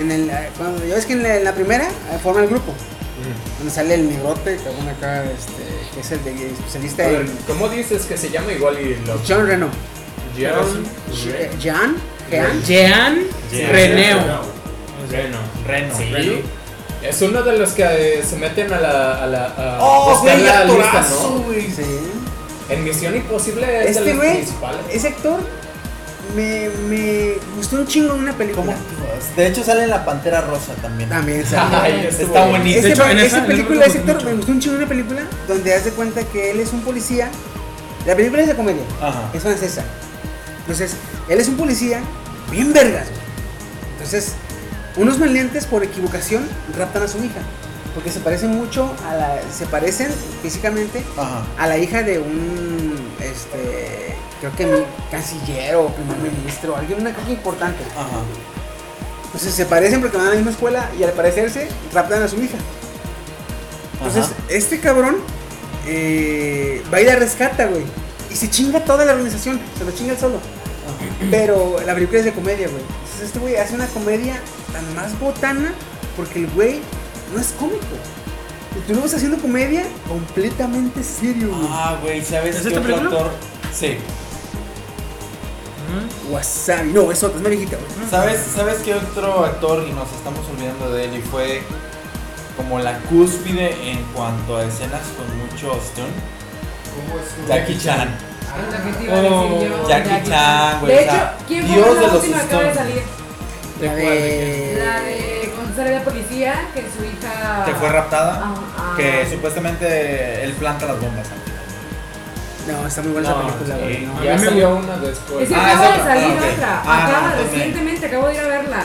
Speaker 1: en el. eh, Cuando, ya ves que en la, en la primera eh, forma el grupo.
Speaker 2: Mm.
Speaker 1: Donde sale el negrote, cabrón acá, este, que es el de especialista
Speaker 2: A ver,
Speaker 1: en.
Speaker 2: ¿cómo dices que se llama igual y lo.
Speaker 1: John Reno.
Speaker 2: Jean-
Speaker 1: Eh, Jean. Jean.
Speaker 3: Jean
Speaker 5: Jean
Speaker 3: Reneo.
Speaker 2: Reno.
Speaker 5: Reno.
Speaker 2: Sí.
Speaker 5: Reno.
Speaker 2: Es uno de los que eh, se meten a la. A la a
Speaker 5: ¡Oh,
Speaker 2: buscar
Speaker 5: güey!
Speaker 2: la lista,
Speaker 5: ¡Actorazo,
Speaker 2: ¿no?
Speaker 5: güey!
Speaker 1: Sí.
Speaker 2: En Misión Imposible es de
Speaker 1: Este
Speaker 2: los
Speaker 1: güey,
Speaker 2: principales.
Speaker 1: ese actor, me, me gustó un chingo en una película.
Speaker 5: ¿Cómo actúas? De hecho, sale en la pantera rosa también.
Speaker 1: También sale.
Speaker 2: Ay,
Speaker 5: Está
Speaker 2: estuvo bien.
Speaker 5: buenísimo.
Speaker 1: Este-
Speaker 3: De hecho, en
Speaker 1: esa,
Speaker 3: esa- en esa
Speaker 1: película,
Speaker 3: me
Speaker 1: ese
Speaker 3: gustó
Speaker 1: actor, me
Speaker 3: mucho.
Speaker 1: gustó un chingo en una película donde hace cuenta que él es un policía. La película es de comedia,
Speaker 5: Ajá.
Speaker 1: es francesa. Entonces, él es un policía bien vergas. güey. Entonces, unos maleantes por equivocación raptan a su hija. Porque se parecen mucho a la. Se parecen físicamente
Speaker 5: Ajá.
Speaker 1: a la hija de un este creo que mi canciller o primer ministro, alguien una cosa importante.
Speaker 5: Ajá.
Speaker 1: Entonces se parecen porque van a la misma escuela y al parecerse raptan a su hija. Entonces
Speaker 5: Ajá.
Speaker 1: este cabrón eh, va a ir a rescata, güey. Y se chinga toda la organización, se lo chinga él solo. Pero la película es de comedia, güey. Entonces este güey hace una comedia tan más botana porque el güey no es cómico. Y tú lo ves haciendo comedia completamente serio, güey.
Speaker 5: Ah, güey, ¿sabes
Speaker 3: ¿Es
Speaker 5: qué
Speaker 3: esta
Speaker 5: otro
Speaker 3: película?
Speaker 5: actor? Sí.
Speaker 1: Wasabi. No, es otra, es más viejita, güey.
Speaker 3: Mm.
Speaker 5: ¿Sabes, ¿Sabes qué otro actor y nos estamos olvidando de él y fue como la cúspide en cuanto a escenas con mucho stun? Jackie Chan.
Speaker 4: Oh,
Speaker 5: Jackie Chan, güey,
Speaker 4: De
Speaker 5: o
Speaker 4: hecho,
Speaker 5: sea,
Speaker 4: ¿quién
Speaker 5: Dios
Speaker 4: fue
Speaker 5: de
Speaker 4: la
Speaker 5: los
Speaker 4: última que acaba de
Speaker 5: Stones.
Speaker 4: salir?
Speaker 1: La de...
Speaker 4: La de cuando sale la policía, que su hija.
Speaker 5: Que fue raptada.
Speaker 4: Ajá.
Speaker 5: Que supuestamente él planta las bombas.
Speaker 1: No, está muy buena esa
Speaker 2: No,
Speaker 1: película, güey.
Speaker 5: sí.
Speaker 1: no.
Speaker 2: Ya salió una después.
Speaker 4: Es que
Speaker 5: Ah,
Speaker 4: acaba
Speaker 5: es
Speaker 4: de
Speaker 5: otra,
Speaker 4: salir
Speaker 5: ah, ok.
Speaker 4: otra.
Speaker 5: Ah,
Speaker 4: acaba,
Speaker 5: entonces-
Speaker 4: recientemente acabo de ir a verla.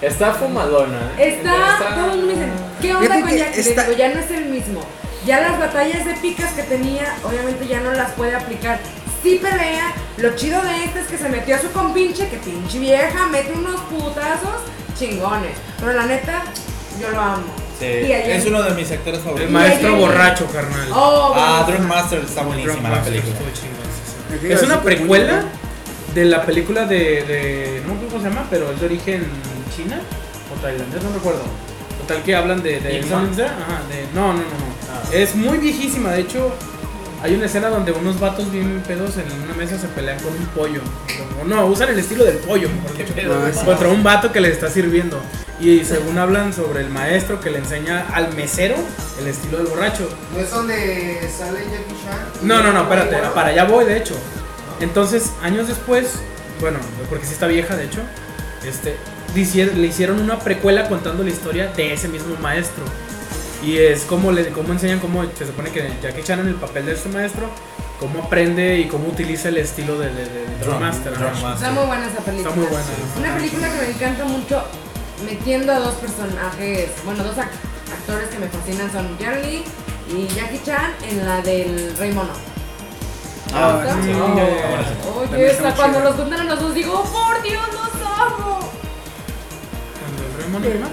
Speaker 2: Está fumadona. ¿eh?
Speaker 4: Está, todo el mundo dice, ¿qué onda
Speaker 1: Fíjate
Speaker 4: con
Speaker 1: que
Speaker 4: Jack? Le
Speaker 1: está-
Speaker 4: digo, ya no es el mismo. Ya las batallas épicas que tenía, obviamente ya no las puede aplicar. Sí pelea, lo chido de este es que se metió a su compinche, que pinche vieja, mete unos putazos chingones. Pero la neta, yo lo amo.
Speaker 5: Sí,
Speaker 4: Y ayer-
Speaker 5: es uno de mis actores
Speaker 3: El
Speaker 5: favoritos.
Speaker 3: maestro
Speaker 4: Ay,
Speaker 3: borracho, carnal.
Speaker 4: Oh,
Speaker 5: Ah,
Speaker 4: bueno.
Speaker 5: Drunk Master está buenísima la película.
Speaker 3: Estuvo chingón, sí, sí.
Speaker 1: Me quedo
Speaker 3: Es
Speaker 1: así
Speaker 3: una
Speaker 1: como
Speaker 3: precuela
Speaker 1: un-
Speaker 3: de la película de, de- no me acuerdo cómo se llama, pero es de origen china o tailandés, no recuerdo. Total que hablan de, de,
Speaker 2: Ip
Speaker 3: Ajá,
Speaker 2: Man.
Speaker 3: de- no, no, no, no.
Speaker 2: Ah.
Speaker 3: Es muy viejísima, de hecho hay una escena donde unos vatos bien pedos en una mesa se pelean con un pollo. Como, no, usan el estilo del pollo, mejor dicho.
Speaker 1: No, sí.
Speaker 3: Contra un vato que les está sirviendo. Y según hablan sobre el maestro que le enseña al mesero el estilo del borracho.
Speaker 7: ¿No es donde sale Jackie Chan?
Speaker 3: No, no, no, espérate, para allá voy, de hecho. Entonces, años después, bueno, porque sí está vieja, de hecho, este, dicie- le hicieron una precuela contando la historia de ese mismo maestro. Y es como, le, como enseñan, cómo se supone que Jackie Chan en el papel de este maestro, cómo aprende y cómo utiliza el estilo de, de, de- de Drum Master.
Speaker 5: Drunk
Speaker 3: ajá.
Speaker 5: Master.
Speaker 4: Está muy buena esa película.
Speaker 3: Está muy buena.
Speaker 4: Una película que me encanta mucho, metiendo a dos personajes, bueno, dos ac- actores que me fascinan son Charlie y Jackie Chan en la del Rey Mono.
Speaker 5: Ah,
Speaker 4: ¿Está?
Speaker 3: sí,
Speaker 4: No.
Speaker 3: ya, ya, ya.
Speaker 4: Oye,
Speaker 3: También está
Speaker 4: hasta
Speaker 3: muy
Speaker 4: cuando
Speaker 3: chida.
Speaker 4: los juntaron los dos digo, por Dios, los amo.
Speaker 3: Cuando el Rey Mono llama.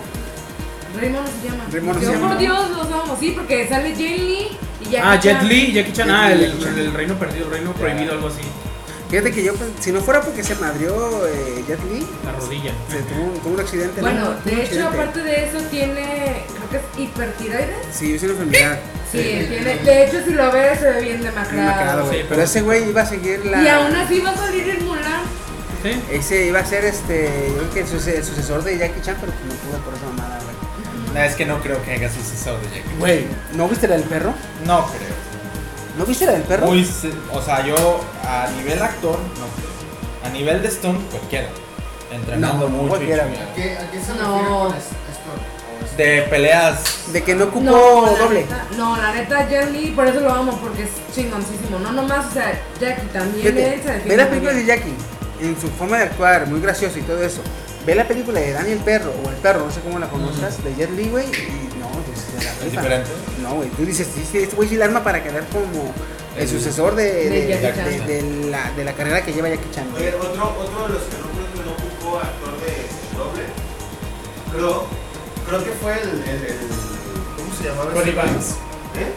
Speaker 4: Rey Mono se llama.
Speaker 1: Rey Mono
Speaker 4: Yo,
Speaker 1: se llama.
Speaker 4: por Dios, los amo. Sí, porque sale Jet Li y Jackie
Speaker 3: Ah, Jet
Speaker 4: Chan.
Speaker 3: Li, Jackie Chan, ah,
Speaker 1: Jet
Speaker 3: el,
Speaker 1: Li, Jackie Chan.
Speaker 3: el reino perdido, el reino prohibido, algo así,
Speaker 1: Fíjate que yo, pues, si no fuera porque se madrió eh, Jet Li,
Speaker 3: la rodilla.
Speaker 1: se tuvo, tuvo un accidente.
Speaker 4: Bueno,
Speaker 1: ¿no? Tuvo un
Speaker 4: de hecho,
Speaker 1: accidente.
Speaker 4: aparte de eso, tiene, creo que es hipertiroides.
Speaker 1: Sí, es una enfermedad.
Speaker 4: Sí, tiene, de hecho, si lo ves, se ve bien
Speaker 1: bien macabra,
Speaker 4: demacrado.
Speaker 1: güey.
Speaker 3: Sí,
Speaker 1: pero
Speaker 3: pero-
Speaker 1: ese güey iba a seguir la.
Speaker 4: Y aún así va a salir en Mulan.
Speaker 3: ¿Sí?
Speaker 1: Ese iba a ser este. Yo creo que el, suce- el sucesor de Jackie Chan, pero que no pudo por esa mamada, güey.
Speaker 5: No, es que no creo que haga sucesor de Jackie.
Speaker 1: Güey, ¿no viste la del perro?
Speaker 5: No creo.
Speaker 1: ¿No viste la del perro?
Speaker 5: Muy se- o sea, yo a nivel actor, no creo. A nivel de Stone, cualquiera. Entrenando
Speaker 1: No,
Speaker 5: mucho. y
Speaker 1: cualquiera,
Speaker 5: chingando.
Speaker 7: ¿A qué, a qué se
Speaker 4: No.
Speaker 7: refiere con es- esto?
Speaker 5: De peleas.
Speaker 1: De que no ocupó
Speaker 4: la
Speaker 1: doble.
Speaker 4: neta- no, la neta, Jet Li, por eso lo amo, porque es chingoncísimo. No nomás, o sea, Jackie también él se
Speaker 1: Fíjate,
Speaker 4: defiende
Speaker 1: ve la
Speaker 4: muy
Speaker 1: película de
Speaker 4: bien.
Speaker 1: Jackie, en su forma de actuar, muy gracioso y todo eso. Ve la película de Daniel Perro, o el perro, no sé cómo la conozcas, de Jet Li, güey, y no, pues te la
Speaker 5: Es
Speaker 1: rifa.
Speaker 5: diferente.
Speaker 1: No, güey, tú dices, sí, sí, este güey sí la arma para quedar como el sucesor de,
Speaker 4: De
Speaker 1: de-
Speaker 4: Jackie
Speaker 1: de-
Speaker 4: Chan.
Speaker 1: de la, de la carrera que lleva Jackie Chan. güey.
Speaker 8: Oye, otro, otro de los que no creo que no ocupó actor de doble, creo, creo que fue el, el- el- ¿cómo se llamaba?
Speaker 2: Cody
Speaker 8: ese güey?
Speaker 2: Banks.
Speaker 8: ¿Eh?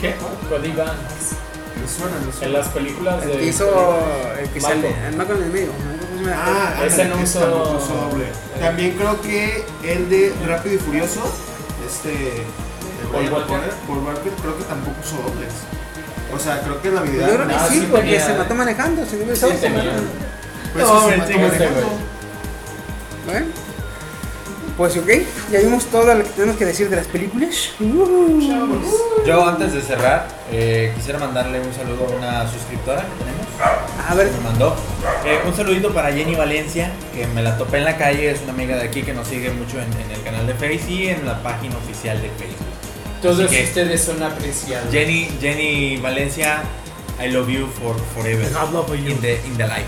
Speaker 2: ¿Qué? Cody Banks.
Speaker 6: Me suena, me suena.
Speaker 2: En las películas
Speaker 1: El
Speaker 2: de.
Speaker 1: que hizo. El que
Speaker 2: Malcolm.
Speaker 1: sale. el Malcolm en el medio. ¿no? ¿Cómo se llama?
Speaker 6: Ah,
Speaker 2: Ese
Speaker 6: ándale,
Speaker 2: no
Speaker 6: que
Speaker 2: usó-
Speaker 6: está, no usó doble. También creo que el de Rápido y Furioso, este.
Speaker 2: Paul
Speaker 6: el Paul
Speaker 2: Walker.
Speaker 6: Walker, Paul Walker, creo que tampoco usó dobles. O sea, Pues creo que en la vida.
Speaker 1: Yo creo que
Speaker 2: Ah,
Speaker 1: sí,
Speaker 2: sí
Speaker 1: porque
Speaker 2: tenía-
Speaker 1: se mató manejando. Se dio el
Speaker 2: Sí, tenía.
Speaker 6: Pues
Speaker 5: No,
Speaker 6: se
Speaker 5: me
Speaker 6: mató
Speaker 5: chingas,
Speaker 6: manejando.
Speaker 5: güey.
Speaker 1: Bueno, Pues ok, ya vimos todo lo que tenemos que decir de las películas. Uh,
Speaker 5: Yo antes de cerrar, eh, quisiera mandarle un saludo a una suscriptora que tenemos.
Speaker 1: A ver,
Speaker 5: Me mandó. Eh, un saludito para Jenny Valencia, que me la topé en la calle, es una amiga de aquí que nos sigue mucho en, en el canal de Face y en la página oficial de Facebook.
Speaker 2: Todos
Speaker 5: ¿Qué?
Speaker 2: ustedes son apreciados.
Speaker 5: Jenny, Jenny Valencia, I love you for forever.
Speaker 3: God love you.
Speaker 5: In the, in the life.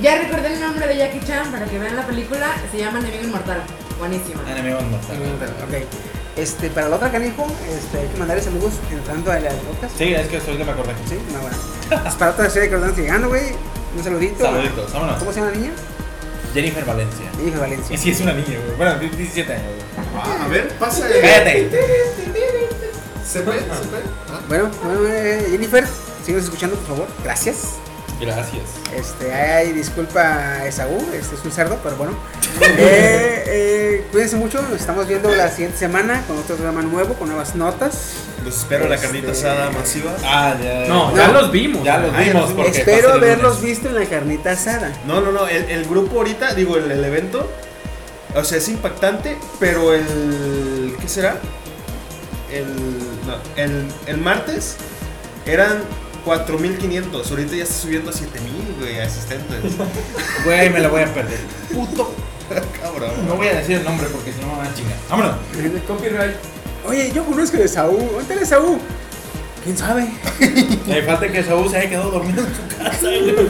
Speaker 4: Ya recordé el nombre de Jackie Chan para que vean la película. Se llama Enemigo Inmortal. Buenísima.
Speaker 5: Ah, no me voy a matar.
Speaker 1: ok. Este, para la otra canijo, este, hay que mandarle saludos entrando a la podcast.
Speaker 5: Sí, es que estoy que me acordé.
Speaker 1: Sí, no, bueno. Es para otra serie que nos están llegando, güey. Un saludito.
Speaker 5: Saluditos, vámonos.
Speaker 1: ¿Cómo se llama la niña?
Speaker 5: Jennifer Valencia.
Speaker 1: Dije Valencia.
Speaker 5: Y si es una niña, güey. Bueno, 17 años, güey.
Speaker 6: Ah, a ver, pasa.
Speaker 5: Cállate.
Speaker 6: ¿Se ve? ¿Se ve? Ah.
Speaker 1: Bueno, bueno, eh, Jennifer, síguenos escuchando, por favor. Gracias.
Speaker 5: Gracias.
Speaker 1: Este, ay, disculpa Esaú, este es un cerdo, pero bueno. Eh, eh, cuídense mucho, nos estamos viendo la siguiente semana con otro programa nuevo, con nuevas notas.
Speaker 6: Los espero en la
Speaker 1: Este-
Speaker 6: carnita asada masiva.
Speaker 5: Ah, ya, ya.
Speaker 3: No,
Speaker 1: No.
Speaker 3: ya los vimos.
Speaker 5: Ya los
Speaker 6: Ah, ya
Speaker 5: vimos
Speaker 6: los
Speaker 5: porque
Speaker 1: Espero
Speaker 5: pasa el lunes.
Speaker 1: haberlos visto en la carnita asada.
Speaker 6: No, no, no. El, el grupo ahorita, digo, el, el evento. O sea, es impactante, pero el. ¿Qué será? El. no, el, el martes eran 4.500. Ahorita ya está subiendo a 7.000, güey, asistentes. Ah,
Speaker 5: Güey, me la voy a perder.
Speaker 6: Puto. Cabrón.
Speaker 5: No voy a decir el nombre porque si no me van a chingar. Vámonos.
Speaker 2: Copyright.
Speaker 1: Oye, yo conozco a Esaú, ¿dónde está Esaú? ¿Quién sabe?
Speaker 5: Me falta que Saúl se haya quedado dormido en su casa, güey.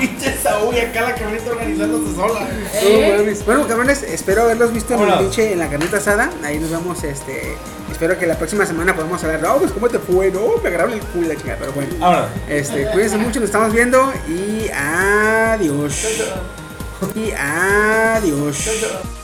Speaker 5: Pinche Saúl y acá la camioneta organizándose sola.
Speaker 4: ¿Eh?
Speaker 1: No mames. Bueno, cabrones, espero haberlos visto en el
Speaker 5: Vámonos.
Speaker 1: pinche en la carnita asada. Ahí nos vamos, este. Espero que la próxima semana podamos hablar. No, pues cómo te fue, no, me agarraron el culo la chingada, pero bueno.
Speaker 5: Vámonos.
Speaker 1: Este, cuídense mucho, nos estamos viendo y adiós. Y adiós.